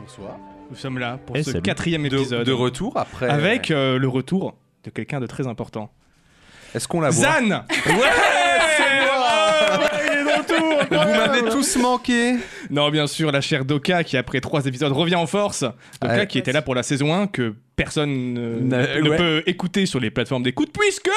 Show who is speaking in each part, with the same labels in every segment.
Speaker 1: Bonsoir.
Speaker 2: Nous sommes là pour
Speaker 3: Eh,
Speaker 2: ce
Speaker 3: salut.
Speaker 2: quatrième
Speaker 1: De,
Speaker 2: épisode
Speaker 1: de retour après.
Speaker 2: avec euh, le retour de quelqu'un de très important.
Speaker 1: Est-ce qu'on la voit
Speaker 2: Zan
Speaker 1: Vous
Speaker 3: Ah,
Speaker 1: m'avez tous manqué.
Speaker 2: Non, bien sûr, la chère Doka qui, après trois épisodes, revient en force. Doka
Speaker 1: Ouais.
Speaker 2: qui était là pour la saison 1 que personne euh,
Speaker 1: Ne-
Speaker 2: ne
Speaker 1: ouais.
Speaker 2: peut écouter sur les plateformes d'écoute puisque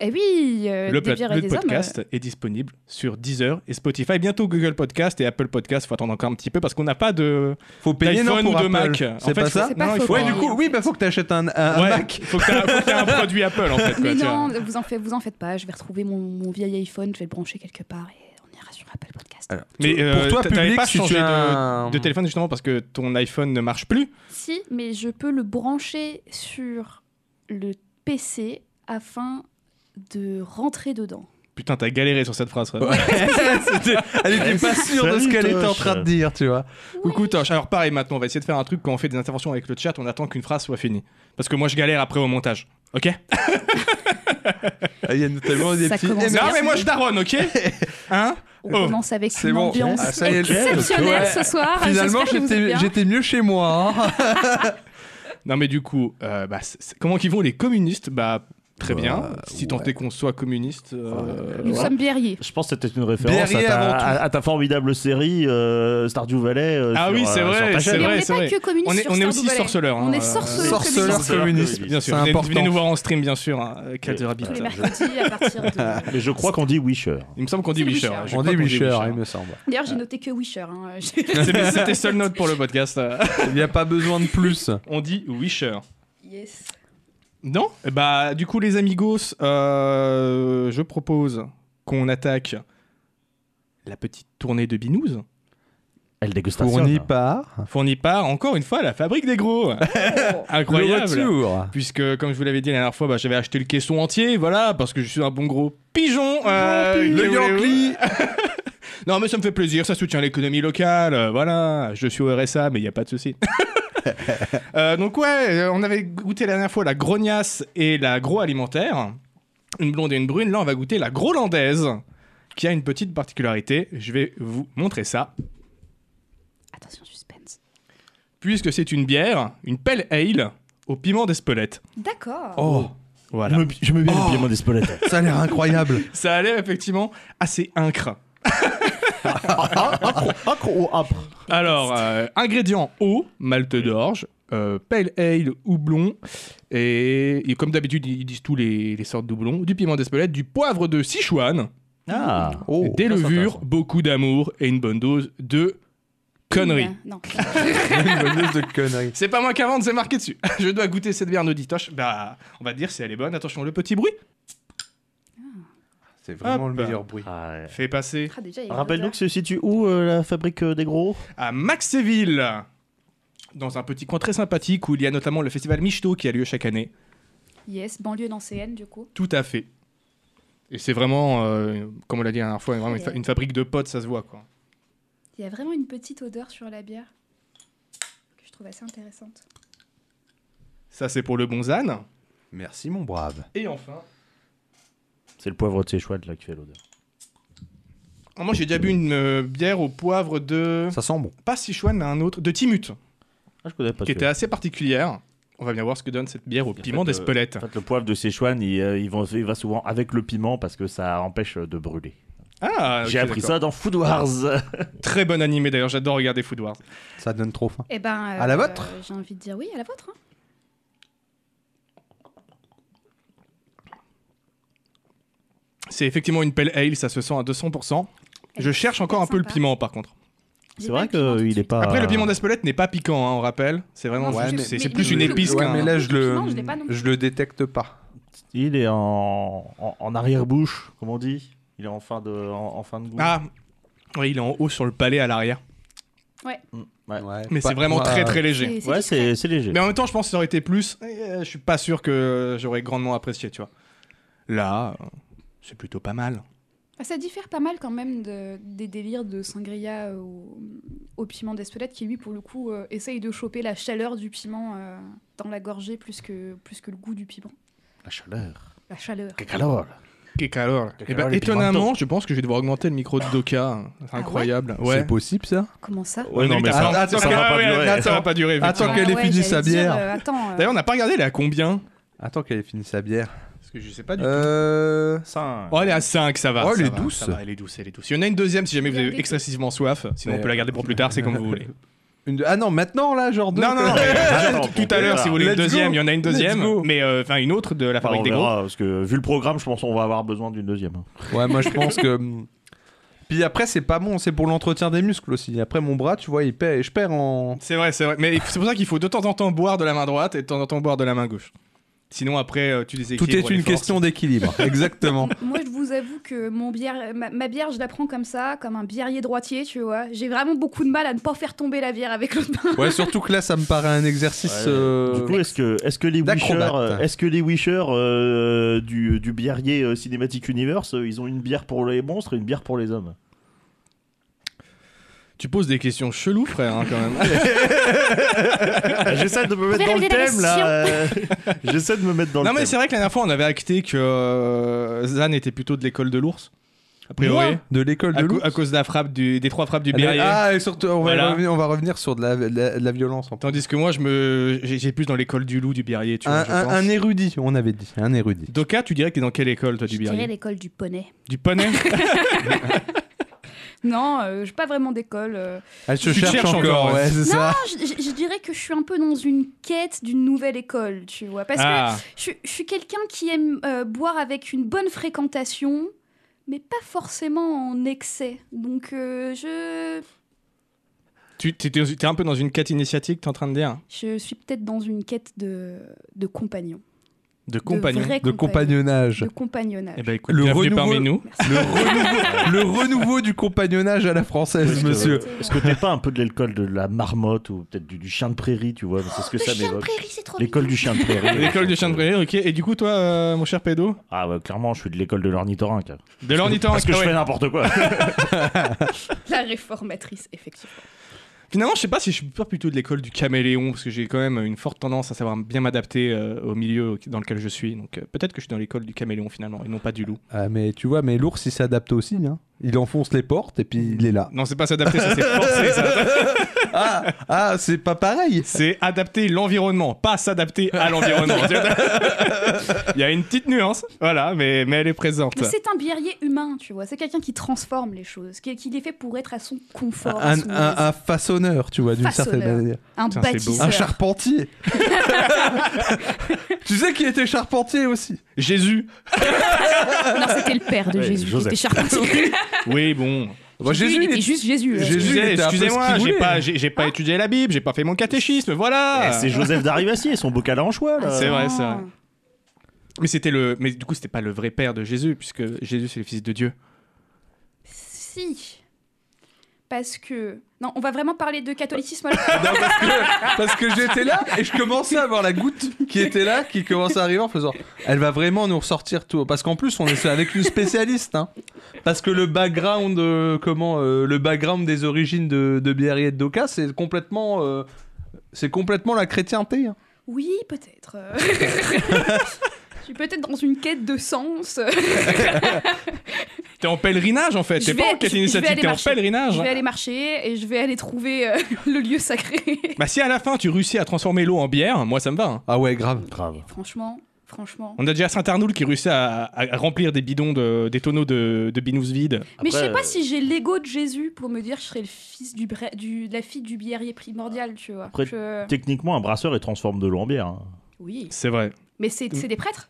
Speaker 4: Eh oui, euh,
Speaker 2: le,
Speaker 4: des
Speaker 2: plat-
Speaker 4: bières et
Speaker 2: le
Speaker 4: des
Speaker 2: podcast est disponible sur Deezer et Spotify. Bientôt Google Podcast et Apple Podcast. Faut attendre encore un petit peu parce qu'on n'a pas de.
Speaker 1: Faut payer non
Speaker 2: d'iPhone
Speaker 1: pour
Speaker 2: ou de
Speaker 1: Apple.
Speaker 2: Mac. En
Speaker 1: C'est
Speaker 2: fait,
Speaker 1: pas
Speaker 2: faut-
Speaker 1: ça
Speaker 4: C'est pas
Speaker 2: non, il
Speaker 4: faux. hein.
Speaker 2: faut-
Speaker 1: Ouais, du coup, oui, bah faut que t'achètes un, un
Speaker 2: Ouais,
Speaker 1: Mac.
Speaker 2: Faut que t'as- faut qu'il y ait un produit Apple en fait.
Speaker 4: hommes.
Speaker 2: quoi,
Speaker 4: euh, Mais
Speaker 2: tu vois.
Speaker 4: non, vous en, faites, vous en faites pas. Je vais retrouver mon, mon vieil iPhone, je vais le brancher quelque part et on ira sur Apple Podcast.
Speaker 1: Alors,
Speaker 2: Mais,
Speaker 1: pour
Speaker 2: euh,
Speaker 1: toi,
Speaker 2: t'a- t'avais
Speaker 1: public,
Speaker 2: pas
Speaker 1: si
Speaker 2: changé
Speaker 1: tu as
Speaker 2: de-
Speaker 1: un-
Speaker 2: de téléphone justement parce que ton iPhone ne marche plus.
Speaker 4: Si, mais je peux le brancher sur le PC afin de rentrer dedans.
Speaker 2: Putain, t'as galéré sur cette phrase. Fred.
Speaker 1: Ouais. C'était- Elle était pas sûre de ce
Speaker 3: Salut,
Speaker 1: qu'elle était en
Speaker 3: Toche.
Speaker 1: train de dire, tu vois.
Speaker 2: Coucou Tosh. Alors pareil, maintenant on va essayer de faire un truc quand on fait des interventions avec le chat, on attend qu'une phrase soit finie. Parce que moi je galère après au montage. Ok
Speaker 1: Eh, Ah, Il y a notamment des
Speaker 4: Ça
Speaker 1: petits.
Speaker 4: commence
Speaker 1: Eh,
Speaker 2: Non
Speaker 1: mais-
Speaker 4: bien.
Speaker 2: mais moi je daronne, ok Hein
Speaker 4: On
Speaker 2: Oh,
Speaker 4: commence avec
Speaker 1: c'est
Speaker 4: une
Speaker 1: bon.
Speaker 4: ambiance
Speaker 1: Ah, ça y est, le-
Speaker 4: exceptionnelle
Speaker 1: Ouais.
Speaker 4: ce soir.
Speaker 1: Finalement,
Speaker 4: J'espère que vous êtes
Speaker 1: j'étais
Speaker 4: bien.
Speaker 1: j'étais mieux chez moi. hein.
Speaker 2: Non mais du coup, euh, bah, c'est- c'est- comment qu'ils vont les communistes Bah très
Speaker 3: Bah,
Speaker 2: bien, si tant est qu'on soit communiste. euh,
Speaker 4: Nous
Speaker 2: voilà.
Speaker 4: sommes biériers.
Speaker 3: Je pense que c'était une référence à
Speaker 1: Berrier
Speaker 3: ta,
Speaker 1: avant tout.
Speaker 3: à- à ta formidable série euh, Stardew Valley. euh,
Speaker 2: Ah
Speaker 3: sur,
Speaker 2: oui, c'est
Speaker 3: euh,
Speaker 2: vrai,
Speaker 3: sur ta
Speaker 2: c'est
Speaker 3: chaîne.
Speaker 4: Mais on
Speaker 2: vrai,
Speaker 4: n'est
Speaker 2: c'est
Speaker 4: pas
Speaker 2: vrai.
Speaker 4: que communistes
Speaker 2: On est,
Speaker 4: sur
Speaker 2: on est aussi
Speaker 4: Stardew Valley.
Speaker 2: sorceleurs. hein,
Speaker 4: On
Speaker 2: euh,
Speaker 4: est sorceleurs.
Speaker 1: Sorceleur
Speaker 4: communiste.
Speaker 1: communiste.
Speaker 2: Bien sûr,
Speaker 1: C'est
Speaker 2: venez,
Speaker 1: important.
Speaker 2: venez nous voir en stream, bien sûr, hein, euh, Call the Rabbit.
Speaker 4: Tous les mercredis à partir de...
Speaker 3: Mais je crois qu'on dit Wisher.
Speaker 2: Il me semble qu'on dit
Speaker 4: C'est le
Speaker 2: Wisher.
Speaker 4: Wisher.
Speaker 2: Je
Speaker 1: On
Speaker 2: crois
Speaker 1: dit hein.
Speaker 2: qu'on
Speaker 1: Wisher,
Speaker 2: Wisher.
Speaker 1: il me semble.
Speaker 4: D'ailleurs, j'ai noté que Wisher. hein.
Speaker 2: C'est- C'était seule note pour le podcast. euh.
Speaker 1: Il n'y a pas besoin de plus.
Speaker 2: On dit Wisher.
Speaker 4: yes.
Speaker 2: Non Eh Bah, du coup, les amigos, euh, je propose qu'on attaque la petite tournée de binouze,
Speaker 3: Elle dégustation.
Speaker 1: Fourni par.
Speaker 2: fournie par, encore une fois, la fabrique des gros.
Speaker 1: Le
Speaker 2: Incroyable.
Speaker 1: retour.
Speaker 2: Puisque, comme je vous l'avais dit la dernière fois, bah, j'avais acheté le caisson entier, voilà, parce que je suis un bon gros pigeon. euh, que
Speaker 1: Le
Speaker 2: voulez-vous
Speaker 1: Yankee.
Speaker 2: Non, mais ça me fait plaisir, ça soutient l'économie locale, euh, voilà, je suis au RSA, mais il n'y a pas de souci. Euh, donc, ouais, euh, on avait goûté la dernière fois la grognasse et la agroalimentaire, une blonde et une brune. Là, on va goûter la grolandaise, qui a une petite particularité. Je vais vous montrer ça.
Speaker 4: Attention, suspense.
Speaker 2: Puisque c'est une bière, une pelle ale au piment d'Espelette.
Speaker 4: D'accord.
Speaker 1: Oh,
Speaker 2: Voilà.
Speaker 3: Je me bien
Speaker 1: Oh.
Speaker 3: le piment d'Espelette.
Speaker 1: ça a l'air incroyable.
Speaker 2: Ça a l'air effectivement assez incre.
Speaker 3: Acre ou âpre
Speaker 2: Alors, euh, ingrédients eau, malte d'orge, euh, pale ale, houblon, et, et comme d'habitude, ils disent tous les, les sortes d'houblon, du piment d'Espelette, du poivre de Sichuan,
Speaker 3: Ah
Speaker 1: Oh,
Speaker 2: des
Speaker 1: ça, c'est
Speaker 2: levures, beaucoup d'amour et une bonne dose de conneries.
Speaker 4: Non.
Speaker 1: intéressant. Une bonne dose de conneries.
Speaker 2: C'est pas moi qui invente, c'est marqué dessus. Je dois goûter cette bière, nous dit Toche. Bah, on va dire si elle est bonne. Attention, le petit bruit.
Speaker 1: C'est vraiment
Speaker 2: Hop.
Speaker 1: le meilleur bruit.
Speaker 2: Fait passer
Speaker 4: Ah, déjà, il y a une
Speaker 3: Rappelle-nous
Speaker 4: odeur.
Speaker 3: que se situe où euh, la fabrique euh, des gros
Speaker 2: à Maxéville, dans un petit coin très sympathique où il y a notamment le festival Michto qui a lieu chaque année.
Speaker 4: Yes, banlieue nancéenne du coup.
Speaker 2: Tout à fait. Et c'est vraiment, euh, comme on l'a dit la dernière fois, vraiment une, fa-
Speaker 4: Ouais.
Speaker 2: une fabrique de potes, ça se voit quoi.
Speaker 4: Il y a vraiment une petite odeur sur la bière que je trouve assez intéressante.
Speaker 2: Ça c'est pour le bon Zan.
Speaker 1: Merci, mon brave.
Speaker 2: Et enfin,
Speaker 3: C'est le poivre de Sichuan là qui fait l'odeur.
Speaker 2: Ah, moi j'ai déjà bu une euh, bière au poivre de
Speaker 1: Ça sent bon.
Speaker 2: pas Sichuan mais un autre de Timut,
Speaker 3: Ah, je connais pas
Speaker 2: qui
Speaker 3: celui-là.
Speaker 2: était assez particulière. On va bien voir ce que donne cette bière au
Speaker 3: fait,
Speaker 2: piment
Speaker 3: euh,
Speaker 2: d'Espelette.
Speaker 3: En fait, le poivre de Sichuan, il, euh, il va- il va souvent avec le piment parce que ça empêche euh, de brûler.
Speaker 2: Ah, ok,
Speaker 3: J'ai appris
Speaker 2: d'accord.
Speaker 3: ça dans Food Wars.
Speaker 2: Très bon animé d'ailleurs, j'adore regarder Food Wars.
Speaker 1: Ça donne trop faim.
Speaker 4: Eh ben.
Speaker 1: À la vôtre
Speaker 4: euh, J'ai envie de dire oui, à la vôtre. hein.
Speaker 2: C'est effectivement une pelle ale, ça se sent à 200%. Je
Speaker 4: Elle est
Speaker 2: cherche
Speaker 4: super
Speaker 2: encore un peu le
Speaker 4: sympa.
Speaker 2: piment par contre.
Speaker 4: J'ai
Speaker 3: C'est
Speaker 4: pas
Speaker 3: vrai
Speaker 4: le piment tout de
Speaker 3: qu'il est
Speaker 4: suite.
Speaker 3: pas.
Speaker 2: Après le piment d'Espelette n'est pas piquant, hein, on rappelle. C'est vraiment
Speaker 4: Non,
Speaker 2: juste-
Speaker 4: mais-
Speaker 2: c'est
Speaker 4: mais-
Speaker 2: c'est plus une
Speaker 4: mais-
Speaker 2: épice
Speaker 1: Ouais,
Speaker 2: qu'un.
Speaker 1: mais là, je le,
Speaker 4: Non, je l'ai pas non plus.
Speaker 1: je le détecte pas.
Speaker 3: Il est en, en, en arrière-bouche, comme on dit. Il est en fin de, en, en fin de goût.
Speaker 2: Ah, oui, il est en haut sur le palais à l'arrière.
Speaker 3: Ouais.
Speaker 2: Mais
Speaker 1: Pas-
Speaker 2: c'est vraiment
Speaker 1: moi,
Speaker 2: très très
Speaker 4: C'est-
Speaker 2: léger.
Speaker 4: c'est
Speaker 3: Ouais,
Speaker 4: discret.
Speaker 3: c'est c'est léger.
Speaker 2: Mais en même temps, je pense que ça aurait été plus. euh, Je suis pas sûr que j'aurais grandement apprécié, tu vois. Là, euh, c'est plutôt pas mal.
Speaker 4: Ah, Ça diffère pas mal quand même de- des délires de sangria au, au piment d'Espelette qui lui pour le coup euh, essaye de choper la chaleur du piment euh, dans la gorgée plus que, plus que le goût du piment.
Speaker 3: La chaleur.
Speaker 4: La chaleur.
Speaker 3: Que calor.
Speaker 2: Que calor.
Speaker 3: Que
Speaker 2: Eh ben,
Speaker 3: calor et
Speaker 2: étonnamment,
Speaker 3: pimento.
Speaker 2: je pense que je vais devoir augmenter le micro de Doka. C'est
Speaker 4: Ah
Speaker 2: incroyable.
Speaker 1: C'est
Speaker 2: ouais.
Speaker 1: possible ça
Speaker 4: Comment ça
Speaker 3: Ouais, non, mais
Speaker 1: attends,
Speaker 3: ça,
Speaker 1: attends,
Speaker 3: ça va
Speaker 2: Ah
Speaker 3: pas
Speaker 2: ouais,
Speaker 3: durer.
Speaker 2: attends, ça va pas durer.
Speaker 1: Attends
Speaker 2: effectivement.
Speaker 1: qu'elle ait fini
Speaker 4: j'allais
Speaker 1: sa
Speaker 4: dire,
Speaker 1: bière.
Speaker 4: euh, attends, euh,
Speaker 2: D'ailleurs, on n'a pas regardé, elle est à combien
Speaker 1: Attends qu'elle ait fini sa bière.
Speaker 2: Parce que je sais pas
Speaker 1: Euh.
Speaker 3: Ça, hein.
Speaker 2: Oh, elle est à 5, ça va.
Speaker 1: Oh, elle
Speaker 2: ça
Speaker 1: est
Speaker 2: va,
Speaker 1: douce.
Speaker 2: ça va, elle est douce, elle est douce. Il y en a une deuxième si jamais vous avez excessivement soif. Sinon, on
Speaker 1: Mais-
Speaker 2: peut la garder pour plus tard, c'est comme vous voulez.
Speaker 1: Une de- Ah non, maintenant là, genre deux.
Speaker 2: Non, non, non,
Speaker 1: quoi.
Speaker 3: Attends,
Speaker 2: tout à l'heure, si vous voulez une
Speaker 1: euh, Let's go.
Speaker 2: deuxième, il y en a une
Speaker 1: Let's
Speaker 2: deuxième,
Speaker 1: go. Ah,
Speaker 2: mais euh, enfin une autre de la
Speaker 3: Enfin,
Speaker 2: fabrique
Speaker 3: on
Speaker 2: des gros.
Speaker 3: verra, parce que vu le programme, je pense qu'on va avoir besoin d'une deuxième.
Speaker 1: Ouais, moi je pense que. hum, Puis après, c'est pas bon, c'est pour l'entretien des muscles aussi. Après, mon bras, tu vois, il perd, je perds en.
Speaker 2: C'est vrai, c'est vrai. Mais c'est pour ça qu'il faut de temps en temps boire de la main droite et de temps en temps boire de la main gauche. Sinon, après, euh, tu déséquilibres.
Speaker 1: Tout est
Speaker 2: les
Speaker 1: une
Speaker 2: forces.
Speaker 1: question d'équilibre. Exactement.
Speaker 4: Moi, je vous avoue que mon bière, ma, ma bière, je la prends comme ça, comme un biérier droitier, tu vois. J'ai vraiment beaucoup de mal à ne pas faire tomber la bière avec l'autre main.
Speaker 1: Ouais, surtout que là, ça me paraît un exercice.
Speaker 3: Ouais.
Speaker 1: euh,
Speaker 3: Du coup, est-ce que, est que les
Speaker 1: d'acrobate.
Speaker 3: Wishers, est-ce que les Wishers euh, du, du biérier euh, Cinematic Universe, euh, ils ont une bière pour les monstres et une bière pour les hommes
Speaker 2: Tu poses des questions cheloues, frère, hein, quand même.
Speaker 3: Ah, J'essaie de me mettre dans le thème là. euh, J'essaie de me mettre dans
Speaker 2: non,
Speaker 3: le
Speaker 2: mais
Speaker 3: thème.
Speaker 2: c'est vrai que la dernière fois, on avait acté que euh, Zan était plutôt de l'école de l'ours. A priori.
Speaker 1: moi, de l'école
Speaker 2: À,
Speaker 1: de
Speaker 2: cau-
Speaker 1: loup.
Speaker 2: à cause de la frappe du- des trois frappes du Berrier.
Speaker 1: Ah, et surtout, on va,
Speaker 2: Voilà.
Speaker 1: revenir, on va revenir sur de la, de la- de la violence. En...
Speaker 2: Tandis que moi, je me, j'ai j'ai plus dans l'école du loup du Berrier, tu vois,
Speaker 1: Un,
Speaker 2: je
Speaker 1: un-
Speaker 2: pense.
Speaker 1: un érudit, on avait dit. Un érudit.
Speaker 2: Doka, tu dirais que t'es dans quelle école, toi, du
Speaker 4: Je dirais
Speaker 2: Berrier
Speaker 4: l'école du poney.
Speaker 2: Du poney
Speaker 4: Non, euh, j'ai pas vraiment d'école. euh.
Speaker 1: Elle se
Speaker 2: Tu te
Speaker 1: cherche,
Speaker 2: cherches
Speaker 1: encore,
Speaker 2: encore,
Speaker 1: ouais, c'est
Speaker 4: Non,
Speaker 1: ça.
Speaker 4: je, je- je dirais que je suis un peu dans une quête d'une nouvelle école, tu vois. Parce
Speaker 2: Ah,
Speaker 4: que je, je suis quelqu'un qui aime euh, boire avec une bonne fréquentation, mais pas forcément en excès. Donc, euh, je,
Speaker 2: tu t'es, t'es- t'es un peu dans une quête initiatique, t'es en train de dire
Speaker 4: je suis peut-être dans une quête de, de compagnon.
Speaker 2: De compagnon.
Speaker 4: De, vrai
Speaker 1: Le
Speaker 4: compagnon.
Speaker 1: compagnonnage.
Speaker 4: De compagnonnage.
Speaker 2: Eh ben écoute,
Speaker 1: Le
Speaker 2: bienvenue
Speaker 1: renouveau-
Speaker 2: parmi nous.
Speaker 1: Le renouveau, le renouveau du compagnonnage à la française,
Speaker 3: Parce que-
Speaker 1: monsieur.
Speaker 3: Est-ce que t'es pas un peu de l'école de la marmotte ou peut-être du, du chien de prairie, tu vois C'est ce que ça
Speaker 4: Le chien de
Speaker 3: m'évoque.
Speaker 4: prairie, c'est trop
Speaker 3: L'école du chien de prairie.
Speaker 2: L'école du chien de prairie, ok. Et du coup, toi, euh, mon cher pédo
Speaker 3: Ah bah clairement, je suis de l'école de l'ornithorynque.
Speaker 2: De l'ornithorynque.
Speaker 3: Parce que
Speaker 2: ah
Speaker 3: je
Speaker 2: ouais.
Speaker 3: fais n'importe quoi.
Speaker 4: La réformatrice, effectivement.
Speaker 2: Finalement, je sais pas si je suis pas plutôt de l'école du caméléon, parce que j'ai quand même une forte tendance à savoir bien m'adapter euh, au milieu dans lequel je suis. Donc euh, peut-être que je suis dans l'école du caméléon finalement, et non pas du loup.
Speaker 1: Ah, mais tu vois, mais l'ours, il s'adapte aussi. Hein. Il enfonce les portes et puis il est là.
Speaker 2: Non, c'est pas s'adapter, ça c'est forcer. ça.
Speaker 1: Ah, ah c'est pas pareil.
Speaker 2: C'est adapter l'environnement, pas s'adapter à l'environnement. Tu vois Il y a une petite nuance, voilà, mais, mais elle est présente.
Speaker 4: Mais c'est un biérier humain, tu vois. C'est quelqu'un qui transforme les choses, qui, qui les fait pour être à son confort, à
Speaker 1: Un,
Speaker 4: son
Speaker 1: un-
Speaker 4: aise.
Speaker 1: un façonneur, tu vois, d'une certaine
Speaker 4: Façonneur.
Speaker 1: manière.
Speaker 4: un,
Speaker 2: Putain, c'est beau.
Speaker 4: bâtisseur.
Speaker 1: Un charpentier. tu sais qui était charpentier aussi
Speaker 2: Jésus
Speaker 4: Non, c'était le père de
Speaker 3: Ouais,
Speaker 4: Jésus. qui
Speaker 3: Joseph.
Speaker 4: était charpentier.
Speaker 2: Oui, bon.
Speaker 1: Moi,
Speaker 4: Lui, il
Speaker 1: Jésus, il
Speaker 4: était
Speaker 1: est-
Speaker 4: juste Jésus. là.
Speaker 1: Jésus, il
Speaker 2: Excusez-
Speaker 1: était un peu ce
Speaker 2: Excusez-moi,
Speaker 1: qu'il
Speaker 2: j'ai
Speaker 1: voulait.
Speaker 2: pas, j'ai- j'ai pas étudié la Bible, j'ai pas fait mon catéchisme, voilà
Speaker 3: Eh, c'est Joseph d'Arivassi et son bocal en
Speaker 4: Oh
Speaker 3: choix là.
Speaker 2: C'est vrai,
Speaker 4: Non.
Speaker 2: c'est vrai. Mais c'était le, mais du coup c'était pas le vrai père de Jésus puisque Jésus c'est le fils de Dieu.
Speaker 4: Si. Parce que. Non, on va vraiment parler de catholicisme alors.
Speaker 1: Non, parce que, parce que j'étais là et je commençais à avoir la goutte qui était là, qui commençait à arriver en faisant elle va vraiment nous ressortir tout. Parce qu'en plus, on est avec une spécialiste. hein. Parce que le background, euh, comment, euh, le background des origines de, de Biarri et de Doka, c'est complètement. euh, c'est complètement la chrétienté. hein.
Speaker 4: Oui, peut-être. euh. Je suis peut-être dans une quête de sens.
Speaker 2: T'es en pèlerinage en fait,
Speaker 4: Je
Speaker 2: t'es pas
Speaker 4: vais-
Speaker 2: en quête
Speaker 4: je- je vais
Speaker 2: initiatique,
Speaker 4: aller
Speaker 2: t'es en
Speaker 4: marcher.
Speaker 2: pèlerinage.
Speaker 4: Je vais aller marcher et je vais aller trouver euh, le lieu sacré.
Speaker 2: Bah si à la fin tu réussis à transformer l'eau en bière, moi ça me va. hein.
Speaker 1: Ah ouais, grave.
Speaker 3: Grave.
Speaker 4: franchement, franchement.
Speaker 2: On a déjà Saint-Arnoul qui réussit à, à- à remplir des bidons, de, des tonneaux de, de binous vides.
Speaker 4: Mais je sais
Speaker 3: Après, euh,
Speaker 4: pas si j'ai l'ego de Jésus pour me dire que je serais le fils du, bra- du- la fille du biérier primordial, tu vois.
Speaker 3: Après-
Speaker 4: Je-
Speaker 3: euh, Techniquement, un brasseur, il transforme de l'eau en bière. hein.
Speaker 4: Oui.
Speaker 2: C'est vrai.
Speaker 4: Mais c'est c'est des prêtres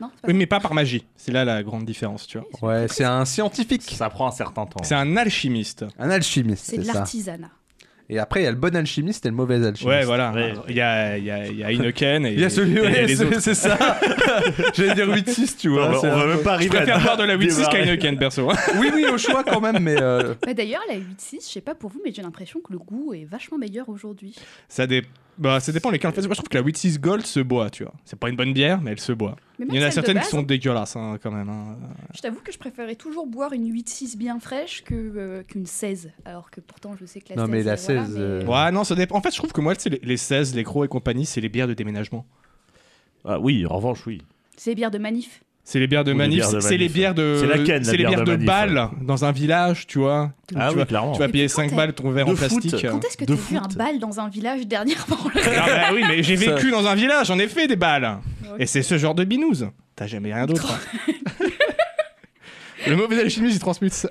Speaker 4: Non c'est pas-
Speaker 2: Oui, mais pas par magie. C'est là la grande différence, tu vois.
Speaker 1: Ouais, c'est un scientifique,
Speaker 3: Ça prend un certain temps.
Speaker 2: C'est un alchimiste.
Speaker 1: un alchimiste,
Speaker 4: C'est de
Speaker 1: c'est ça.
Speaker 4: l'artisanat.
Speaker 1: Et après, il y a le bon alchimiste et le mauvais alchimiste.
Speaker 2: Ouais, voilà.
Speaker 3: Ouais.
Speaker 2: Il y a, il y a, il y a Heineken et
Speaker 1: Il y a
Speaker 2: et il
Speaker 1: celui,
Speaker 2: y a
Speaker 1: ouais,
Speaker 2: les autres.
Speaker 1: c'est c'est ça. J'allais dire 8-6, tu
Speaker 3: On
Speaker 1: vois.
Speaker 3: va,
Speaker 1: c'est
Speaker 3: on va
Speaker 1: un
Speaker 3: même
Speaker 1: peu-
Speaker 3: pas
Speaker 2: Je
Speaker 3: arriver
Speaker 2: préfère
Speaker 3: à-
Speaker 2: boire de la 8-6 qu'à
Speaker 3: démarrer.
Speaker 2: Heineken, perso. hein.
Speaker 1: Oui, oui, au choix quand même, mais. euh,
Speaker 4: Bah, D'ailleurs, la 8-6, je sais pas pour vous, mais j'ai l'impression que le goût est vachement meilleur aujourd'hui.
Speaker 2: Ça, dé- bah, ça dépend lesquels. Moi, je trouve que la 8-6 Gold se boit, tu vois. C'est pas une bonne bière, mais elle se boit.
Speaker 4: Mais
Speaker 2: Il
Speaker 4: même
Speaker 2: y en a
Speaker 4: celle de
Speaker 2: certaines qui
Speaker 4: base,
Speaker 2: sont dégueulasses, hein, quand même. hein.
Speaker 4: Je t'avoue que je préférais toujours boire une 8-6 bien fraîche que, euh, qu'une 16. Alors que pourtant, je sais que la
Speaker 1: Non,
Speaker 4: 16.
Speaker 1: mais la
Speaker 4: euh, voilà,
Speaker 1: 16,
Speaker 4: mais-
Speaker 1: euh,
Speaker 2: Ouais, non, ça dépend. En fait, je trouve que moi, tu sais, les, les 16, les crocs et compagnie, c'est les bières de déménagement.
Speaker 3: Ah oui, en revanche, oui.
Speaker 4: C'est les bières de manif.
Speaker 2: C'est les bières de
Speaker 3: Ou les
Speaker 2: manif,
Speaker 3: bières de
Speaker 2: c'est les
Speaker 3: manif,
Speaker 2: bières de.
Speaker 3: C'est la canne, la
Speaker 2: les
Speaker 3: bière
Speaker 2: bières
Speaker 3: de
Speaker 2: de,
Speaker 3: manif,
Speaker 2: balles dans un village, tu vois.
Speaker 3: Ah
Speaker 2: tu
Speaker 3: oui,
Speaker 2: vas,
Speaker 3: clairement.
Speaker 2: tu vas
Speaker 4: Et
Speaker 2: payer
Speaker 4: puis quand
Speaker 2: 5
Speaker 4: t'as-
Speaker 2: balles ton verre
Speaker 3: De
Speaker 2: en
Speaker 3: foot.
Speaker 2: plastique.
Speaker 3: Quand
Speaker 4: Quand est-ce que
Speaker 3: De
Speaker 4: t'as vu
Speaker 3: foot.
Speaker 4: un bal dans un village dernièrement
Speaker 2: Ah bah oui, mais j'ai
Speaker 1: Ça-
Speaker 2: vécu dans un village, j'en ai fait des balles.
Speaker 4: Ouais.
Speaker 2: Et c'est ce genre de binouze. T'as jamais rien d'autre. hein. Le mauvais alchimiste, il transmute ça.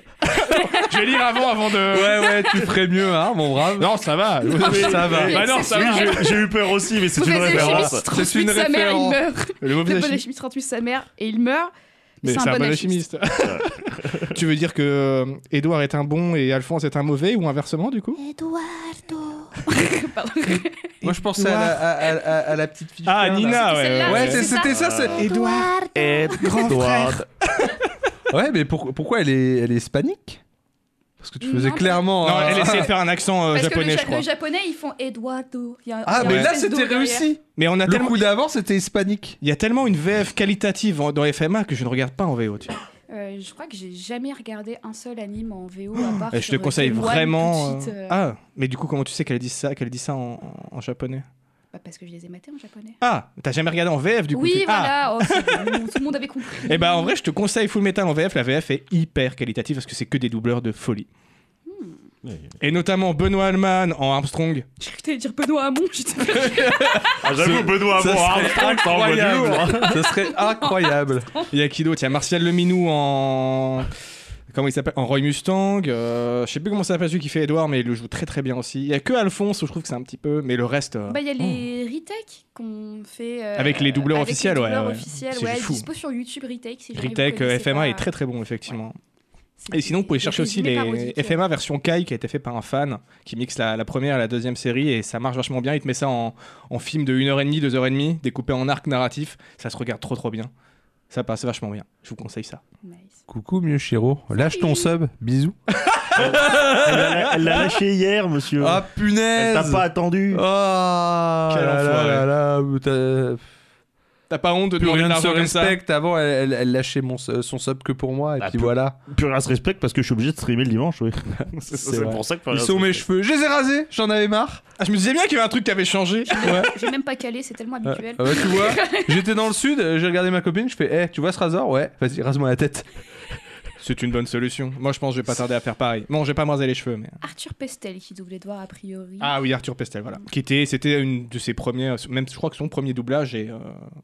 Speaker 2: Je vais lire avant, avant de.
Speaker 1: Ouais, ouais, tu ferais mieux, hein, mon brave.
Speaker 2: Non, ça va.
Speaker 1: ça va.
Speaker 2: Bah non, ça
Speaker 4: Oui,
Speaker 2: va.
Speaker 4: je-
Speaker 3: J'ai eu peur aussi, mais c'est une référence.
Speaker 1: C'est une
Speaker 4: sa mère, il
Speaker 1: référence.
Speaker 4: meurt.
Speaker 2: Le mauvais
Speaker 4: Le bon
Speaker 2: alchimiste.
Speaker 4: alchimiste transfuge sa mère et il meurt. Mais c'est un, bon alchimiste.
Speaker 2: tu veux dire que euh, Édouard est un bon et Alphonse est un mauvais ou inversement du coup
Speaker 4: Eduardo.
Speaker 1: Moi, je pensais à la, à- à- à- à la petite fille.
Speaker 2: Ah,
Speaker 1: là.
Speaker 2: Nina,
Speaker 4: C'était
Speaker 2: ouais.
Speaker 4: celle-là,
Speaker 1: Ouais,
Speaker 4: c'est
Speaker 1: c'est- c'était ça. c'est-
Speaker 2: Édouard, grand frère.
Speaker 1: Ouais, mais pour- pourquoi elle est, elle est hispanique Parce que tu faisais
Speaker 4: Non,
Speaker 1: clairement.
Speaker 2: Non,
Speaker 1: un-
Speaker 2: elle essayait de faire un accent euh,
Speaker 4: Parce
Speaker 2: japonais,
Speaker 4: que
Speaker 2: je
Speaker 4: le, ja-
Speaker 2: crois.
Speaker 4: le japonais, ils font Eduardo. Il y a un-
Speaker 1: Ah,
Speaker 4: il y a
Speaker 1: mais là,
Speaker 4: un espèce
Speaker 1: c'était
Speaker 4: d'eau derrière.
Speaker 1: réussi.
Speaker 2: Mais on a
Speaker 1: Le
Speaker 2: tellement.
Speaker 1: coup d'avant, c'était hispanique.
Speaker 2: Il y a tellement une VF qualitative en- dans FMA que je ne regarde pas en VO. tu vois.
Speaker 4: Euh, je crois que j'ai jamais regardé un seul anime en VO à part.
Speaker 2: Et Eh, je te
Speaker 4: sur
Speaker 2: conseille
Speaker 4: Game One,
Speaker 2: vraiment.
Speaker 4: tout de suite,
Speaker 2: euh,
Speaker 4: euh,
Speaker 2: Ah, mais du coup, comment tu sais qu'elle dit ça, qu'elle dit ça en, en japonais
Speaker 4: bah, parce que je les ai matés en japonais.
Speaker 2: Ah, t'as jamais regardé en VF du coup
Speaker 4: oui,
Speaker 2: tu- Ah.
Speaker 4: voilà. oh, c'est bon, tout le monde avait compris.
Speaker 2: Eh ben en vrai, je te conseille Full Metal en VF. La VF est hyper qualitative parce que c'est que des doubleurs de folie. Et notamment Benoît Alman en Armstrong.
Speaker 4: J'ai cru que t'allais dire Benoît Hamon. j'étais-
Speaker 3: Ah, J'avoue, Benoît,
Speaker 1: Ça
Speaker 3: bon,
Speaker 1: serait
Speaker 3: Armstrong, ça envoie du
Speaker 1: incroyable.
Speaker 3: lourd.
Speaker 1: Ça serait incroyable.
Speaker 2: Il y a qui d'autre Il y a Martial Leminou en. Comment il s'appelle En Roy Mustang. euh, Je sais plus comment ça s'appelle celui qui fait Edouard, mais il le joue très très bien aussi. Il y a que Alphonse où je trouve que c'est un petit peu. Mais le reste. euh,
Speaker 4: Bah, il y a les retakes qu'on fait. euh,
Speaker 2: Avec les doubleurs
Speaker 4: avec
Speaker 2: officiels,
Speaker 4: les
Speaker 2: ouais,
Speaker 4: doubleurs
Speaker 2: ouais.
Speaker 4: officiels,
Speaker 2: C'est
Speaker 4: ouais,
Speaker 2: fou.
Speaker 4: Dispo sur YouTube, retake. Si jamais vous
Speaker 2: Retech, euh,
Speaker 4: connaissez
Speaker 2: FMA
Speaker 4: pas.
Speaker 2: est très très bon effectivement.
Speaker 4: C'est
Speaker 2: Et sinon, vous pouvez
Speaker 4: des
Speaker 2: chercher aussi
Speaker 4: résumés
Speaker 2: les
Speaker 4: parodiques, ouais.
Speaker 2: FMA version Kai qui a été fait par un fan qui mixe la, la première et la deuxième série et ça marche vachement bien. Il te met ça en, en film de 1h30, 2h30, découpé en arc narratif. Ça se regarde trop trop bien. Ça passe vachement bien. Je vous conseille ça.
Speaker 4: Nice.
Speaker 1: Coucou, mieux Chiro. Lâche ton sub. Bisous.
Speaker 3: Elle l'a- Elle l'a lâché hier, monsieur.
Speaker 1: Ah,
Speaker 3: Elle t'a
Speaker 1: punaise
Speaker 3: pas attendu.
Speaker 1: Oh là
Speaker 2: Quel
Speaker 1: là
Speaker 2: enfoiré.
Speaker 1: là là, t'as-
Speaker 2: T'as pas honte de
Speaker 1: plus
Speaker 2: demander de
Speaker 1: rien ne se
Speaker 2: l'argent comme ça
Speaker 1: respecte. Avant, elle, elle- elle lâchait mon, son sub que pour moi, et
Speaker 3: Ah,
Speaker 1: puis
Speaker 3: plus-
Speaker 1: voilà.
Speaker 3: Plus rien se respecte parce que je suis obligé de streamer le dimanche, oui.
Speaker 1: C'est vrai.
Speaker 3: ça que plus
Speaker 1: Ils
Speaker 3: rien
Speaker 1: sont
Speaker 3: se
Speaker 1: mes
Speaker 3: respecte.
Speaker 1: cheveux. Je les ai rasés, j'en avais marre.
Speaker 2: Ah, Je me disais bien qu'il y avait un truc qui avait changé.
Speaker 1: Ouais.
Speaker 4: J'ai même pas calé, c'est tellement
Speaker 1: Ah,
Speaker 4: habituel.
Speaker 1: ah bah, tu vois, j'étais dans le sud, euh, j'ai regardé ma copine, je fais, Eh, tu vois ce rasoir Ouais, vas-y, rase-moi la tête.
Speaker 2: C'est une bonne solution. Moi je pense que je vais pas tarder à faire pareil. Bon, je vais pas me raser les cheveux, mais.
Speaker 4: Arthur Pestel qui doublait Edouard a priori.
Speaker 2: Ah oui, Arthur Pestel, voilà. Qui était, c'était une de ses premières, même je crois que son premier doublage est euh,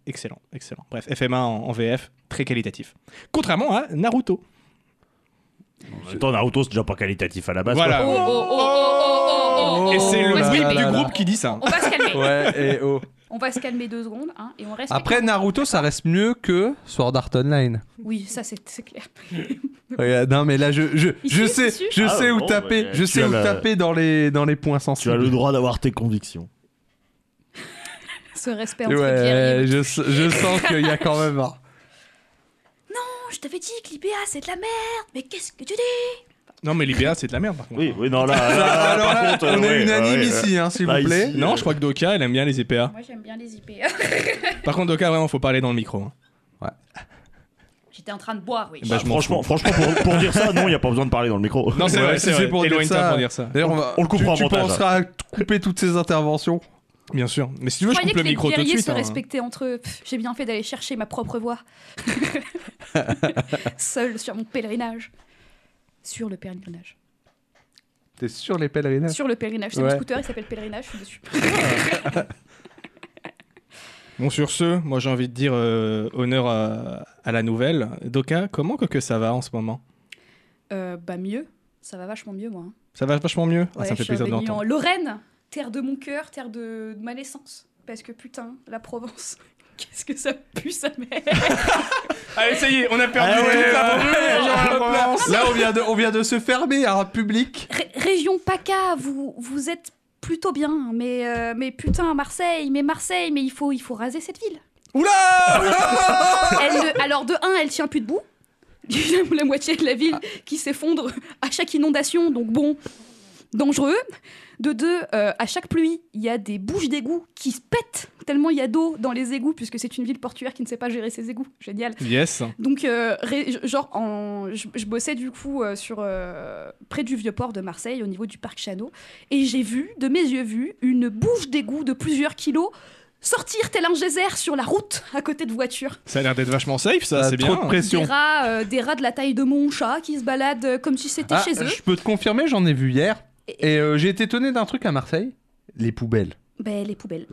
Speaker 2: excellent, excellent. Bref, FMA en, en VF, très qualitatif. Contrairement à Naruto.
Speaker 3: En même temps, Naruto, c'est déjà pas qualitatif à la base.
Speaker 2: voilà.
Speaker 4: Oh, oh, oh, oh, oh, oh, oh, oh.
Speaker 2: Et c'est le
Speaker 4: On va se
Speaker 1: là
Speaker 2: whip
Speaker 1: là
Speaker 4: calmer.
Speaker 2: du
Speaker 1: là.
Speaker 2: groupe qui dit ça.
Speaker 4: On va se calmer.
Speaker 1: Ouais, et oh.
Speaker 4: On va se calmer deux secondes hein, et on reste.
Speaker 1: Après, Naruto, ça reste mieux que Sword Art Online.
Speaker 4: Oui, ça c'est c'est clair.
Speaker 1: Regarde, non, mais là, je, je,
Speaker 4: Ici,
Speaker 1: je sais,
Speaker 4: ici.
Speaker 1: je
Speaker 3: Ah,
Speaker 1: sais où
Speaker 3: bon,
Speaker 1: taper,
Speaker 3: bah,
Speaker 1: je
Speaker 3: tu
Speaker 1: sais
Speaker 3: as
Speaker 1: où
Speaker 3: la-
Speaker 1: taper dans les, dans les points
Speaker 3: quoi. Tu as
Speaker 1: sensibles.
Speaker 3: le droit d'avoir tes convictions.
Speaker 4: Ce respect entre
Speaker 1: Ouais,
Speaker 4: guerriers.
Speaker 1: je, s- je sens qu'il y a quand même un.
Speaker 4: Non, je t'avais dit que l'IBA c'est de la merde. Mais qu'est-ce que tu dis
Speaker 2: Non, mais l'IBA, c'est de la merde par contre.
Speaker 3: Oui, oui, non, là, là, là,
Speaker 1: Alors
Speaker 3: par
Speaker 1: là,
Speaker 3: contre,
Speaker 1: on
Speaker 3: euh,
Speaker 1: est
Speaker 3: ouais,
Speaker 1: unanime
Speaker 3: ouais, ouais.
Speaker 1: ici, hein, s'il
Speaker 3: Là,
Speaker 1: vous plaît.
Speaker 3: ici,
Speaker 2: Non, je crois que Doka, elle aime bien les EPA.
Speaker 4: Moi j'aime bien les IPA.
Speaker 2: Par contre, Doka, vraiment, faut parler dans le micro. hein.
Speaker 4: J'étais en train de boire, oui.
Speaker 2: Eh
Speaker 3: Bah,
Speaker 2: ben, je m'en
Speaker 3: franchement, franchement pour, pour dire ça, non, il n'y a pas besoin de parler dans le micro.
Speaker 2: Non, c'est
Speaker 1: Ouais,
Speaker 2: vrai,
Speaker 1: si
Speaker 2: c'est vrai.
Speaker 1: pour dire
Speaker 2: Éloigne-toi
Speaker 1: ça.
Speaker 2: pour dire ça.
Speaker 1: D'ailleurs, on, va-
Speaker 3: On le
Speaker 1: tu,
Speaker 3: coupera
Speaker 1: tu
Speaker 3: en montage. hein.
Speaker 1: penseras à couper toutes ces interventions.
Speaker 2: Bien sûr. Mais si tu veux, je
Speaker 4: Je croyais
Speaker 2: coupe
Speaker 4: que
Speaker 2: le
Speaker 4: les
Speaker 2: micro tout de
Speaker 4: guerriers
Speaker 2: suite.
Speaker 4: se
Speaker 2: hein.
Speaker 4: respectaient entre eux. Pff, J'ai bien fait d'aller chercher ma propre voix. Seule sur mon pèlerinage. Sur le pèlerinage.
Speaker 1: T'es sur les pèlerinages
Speaker 4: Sur le pèlerinage. C'est
Speaker 1: Ouais.
Speaker 4: mon scooter, il s'appelle pèlerinage, je suis dessus.
Speaker 2: Bon, sur ce, moi j'ai envie de dire euh, honneur à, à la nouvelle. Doka, comment que, que ça va en ce moment
Speaker 4: Euh, bah mieux. Ça va vachement mieux, moi. hein.
Speaker 2: Ça va vachement mieux Ah,
Speaker 4: Ouais,
Speaker 2: Ça me fait
Speaker 4: je suis
Speaker 2: plaisir
Speaker 4: revenue en
Speaker 2: d'entendre.
Speaker 4: Lorraine, terre de mon cœur, terre de, de ma naissance. Parce que putain, la Provence, qu'est-ce que ça pue sa mère
Speaker 2: Allez, ça y est, on a
Speaker 1: Ah ouais,
Speaker 2: toute la
Speaker 1: ouais,
Speaker 2: province.
Speaker 1: ouais,
Speaker 2: Genre, la
Speaker 1: hop là.
Speaker 2: province.
Speaker 1: Là, on vient de, on vient de se fermer à un public.
Speaker 4: Ré- Région PACA, vous, vous êtes plutôt bien, mais, euh, mais putain, Marseille, mais Marseille, mais il faut, il faut raser cette ville.
Speaker 1: Ah Oula
Speaker 4: Elle ne- alors de un, elle tient plus debout. la moitié de la ville qui s'effondre à chaque inondation, donc bon, dangereux. De deux, euh, à chaque pluie, il y a des bouches d'égouts qui se pètent tellement il y a d'eau dans les égouts, puisque c'est une ville portuaire qui ne sait pas gérer ses égouts. Génial.
Speaker 2: Yes.
Speaker 4: Donc, euh, ré- genre, en- je, je bossais du coup euh, sur, euh, près du Vieux-Port de Marseille, au niveau du parc Chano, et j'ai vu, de mes yeux vus, une bouche d'égout de plusieurs kilos sortir tel un geyser sur la route à côté de voitures.
Speaker 2: Ça a l'air d'être vachement safe, ça,
Speaker 1: Ah,
Speaker 2: c'est
Speaker 1: trop
Speaker 2: bien.
Speaker 1: de
Speaker 4: Des
Speaker 1: pression.
Speaker 4: rats, euh, des rats de la taille de mon chat qui se baladent euh, comme si c'était
Speaker 1: Ah,
Speaker 4: chez eux.
Speaker 1: je peux te confirmer, j'en ai vu hier.
Speaker 4: Et-
Speaker 1: Et euh, j'ai été étonné d'un truc à Marseille. Les poubelles.
Speaker 4: Ben, les poubelles.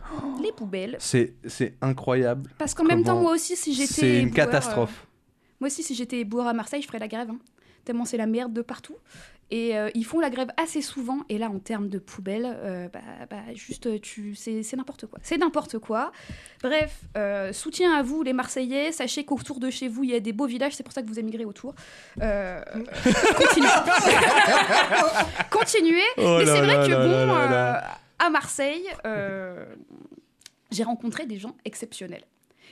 Speaker 4: Les poubelles.
Speaker 1: C'est c'est incroyable.
Speaker 4: Parce qu'en même temps,
Speaker 1: Comment
Speaker 4: moi aussi, si j'étais.
Speaker 1: C'est une
Speaker 4: éboueur, euh,
Speaker 1: catastrophe.
Speaker 4: Moi aussi, si j'étais bourre à Marseille, je ferais la grève. hein. Tellement c'est la merde de partout. Et euh, ils font la grève assez souvent. Et là, en termes de poubelle, euh, bah, bah, juste, euh, tu, c'est, c'est n'importe quoi. C'est n'importe quoi. Bref, euh, soutien à vous, les Marseillais. Sachez qu'autour de chez vous, il y a des beaux villages. C'est pour ça que vous émigrez autour. Euh, euh, continuez. continuez. Mais c'est vrai que, bon, euh, à Marseille, euh, j'ai rencontré des gens exceptionnels.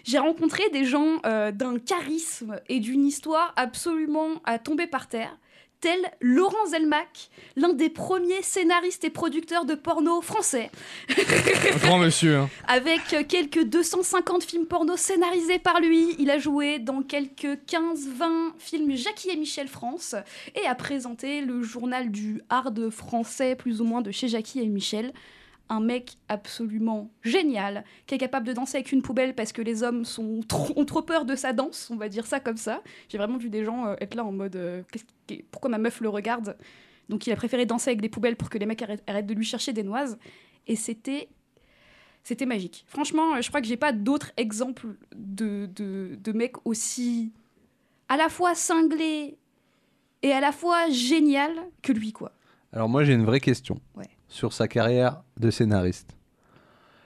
Speaker 4: J'ai rencontré des gens euh, d'un charisme et d'une histoire absolument à tomber par terre, tel Laurent Zelmac, l'un des premiers scénaristes et producteurs de porno français,
Speaker 2: Grand monsieur. hein.
Speaker 4: avec euh, quelques 250 films porno scénarisés par lui. Il a joué dans quelques 15-20 films Jackie et Michel France et a présenté le journal du hard français, plus ou moins de chez Jackie et Michel. Un mec absolument génial, qui est capable de danser avec une poubelle parce que les hommes sont trop, ont trop peur de sa danse, on va dire ça comme ça. J'ai vraiment vu des gens euh, être là en mode euh, Qu'est-ce qui- pourquoi ma meuf le regarde Donc il a préféré danser avec des poubelles pour que les mecs arrêtent, arrêtent de lui chercher des noises. Et c'était. C'était magique. Franchement, euh, je crois que j'ai pas d'autres exemples de, de, de mecs aussi à la fois cinglés et à la fois génial que lui, quoi.
Speaker 1: euh, Alors moi j'ai une vraie question
Speaker 4: Ouais.
Speaker 1: sur sa carrière de scénariste.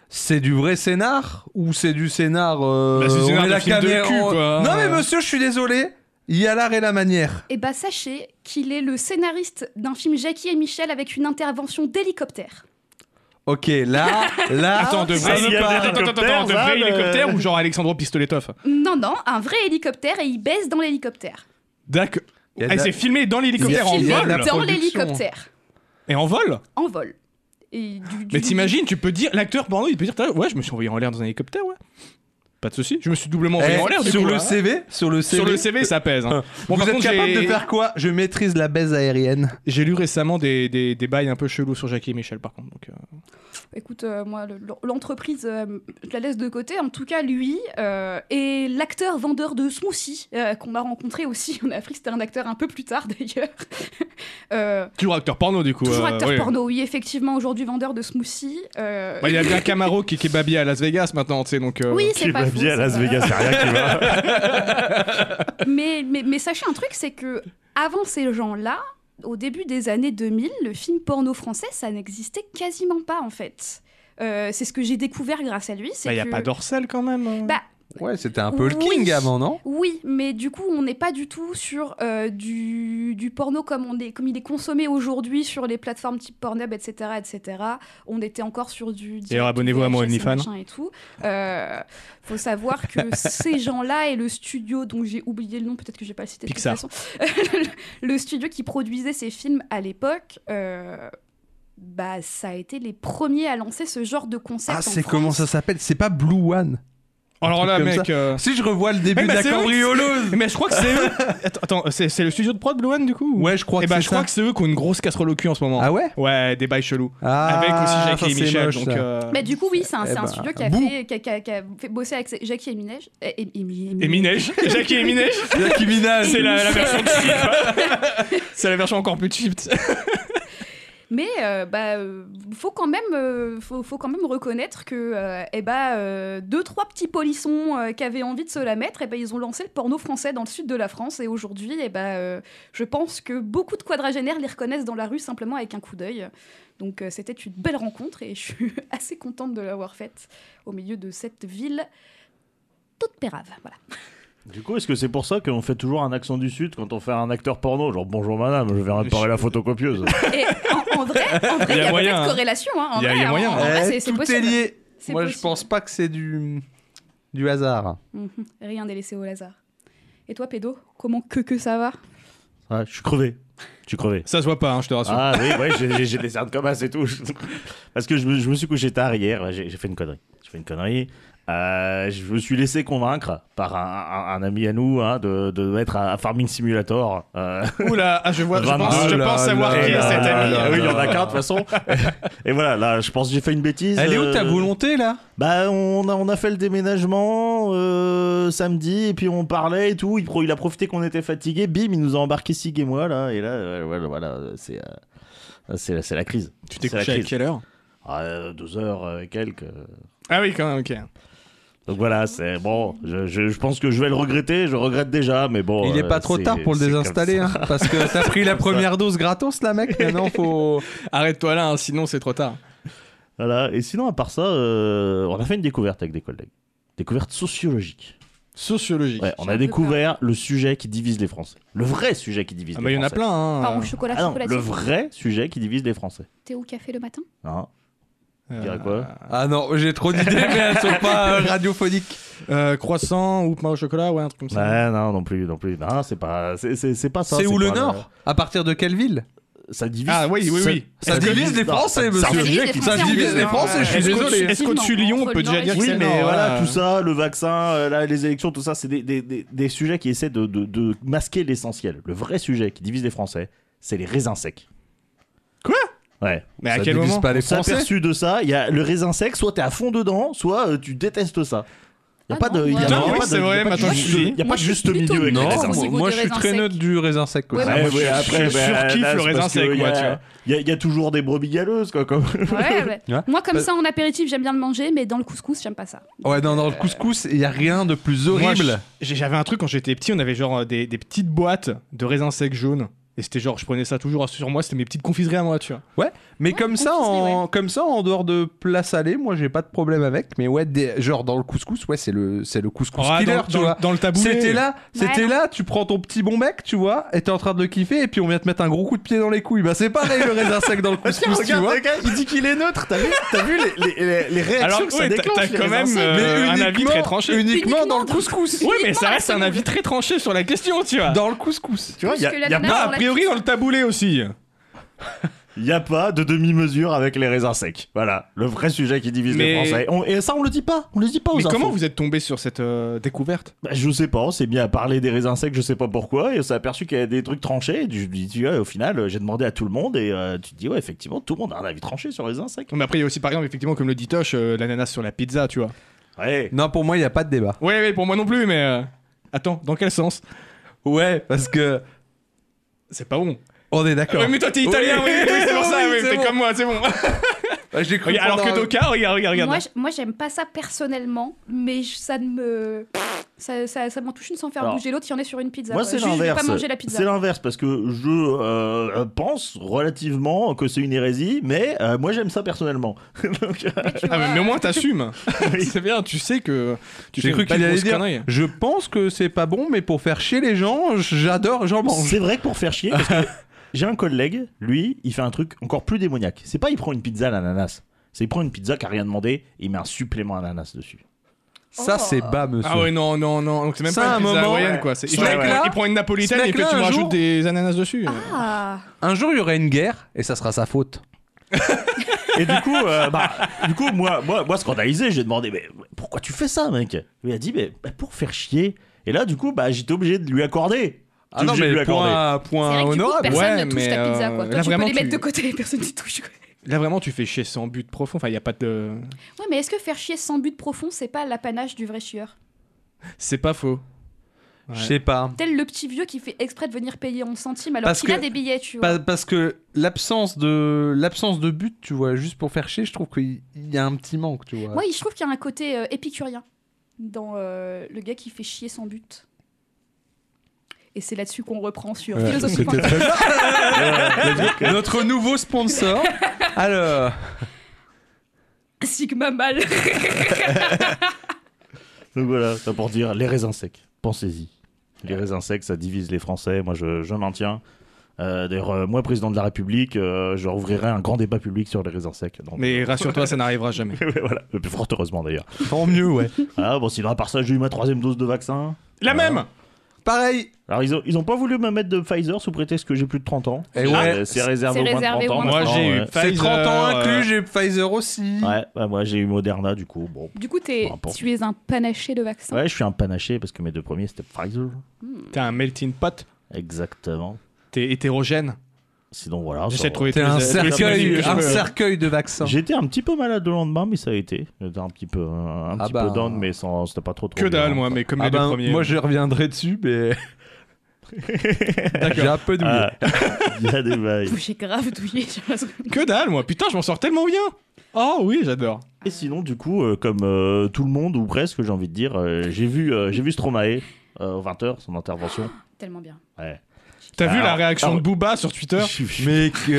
Speaker 1: C'est du vrai scénar ou c'est du scénar euh,
Speaker 2: Bah, c'est du
Speaker 1: on
Speaker 2: scénar
Speaker 1: met
Speaker 2: de
Speaker 1: la
Speaker 2: film de
Speaker 1: caméra
Speaker 2: cul,
Speaker 1: en-
Speaker 2: quoi.
Speaker 1: Non mais monsieur, je suis désolé, il y a l'art et la manière.
Speaker 4: Eh bah sachez qu'il est le scénariste d'un film Jackie et Michel avec une intervention d'hélicoptère.
Speaker 1: OK, là là
Speaker 4: Ah,
Speaker 2: Attends, de
Speaker 1: ça
Speaker 2: vrai
Speaker 1: me
Speaker 3: il y a
Speaker 1: parle.
Speaker 3: des
Speaker 2: Attends, attends, attends, de
Speaker 3: hélicoptères,
Speaker 2: vrai
Speaker 3: là, le-
Speaker 2: hélicoptère ou genre Alexandro Pistoletov
Speaker 4: Non, non, un vrai hélicoptère et il baisse dans l'hélicoptère.
Speaker 2: D'accord.
Speaker 1: Il y a
Speaker 2: Ah,
Speaker 1: de la-
Speaker 2: c'est filmé dans l'hélicoptère en
Speaker 1: Il y a de la
Speaker 2: vol
Speaker 4: dans
Speaker 1: production.
Speaker 4: l'hélicoptère,
Speaker 2: Et en vol
Speaker 4: en vol. Et du- du-
Speaker 2: Mais t'imagines, tu peux dire, l'acteur porno, il peut dire, T'as- ouais, je me suis envoyé en l'air dans un hélicoptère, ouais. Pas de souci, je me suis doublement envoyé
Speaker 1: Eh,
Speaker 2: en l'air du
Speaker 1: sur
Speaker 2: coup,
Speaker 1: le
Speaker 2: là.
Speaker 1: CV, sur le CV.
Speaker 2: Sur le CV, ça pèse. hein. Bon,
Speaker 1: vous
Speaker 2: par
Speaker 1: êtes
Speaker 2: contre,
Speaker 1: capable
Speaker 2: j'ai-
Speaker 1: de faire quoi Je maîtrise la baise aérienne.
Speaker 2: J'ai lu récemment des, des, des bails un peu chelous sur Jackie et Michel, par contre. Donc, euh,
Speaker 4: Écoute, euh, moi, le- l'entreprise, euh, je la laisse de côté. En tout cas, lui euh, et l'acteur vendeur de smoothies euh, qu'on a rencontré aussi. On a appris que c'était un acteur un peu plus tard, d'ailleurs. Euh,
Speaker 2: Toujours acteur porno, du coup.
Speaker 4: Toujours
Speaker 2: euh,
Speaker 4: acteur
Speaker 2: oui.
Speaker 4: porno, oui, effectivement, aujourd'hui vendeur de smoothies. euh,
Speaker 2: Bah, Il y a bien Camaro qui est babier à Las Vegas maintenant, tu sais, donc. euh,
Speaker 4: oui,
Speaker 3: Tu
Speaker 4: c'est pas
Speaker 3: vas
Speaker 4: faux,
Speaker 3: bien
Speaker 4: c'est
Speaker 3: à Las
Speaker 4: pas-
Speaker 3: Vegas, c'est rien qui va.
Speaker 4: mais, mais, mais sachez un truc, c'est que avant ces gens-là, au début des années 2000, le film porno français, ça n'existait quasiment pas, en fait. Euh, c'est ce que j'ai découvert grâce à lui. c'est
Speaker 2: Bah, il n'y a
Speaker 4: que-
Speaker 2: pas d'Orsel quand même. hein.
Speaker 4: Bah,
Speaker 1: Ouais, c'était un peu le
Speaker 4: Oui.
Speaker 1: king avant, non
Speaker 4: Oui, mais du coup, on n'est pas du tout sur euh, du, du porno comme, on est, comme il est consommé aujourd'hui sur les plateformes type Pornhub, etc., etc. On était encore sur du.
Speaker 2: D'ailleurs, abonnez-vous à mon
Speaker 4: direct VHS,
Speaker 2: OnlyFans.
Speaker 4: machin Et tout. Euh, faut savoir que ces gens-là et le studio, dont j'ai oublié le nom, peut-être que je vais pas le citer. de toute
Speaker 2: Pixar.
Speaker 4: façon. le studio qui produisait ces films à l'époque. euh, bah, ça a été les premiers à lancer ce genre de concept. en
Speaker 1: Ah, c'est
Speaker 4: France.
Speaker 1: comment ça s'appelle C'est pas Blue One.
Speaker 2: Alors
Speaker 1: truc
Speaker 2: là,
Speaker 1: comme
Speaker 2: mec. euh,
Speaker 1: Si je revois le début
Speaker 2: Eh ben,
Speaker 1: de la
Speaker 2: c'est eux qui-
Speaker 1: cambrioleuse.
Speaker 2: Mais je crois que c'est eux. Attends, Attends, c'est c'est le studio de prod, Blue One, du coup ou-
Speaker 1: Ouais, je crois
Speaker 2: Eh
Speaker 1: que
Speaker 2: bah,
Speaker 1: c'est
Speaker 2: je crois
Speaker 1: ça.
Speaker 2: que c'est eux qui ont une grosse casserole au cul en ce moment.
Speaker 1: Ah ouais
Speaker 2: Ouais, des bails chelous.
Speaker 1: Ah,
Speaker 2: Avec aussi Jackie
Speaker 1: ça,
Speaker 2: et
Speaker 1: c'est
Speaker 2: Michel.
Speaker 1: moche,
Speaker 2: donc,
Speaker 1: ça.
Speaker 2: euh,
Speaker 4: Bah, du coup, oui, c'est un,
Speaker 1: Eh
Speaker 4: c'est un
Speaker 1: ben,
Speaker 4: studio qui a,
Speaker 1: boum.
Speaker 4: fait, qui, a, qui a- qui a fait bosser avec Jackie eh, et Minège. Et, et- et Mi- et Mi-
Speaker 2: Et Minège. Jackie et Minège.
Speaker 1: Jackie Minaj.
Speaker 2: C'est la, la version cheap. c'est la version encore plus cheap.
Speaker 4: Mais euh, bah, euh, faut quand même, euh, faut, faut quand même reconnaître que euh, eh bah, euh, deux trois petits polissons euh, qui avaient envie de se la mettre, eh bah, ils ont lancé le porno français dans le sud de la France et aujourd'hui, eh bah, euh, je pense que beaucoup de quadragénaires les reconnaissent dans la rue simplement avec un coup d'œil. Donc euh, c'était une belle rencontre et je suis assez contente de l'avoir faite au milieu de cette ville toute pérave. Voilà.
Speaker 3: Du coup, est-ce que c'est pour ça qu'on fait toujours un accent du Sud quand on fait un acteur porno Genre, bonjour madame, je vais réparer la photocopieuse.
Speaker 4: Et en, en vrai, en vrai, il y a,
Speaker 2: moyen,
Speaker 4: peut-être
Speaker 2: hein.
Speaker 4: corrélation. hein. En
Speaker 2: Il y a-
Speaker 4: vrai,
Speaker 2: il y a
Speaker 4: en-
Speaker 2: moyen.
Speaker 4: en vrai,
Speaker 1: Eh,
Speaker 4: c'est- c'est
Speaker 1: tout est
Speaker 4: possible.
Speaker 1: lié.
Speaker 4: C'est
Speaker 1: Moi, je
Speaker 4: possible.
Speaker 1: pense pas que c'est du du hasard.
Speaker 4: Mhm. Rien n'est laissé au hasard. Et toi, pédo, comment que que ça va
Speaker 3: Ah, je suis crevé. Je suis crevé.
Speaker 2: Ça se voit pas, hein, je te rassure.
Speaker 3: Ah oui, ouais, j'ai- j'ai- j'ai des cernes comme ça, c'est tout. Parce que je me, je me suis couché tard hier, ouais, j'ai j'ai fait une connerie. J'ai fait une connerie. Euh, je me suis laissé convaincre par un, un- un ami à nous hein, de, de mettre à, à Farming Simulator. euh,
Speaker 2: Oula, ah, je vois, je
Speaker 3: 22.
Speaker 2: pense, je pense
Speaker 1: Ah là
Speaker 2: savoir
Speaker 1: là
Speaker 2: qui est
Speaker 1: là
Speaker 2: euh, cet
Speaker 1: là
Speaker 2: ami. Ah
Speaker 1: là
Speaker 3: oui, il y
Speaker 1: là
Speaker 3: en a qu'un de toute façon. Et voilà, là, je pense que j'ai fait une bêtise.
Speaker 1: Elle est où ta
Speaker 3: euh,
Speaker 1: volonté là
Speaker 3: Bah, on a, on a fait le déménagement euh, samedi, et puis on parlait et tout. Il, pro- il a profité qu'on était fatigué. Bim, il nous a embarqué Sig et moi, là. Et là, euh, voilà, voilà, c'est. euh, C'est c'est la crise.
Speaker 2: Tu
Speaker 3: C'est
Speaker 2: t'es
Speaker 3: la
Speaker 2: couché à
Speaker 3: crise.
Speaker 2: quelle heure
Speaker 3: Ah, euh, deux heures euh, et quelques.
Speaker 2: Ah oui, quand même, ok.
Speaker 3: Donc voilà, c'est bon. Je, je- je pense que je vais le regretter. Je regrette déjà, mais bon.
Speaker 1: Il est
Speaker 3: euh,
Speaker 1: pas trop
Speaker 3: c'est-
Speaker 1: tard pour le
Speaker 3: c'est comme
Speaker 1: désinstaller,
Speaker 3: ça.
Speaker 1: hein, parce que t'as pris la
Speaker 3: Comme ça.
Speaker 1: première dose gratos là, mec. Maintenant, faut.
Speaker 2: Arrête-toi là, hein, sinon c'est trop tard.
Speaker 3: Voilà. Et sinon, à part ça, euh, on a fait une découverte avec des collègues. Découverte sociologique.
Speaker 2: Sociologique.
Speaker 3: Ouais, on
Speaker 4: un
Speaker 3: a
Speaker 4: peu
Speaker 3: découvert le sujet qui divise les Français. Le vrai sujet qui divise
Speaker 2: Ah
Speaker 3: les
Speaker 2: bah
Speaker 3: Français.
Speaker 2: il y en a plein. hein.
Speaker 4: Par en chocolat,
Speaker 3: Ah non,
Speaker 4: chocolat.
Speaker 3: le vrai sujet qui divise les Français.
Speaker 4: T'es au café le matin
Speaker 3: Hein
Speaker 2: Euh,
Speaker 3: dirais quoi
Speaker 1: Ah non, j'ai trop d'idées, mais elles sont pas euh, radiophoniques.
Speaker 2: euh, Croissant ou pain au chocolat, ouais, un truc comme ça.
Speaker 3: Ouais, non, non plus, non plus. Non, c'est pas, c'est, c'est, c'est pas ça.
Speaker 1: C'est où
Speaker 3: pas
Speaker 1: le
Speaker 3: la-
Speaker 1: Nord À partir de quelle ville
Speaker 3: Ça divise.
Speaker 2: Ah oui, oui,
Speaker 3: ça-
Speaker 2: oui.
Speaker 1: Ça divise les
Speaker 3: non,
Speaker 1: Français,
Speaker 3: ça- ça-
Speaker 1: monsieur.
Speaker 4: divise les
Speaker 1: Ça
Speaker 4: Français en
Speaker 1: divise
Speaker 4: deux,
Speaker 1: les
Speaker 4: hein.
Speaker 1: Français. Je suis
Speaker 2: Est-ce qu'au-
Speaker 1: désolé.
Speaker 2: Est-ce qu'au-dessus de
Speaker 4: Effectivement,
Speaker 2: Lyon, on
Speaker 4: entre
Speaker 2: peut
Speaker 4: le
Speaker 2: déjà
Speaker 4: Nord et
Speaker 2: dire
Speaker 4: le
Speaker 2: que euh,
Speaker 3: Oui,
Speaker 2: c'est
Speaker 3: mais
Speaker 2: le Nord,
Speaker 3: voilà, tout ça, le vaccin, euh, là, les élections, tout ça, c'est des, des- des- des sujets qui essaient de, de- de masquer l'essentiel. Le vrai sujet qui divise les Français, c'est les raisins secs.
Speaker 2: Quoi
Speaker 3: Ouais.
Speaker 2: Mais
Speaker 1: Ça
Speaker 2: à quel
Speaker 1: divise
Speaker 2: moment
Speaker 1: pas les
Speaker 3: On s'est
Speaker 1: Français.
Speaker 3: aperçu de ça, il y a le raisin sec, soit t'es à fond dedans, soit euh, tu détestes ça. Il n'y a
Speaker 4: Ah
Speaker 3: pas de.
Speaker 4: non,
Speaker 3: il y a-
Speaker 4: ouais.
Speaker 3: il y a
Speaker 4: Non,
Speaker 3: pas
Speaker 4: oui,
Speaker 3: de-
Speaker 2: c'est
Speaker 3: il y a
Speaker 2: vrai,
Speaker 3: pas de
Speaker 2: maintenant,
Speaker 3: juste-
Speaker 2: je suis-
Speaker 3: Il n'y
Speaker 4: moi,
Speaker 3: a pas de
Speaker 4: je suis
Speaker 3: juste
Speaker 4: plutôt
Speaker 3: milieu avec
Speaker 1: Non,
Speaker 3: les
Speaker 4: neutre
Speaker 3: raisins
Speaker 4: au
Speaker 1: moi,
Speaker 3: secs.
Speaker 4: niveau
Speaker 1: moi, Oh, je
Speaker 4: des
Speaker 1: suis
Speaker 4: raisins
Speaker 1: très
Speaker 4: secs.
Speaker 1: neutre du raisin sec. quoi.
Speaker 4: Ouais,
Speaker 2: Ah,
Speaker 3: Ouais,
Speaker 2: moi,
Speaker 3: ouais,
Speaker 2: je, je-
Speaker 3: après,
Speaker 2: je
Speaker 3: bah,
Speaker 2: surkiffe
Speaker 3: là,
Speaker 2: le
Speaker 3: c'est
Speaker 2: raisin
Speaker 3: parce
Speaker 2: sec,
Speaker 3: que
Speaker 2: moi,
Speaker 3: il y
Speaker 2: tu
Speaker 3: a-
Speaker 2: vois.
Speaker 3: Il y, a- il y a toujours des brebis galeuses, quoi. Comme...
Speaker 4: Ouais, ouais.
Speaker 1: Ouais.
Speaker 4: Moi, comme
Speaker 1: Bah-
Speaker 4: ça, en apéritif, j'aime bien le manger, mais dans le couscous, j'aime pas ça.
Speaker 1: Ouais, non, dans le couscous, il y a rien de plus
Speaker 2: Moi,
Speaker 1: horrible.
Speaker 2: j'ai- J'avais un truc quand j'étais petit, on avait genre euh, des, des petites boîtes de raisins secs jaunes. Et c'était genre, je prenais ça toujours sur moi, c'était mes petites confiseries à moi, tu vois.
Speaker 1: Mais
Speaker 4: Ouais,
Speaker 1: comme
Speaker 4: on
Speaker 1: ça,
Speaker 4: confie,
Speaker 1: en, comme ça, en dehors de plat salé, moi, j'ai pas de problème avec. Mais ouais, des- genre dans le couscous, ouais, c'est le, c'est le couscous
Speaker 2: Ah,
Speaker 1: killer,
Speaker 2: dans,
Speaker 1: tu
Speaker 2: dans-
Speaker 1: vois.
Speaker 2: dans le taboulet.
Speaker 1: C'était là, c'était
Speaker 4: non.
Speaker 1: là, tu prends ton petit bon mec, tu vois, et t'es en train de le kiffer, et puis on vient te mettre un gros coup de pied dans les couilles. Bah c'est pareil le raisin sec dans le couscous, tu vois.
Speaker 3: il dit qu'il est neutre. T'as vu, t'as vu les, les- les- les réactions
Speaker 2: Alors,
Speaker 3: que ça
Speaker 2: ouais, t'as-
Speaker 3: déclenche
Speaker 2: t'as
Speaker 3: les
Speaker 2: quand
Speaker 3: raisins
Speaker 2: même,
Speaker 3: secs
Speaker 2: euh, un avis
Speaker 1: uniquement-
Speaker 2: très tranché.
Speaker 1: Uniquement dans le
Speaker 4: Uniquement
Speaker 1: couscous.
Speaker 2: Oui, mais
Speaker 4: Uniquement
Speaker 2: ça
Speaker 4: dans
Speaker 2: reste
Speaker 4: la
Speaker 2: un
Speaker 4: seconde.
Speaker 2: avis très tranché sur la question, tu vois.
Speaker 1: Dans le couscous.
Speaker 3: Tu vois, il y a,
Speaker 4: Plus
Speaker 3: il
Speaker 4: que
Speaker 3: y
Speaker 4: la
Speaker 3: a
Speaker 2: Non,
Speaker 4: nana
Speaker 2: a
Speaker 4: dans la
Speaker 2: priori dans le taboulet aussi.
Speaker 3: Il n'y a pas de demi-mesure avec les raisins secs. Voilà, le vrai sujet qui divise les
Speaker 2: Mais-
Speaker 3: Français. On- et ça, on le dit pas. On le dit pas aux
Speaker 2: Mais comment
Speaker 3: infos.
Speaker 2: vous êtes tombé sur cette euh, découverte
Speaker 3: Bah, je sais pas, on s'est mis à parler des raisins secs, je sais pas pourquoi, et on s'est aperçu qu'il y avait des trucs tranchés. Et je me dis, tu vois, au final, euh, j'ai demandé à tout le monde, et euh, tu te dis, ouais, effectivement, tout le monde a un avis tranché sur les raisins secs.
Speaker 2: Mais après, il y a aussi, par exemple, effectivement, comme le dit Tosh, euh, l'ananas sur la pizza, tu vois.
Speaker 3: Ouais.
Speaker 1: Non, pour moi, il n'y a pas de débat.
Speaker 2: Ouais, ouais, pour moi non plus, mais. euh, Attends, dans quel sens
Speaker 1: Ouais, parce que
Speaker 2: C'est pas bon.
Speaker 1: on est d'accord.
Speaker 2: Ouais, mais toi, t'es italien, oui,
Speaker 1: Oui.
Speaker 2: oui, c'est pour ça,
Speaker 1: Oui,
Speaker 2: oui,
Speaker 1: c'est
Speaker 2: t'es
Speaker 1: bon.
Speaker 2: comme moi, c'est bon.
Speaker 1: Bah, j'ai cru
Speaker 2: Regarde, Alors que
Speaker 1: pendant-
Speaker 2: Doka, regarde, regarde, hein. regarde.
Speaker 4: Moi, je- moi, j'aime pas ça personnellement, mais je- ça ne me. Ça, ça, ça m'en touche une sans faire
Speaker 3: Alors,
Speaker 4: bouger l'autre, il y en a sur une pizza.
Speaker 3: Moi,
Speaker 4: quoi.
Speaker 3: c'est
Speaker 4: Juste, Je vais
Speaker 3: l'inverse.
Speaker 4: pas manger la pizza.
Speaker 3: C'est l'inverse, parce que je euh, pense relativement que c'est une hérésie, mais euh, moi, j'aime ça personnellement. Donc, euh,
Speaker 4: Mais tu
Speaker 2: Ah, mais,
Speaker 4: vois,
Speaker 2: mais au
Speaker 4: euh,
Speaker 2: moins, t'assumes.
Speaker 3: Oui.
Speaker 2: c'est bien, tu sais que. Tu
Speaker 1: J'ai
Speaker 2: fais
Speaker 1: cru
Speaker 2: une belle
Speaker 1: qu'il allait
Speaker 2: grosse
Speaker 1: dire.
Speaker 2: connerie. hein.
Speaker 1: Je pense que c'est pas bon, mais pour faire chier les gens, j'adore, j'en mange.
Speaker 3: c'est vrai que pour faire chier, parce que j'ai un collègue, lui, il fait un truc encore plus démoniaque. C'est pas il prend une pizza à l'ananas, c'est il prend une pizza qui a rien demandé, et il met un supplément à l'ananas dessus.
Speaker 1: Ça, c'est bas, monsieur.
Speaker 2: Ah ouais, non, non, non. Donc, c'est même
Speaker 1: Ça,
Speaker 2: pas
Speaker 1: à un
Speaker 2: une pizza
Speaker 1: moment,
Speaker 2: hawaïenne,
Speaker 1: ouais.
Speaker 2: quoi. C'est-
Speaker 1: Ce
Speaker 2: Il, prend-
Speaker 1: mec-là-
Speaker 2: il prend une napolitaine
Speaker 1: ce
Speaker 2: et
Speaker 1: mec-là,
Speaker 2: effectivement,
Speaker 1: un
Speaker 2: rajoute
Speaker 1: jour-
Speaker 2: des ananas dessus.
Speaker 4: Ah
Speaker 1: Un jour, il y aura une guerre, et ça sera sa faute.
Speaker 3: Et du coup, euh, bah, du coup, moi, moi, moi, scandalisé, j'ai demandé, mais pourquoi tu fais ça, mec Il a dit, mais bah, pour faire chier. Et là, du coup, bah, j'étais obligé de lui accorder.
Speaker 1: Ah non,
Speaker 3: J'étais obligé de lui
Speaker 1: mais
Speaker 3: accorder.
Speaker 1: point,
Speaker 4: C'est
Speaker 1: point
Speaker 4: vrai que du coup,
Speaker 1: honorable.
Speaker 4: personne
Speaker 2: Ouais,
Speaker 4: ne touche
Speaker 2: mais,
Speaker 4: ta pizza,
Speaker 2: euh, là,
Speaker 4: quoi. Toi, tu peux
Speaker 2: vraiment,
Speaker 4: les mettre
Speaker 2: tu-
Speaker 4: de côté, personne ne touche. quoi.
Speaker 2: Là, vraiment, tu fais chier sans but profond. Enfin, il n'y a pas de.
Speaker 4: Ouais, mais est-ce que faire chier sans but profond, c'est pas l'apanage du vrai chieur
Speaker 2: C'est pas faux.
Speaker 1: Je sais pas.
Speaker 4: Tel le petit vieux qui fait exprès de venir payer en centimes alors
Speaker 1: Parce
Speaker 4: qu'il a
Speaker 1: que-
Speaker 4: des billets, tu vois.
Speaker 1: Pa- parce que l'absence de l'absence de but, tu vois, juste pour faire chier, je trouve qu'il il y a un petit manque, tu vois.
Speaker 4: Moi, je trouve qu'il y a un côté euh, épicurien dans euh, le gars qui fait chier sans but. Et c'est là-dessus qu'on reprend sur
Speaker 1: Ouais,
Speaker 4: philosophie.
Speaker 1: c'était très bien. Notre nouveau sponsor. Alors,
Speaker 4: Sigma mal.
Speaker 3: Donc voilà, ça pour dire les raisins secs. Pensez-y. Les raisins secs, ça divise les Français. Moi, je, je m'en tiens. Euh, D'ailleurs, euh, moi, président de la République, euh, je rouvrirai un grand débat public sur les raisins secs. Donc,
Speaker 2: Mais rassure-toi, ça n'arrivera jamais.
Speaker 3: voilà, fort heureusement d'ailleurs.
Speaker 1: tant mieux, ouais.
Speaker 3: Ah bon, sinon à part ça, j'ai eu ma troisième dose de vaccin.
Speaker 2: La
Speaker 3: Ah.
Speaker 2: même
Speaker 1: Pareil,
Speaker 3: Alors, ils ont, ils ont pas voulu me mettre de Pfizer sous prétexte que j'ai plus de 30 ans.
Speaker 1: Eh ouais.
Speaker 3: Euh, c'est réservé
Speaker 4: C'est
Speaker 3: aux moins de
Speaker 4: réservé
Speaker 3: 30 ans.
Speaker 4: aux moins de
Speaker 2: Moi,
Speaker 3: maintenant,
Speaker 2: j'ai eu
Speaker 3: ouais.
Speaker 1: C'est 30 ans
Speaker 2: Pfizer, euh,
Speaker 1: inclus, j'ai Pfizer aussi.
Speaker 3: Ouais, bah, moi j'ai eu Moderna du coup. Bon.
Speaker 4: Du coup, t'es-
Speaker 3: Bon, bon.
Speaker 4: tu es un panaché de vaccins.
Speaker 3: Ouais, je suis un panaché parce que mes deux premiers c'était Pfizer.
Speaker 2: T'es un melting pot.
Speaker 3: Exactement.
Speaker 2: T'es hétérogène.
Speaker 3: Sinon voilà. ça
Speaker 2: J'essaie de
Speaker 3: va.
Speaker 2: trouver
Speaker 1: T'es
Speaker 2: tous les-
Speaker 1: un
Speaker 2: tous les symptômes
Speaker 1: cercueil,
Speaker 2: que je
Speaker 1: un
Speaker 2: peux.
Speaker 1: cercueil de vaccins.
Speaker 3: J'étais un petit peu malade le lendemain, mais ça a été. J'étais un petit peu, un
Speaker 1: Ah
Speaker 3: petit
Speaker 1: bah.
Speaker 3: peu down, mais sans, c'était pas trop trop.
Speaker 2: Que dalle,
Speaker 3: violent,
Speaker 2: moi,
Speaker 3: quoi.
Speaker 2: mais comme
Speaker 1: Ah
Speaker 2: les deux
Speaker 1: ben,
Speaker 2: premiers.
Speaker 1: moi, je reviendrai dessus, mais. J'ai un peu douillé.
Speaker 3: Ah, il y a des bails.
Speaker 4: J'ai grave douillé. j'ai l'impression.
Speaker 2: Que dalle, moi. Putain, je m'en sors tellement bien. Oh oui, j'adore.
Speaker 3: Et sinon, du coup, euh, comme euh, tout le monde ou presque, j'ai envie de dire, euh, j'ai vu, euh, j'ai vu Stromae euh, 20h son intervention.
Speaker 4: Tellement bien.
Speaker 3: Ouais.
Speaker 2: T'as vu
Speaker 3: Alors,
Speaker 2: la réaction
Speaker 3: alors-
Speaker 2: de Booba sur Twitter
Speaker 1: Mais que.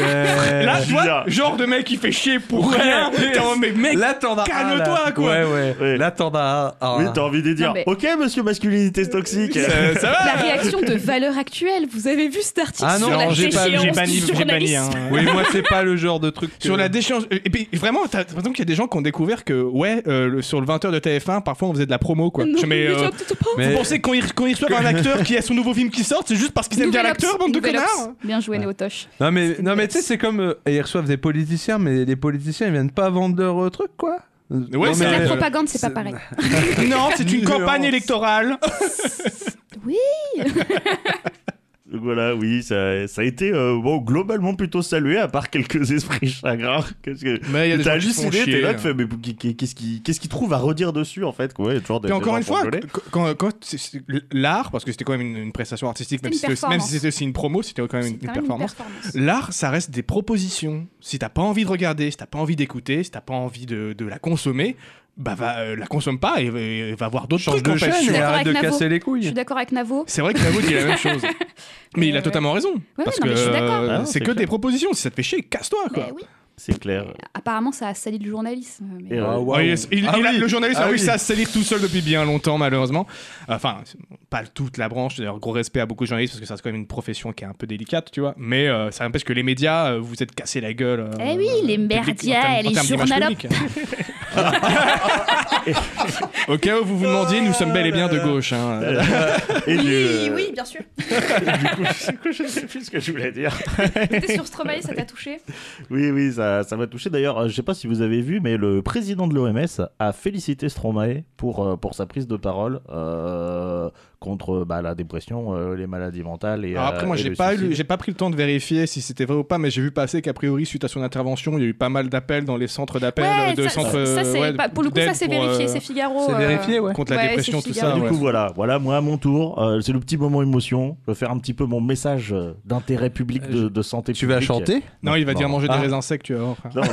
Speaker 2: Là,
Speaker 3: je
Speaker 2: toi,
Speaker 3: suis là.
Speaker 2: genre de mec qui fait chier pour
Speaker 1: Ouais.
Speaker 2: rien. T'es en- mais mec,
Speaker 1: Là, t'en as.
Speaker 2: calme-toi,
Speaker 1: ah, là.
Speaker 2: quoi.
Speaker 1: Ouais, ouais.
Speaker 3: Ouais.
Speaker 1: Là, t'en as. ah.
Speaker 3: Oui, t'as envie de dire,
Speaker 4: Non, mais-
Speaker 3: ok, monsieur masculinité toxique.
Speaker 2: Euh, ça, ça va. hein.
Speaker 4: La réaction de valeur actuelle, vous avez vu cet article
Speaker 1: Ah non,
Speaker 4: sur la
Speaker 1: j'ai pas-
Speaker 4: déchéance
Speaker 2: j'ai banni,
Speaker 4: du
Speaker 2: j'ai banni.
Speaker 4: journalisme
Speaker 2: hein.
Speaker 1: Oui, moi, c'est pas le genre de truc. que-
Speaker 2: Sur la déchéance. Et puis vraiment, t'as l'impression qu'il y a des gens qui ont découvert que, ouais, euh, le- sur le 20h de TF1, parfois on faisait de la promo, quoi.
Speaker 4: Non,
Speaker 2: Je mets,
Speaker 4: mais
Speaker 2: euh,
Speaker 4: tu as peut-être pas-
Speaker 2: Vous
Speaker 1: Mais-
Speaker 2: pensez quand ils, quand ils reçoivent un acteur qui a son nouveau film qui sort, c'est juste parce qu'ils aiment bien
Speaker 4: Nouvel
Speaker 2: l'acteur,
Speaker 4: Ops,
Speaker 2: bande de
Speaker 4: Nouvel Ops.
Speaker 2: connards
Speaker 4: Bien joué, Néotoche.
Speaker 1: Non, mais,
Speaker 4: C'était
Speaker 1: non, mais
Speaker 4: une
Speaker 1: tu sais, c'est comme. euh, ils reçoivent des politiciens, mais les politiciens, ils viennent pas vendre leur euh, truc, quoi.
Speaker 2: ouais,
Speaker 1: Non,
Speaker 2: c'est
Speaker 4: C'est
Speaker 1: mais-
Speaker 2: euh,
Speaker 4: de la propagande, c'est pas pareil.
Speaker 2: Non, c'est une
Speaker 1: Nuance.
Speaker 2: campagne électorale.
Speaker 3: Donc Voilà, oui, ça, ça a été euh, bon, globalement plutôt salué, à part quelques esprits chagrins. Qu'est-ce que...
Speaker 2: Mais il y a des
Speaker 3: T'as
Speaker 2: gens qui se font
Speaker 3: halluciné, t'es
Speaker 2: chier. hein.
Speaker 3: là, tu fais, mais qui- qui- qu'est-ce qu'il qu'est-ce qu'il trouve à redire dessus en fait quoi, ouais, toujours des,
Speaker 2: Et
Speaker 3: des
Speaker 2: encore
Speaker 3: gens
Speaker 2: une
Speaker 3: pour
Speaker 2: fois,
Speaker 3: gueuler.
Speaker 2: quand, quand- quand c'est- c'est l'art, parce que c'était quand même une, une prestation artistique, même
Speaker 4: C'était
Speaker 2: si
Speaker 4: une
Speaker 2: c'était même si c'était aussi une promo, c'était quand même une,
Speaker 4: C'est quand
Speaker 2: une
Speaker 4: même
Speaker 2: performance. L'art, ça reste des propositions. Si t'as pas envie de regarder, si t'as pas envie d'écouter, si t'as pas envie de, de la consommer, bah va, euh, la consomme pas et, et va voir d'autres
Speaker 1: Change
Speaker 2: trucs. en
Speaker 1: de
Speaker 2: fait.
Speaker 1: chaîne et
Speaker 4: d'accord
Speaker 1: arrête de
Speaker 4: avec Navo.
Speaker 1: casser les
Speaker 4: Je
Speaker 1: couilles.
Speaker 4: suis d'accord avec Navo.
Speaker 2: C'est vrai que Navo dit la même chose. Mais
Speaker 4: Mais
Speaker 2: il a
Speaker 4: ouais.
Speaker 2: totalement raison.
Speaker 4: Euh, ouais,
Speaker 2: parce
Speaker 4: non,
Speaker 2: que
Speaker 4: mais je suis d'accord.
Speaker 2: euh,
Speaker 3: Ah non,
Speaker 2: c'est
Speaker 3: c'est
Speaker 2: que
Speaker 3: clair.
Speaker 2: des propositions. Si ça te fait chier, casse-toi. quoi.
Speaker 4: Mais oui.
Speaker 3: C'est clair.
Speaker 4: Apparemment, ça a sali le journalisme. mais-
Speaker 3: Et, euh,
Speaker 1: Ah,
Speaker 2: Oh,
Speaker 1: waouh.
Speaker 2: yes. Il-
Speaker 1: Ah
Speaker 2: il a-
Speaker 1: oui.
Speaker 2: Le journaliste a
Speaker 1: Ah
Speaker 2: réussi
Speaker 1: oui.
Speaker 2: à se salir tout seul depuis bien longtemps, malheureusement. Enfin, c'est- pas toute la branche. D'ailleurs, gros respect à beaucoup de journalistes parce que ça, c'est quand même une profession qui est un peu délicate, tu vois. Mais euh, ça empêche que les médias, euh, vous êtes cassé la gueule. euh,
Speaker 4: Eh oui, les
Speaker 2: public- en
Speaker 4: merdias
Speaker 2: termes-
Speaker 4: et
Speaker 2: en
Speaker 4: les
Speaker 2: termes d'image
Speaker 4: journalopes.
Speaker 2: publique. Au cas où vous vous demandiez, nous sommes bel et bien de gauche. hein.
Speaker 1: Euh,
Speaker 3: Et du,
Speaker 4: Oui,
Speaker 3: euh,
Speaker 4: oui, bien sûr.
Speaker 3: du coup, du coup, je sais plus ce que je voulais dire.
Speaker 4: T'étais sur Stromae, ça t'a touché
Speaker 3: Oui, oui, ça ça m'a touché. D'ailleurs, euh, je sais pas si vous avez vu, mais le président de l'OMS a félicité Stromae pour, euh, pour sa prise de parole euh, contre bah, la dépression, euh, les maladies mentales et.
Speaker 2: Alors après,
Speaker 3: euh,
Speaker 2: moi,
Speaker 3: et
Speaker 2: j'ai
Speaker 3: le
Speaker 2: pas, eu-
Speaker 3: suicide.
Speaker 2: j'ai pas pris le temps de vérifier si c'était vrai ou pas, mais j'ai vu passer qu'a priori, suite à son intervention, il y a eu pas mal d'appels dans les centres d'appels, euh,
Speaker 4: Ouais,
Speaker 2: de
Speaker 4: ça,
Speaker 2: centres.
Speaker 4: ça,
Speaker 2: euh,
Speaker 4: c'est
Speaker 2: ouais,
Speaker 4: pas- pour le coup, ça
Speaker 2: d'aide
Speaker 4: c'est
Speaker 2: pour, euh,
Speaker 4: vérifié, c'est Figaro.
Speaker 1: C'est
Speaker 4: euh,
Speaker 1: vérifié, ouais.
Speaker 2: Contre la
Speaker 4: Ouais,
Speaker 2: dépression,
Speaker 4: c'est
Speaker 2: tout
Speaker 4: Figaro.
Speaker 2: ça.
Speaker 3: Du
Speaker 2: ouais.
Speaker 3: coup, voilà, voilà, moi à mon tour, euh, c'est le petit moment émotion. Je vais faire un petit peu mon message euh, d'intérêt public de, de santé
Speaker 1: Tu vas
Speaker 3: publique.
Speaker 1: chanter
Speaker 2: Non, il va dire manger
Speaker 1: Ah.
Speaker 2: des raisins secs, tu vas voir. frère.
Speaker 3: Non, non,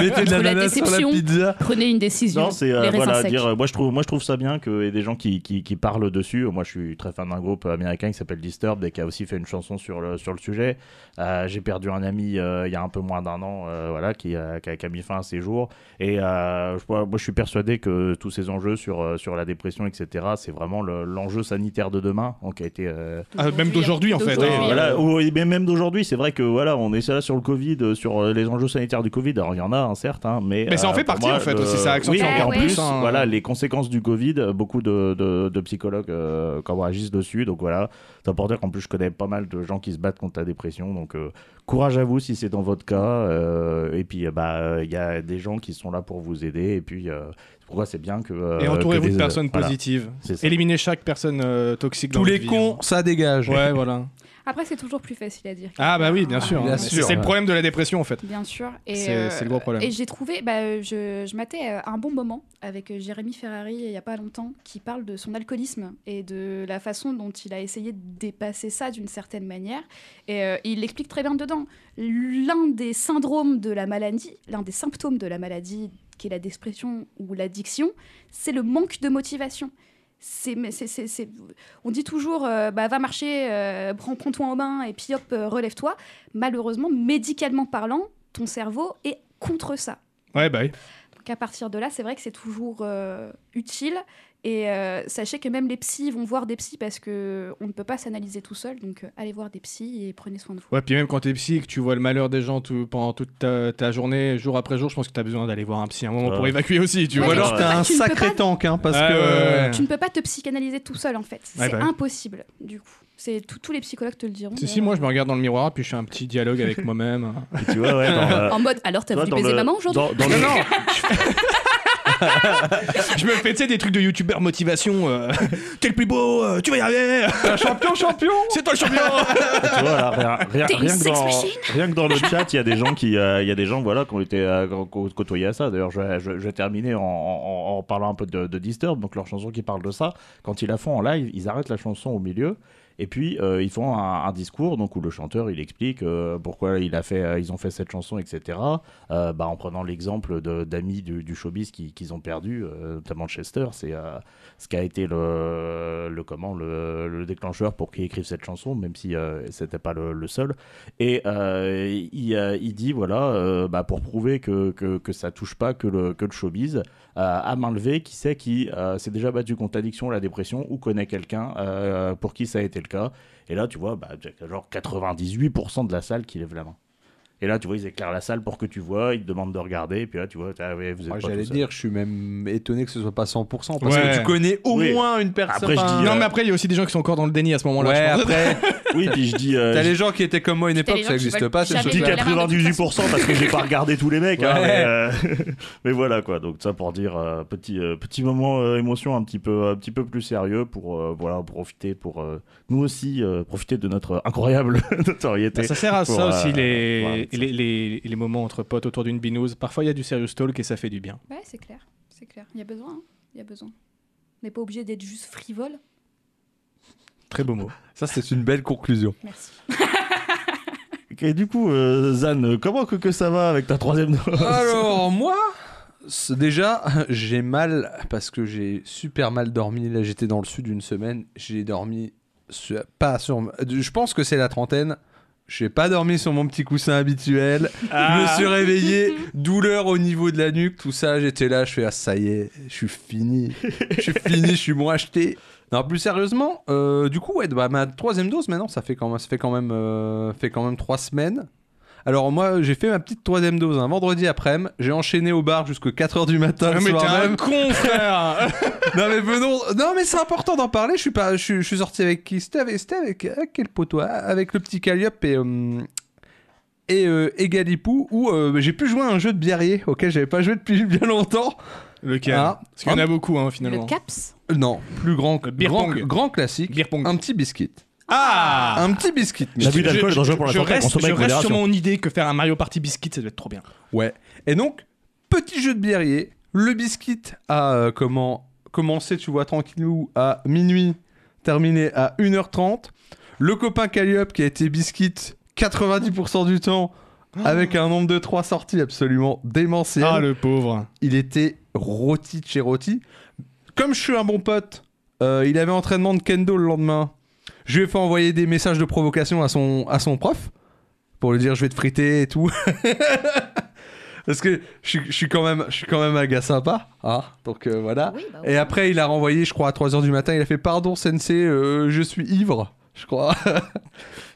Speaker 1: Mettez de
Speaker 4: Entre la
Speaker 1: l'ananas sur la
Speaker 4: déception.
Speaker 1: pizza.
Speaker 4: Prenez une décision.
Speaker 3: non, c'est euh,
Speaker 4: les raisins
Speaker 3: voilà,
Speaker 4: secs.
Speaker 3: dire, euh, moi je trouve, moi je trouve ça bien qu'il y ait des gens qui, qui, qui parlent dessus. Moi, je suis très fan d'un groupe américain qui s'appelle Disturbed et qui a aussi fait une chanson sur le sur le sujet. Euh, J'ai perdu un ami euh, il y a un peu moins d'un an, euh, voilà, qui, a- qui a, qui a mis fin à ses jours. Et euh, je- moi, je suis persuadé que tous ces enjeux sur euh, sur la dépression, etc., c'est vraiment le- l'enjeu sanitaire de demain, donc qui a été euh,
Speaker 2: Ah, même d'aujourd'hui, en fait,
Speaker 3: Oui,
Speaker 4: D'aujourd'hui,
Speaker 2: hein.
Speaker 4: euh,
Speaker 3: voilà. Oui, mais même d'aujourd'hui, c'est vrai que voilà, on est là sur le Covid, euh, sur euh, les enjeux sanitaires du Covid. Alors il y en a, hein, certes, hein, mais
Speaker 2: Mais ça en
Speaker 3: euh,
Speaker 2: fait
Speaker 3: pour
Speaker 2: partie, en fait,
Speaker 3: le-
Speaker 2: aussi, ça accentue
Speaker 3: Oui, et
Speaker 4: encore
Speaker 3: en
Speaker 4: Ouais,
Speaker 3: plus,
Speaker 2: ouais. hein.
Speaker 3: voilà, les conséquences du Covid, euh, beaucoup de, de- de psychologues euh, quand on agissent dessus. Donc voilà, c'est pour dire qu'en plus, je connais pas mal de gens qui se battent contre la dépression. Donc euh, courage à vous si c'est dans votre cas. euh, et puis euh, bah, euh, il y a des gens qui sont là pour vous aider. Et puis euh, c'est pourquoi c'est bien que euh,
Speaker 2: Et entourez-vous
Speaker 3: que
Speaker 2: de
Speaker 3: des-
Speaker 2: personnes
Speaker 3: voilà,
Speaker 2: positives.
Speaker 3: c'est ça.
Speaker 2: Éliminez chaque personne euh, toxique dans
Speaker 1: Tous
Speaker 2: votre
Speaker 1: les
Speaker 2: vie,
Speaker 1: cons, ça
Speaker 2: hein.
Speaker 1: dégage.
Speaker 2: Ouais, voilà.
Speaker 4: Après, c'est toujours plus facile à dire.
Speaker 2: Ah bah oui, bien sûr.
Speaker 1: Bien
Speaker 2: hein. C'est
Speaker 1: sûr,
Speaker 2: c'est le
Speaker 1: ouais.
Speaker 2: problème de la dépression, en fait.
Speaker 4: Bien sûr. Et euh,
Speaker 2: C'est- c'est le gros problème.
Speaker 4: Et j'ai trouvé, bah, euh, je, je matais euh, un bon moment avec euh, Jérémy Ferrari il n'y a pas longtemps, qui parle de son alcoolisme et de la façon dont il a essayé de dépasser ça d'une certaine manière. Et euh, il l'explique très bien dedans. L'un des syndromes de la maladie, l'un des symptômes de la maladie, qui est la dépression ou l'addiction, c'est le manque de motivation. C'est, mais c'est, c'est- c'est- on dit toujours, euh, bah, va marcher, euh, prends, toi en main et puis hop, euh, relève-toi. Malheureusement, médicalement parlant, ton cerveau est contre ça.
Speaker 2: Ouais, bah oui.
Speaker 4: Donc à partir de là, c'est vrai que c'est toujours euh, utile. Et euh, sachez que même les psys vont voir des psys parce que on ne peut pas s'analyser tout seul. Donc euh, allez voir des psys et prenez soin de vous.
Speaker 2: Ouais, puis même quand t'es psy, que tu vois le malheur des gens tout- pendant toute ta, ta journée, jour après jour, je pense que t'as besoin d'aller voir un psy à un moment
Speaker 3: Ouais.
Speaker 2: pour évacuer aussi, tu
Speaker 1: Ou
Speaker 4: Ouais,
Speaker 2: vois. Ah,
Speaker 1: alors
Speaker 4: mais tu
Speaker 1: t'es
Speaker 4: peux pas-
Speaker 1: un
Speaker 4: tu ne peux
Speaker 1: sacré
Speaker 4: pas-
Speaker 1: tank, hein, parce
Speaker 2: Ouais,
Speaker 1: que.
Speaker 2: ouais, ouais.
Speaker 4: Tu ne peux pas te psychanalyser tout seul en fait.
Speaker 2: Ouais,
Speaker 4: c'est
Speaker 2: bah oui.
Speaker 4: impossible du coup. C'est tout- tous les psychologues te le diront. euh,
Speaker 2: Si, si, moi je me regarde dans le miroir, puis je fais un petit dialogue avec moi-même. hein.
Speaker 3: Et tu vois, ouais, dans, euh,
Speaker 4: En mode, alors t'as
Speaker 3: tu vois,
Speaker 4: voulu
Speaker 3: dans
Speaker 4: baiser
Speaker 3: le-
Speaker 4: maman aujourd'hui
Speaker 3: dans- dans le-
Speaker 2: Je me fais tu sais, des trucs de youtubeur motivation. euh, T'es le plus beau, euh, tu vas y arriver. champion, champion. C'est toi le champion.
Speaker 3: tu vois, là, rien, rien-
Speaker 4: T'es une
Speaker 3: rien que
Speaker 4: sex
Speaker 3: dans,
Speaker 4: machine.
Speaker 3: rien que dans le chat, il y a des gens qui, euh, il y a des gens, voilà, qui ont été euh, qui ont côtoyés à ça. D'ailleurs, je, vais- je- je vais terminer en, en- en parlant un peu de, de Disturb, donc leur chanson qui parle de ça. Quand ils la font en live, ils arrêtent la chanson au milieu. Et puis euh, ils font un, un discours donc où le chanteur il explique euh, pourquoi il a fait, euh, ils ont fait cette chanson etc. Euh, bah, en prenant l'exemple de- d'amis du, du showbiz qui- qu'ils ont perdu, euh, notamment Chester, c'est euh, ce qui a été le, le comment le, le déclencheur pour qu'ils écrivent cette chanson, même si euh, c'était pas le, le seul. Et euh, il, euh, il dit voilà, euh, bah, pour prouver que, que, que ça touche pas que le, que le showbiz, euh, à main levée, qui sait qui euh, s'est déjà battu contre l'addiction, la dépression ou connaît quelqu'un euh, pour qui ça a été le cas. Et là, tu vois, bah, genre 98% de la salle qui lève la main. Et là, tu vois, ils éclairent la salle pour que tu vois, ils te demandent de regarder, et puis là, tu vois, ah ouais, vous êtes
Speaker 1: Moi,
Speaker 3: pas
Speaker 1: J'allais
Speaker 3: tout seul.
Speaker 1: dire, je suis même étonné que ce soit pas 100%, parce
Speaker 2: Ouais.
Speaker 1: que tu connais au
Speaker 3: Oui.
Speaker 1: moins une personne.
Speaker 3: Après, je
Speaker 1: Enfin,
Speaker 3: dis,
Speaker 2: non,
Speaker 3: euh,
Speaker 2: mais après il y a aussi des gens qui sont encore dans le déni à ce moment-là.
Speaker 1: Ouais,
Speaker 2: je pense.
Speaker 1: après,
Speaker 3: Oui, puis je dis. euh,
Speaker 1: t'as
Speaker 3: je-
Speaker 1: les gens qui étaient comme moi à une
Speaker 4: T'as
Speaker 1: époque,
Speaker 4: les gens
Speaker 1: ça
Speaker 4: qui
Speaker 1: n'existe
Speaker 4: veulent
Speaker 1: pas, c'est
Speaker 4: jamais
Speaker 1: ce
Speaker 4: aller
Speaker 1: truc-là.
Speaker 4: à la main, de toute
Speaker 3: 98% parce que j'ai pas regardé tous les mecs. hein,
Speaker 1: Ouais.
Speaker 3: mais, euh, mais voilà quoi. Donc ça pour dire euh, petit euh, petit moment euh, émotion un petit peu un petit peu plus sérieux pour euh, voilà profiter pour euh, nous aussi euh, profiter de notre incroyable notoriété.
Speaker 2: Bah, ça sert à
Speaker 3: pour,
Speaker 2: ça aussi
Speaker 3: euh,
Speaker 2: les,
Speaker 3: voilà, ça.
Speaker 2: les, les- les moments entre potes autour d'une binouze. Parfois il y a du serious talk et ça fait du bien.
Speaker 4: Ouais, c'est clair. C'est clair. Il y a besoin. hein. Il y a besoin. On n'est pas obligé d'être juste frivole.
Speaker 2: Très beau mot.
Speaker 1: Ça, c'est une belle conclusion.
Speaker 4: Merci.
Speaker 3: Et du coup euh, Zan, comment que, que ça va avec ta troisième dose
Speaker 1: Alors, moi, c'est- déjà, j'ai mal parce que j'ai super mal dormi. Là, j'étais dans le sud une semaine. J'ai dormi sur- pas sur. Je pense que c'est la trentaine. J'ai pas dormi sur mon petit coussin habituel.
Speaker 2: Ah,
Speaker 1: Je me suis réveillé, douleur au niveau de la nuque, tout ça. J'étais là, je fais ah, ça y est, je suis fini. Je suis fini, je suis moins acheté. Non, plus sérieusement, euh, du coup, ouais, bah, ma troisième dose maintenant, ça fait quand même, ça fait quand même, euh, fait quand même trois semaines. Alors moi, j'ai fait ma petite troisième dose un vendredi après-midi. J'ai enchaîné au bar jusqu'à 4h du matin. le
Speaker 2: Ah, mais t'es
Speaker 1: soir
Speaker 2: un
Speaker 1: même.
Speaker 2: con frère.
Speaker 1: non mais venons. Non mais c'est important d'en parler. Je suis pas. Je, suis- je suis sorti avec qui C'était avec, c'était avec, avec quel poteau Ah, Avec le petit Calliope et euh, et, euh, et Galipou où euh, j'ai pu jouer à un jeu de biarrier auquel j'avais pas joué depuis bien longtemps.
Speaker 2: Lequel
Speaker 1: Ah.
Speaker 2: Parce qu'il y en a beaucoup hein, finalement.
Speaker 4: Le caps.
Speaker 1: Non, plus grand, que-
Speaker 2: Le Euh, beer
Speaker 1: grand,
Speaker 2: pong.
Speaker 1: grand classique.
Speaker 2: Beer pong.
Speaker 1: Un petit biscuit.
Speaker 2: Ah.
Speaker 1: Un petit biscuit. mais-
Speaker 3: L'abus
Speaker 2: Je-
Speaker 3: d'alcool est
Speaker 2: je-
Speaker 3: dangereux pour la
Speaker 2: je
Speaker 3: santé,
Speaker 2: reste,
Speaker 3: consommez
Speaker 2: je
Speaker 3: avec
Speaker 2: reste sur
Speaker 3: modération.
Speaker 2: mon idée que faire un Mario Party biscuit, ça doit être trop bien.
Speaker 1: Ouais. Et donc, petit jeu de biérier. Le biscuit a euh, comment commencé, tu vois, tranquillou à minuit, terminé à 1h30. Le copain Calliope qui a été biscuit 90% du temps avec un nombre de 3 sorties absolument démentiel.
Speaker 2: Ah le pauvre.
Speaker 1: Il était rôti de chez rôti. Comme je suis un bon pote, euh, il avait entraînement de kendo le lendemain. Je lui ai fait envoyer des messages de provocation à son, à son prof pour lui dire je vais te friter et tout. Parce que je, suis- je suis quand même, je suis quand même un gars sympa. hein. Donc euh, voilà.
Speaker 4: Oui, bah oui.
Speaker 1: Et après, il a renvoyé, je crois, à 3h du matin. Il a fait Pardon, sensei, euh, je suis ivre. Je crois.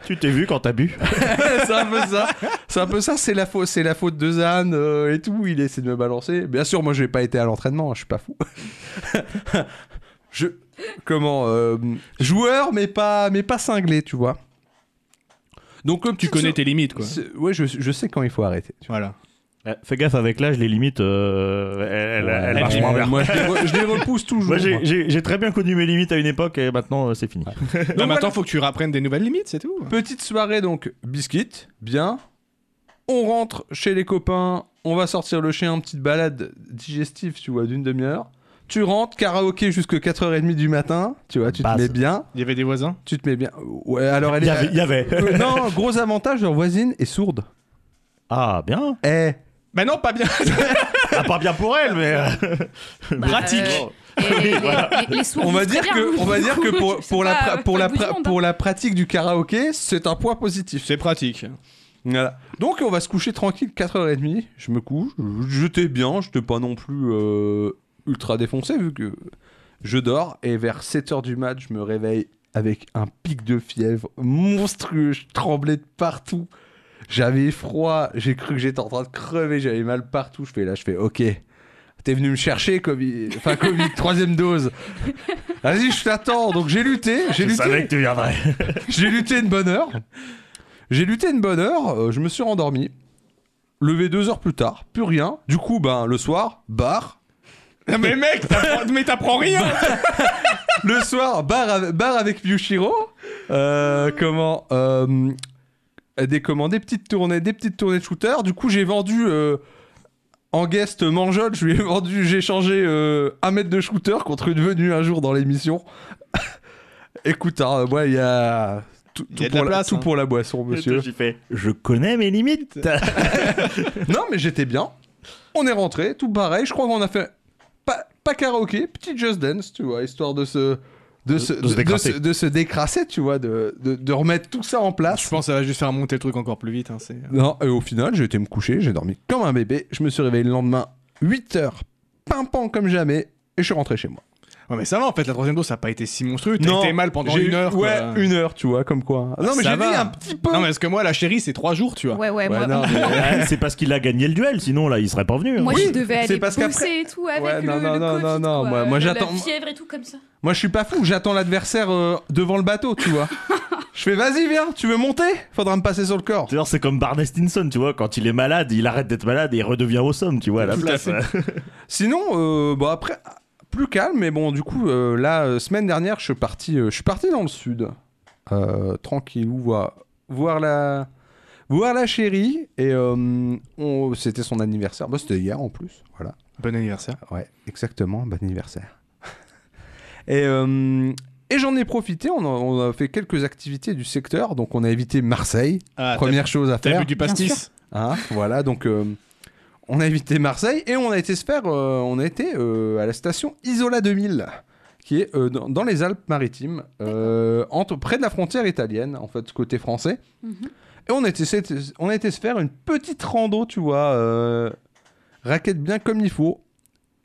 Speaker 3: Tu t'es vu quand t'as bu
Speaker 1: c'est un peu ça. C'est un peu ça. C'est la faute, c'est la faute de Zan euh, et tout. Il essaie de me balancer. Bien sûr, moi, je n'ai pas été à l'entraînement. hein, Je suis pas fou. je comment euh, joueur, mais pas, mais pas cinglé, tu vois. Donc comme
Speaker 2: Tu connais tes limites quoi.
Speaker 1: Ouais, je, je sais quand il faut arrêter. tu vois.
Speaker 2: Voilà.
Speaker 3: Euh, Fais gaffe avec l'âge, les limites. euh, elle, elle- elle
Speaker 1: Ouais,
Speaker 3: marche moins bien.
Speaker 1: moi, je les, re- je les repousse toujours.
Speaker 3: Moi,
Speaker 1: moi.
Speaker 3: j'ai- j'ai j'ai très bien connu mes limites à une époque et maintenant euh, c'est fini.
Speaker 2: Non, mais
Speaker 1: voilà.
Speaker 2: attends, faut que tu rapprennes des nouvelles limites, c'est tout.
Speaker 1: Petite soirée donc, biscuit, bien. On rentre chez les copains, on va sortir le chien, petite balade digestive, tu vois, d'une demi-heure. Tu rentres, karaoké jusqu'à 4h30 du matin, tu vois, tu
Speaker 3: Base.
Speaker 1: te mets bien,
Speaker 2: Il y avait des voisins.
Speaker 1: tu te mets bien. Ouais, alors elle
Speaker 3: Il y avait.
Speaker 1: est...
Speaker 3: il y avait.
Speaker 1: Euh, non, gros avantage, leur voisine est sourde.
Speaker 3: Ah, bien.
Speaker 1: Eh,
Speaker 2: Bah non, pas bien.
Speaker 3: Ah, pas bien pour elle, mais. euh,
Speaker 4: Bah,
Speaker 2: pratique.
Speaker 4: euh, et les- les- les- les sourds
Speaker 1: on va
Speaker 4: vivent
Speaker 1: dire
Speaker 4: très
Speaker 1: que,
Speaker 4: bien.
Speaker 1: on va dire que pour,
Speaker 4: C'est
Speaker 1: pour, la,
Speaker 4: pas,
Speaker 1: pra-
Speaker 4: euh,
Speaker 1: pour, la,
Speaker 4: pas le bout du
Speaker 1: pra-
Speaker 4: monde,
Speaker 1: pour la pratique du karaoké, c'est un point positif.
Speaker 2: C'est pratique.
Speaker 1: Voilà. Donc on va se coucher tranquille 4h30, je me couche, je- j'étais bien, j'étais pas non plus euh, ultra défoncé vu que je dors et vers 7h du mat, je me réveille avec un pic de fièvre monstrueux, je tremblais de partout. J'avais froid, j'ai cru que j'étais en train de crever, j'avais mal partout, je fais là, je fais OK. t'es venu me chercher Covid, enfin Covid, troisième dose. Vas-y, je t'attends. Donc j'ai lutté, j'ai
Speaker 3: Je savais
Speaker 1: lutté,
Speaker 3: que tu viendrais.
Speaker 1: j'ai lutté une bonne heure. J'ai lutté une bonne heure, euh, je me suis rendormi. Levé deux heures plus tard, plus rien. Du coup, ben le soir, bar.
Speaker 2: Non, mais mec, t'apprends- mais t'apprends rien
Speaker 1: Le soir, bar, av- bar avec Yushiro. Euh, comment euh, des, commandes, des petites tournées, des petites tournées de shooter. Du coup, j'ai vendu euh, en guest Manjol. Je lui ai vendu, j'ai changé euh, un mètre de shooter contre une venue un jour dans l'émission. Écoute, hein, moi, il y a tout,
Speaker 2: Il y
Speaker 1: tout
Speaker 2: a de
Speaker 1: pour
Speaker 2: la
Speaker 1: la,
Speaker 2: place,
Speaker 1: tout
Speaker 2: hein.
Speaker 1: pour la boisson, monsieur.
Speaker 3: J'ai fait, Je connais mes limites.
Speaker 1: non, mais j'étais bien. On est rentré, tout pareil. Je crois qu'on a fait pas, pas karaoké, petit just dance, tu vois, histoire de se. De se,
Speaker 3: de se décrasser.
Speaker 1: de se décrasser, tu vois, de, de, de remettre tout ça en place.
Speaker 2: Bah, Je pense que ça va juste faire monter le truc encore plus vite. hein, c'est-
Speaker 1: Non, et au final, j'ai été me coucher, j'ai dormi comme un bébé. Je me suis réveillé le lendemain, 8 heures, pimpant comme jamais, et je suis rentré chez moi.
Speaker 2: Ouais, mais ça va, en fait, la troisième dose, ça n'a pas été si monstrueux. T'as été mal pendant
Speaker 1: j'ai
Speaker 2: une
Speaker 1: eu-
Speaker 2: heure.
Speaker 1: Ouais,
Speaker 2: quoi.
Speaker 1: une heure, tu vois, comme quoi. non, mais
Speaker 2: ça
Speaker 1: j'ai dit
Speaker 2: va.
Speaker 1: un petit peu.
Speaker 2: Non, mais parce que moi, la chérie, c'est trois jours, tu vois.
Speaker 4: Ouais,
Speaker 1: Ouais,
Speaker 4: ouais, moi,
Speaker 1: non, mais-
Speaker 3: Ah, c'est parce qu'il a gagné le duel, sinon là, il serait pas venu. hein.
Speaker 4: moi,
Speaker 1: Oui,
Speaker 4: je devais
Speaker 1: c'est
Speaker 4: aller
Speaker 1: parce
Speaker 4: bosser
Speaker 1: qu'après-
Speaker 4: et tout avec
Speaker 1: Ouais,
Speaker 4: le,
Speaker 1: non,
Speaker 4: le
Speaker 1: non, non,
Speaker 4: Covid,
Speaker 1: non, non,
Speaker 4: quoi,
Speaker 1: moi- moi,
Speaker 4: la-
Speaker 1: j'attends-
Speaker 4: La fièvre et tout comme ça.
Speaker 1: Moi, je suis pas fou, j'attends l'adversaire euh, devant le bateau, tu vois. je fais, vas-y, viens, tu veux monter Faudra me passer sur le corps.
Speaker 3: D'ailleurs, C'est comme Barney Stinson, tu vois, quand il est malade, il arrête d'être malade et il redevient awesome, tu vois, à la
Speaker 2: Tout à
Speaker 3: place.
Speaker 2: fait.
Speaker 1: Sinon, euh, bon, après, plus calme, mais bon, du coup, euh, la euh, semaine dernière, je suis parti, euh, je suis parti dans le sud. Euh, tranquille, voir, voir la. Voir la chérie, et euh, on- c'était son anniversaire. Bah, c'était hier en plus, voilà.
Speaker 2: Bon anniversaire.
Speaker 1: Ouais, exactement, bon anniversaire. et euh, et j'en ai profité, on a, on a fait quelques activités du secteur, donc on a évité Marseille,
Speaker 2: Ah, t'as-
Speaker 1: première chose à
Speaker 2: T'as
Speaker 1: faire.
Speaker 2: bu du
Speaker 4: Bien
Speaker 2: pastis
Speaker 1: Hein, voilà, donc euh, on a évité Marseille et on a été se faire, euh, on a été euh, à la station Isola 2000, qui est euh, dans, dans les Alpes-Maritimes, euh, entre, près de la frontière italienne, en fait, côté français.
Speaker 4: Mhm.
Speaker 1: Et on a, été, se- on a été se faire une petite rando, tu vois, euh, raquette bien comme il faut.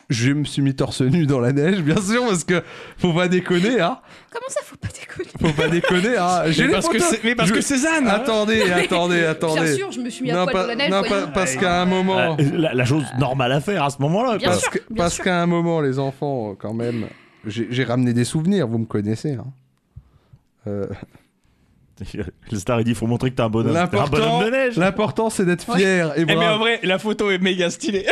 Speaker 1: Je me suis mis torse nu dans la neige, bien sûr, parce que faut pas déconner, hein.
Speaker 4: Comment ça, faut pas déconner
Speaker 1: Faut pas déconner, hein. J'ai
Speaker 2: Mais
Speaker 1: les
Speaker 2: parce que
Speaker 1: photos.
Speaker 2: c'est- Mais parce
Speaker 1: Je-
Speaker 2: que Cézanne hein.
Speaker 1: Attendez, attendez, attendez.
Speaker 4: Bien sûr, je me suis mis à
Speaker 1: Non,
Speaker 4: poil
Speaker 1: pas-
Speaker 4: dans la neige.
Speaker 1: non,
Speaker 4: voyons.
Speaker 1: pas- parce qu'à un moment,
Speaker 3: Ouais, Euh, La, la chose normale à faire à ce moment-là.
Speaker 4: Bien
Speaker 3: quoi.
Speaker 1: parce
Speaker 4: sûr,
Speaker 1: que-
Speaker 4: bien
Speaker 1: parce
Speaker 4: sûr.
Speaker 1: qu'à un moment, les enfants, euh, quand même, j'ai j'ai ramené des souvenirs. Vous me connaissez. hein. Euh,
Speaker 3: Le star il dit faut montrer que t'es un bonhomme. T'es un
Speaker 1: L'important,
Speaker 3: bonhomme de neige.
Speaker 1: l'important, c'est d'être fier et
Speaker 2: Eh, mais en
Speaker 1: brave.
Speaker 2: vrai, la photo est méga stylée.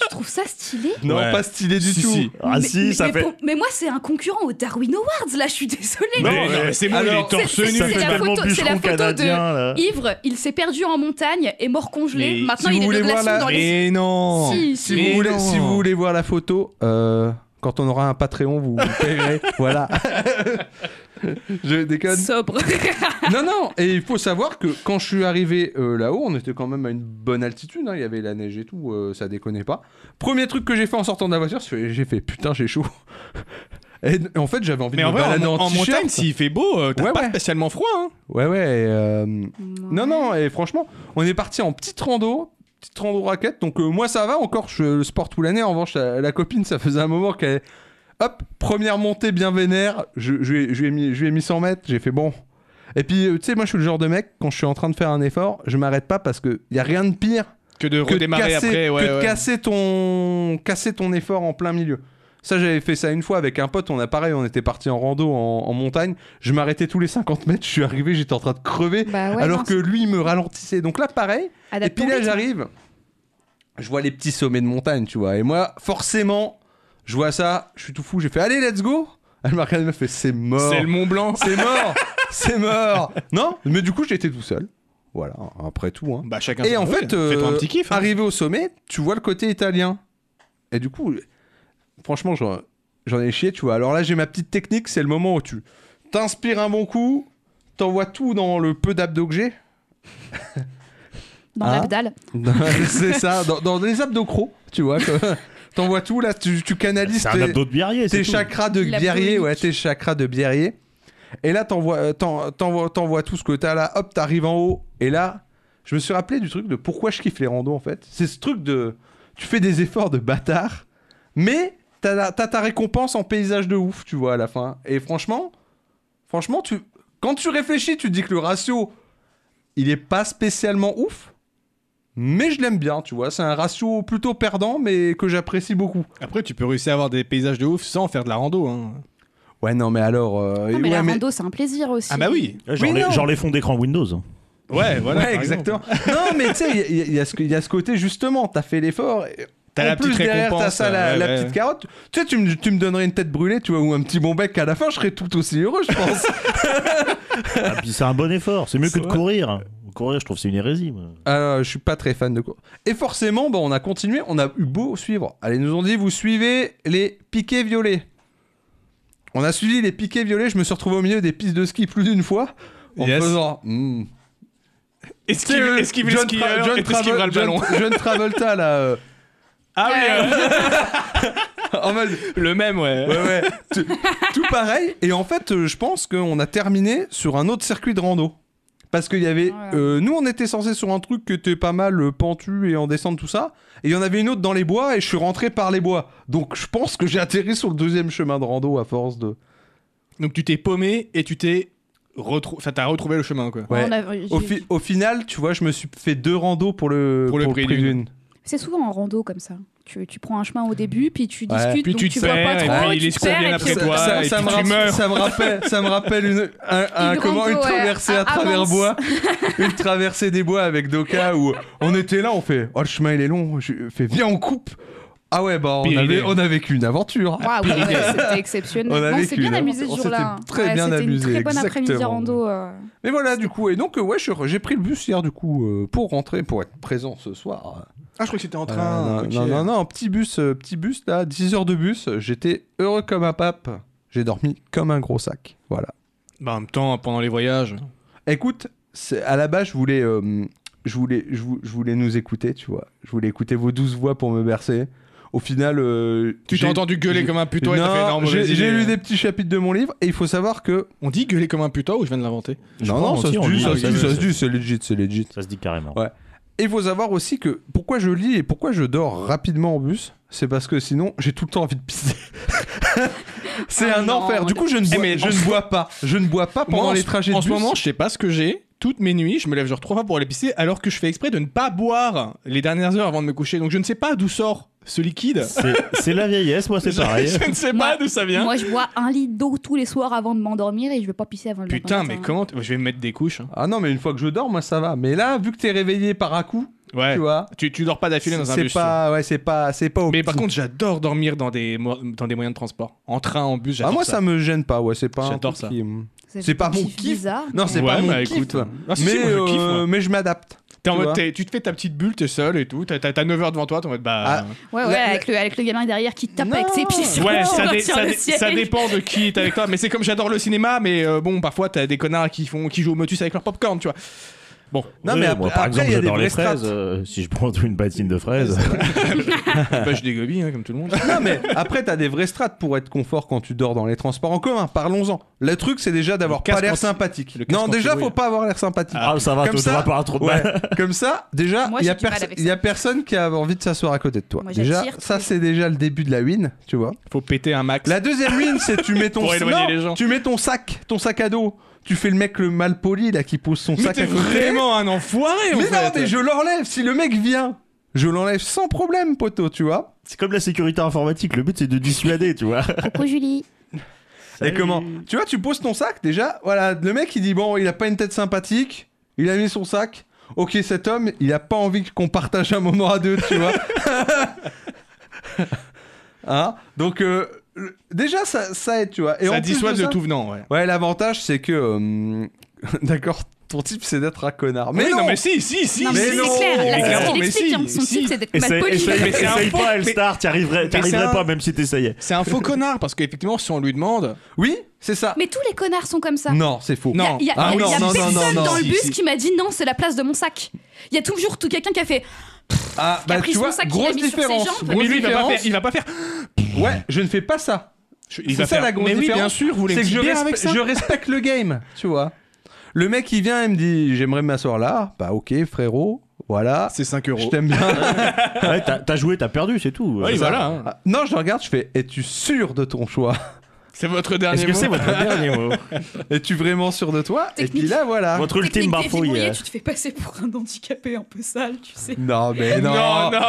Speaker 4: Tu trouves ça stylé
Speaker 1: Non,
Speaker 2: Ouais.
Speaker 1: pas stylé du
Speaker 2: Si,
Speaker 1: tout.
Speaker 2: si.
Speaker 3: Ah
Speaker 4: mais,
Speaker 3: si,
Speaker 4: mais-
Speaker 3: ça
Speaker 4: mais
Speaker 3: fait.
Speaker 4: pour- mais moi, c'est un concurrent au Darwin Awards, là, je suis désolée.
Speaker 2: Non,
Speaker 3: Non,
Speaker 2: mais euh,
Speaker 3: mais-
Speaker 2: c'est moi,
Speaker 1: alors-
Speaker 2: il est torse
Speaker 4: C'est- c'est-
Speaker 2: nu.
Speaker 4: c'est la
Speaker 2: madame.
Speaker 4: photo- c'est la
Speaker 3: bûcheron
Speaker 4: photo de-
Speaker 3: canadien là.
Speaker 4: Ivre, il s'est perdu en montagne et mort congelé.
Speaker 2: Mais
Speaker 4: Maintenant,
Speaker 1: si
Speaker 4: il
Speaker 1: vous
Speaker 4: est de
Speaker 1: voulez voir
Speaker 4: glaçons
Speaker 1: la-
Speaker 4: dans les.
Speaker 2: Mais non
Speaker 4: Si,
Speaker 1: Si
Speaker 2: Mais
Speaker 1: vous, voulez,
Speaker 2: non.
Speaker 1: si vous voulez voir la photo, euh, quand on aura un Patreon, vous vous payerez. voilà. Je déconne.
Speaker 4: Sobre.
Speaker 1: Non, non, et il faut savoir que quand je suis arrivé euh, là-haut, on était quand même à une bonne altitude, hein, il y avait la neige et tout, euh, ça déconnait pas. Premier truc que j'ai fait en sortant de la voiture, c'est- j'ai fait putain, j'ai chaud. Et et en fait, j'avais envie
Speaker 2: Mais
Speaker 1: de
Speaker 2: en
Speaker 1: me
Speaker 2: vrai,
Speaker 1: balader
Speaker 2: en,
Speaker 1: en,
Speaker 2: en
Speaker 1: t-shirt.
Speaker 2: montagne, s'il fait beau, euh, t'as
Speaker 1: Ouais,
Speaker 2: pas
Speaker 1: ouais.
Speaker 2: spécialement froid. Hein.
Speaker 1: Ouais, ouais, et, euh, non, non, et franchement, on est parti en petite rando, petite rando raquette, donc euh, moi ça va encore, je le sport tout l'année, en revanche, la, la copine, ça faisait un moment qu'elle. Hop, première montée bien vénère, je, je, lui ai- je lui ai mis, je lui ai mis 100 mètres, j'ai fait bon. Et puis, euh, tu sais, moi je suis le genre de mec, quand je suis en train de faire un effort, je m'arrête pas parce qu'il y a rien de pire
Speaker 2: Que de
Speaker 1: que de
Speaker 2: redémarrer
Speaker 1: casser,
Speaker 2: après. Ouais,
Speaker 1: que de
Speaker 2: ouais.
Speaker 1: casser ton casser ton effort en plein milieu. Ça, j'avais fait ça une fois avec un pote. On a pareil, on était parti en rando en, en montagne. Je m'arrêtais tous les 50 mètres. Je suis arrivé, j'étais en train de crever,
Speaker 4: Bah ouais,
Speaker 1: alors
Speaker 4: non, hein,
Speaker 1: que lui il me ralentissait. Donc là, pareil. Et
Speaker 4: Adapte
Speaker 1: puis
Speaker 4: ton
Speaker 1: là,
Speaker 4: rythme.
Speaker 1: j'arrive. Je vois les petits sommets de montagne, tu vois. Et moi, forcément, je vois ça. Je suis tout fou. J'ai fait allez, let's go. Elle m'a regardé, elle m'a fait c'est mort.
Speaker 2: C'est le Mont Blanc.
Speaker 1: C'est mort. c'est mort. Non. Mais du coup, j'étais tout seul. Voilà. Après tout, hein.
Speaker 2: Bah, chacun
Speaker 1: Et
Speaker 2: son
Speaker 1: en
Speaker 2: truc.
Speaker 1: fait,
Speaker 2: Fais-toi un
Speaker 1: euh,
Speaker 2: petit kiff. hein.
Speaker 1: arrivé au sommet, tu vois le côté italien. Et du coup, franchement, j'en j'en ai chié, tu vois. Alors là, j'ai ma petite technique, c'est le moment où tu t'inspires un bon coup, t'envoies tout dans le peu d'abdos que j'ai.
Speaker 4: Dans
Speaker 1: Ah.
Speaker 4: l'abdal.
Speaker 1: c'est ça, dans, dans les abdos crocs, tu vois. que- T'envoies tout, là, tu, tu canalises
Speaker 3: C'est un
Speaker 1: tes,
Speaker 3: abdo de biarrier, c'est
Speaker 1: tes
Speaker 3: tout.
Speaker 1: chakras de
Speaker 4: L'abdomen
Speaker 1: guerrier, ouais,
Speaker 4: unique.
Speaker 1: tes chakras de guerrier. Et là, t'envoies euh, t'en- t'envoies- t'envoies tout ce que t'as là, hop, t'arrives en haut. Et là, je me suis rappelé du truc de pourquoi je kiffe les randos en fait. C'est ce truc de. Tu fais des efforts de bâtard, mais t'as la- t'as ta récompense en paysage de ouf, tu vois, à la fin. Et franchement, franchement, tu, quand tu réfléchis, tu te dis que le ratio, il est pas spécialement ouf. mais je l'aime bien, tu vois. C'est un ratio plutôt perdant, mais que j'apprécie beaucoup.
Speaker 2: Après, tu peux réussir à avoir des paysages de ouf sans faire de la rando. hein.
Speaker 1: Ouais, non, mais alors. euh,
Speaker 4: Non, mais
Speaker 1: ouais,
Speaker 4: la
Speaker 1: mais-
Speaker 4: rando, c'est un plaisir aussi.
Speaker 2: Ah bah oui.
Speaker 3: Genre,
Speaker 1: Oui,
Speaker 3: les,
Speaker 1: non.
Speaker 3: genre les fonds d'écran Windows.
Speaker 2: Ouais, voilà.
Speaker 1: Ouais,
Speaker 2: par exemple.
Speaker 1: exactement. non, mais tu sais, il y, a- il y a ce que- il y a ce côté, justement, t'as fait l'effort. et
Speaker 2: T'as
Speaker 1: en
Speaker 2: la
Speaker 1: plus,
Speaker 2: petite
Speaker 1: derrière,
Speaker 2: récompense,
Speaker 1: t'as ça, la,
Speaker 2: ouais,
Speaker 1: la
Speaker 2: ouais.
Speaker 1: petite carotte. Tu sais, tu me, tu me donnerais une tête brûlée, tu vois, ou un petit bon bec à la fin, je serais tout aussi heureux, je pense.
Speaker 3: Ah, puis c'est un bon effort, c'est mieux que de
Speaker 2: Ouais.
Speaker 3: courir. Courir, je trouve que c'est une hérésie. moi.
Speaker 1: Euh, je suis pas très fan de quoi. Et forcément, bon, on a continué, on a eu beau suivre. Allez, ils nous ont dit, vous suivez les piquets violets. On a suivi les piquets violets, je me suis retrouvé au milieu des pistes de ski plus d'une fois. En
Speaker 2: Yes.
Speaker 1: faisant. hmm.
Speaker 2: Esquive, esquive le
Speaker 1: John
Speaker 2: skieur
Speaker 1: Tra- John
Speaker 2: et t'esquiveras
Speaker 1: Travel-
Speaker 2: le ballon.
Speaker 1: John- John Travolta, là. euh,
Speaker 2: Ah oui,
Speaker 1: en mode,
Speaker 2: euh, le même, ouais.
Speaker 1: Ouais, ouais. tout, tout pareil. Et en fait, euh, je pense qu'on a terminé sur un autre circuit de rando. Parce qu'il y avait.
Speaker 4: Voilà.
Speaker 1: euh, nous, on était censé sur un truc qui était pas mal euh, pentu et en descente, tout ça. Et il y en avait une autre dans les bois et je suis rentré par les bois. Donc je pense que j'ai atterri sur le deuxième chemin de rando à force de.
Speaker 2: Donc tu t'es paumé et tu t'es retrou- enfin, t'as retrouvé le chemin quoi.
Speaker 1: Ouais.
Speaker 4: On a- euh, j'ai-
Speaker 1: Au, fi- au final, tu vois, je me suis fait deux randos pour le,
Speaker 2: Pour le prix d'une.
Speaker 4: C'est souvent en rando comme ça. Tu, tu prends un chemin au début, puis tu
Speaker 1: Ouais.
Speaker 4: discutes,
Speaker 2: Puis
Speaker 4: donc
Speaker 2: tu
Speaker 4: tu,
Speaker 2: te
Speaker 4: vois pas
Speaker 2: perds, et
Speaker 4: trop,
Speaker 2: puis
Speaker 4: tu
Speaker 2: les
Speaker 4: te
Speaker 2: scouts
Speaker 4: perds,
Speaker 2: viennent
Speaker 4: et
Speaker 2: après
Speaker 4: puis-
Speaker 2: toi.
Speaker 1: ça,
Speaker 2: et
Speaker 1: ça
Speaker 2: puis
Speaker 1: me
Speaker 2: tu
Speaker 1: rapp-
Speaker 2: meurs.
Speaker 1: ça me rappelle, ça me rappelle une, un- un-
Speaker 4: Une
Speaker 1: comment, une
Speaker 4: rando, ouais,
Speaker 1: traversée
Speaker 4: à-
Speaker 1: à
Speaker 4: à
Speaker 1: travers
Speaker 4: Mans.
Speaker 1: bois, une traversée des bois avec Doka où on était là, on fait, oh le chemin il est long, je fais viens on coupe. Ah ouais bah on
Speaker 2: Pire
Speaker 1: avait,
Speaker 2: idée.
Speaker 1: on a vécu une aventure.
Speaker 4: Waouh, ouais, c'était exceptionnel.
Speaker 1: On a
Speaker 4: Non, on
Speaker 1: vécu,
Speaker 4: s'est bien
Speaker 1: là.
Speaker 4: amusé
Speaker 1: On
Speaker 4: ce
Speaker 1: s'était
Speaker 4: jour-là. hein.
Speaker 1: très bien
Speaker 4: c'était
Speaker 1: amusé,
Speaker 4: une très bonne après-midi
Speaker 1: exactement.
Speaker 4: rando. euh.
Speaker 1: Mais voilà du coup et donc euh, ouais je suis- j'ai pris le bus hier du coup euh, pour rentrer pour être présent ce soir.
Speaker 2: Ah, je crois que c'était en
Speaker 1: Euh,
Speaker 2: train.
Speaker 1: non,
Speaker 2: ok.
Speaker 1: non non non un petit bus euh, petit bus là 10 heures de bus j'étais heureux comme un pape j'ai dormi comme un gros sac voilà.
Speaker 2: Bah, en même temps, pendant les voyages.
Speaker 1: Écoute, c'est- à la base, je voulais, euh, je, voulais, je, vou- je voulais nous écouter, tu vois. Je voulais écouter vos douze voix pour me bercer. Au final, euh,
Speaker 2: Tu t'es
Speaker 1: j'ai-
Speaker 2: entendu gueuler
Speaker 1: j'ai-
Speaker 2: comme un putois et t'as
Speaker 1: Non,
Speaker 2: fait énorme
Speaker 1: j'ai-
Speaker 2: mauvaise
Speaker 1: J'ai
Speaker 2: idée.
Speaker 1: lu des petits chapitres de mon livre et il faut savoir que.
Speaker 2: On dit gueuler comme un putois ou je viens de l'inventer
Speaker 1: Non,
Speaker 3: crois
Speaker 1: non,
Speaker 3: qu'on
Speaker 1: ça se
Speaker 3: dit, on
Speaker 1: dit,
Speaker 3: dit,
Speaker 1: ça
Speaker 3: on
Speaker 1: se
Speaker 3: dit,
Speaker 1: dit, ça
Speaker 3: ça
Speaker 1: se dit, c'est legit, c'est legit.
Speaker 3: Ça se dit carrément.
Speaker 1: Ouais. Et il faut savoir aussi que pourquoi je lis et pourquoi je dors rapidement en bus, c'est parce que sinon j'ai tout le temps envie de pisser. c'est
Speaker 4: Ah
Speaker 1: un
Speaker 4: non,
Speaker 1: enfer. Du coup, je ne
Speaker 2: Eh,
Speaker 1: bois,
Speaker 2: mais
Speaker 1: je
Speaker 2: en
Speaker 1: ne
Speaker 2: ce-
Speaker 1: bois pas. Je ne bois pas pendant
Speaker 2: Moi, en
Speaker 1: les
Speaker 2: ce-
Speaker 1: trajets de
Speaker 2: En ce
Speaker 1: bus.
Speaker 2: moment, je sais pas ce que j'ai. Toutes mes nuits, je me lève genre trois fois pour aller pisser, alors que je fais exprès de ne pas boire les dernières heures avant de me coucher. Donc je ne sais pas d'où sort ce liquide.
Speaker 3: C'est c'est la vieillesse, moi c'est
Speaker 2: Je,
Speaker 3: pareil.
Speaker 2: je ne sais
Speaker 4: Moi-
Speaker 2: pas d'où ça vient.
Speaker 4: Moi, je bois un litre d'eau tous les soirs avant de m'endormir et je vais pas pisser avant le lendemain
Speaker 2: Putain,
Speaker 4: matin. hein.
Speaker 2: mais comment t- Je vais me mettre des couches. hein.
Speaker 1: Ah non, mais une fois que je dors, moi ça va. Mais là, vu que t'es réveillé par à coup,
Speaker 2: Ouais.
Speaker 1: tu vois.
Speaker 2: Tu, tu dors pas d'affilée dans un
Speaker 1: C'est
Speaker 2: bus.
Speaker 1: pas, ouais, c'est pas, c'est pas. au
Speaker 2: Mais par
Speaker 1: petit-
Speaker 2: contre, j'adore dormir dans des, mo- dans des moyens de transport. En train, en bus,
Speaker 1: Ah,
Speaker 2: j'adore
Speaker 1: moi
Speaker 2: ça.
Speaker 1: ça me gêne pas, ouais, c'est pas. un
Speaker 2: J'adore ça.
Speaker 1: truc qui- c'est pas
Speaker 4: un
Speaker 1: mon
Speaker 4: kiff
Speaker 1: kiff.
Speaker 4: bizarre,
Speaker 1: Non,
Speaker 4: mais-
Speaker 1: c'est
Speaker 2: Ouais,
Speaker 1: pas mon
Speaker 2: bah,
Speaker 1: kiff.
Speaker 2: écoute. Ah, si, si,
Speaker 1: mais,
Speaker 2: moi, je kiffe,
Speaker 1: euh,
Speaker 2: moi.
Speaker 1: mais je m'adapte.
Speaker 2: T'es en
Speaker 1: tu
Speaker 2: mode,
Speaker 1: vois.
Speaker 2: t'es- tu te fais ta petite bulle, t'es seul et tout. T'as t'as ta 9h devant toi, t'es en mode bah.
Speaker 1: Ah,
Speaker 4: Ouais, ouais,
Speaker 1: La- la-
Speaker 4: avec, le, avec le gamin derrière qui tape
Speaker 1: Non.
Speaker 4: avec ses pieds sur,
Speaker 2: Ouais,
Speaker 4: sur
Speaker 2: ça, dé-
Speaker 4: sur
Speaker 2: ça
Speaker 4: le
Speaker 2: dé-
Speaker 4: ciel.
Speaker 2: ça dépend de qui est avec toi. Mais c'est comme j'adore le cinéma, mais euh, bon, parfois t'as des connards qui font qui jouent au motus avec leur popcorn, tu vois. Bon,
Speaker 1: Non,
Speaker 3: Ouais,
Speaker 1: mais
Speaker 3: moi,
Speaker 1: après,
Speaker 3: par
Speaker 1: après,
Speaker 3: exemple,
Speaker 1: il y a des
Speaker 3: j'adore les
Speaker 1: vraies strates.
Speaker 3: fraises. euh, si je prends une patine de fraises,
Speaker 2: bah, je dégobie hein, comme tout le monde.
Speaker 1: Non, mais après, t'as des vraies strates pour être confort quand tu dors dans les transports en commun. Parlons-en. Le truc, c'est déjà d'avoir
Speaker 2: Le casque
Speaker 1: pas l'air
Speaker 2: anti-
Speaker 1: sympathique.
Speaker 2: le casque
Speaker 1: Non, déjà,
Speaker 2: anti-bruit, bah.
Speaker 1: faut
Speaker 2: là.
Speaker 1: pas avoir l'air sympathique.
Speaker 3: ah, ça va,
Speaker 1: Comme
Speaker 3: tu
Speaker 1: ça,
Speaker 3: vas pas avoir trop de
Speaker 1: Ouais.
Speaker 3: mal.
Speaker 1: Comme ça, déjà,
Speaker 4: Moi,
Speaker 1: il y, a
Speaker 4: j'ai du mal
Speaker 1: perso-
Speaker 4: avec ça.
Speaker 1: il y a personne qui a envie de s'asseoir à côté de toi.
Speaker 4: Moi,
Speaker 1: déjà,
Speaker 4: j'attire tous
Speaker 1: ça,
Speaker 4: les-
Speaker 1: c'est déjà le début de la win, tu vois.
Speaker 2: Faut péter un max.
Speaker 1: La deuxième ligne, c'est tu mets ton
Speaker 2: Pour éloigner
Speaker 1: non,
Speaker 2: les gens.
Speaker 1: tu mets ton sac, ton sac à dos. Tu fais le mec le mal poli là qui pose son
Speaker 2: Mais
Speaker 1: sac
Speaker 2: t'es
Speaker 1: à côté.
Speaker 2: vraiment un enfoiré, en
Speaker 1: Mais non,
Speaker 2: fait.
Speaker 1: mais je l'enlève. Si le mec vient, je l'enlève sans problème, poteau, tu vois.
Speaker 3: C'est comme la sécurité informatique, le but c'est de dissuader, tu vois.
Speaker 4: Coucou Julie.
Speaker 1: Et comment Tu vois, tu poses ton sac déjà. Voilà, le mec il dit bon, il a pas une tête sympathique. Il a mis son sac. Ok, cet homme, il a pas envie qu'on partage un moment à deux, tu vois. Hein Donc euh, le- déjà ça, ça aide, tu vois. Et en
Speaker 2: ça
Speaker 1: plus
Speaker 2: dissuade
Speaker 1: de
Speaker 2: le
Speaker 1: ça-
Speaker 2: tout venant, ouais.
Speaker 1: Ouais, l'avantage, c'est que. euh, D'accord, ton type, c'est d'être un connard. Mais
Speaker 2: Oui,
Speaker 1: non,
Speaker 2: mais si, si, si,
Speaker 4: Non,
Speaker 1: mais
Speaker 4: mais
Speaker 2: si,
Speaker 4: c'est
Speaker 1: non.
Speaker 4: clair,
Speaker 1: Mais
Speaker 4: là, c'est ce
Speaker 2: clairement,
Speaker 4: qu'il
Speaker 2: mais
Speaker 4: explique.
Speaker 2: si,
Speaker 4: hein. son
Speaker 2: si.
Speaker 4: type, c'est d'être mal
Speaker 3: Essaye,
Speaker 4: poli.
Speaker 3: essaye-
Speaker 2: Mais c'est un
Speaker 3: essaye
Speaker 2: faux-
Speaker 3: pas,
Speaker 2: mais-
Speaker 3: Elstar, t'y arriverais, t'y
Speaker 2: mais c'est
Speaker 3: arriverais
Speaker 2: un-
Speaker 3: pas même si t'essayais.
Speaker 2: C'est un faux connard parce qu'effectivement, si on lui demande.
Speaker 1: Oui, c'est ça.
Speaker 4: Mais tous les connards sont comme ça.
Speaker 1: Non, c'est faux.
Speaker 2: Non.
Speaker 4: Il y a,
Speaker 1: Ah
Speaker 4: il y a
Speaker 1: non, non, non,
Speaker 4: personne
Speaker 1: non, non.
Speaker 4: dans le
Speaker 2: Si,
Speaker 4: bus
Speaker 2: si.
Speaker 4: qui m'a dit non, c'est la place de mon sac. Il y a toujours tout quelqu'un qui a fait.
Speaker 1: Ah,
Speaker 4: a
Speaker 1: bah
Speaker 4: pris
Speaker 1: tu
Speaker 4: son
Speaker 1: vois,
Speaker 4: sac, il l'a
Speaker 1: grosse
Speaker 4: mis sur ses
Speaker 1: différence.
Speaker 4: jambes.
Speaker 1: grosse
Speaker 2: mais lui, il va pas
Speaker 1: différence.
Speaker 2: faire. Il va pas faire.
Speaker 1: Ouais, je ne fais pas ça.
Speaker 2: il
Speaker 1: C'est
Speaker 2: va
Speaker 1: ça
Speaker 2: faire-
Speaker 1: la grosse
Speaker 2: mais oui,
Speaker 1: différence.
Speaker 2: bien sûr, vous voulez
Speaker 1: C'est que
Speaker 2: une
Speaker 1: je,
Speaker 2: petite bière
Speaker 1: respe-
Speaker 2: avec ça
Speaker 1: je respecte le game, tu vois. Le mec, il vient et me dit J'aimerais m'asseoir là. Bah, ok, frérot, voilà.
Speaker 2: C'est 5
Speaker 1: Je
Speaker 2: euros.
Speaker 1: t'aime bien.
Speaker 3: Ah Ouais, t'as t'as joué, t'as perdu, c'est tout.
Speaker 2: Oui,
Speaker 3: Euh,
Speaker 2: voilà. hein.
Speaker 1: Ah, non, je le regarde, je fais Es-tu sûr de ton choix
Speaker 2: C'est votre dernier
Speaker 3: Est-ce que
Speaker 2: mot
Speaker 3: c'est votre dernier mot
Speaker 1: Es-tu vraiment sûr de toi Et puis
Speaker 4: Technique.
Speaker 1: là, voilà.
Speaker 3: Votre ultime
Speaker 4: Technique
Speaker 3: bafouille.
Speaker 4: déverrouillée,
Speaker 3: euh.
Speaker 4: tu te fais passer pour un handicapé un peu sale, tu sais.
Speaker 1: Non, mais non.
Speaker 2: Non, non,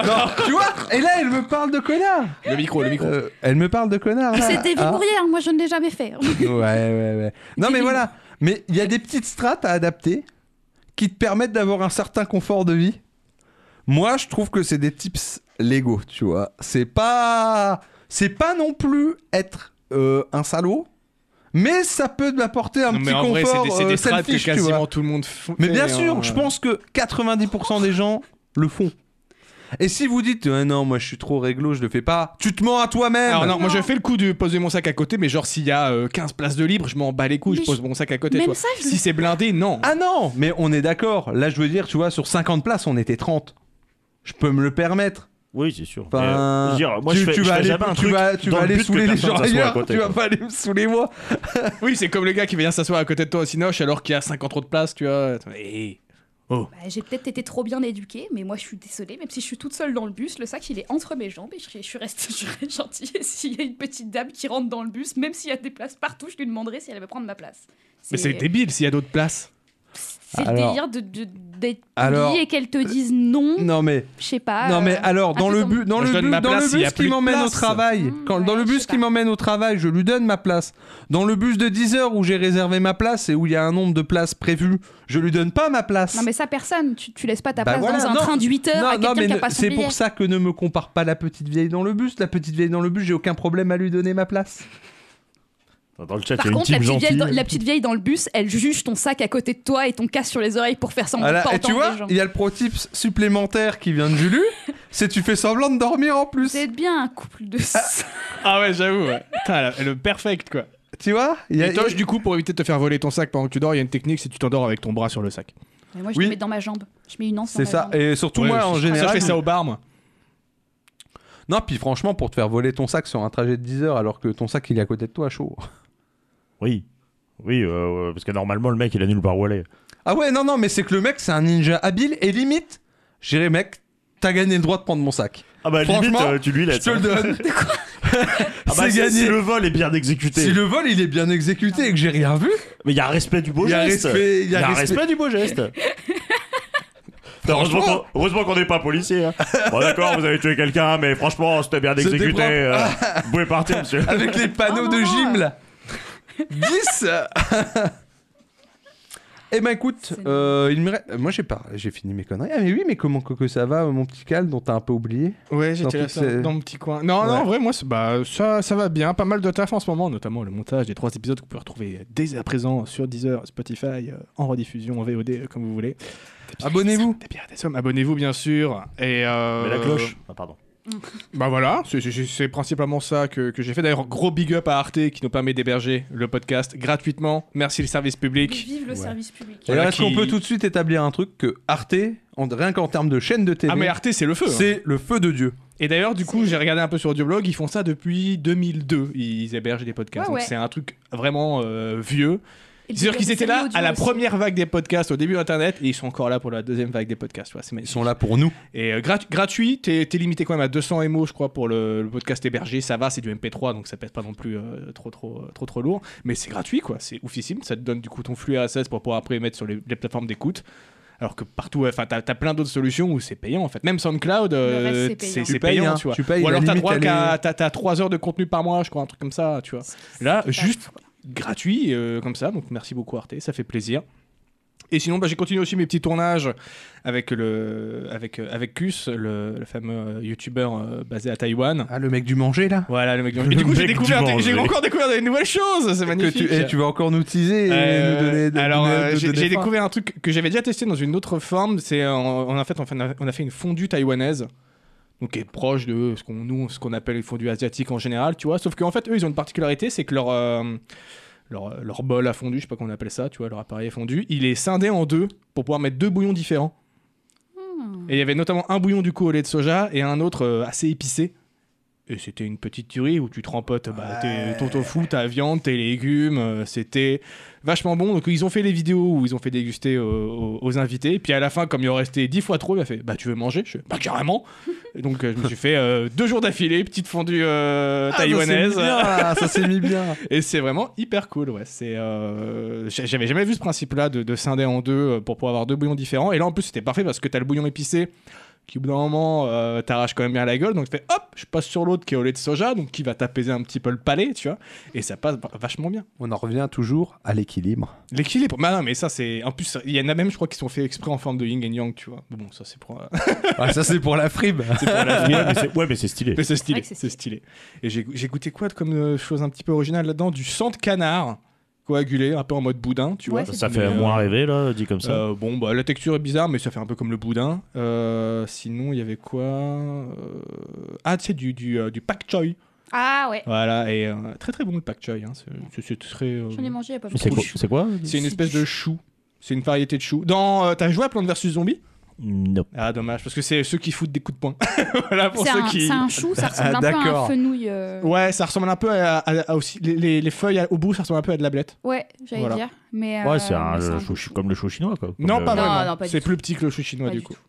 Speaker 1: Tu vois Et là, elle me parle de connard.
Speaker 2: Le micro, le micro.
Speaker 1: Euh, elle me parle de connard. là.
Speaker 4: C'est des
Speaker 1: Ah.
Speaker 4: Bourrier, hein, moi je ne l'ai jamais fait.
Speaker 1: Ouais, ouais, ouais. Non, mais voilà. Mais il y a des petites strates à adapter qui te permettent d'avoir un certain confort de vie. Moi, je trouve que c'est des tips légaux, tu vois. C'est pas. C'est pas non plus être euh, un salaud, mais ça peut m'apporter un
Speaker 2: Non,
Speaker 1: petit
Speaker 2: mais en vrai, c'est
Speaker 1: confort
Speaker 2: des, c'est des
Speaker 1: euh,
Speaker 2: strates
Speaker 1: selfish,
Speaker 2: que
Speaker 1: tu vois.
Speaker 2: quasiment tout le monde fait.
Speaker 1: Mais bien
Speaker 2: hein.
Speaker 1: sûr, je pense que 90% des gens le font. Et si vous dites Ah non, moi je suis trop réglo, je le fais pas, tu te mens à toi-même.
Speaker 2: Alors Ah, non, moi je fais le coup de poser mon sac à côté, mais genre s'il y a euh, 15 places de libre, je m'en bats les couilles,
Speaker 4: Mais
Speaker 2: je pose mon sac à côté.
Speaker 4: Même
Speaker 2: toi.
Speaker 4: ça, je le
Speaker 2: Si c'est blindé, non.
Speaker 1: Ah non, mais on est d'accord. Là, je veux dire, tu vois, sur 50 places, on était 30. Je peux me le permettre.
Speaker 3: Oui, c'est sûr.
Speaker 1: Enfin,
Speaker 3: Mais, euh, je veux dire, moi,
Speaker 1: tu,
Speaker 3: je fais,
Speaker 1: tu
Speaker 3: je
Speaker 1: vas
Speaker 3: fais
Speaker 1: aller,
Speaker 3: jamais un
Speaker 1: tu
Speaker 3: truc
Speaker 1: vas, tu
Speaker 3: dans
Speaker 1: vas
Speaker 3: le
Speaker 1: aller
Speaker 3: but que
Speaker 1: saouler les
Speaker 3: personne
Speaker 1: gens
Speaker 3: s'assoie à
Speaker 1: ailleurs,
Speaker 3: côté,
Speaker 1: tu vas
Speaker 3: quoi.
Speaker 1: pas aller me saouler moi.
Speaker 2: Oui, c'est comme le gars qui vient s'asseoir à côté de toi au Cinoche alors qu'il y a 50 autres places, tu vois. Et...
Speaker 4: Bah, j'ai peut-être été trop bien éduquée, mais moi je suis désolée, même si je suis toute seule dans le bus, le sac il est entre mes jambes et je, serai- je suis restée, je serai gentille. Et s'il y a une petite dame qui rentre dans le bus, même s'il y a des places partout, je lui demanderai si elle veut prendre ma place.
Speaker 2: Mais c'est débile s'il y a d'autres places.
Speaker 4: c'est le
Speaker 1: Alors-
Speaker 4: délire de, de- d'être
Speaker 1: Alors-
Speaker 4: poli et qu'elle te dise non,
Speaker 1: Non mais,
Speaker 4: je sais pas.
Speaker 1: non mais
Speaker 4: euh,
Speaker 1: alors dans le
Speaker 4: attends.
Speaker 1: but, dans
Speaker 2: Moi, je
Speaker 1: le
Speaker 2: donne ma
Speaker 1: but, dans
Speaker 2: place,
Speaker 1: le
Speaker 2: il y a
Speaker 1: bus
Speaker 2: plus
Speaker 1: qui
Speaker 2: de
Speaker 1: m'emmène au
Speaker 2: place.
Speaker 1: travail.
Speaker 4: Mmh,
Speaker 1: Quand dans
Speaker 4: ouais,
Speaker 1: le
Speaker 4: je
Speaker 1: bus
Speaker 4: sais
Speaker 1: qui
Speaker 4: pas.
Speaker 1: m'emmène au travail, je lui donne ma place. Dans le bus de 10 heures où j'ai réservé ma place et où il y a un nombre de places prévues, je lui donne pas ma place.
Speaker 4: Non mais ça personne, tu, tu laisses pas ta
Speaker 1: Bah
Speaker 4: place
Speaker 1: voilà,
Speaker 4: dans un
Speaker 1: non.
Speaker 4: train de 8 heures
Speaker 1: Non,
Speaker 4: à
Speaker 1: non,
Speaker 4: quelqu'un
Speaker 1: mais
Speaker 4: qui a
Speaker 1: ne-
Speaker 4: pas son
Speaker 1: c'est
Speaker 4: billet.
Speaker 1: pour ça que ne me compare pas la petite vieille dans le bus. La petite vieille dans le bus, j'ai aucun problème à lui donner ma place.
Speaker 3: Dans le chat, il y
Speaker 4: Par
Speaker 3: a une
Speaker 4: contre, la
Speaker 3: team
Speaker 4: petite, vieille
Speaker 3: gentille.
Speaker 4: dans, la petite vieille dans le bus, elle juge ton sac à côté de toi et ton casque sur les oreilles pour faire semblant de
Speaker 1: Voilà,
Speaker 4: pas
Speaker 1: et tu
Speaker 4: entendre
Speaker 1: vois,
Speaker 4: les gens.
Speaker 1: il y a le pro tips supplémentaire qui vient de Julu, c'est tu fais semblant de dormir en plus.
Speaker 4: Vous êtes bien un couple de
Speaker 2: Ah ouais, j'avoue. ouais. Putain, la- le perfect quoi.
Speaker 1: Tu vois il y a-
Speaker 2: Et Toche, du coup, pour éviter de te faire voler ton sac pendant que tu dors, il y a une technique, c'est que tu t'endors avec ton bras sur le sac.
Speaker 4: Mais moi, je
Speaker 1: Oui.
Speaker 4: le mets dans ma jambe. Je mets une anse dans
Speaker 1: C'est
Speaker 4: ma
Speaker 1: ça.
Speaker 4: jambe.
Speaker 1: Et surtout
Speaker 2: Ouais,
Speaker 1: moi
Speaker 2: je-
Speaker 1: en
Speaker 2: ça,
Speaker 1: général.
Speaker 2: je fais ça au bar, moi.
Speaker 1: Non, puis franchement, pour te faire voler ton sac sur un trajet de 10 heures alors que ton sac il est à côté de toi, chaud.
Speaker 3: Oui. Oui, euh, parce que normalement, le mec, il a nulle part où aller.
Speaker 1: Ah ouais, non, non, mais c'est que le mec c'est un ninja habile et limite, j'irais mec, t'as gagné le droit de prendre mon sac.
Speaker 3: Ah bah, limite,
Speaker 1: Franchement,
Speaker 3: euh, tu lui
Speaker 1: Je
Speaker 3: laisses.
Speaker 1: te le
Speaker 3: hein.
Speaker 1: donne.
Speaker 3: Ah bah,
Speaker 1: C'est
Speaker 3: si-
Speaker 1: gagné.
Speaker 3: Si le vol est bien exécuté.
Speaker 1: Si le vol il est bien exécuté et que j'ai rien vu,
Speaker 3: Mais il y a respect du beau
Speaker 1: il y a
Speaker 3: geste.
Speaker 1: respect.
Speaker 3: Il y a respect du beau geste. Heureusement
Speaker 1: Franchement.
Speaker 3: qu'on- heureusement qu'on n'est pas policier. hein. Bon, d'accord, vous avez tué quelqu'un, mais franchement, c'était bien
Speaker 1: C'était
Speaker 3: exécuté.
Speaker 1: propre.
Speaker 3: euh, vous pouvez partir, monsieur.
Speaker 1: Avec les panneaux
Speaker 4: Oh,
Speaker 1: de
Speaker 4: non,
Speaker 1: gym
Speaker 4: non.
Speaker 1: là 10 Eh ben écoute,
Speaker 4: C'est
Speaker 1: euh, il me reste- moi j'ai pas, j'ai fini mes conneries. Ah mais oui, mais comment que, que ça va, mon petit Cal, dont t'as un peu oublié
Speaker 2: Ouais,
Speaker 1: j'étais
Speaker 2: j'étais
Speaker 1: là,
Speaker 2: là
Speaker 1: ça, dans
Speaker 2: dans mon petit coin. Non,
Speaker 1: Ouais.
Speaker 2: non, en vrai, moi, c'est- bah, ça, ça va bien. Pas mal de taf en ce moment, notamment le montage des trois épisodes que vous pouvez retrouver dès à présent sur Deezer, Spotify, euh, en rediffusion, en VOD, euh, comme vous voulez.
Speaker 1: Abonnez-vous.
Speaker 2: Des pirates des sommes. Abonnez-vous, bien sûr. Et euh,
Speaker 3: Mais la cloche. Ah, pardon.
Speaker 2: Bah voilà, c'est- c'est c'est principalement ça que, que j'ai fait. D'ailleurs, gros big up à Arte qui nous permet d'héberger le podcast gratuitement. Merci le service public.
Speaker 4: Vive le
Speaker 2: Ouais.
Speaker 4: service public.
Speaker 1: Et
Speaker 2: Voilà
Speaker 1: est-ce qu'on
Speaker 2: qui-
Speaker 1: peut tout de suite établir un truc que Arte, en- rien qu'en termes de chaîne de télé,
Speaker 2: Ah mais Arte c'est le feu. hein.
Speaker 1: c'est le feu de Dieu.
Speaker 2: Et d'ailleurs du coup j'ai regardé un peu sur Duoblog, ils font ça depuis 2002. Ils hébergent des podcasts.
Speaker 4: Ah Ouais,
Speaker 2: Donc
Speaker 4: ouais.
Speaker 2: c'est un truc vraiment euh, vieux.
Speaker 4: Et
Speaker 2: C'est-à-dire
Speaker 4: le
Speaker 2: qu'ils étaient là
Speaker 4: audio
Speaker 2: à la
Speaker 4: aussi.
Speaker 2: première vague des podcasts au début Internet et ils sont encore là pour la deuxième vague des podcasts. Tu vois, c'est
Speaker 1: Ils
Speaker 2: magnifique.
Speaker 1: sont là pour nous.
Speaker 2: Et euh, grat- gratuit, t'es t'es limité quand même à 200 MO je crois pour le, le podcast hébergé. Ça va, c'est du MP3 donc ça pèse pas non plus euh, trop, trop trop trop lourd. Mais c'est gratuit quoi, c'est oufissime. Ça te donne du coup ton flux RSS pour pouvoir après mettre sur les, les plateformes d'écoute. Alors que partout, enfin, t'as t'as plein d'autres solutions où c'est payant en fait. Même SoundCloud, euh,
Speaker 4: Le reste, c'est payant.
Speaker 1: Tu payes, hein,
Speaker 2: tu vois.
Speaker 1: tu payes,
Speaker 2: Ou
Speaker 1: la
Speaker 2: alors t'as
Speaker 1: limite,
Speaker 2: droit
Speaker 1: elle
Speaker 2: qu'à
Speaker 1: est-
Speaker 2: t'as- t'as 3 heures de contenu par mois, je crois, un truc comme ça, tu vois. Là, juste gratuit euh, comme ça. Donc merci beaucoup Arte, ça fait plaisir. Et sinon, bah, j'ai continué aussi mes petits tournages avec le avec euh, avec Kus, le, le fameux euh, youtubeur euh, basé à Taïwan.
Speaker 1: Ah le mec du manger là.
Speaker 2: Voilà, le mec. du-
Speaker 3: Le
Speaker 2: Et du coup, j'ai
Speaker 3: mec du
Speaker 2: découvert, des- j'ai
Speaker 3: manger.
Speaker 2: encore découvert des nouvelles choses. C'est
Speaker 1: Que
Speaker 2: magnifique.
Speaker 1: tu, eh, tu vas encore nous teaser et
Speaker 2: Euh,
Speaker 1: nous donner. de-
Speaker 2: alors,
Speaker 1: nous
Speaker 2: euh,
Speaker 1: donner-
Speaker 2: j'ai
Speaker 1: donner
Speaker 2: j'ai
Speaker 1: faim.
Speaker 2: découvert un truc que j'avais déjà testé dans une autre forme. C'est euh, en, en fait, on fait- on a, on a fait une fondue taïwanaise, donc qui est proche de ce qu'on nous, ce qu'on appelle les fondues asiatiques en général, tu vois. Sauf qu'en fait, eux, ils ont une particularité, c'est que leur euh, leur, leur bol à fondu, je sais pas comment on appelle ça, tu vois, leur appareil à fondu, il est scindé en deux pour pouvoir mettre deux bouillons différents. Et il y avait notamment un bouillon du coup au lait de soja et un autre euh, assez épicé. Et c'était une petite tuerie où tu trempotes bah, tes- ton tofu, ta viande, tes légumes. euh, C'était vachement bon. Donc ils ont fait les vidéos où ils ont fait déguster euh, aux, aux invités. Puis à la fin, comme il en restait dix fois trop, il m'a fait Bah tu veux manger Je fais Bah carrément Et Donc euh, je me suis fait euh, deux jours d'affilée, petite fondue euh,
Speaker 1: bah,
Speaker 2: taïwanaise.
Speaker 1: Ah, ça s'est mis bien.
Speaker 2: Et c'est vraiment hyper cool, ouais. C'est, euh, j'a- j'avais jamais vu ce principe-là de, de scinder en deux euh, pour pouvoir avoir deux bouillons différents. Et là, en plus, c'était parfait parce que t'as le bouillon épicé qui, au bout d'un moment, euh, t'arrache quand même bien la gueule. Donc, tu fais hop, je passe sur l'autre qui est au lait de soja, donc qui va t'apaiser un petit peu le palais, tu vois. Et ça passe v- vachement bien.
Speaker 1: On en revient toujours à l'équilibre.
Speaker 2: L'équilibre, bah non, mais ça, c'est. En plus, il y en a même, je crois, qui sont faits exprès en forme de yin et yang, tu vois. Mais Bon, ça, c'est pour. euh,
Speaker 1: Ah, ça, c'est pour la frime.
Speaker 2: c'est pour la
Speaker 3: Ouais, mais c'est- ouais, mais c'est stylé.
Speaker 2: Mais c'est stylé,
Speaker 4: vrai que
Speaker 2: c'est
Speaker 4: c'est
Speaker 2: stylé. Et j'ai j'ai goûté quoi de- comme euh, chose un petit peu originale là-dedans Du sang de canard coagulé, un peu en mode boudin, tu
Speaker 4: Ouais,
Speaker 2: vois.
Speaker 4: c'est
Speaker 3: Ça
Speaker 2: Mais,
Speaker 3: fait
Speaker 2: euh,
Speaker 3: moins rêver, là, dit comme ça.
Speaker 2: euh, bon, bah, la texture est bizarre, mais ça fait un peu comme le boudin. Euh, sinon, il y avait quoi Euh, Ah, tu sais, du, du, euh, du pak choy.
Speaker 4: Ah ouais.
Speaker 2: Voilà, et euh, très très bon le pak choy. hein. C'est- C'est c'est très. euh,
Speaker 4: J'en ai mangé il y a pas
Speaker 3: Mais c'est
Speaker 4: longtemps.
Speaker 3: quoi, c'est quoi
Speaker 2: C'est une
Speaker 4: C'est
Speaker 2: espèce
Speaker 4: du
Speaker 2: de chou. C'est une variété de chou. Dans, euh, t'as joué à Plante vs Zombie
Speaker 3: Non.
Speaker 2: Ah, dommage, parce que c'est ceux qui foutent des coups de poing. voilà pour
Speaker 4: C'est
Speaker 2: ceux
Speaker 4: un,
Speaker 2: qui.
Speaker 4: c'est un chou, ça ressemble
Speaker 1: Ah,
Speaker 4: un peu à
Speaker 1: d'accord.
Speaker 4: un fenouil. euh,
Speaker 2: Ouais, ça ressemble un peu à, à- à aussi les, les- les feuilles à- au bout, ça ressemble un peu à de la blette.
Speaker 4: Ouais, j'allais
Speaker 2: Voilà.
Speaker 4: dire. Mais, euh,
Speaker 3: Ouais, c'est un,
Speaker 4: mais
Speaker 3: le
Speaker 4: bon
Speaker 3: chou-
Speaker 4: chou.
Speaker 3: comme le chou chinois, quoi. Comme
Speaker 2: Non,
Speaker 3: le-
Speaker 2: pas
Speaker 4: Non,
Speaker 2: vraiment.
Speaker 4: non, pas du
Speaker 2: c'est
Speaker 4: tout.
Speaker 2: plus petit que le chou chinois
Speaker 4: Pas
Speaker 2: du
Speaker 4: du
Speaker 2: coup.
Speaker 4: tout.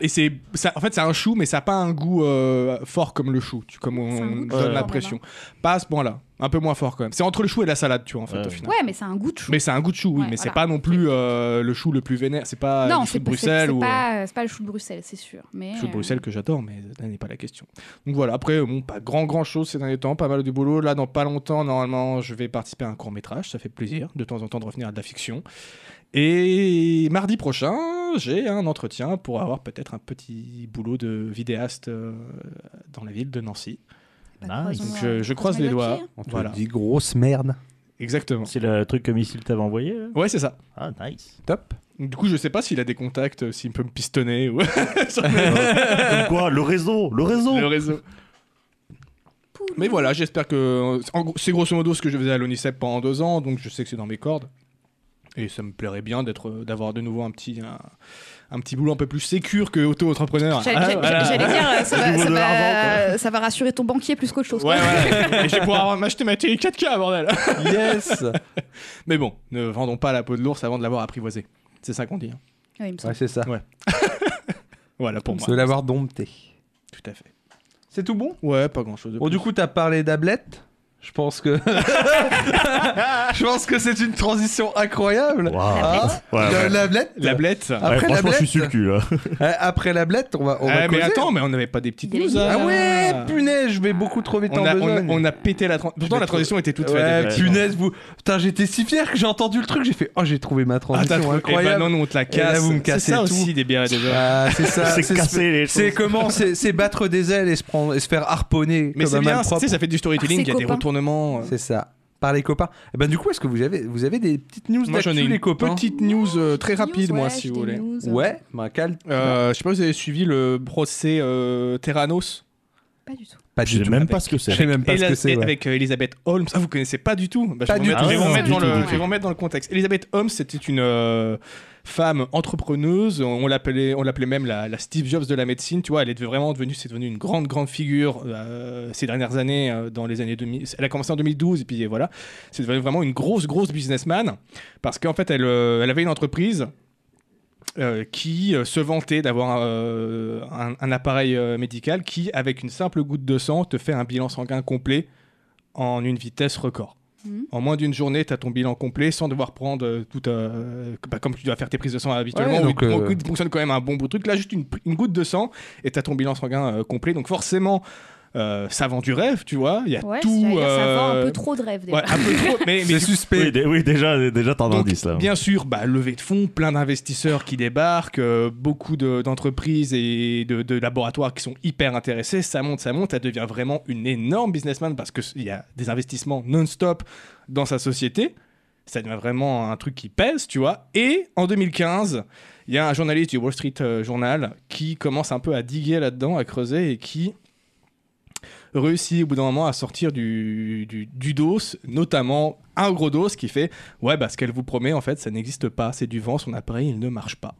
Speaker 2: Et c'est, ça- en fait, c'est un chou, mais ça n'a pas un goût euh, fort comme le chou, tu, comme on,
Speaker 4: C'est un goût de
Speaker 2: donne
Speaker 3: chou,
Speaker 2: l'impression. Pas à ce point-là, un peu moins fort quand même. C'est entre le chou et la salade, tu vois, en fait,
Speaker 3: Ouais.
Speaker 2: au final.
Speaker 4: Ouais, mais c'est un goût de chou.
Speaker 2: Mais c'est un goût de chou, oui,
Speaker 4: Ouais,
Speaker 2: mais c'est pas
Speaker 4: voilà.
Speaker 2: non plus euh, le chou le plus vénère. C'est pas
Speaker 4: non,
Speaker 2: le chou
Speaker 4: c'est
Speaker 2: de
Speaker 4: c'est-
Speaker 2: Bruxelles
Speaker 4: c'est
Speaker 2: ou. euh,
Speaker 4: pas, c'est pas le chou de Bruxelles, c'est sûr. Mais,
Speaker 2: Je suis de
Speaker 4: euh,
Speaker 2: Bruxelles que j'adore, mais là n'est pas la question. Donc voilà, après, euh, bon, pas grand grand chose ces derniers temps, pas mal de boulot. Là, dans pas longtemps, normalement, je vais participer à un court métrage, ça fait plaisir de temps en temps de revenir à de la fiction. Et mardi prochain, j'ai un entretien pour avoir peut-être un petit boulot de vidéaste euh, dans la ville de Nancy.
Speaker 4: bah,
Speaker 3: Nice.
Speaker 4: croisons,
Speaker 2: Donc
Speaker 4: euh,
Speaker 2: je, je croise les doigts.
Speaker 4: pieds.
Speaker 1: On te
Speaker 2: Voilà,
Speaker 1: dit grosse merde.
Speaker 2: exactement.
Speaker 3: C'est le truc que Missile t'avait envoyé là
Speaker 2: Ouais, c'est ça.
Speaker 3: Ah, nice.
Speaker 1: Top.
Speaker 2: Du coup, je sais pas s'il a des contacts, euh, s'il peut me pistonner ou
Speaker 3: Comme quoi, le réseau, le réseau
Speaker 2: le réseau.
Speaker 4: Poule.
Speaker 2: Mais voilà, j'espère que. en gros, C'est grosso modo ce que je faisais à l'ONICEP pendant deux ans, donc je sais que c'est dans mes cordes. Et ça me plairait bien d'être, euh, d'avoir de nouveau un petit, un, un petit boulot un peu plus sécure que auto-entrepreneur.
Speaker 4: J'allais
Speaker 2: Ah,
Speaker 4: j'allais-
Speaker 2: voilà.
Speaker 4: j'allais dire, euh, ça
Speaker 3: Du
Speaker 4: va,
Speaker 3: niveau
Speaker 4: ça
Speaker 3: de l'argent,
Speaker 4: va, ça va rassurer ton banquier plus qu'autre chose.
Speaker 2: Ouais,
Speaker 4: quoi.
Speaker 2: Ah, ouais. Et je vais pouvoir avoir- m'acheter ma télé 4K, bordel.
Speaker 1: Yes.
Speaker 2: Mais bon, ne vendons pas la peau de l'ours avant de l'avoir apprivoisée. C'est ça qu'on dit. hein.
Speaker 4: Ouais, il me semble.
Speaker 1: Ouais, c'est ça.
Speaker 2: Voilà pour moi.
Speaker 1: De l'avoir dompté.
Speaker 2: Tout à fait.
Speaker 1: C'est tout bon
Speaker 2: Ouais, pas grand chose. De
Speaker 1: Bon, du coup, t'as parlé d'ablette. Je pense que. Je pense que c'est une transition incroyable.
Speaker 3: Waouh.
Speaker 1: Ah,
Speaker 3: Ouais, ouais.
Speaker 1: la- l'ablette.
Speaker 2: La blette.
Speaker 1: après
Speaker 3: Ouais, franchement,
Speaker 1: l'ablette.
Speaker 3: je suis sur le cul. là.
Speaker 1: Euh, Après l'ablette, Ah, on va. On va
Speaker 2: Eh, mais
Speaker 1: causer.
Speaker 2: attends, mais on n'avait pas des petites
Speaker 4: Il y a
Speaker 2: news.
Speaker 4: des-
Speaker 2: hein.
Speaker 1: Ah ouais, punaise, je vais beaucoup trop vite
Speaker 2: on
Speaker 1: en
Speaker 2: a, on, a,
Speaker 1: besogne.
Speaker 2: on a pété la transition. Pourtant, la transition était toute faite.
Speaker 1: Ouais,
Speaker 3: déjà.
Speaker 1: punaise, vous. Putain, j'étais si fier que j'ai entendu le truc, j'ai fait. Oh, j'ai trouvé ma
Speaker 2: Ah, t'as
Speaker 1: transition
Speaker 2: trouvé. Eh ben
Speaker 1: incroyable.
Speaker 2: non, non, on te la casse.
Speaker 1: vous me
Speaker 2: C'est
Speaker 1: cassez
Speaker 2: ça
Speaker 1: tout.
Speaker 2: aussi, des bières et des verres.
Speaker 1: Ah, c'est ça.
Speaker 3: C'est casser les
Speaker 1: C'est
Speaker 3: choses.
Speaker 1: comment C'est c'est battre des ailes et se, prendre, et se faire harponner
Speaker 2: Mais
Speaker 1: comme
Speaker 2: c'est
Speaker 1: un
Speaker 2: bien,
Speaker 1: mal
Speaker 2: tu sais, ça fait du storytelling,
Speaker 4: Par
Speaker 2: il
Speaker 4: ses
Speaker 2: y a des
Speaker 4: copains.
Speaker 2: retournements. euh.
Speaker 1: C'est ça. Par les copains. Et ben du coup, est-ce que vous avez, vous avez des petites news
Speaker 2: Moi, j'en ai
Speaker 1: d'actu,
Speaker 2: une
Speaker 1: les copains
Speaker 2: petite hein. news euh, très
Speaker 4: Des
Speaker 2: rapide,
Speaker 4: news,
Speaker 2: moi,
Speaker 4: ouais,
Speaker 2: si
Speaker 4: j'ai
Speaker 2: vous
Speaker 4: des
Speaker 2: voulez.
Speaker 4: news.
Speaker 1: Ouais, bah, calme.
Speaker 2: Euh, je sais pas si vous avez suivi le procès euh, Terranos.
Speaker 4: Pas du tout.
Speaker 1: Pas
Speaker 3: Je
Speaker 1: du
Speaker 3: sais
Speaker 1: tout.
Speaker 3: même
Speaker 2: avec-
Speaker 3: pas ce que
Speaker 1: Je
Speaker 3: c'est.
Speaker 1: sais même pas
Speaker 2: Ela-
Speaker 1: ce que c'est. ouais.
Speaker 2: Avec euh, Elizabeth Holmes. Ah, vous connaissez pas du tout Bah, je
Speaker 1: Pas
Speaker 2: vais vous
Speaker 1: du
Speaker 2: mettre-
Speaker 1: tout.
Speaker 2: Je vais vous
Speaker 3: Ah,
Speaker 2: remettre
Speaker 3: du
Speaker 2: dans
Speaker 3: tout,
Speaker 2: le-
Speaker 3: du
Speaker 2: je vais
Speaker 3: tout.
Speaker 2: vous remettre dans le contexte. Elizabeth Holmes, c'était une euh, femme entrepreneuse. On l'appelait on l'appelait même la, la Steve Jobs de la médecine. Tu vois, elle est vraiment devenue, c'est devenu une grande, grande figure euh, ces dernières années, euh, dans les années 2000. Elle a commencé en 2012, et puis voilà. C'est devenu vraiment une grosse, grosse businessman. Parce qu'en fait, elle, euh, elle avait une entreprise euh, qui euh, se vantait d'avoir euh, un, un appareil euh, médical qui, avec une simple goutte de sang, te fait un bilan sanguin complet en une vitesse record.
Speaker 4: Mhm.
Speaker 2: En moins d'une journée, tu as ton bilan complet sans devoir prendre euh, tout. euh, bah, comme tu dois faire tes prises de sang habituellement,
Speaker 1: Ouais,
Speaker 2: où
Speaker 1: donc,
Speaker 2: il, te-
Speaker 1: euh,
Speaker 2: il te fonctionne quand même un bon bout de truc. Là, juste une, pri- une goutte de sang et tu as ton bilan sanguin euh, complet. Donc, forcément, euh, ça vend du rêve, tu vois. Il y a
Speaker 4: Ouais,
Speaker 2: tout.
Speaker 4: j'allais dire, ça vend un
Speaker 2: euh,
Speaker 4: peu trop de rêve.
Speaker 2: ouais,
Speaker 4: déjà.
Speaker 2: un peu trop, mais, mais
Speaker 1: C'est
Speaker 2: du
Speaker 1: suspect.
Speaker 3: Oui, dé- oui, déjà, déjà t'as un
Speaker 2: donc,
Speaker 3: indice là.
Speaker 2: Bien sûr, bah, levée de fonds, plein d'investisseurs qui débarquent, euh, beaucoup de- d'entreprises et de, de laboratoires qui sont hyper intéressés. Ça monte, ça monte, elle devient vraiment une énorme businessman parce qu'il y a des investissements non-stop dans sa société. Ça devient vraiment un truc qui pèse, tu vois. Et en 2015, il y a un journaliste du Wall Street euh, Journal qui commence un peu à diguer là-dedans, à creuser et qui réussit au bout d'un moment à sortir du, du, du dos, notamment un gros dos qui fait Ouais, bah ce qu'elle vous promet, en fait, ça n'existe pas. C'est du vent, son appareil, il ne marche pas.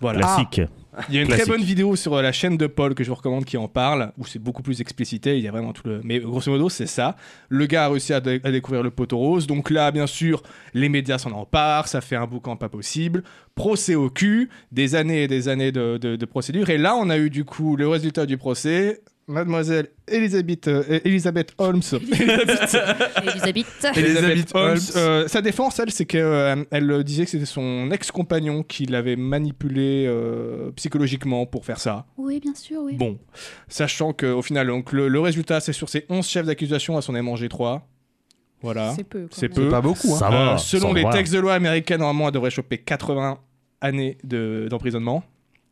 Speaker 2: Voilà.
Speaker 3: Ah, Classique.
Speaker 2: Il y a une
Speaker 3: Classique.
Speaker 2: très bonne vidéo sur euh, la chaîne de Paul que je vous recommande qui en parle, où c'est beaucoup plus explicité. Il y a vraiment tout le. Mais euh, grosso modo, c'est ça. Le gars a réussi à, dé- à découvrir le poteau rose. Donc là, bien sûr, les médias s'en emparent. Ça fait un boucan pas possible. Procès au cul. Des années et des années de, de, de procédure. Et là, on a eu du coup le résultat du procès. Mademoiselle Elisabeth, euh, Elisabeth Holmes.
Speaker 5: Elisabeth.
Speaker 1: Elisabeth Holmes.
Speaker 2: euh, sa défense, elle, c'est qu'elle disait que c'était son ex-compagnon qui l'avait manipulé euh, psychologiquement pour faire ça.
Speaker 4: Oui, bien sûr, oui.
Speaker 2: Bon, sachant qu'au final, donc, le, le résultat, c'est sur ces 11 chefs d'accusation, à s'en est mangé 3. Voilà.
Speaker 4: C'est peu. quand
Speaker 2: C'est
Speaker 4: même.
Speaker 2: peu.
Speaker 1: Pas beaucoup, hein.
Speaker 3: Ça
Speaker 2: Euh,
Speaker 3: va.
Speaker 2: selon
Speaker 3: ça
Speaker 2: les
Speaker 3: va.
Speaker 2: textes de loi américains, normalement, elle devrait choper 80 années de- d'emprisonnement.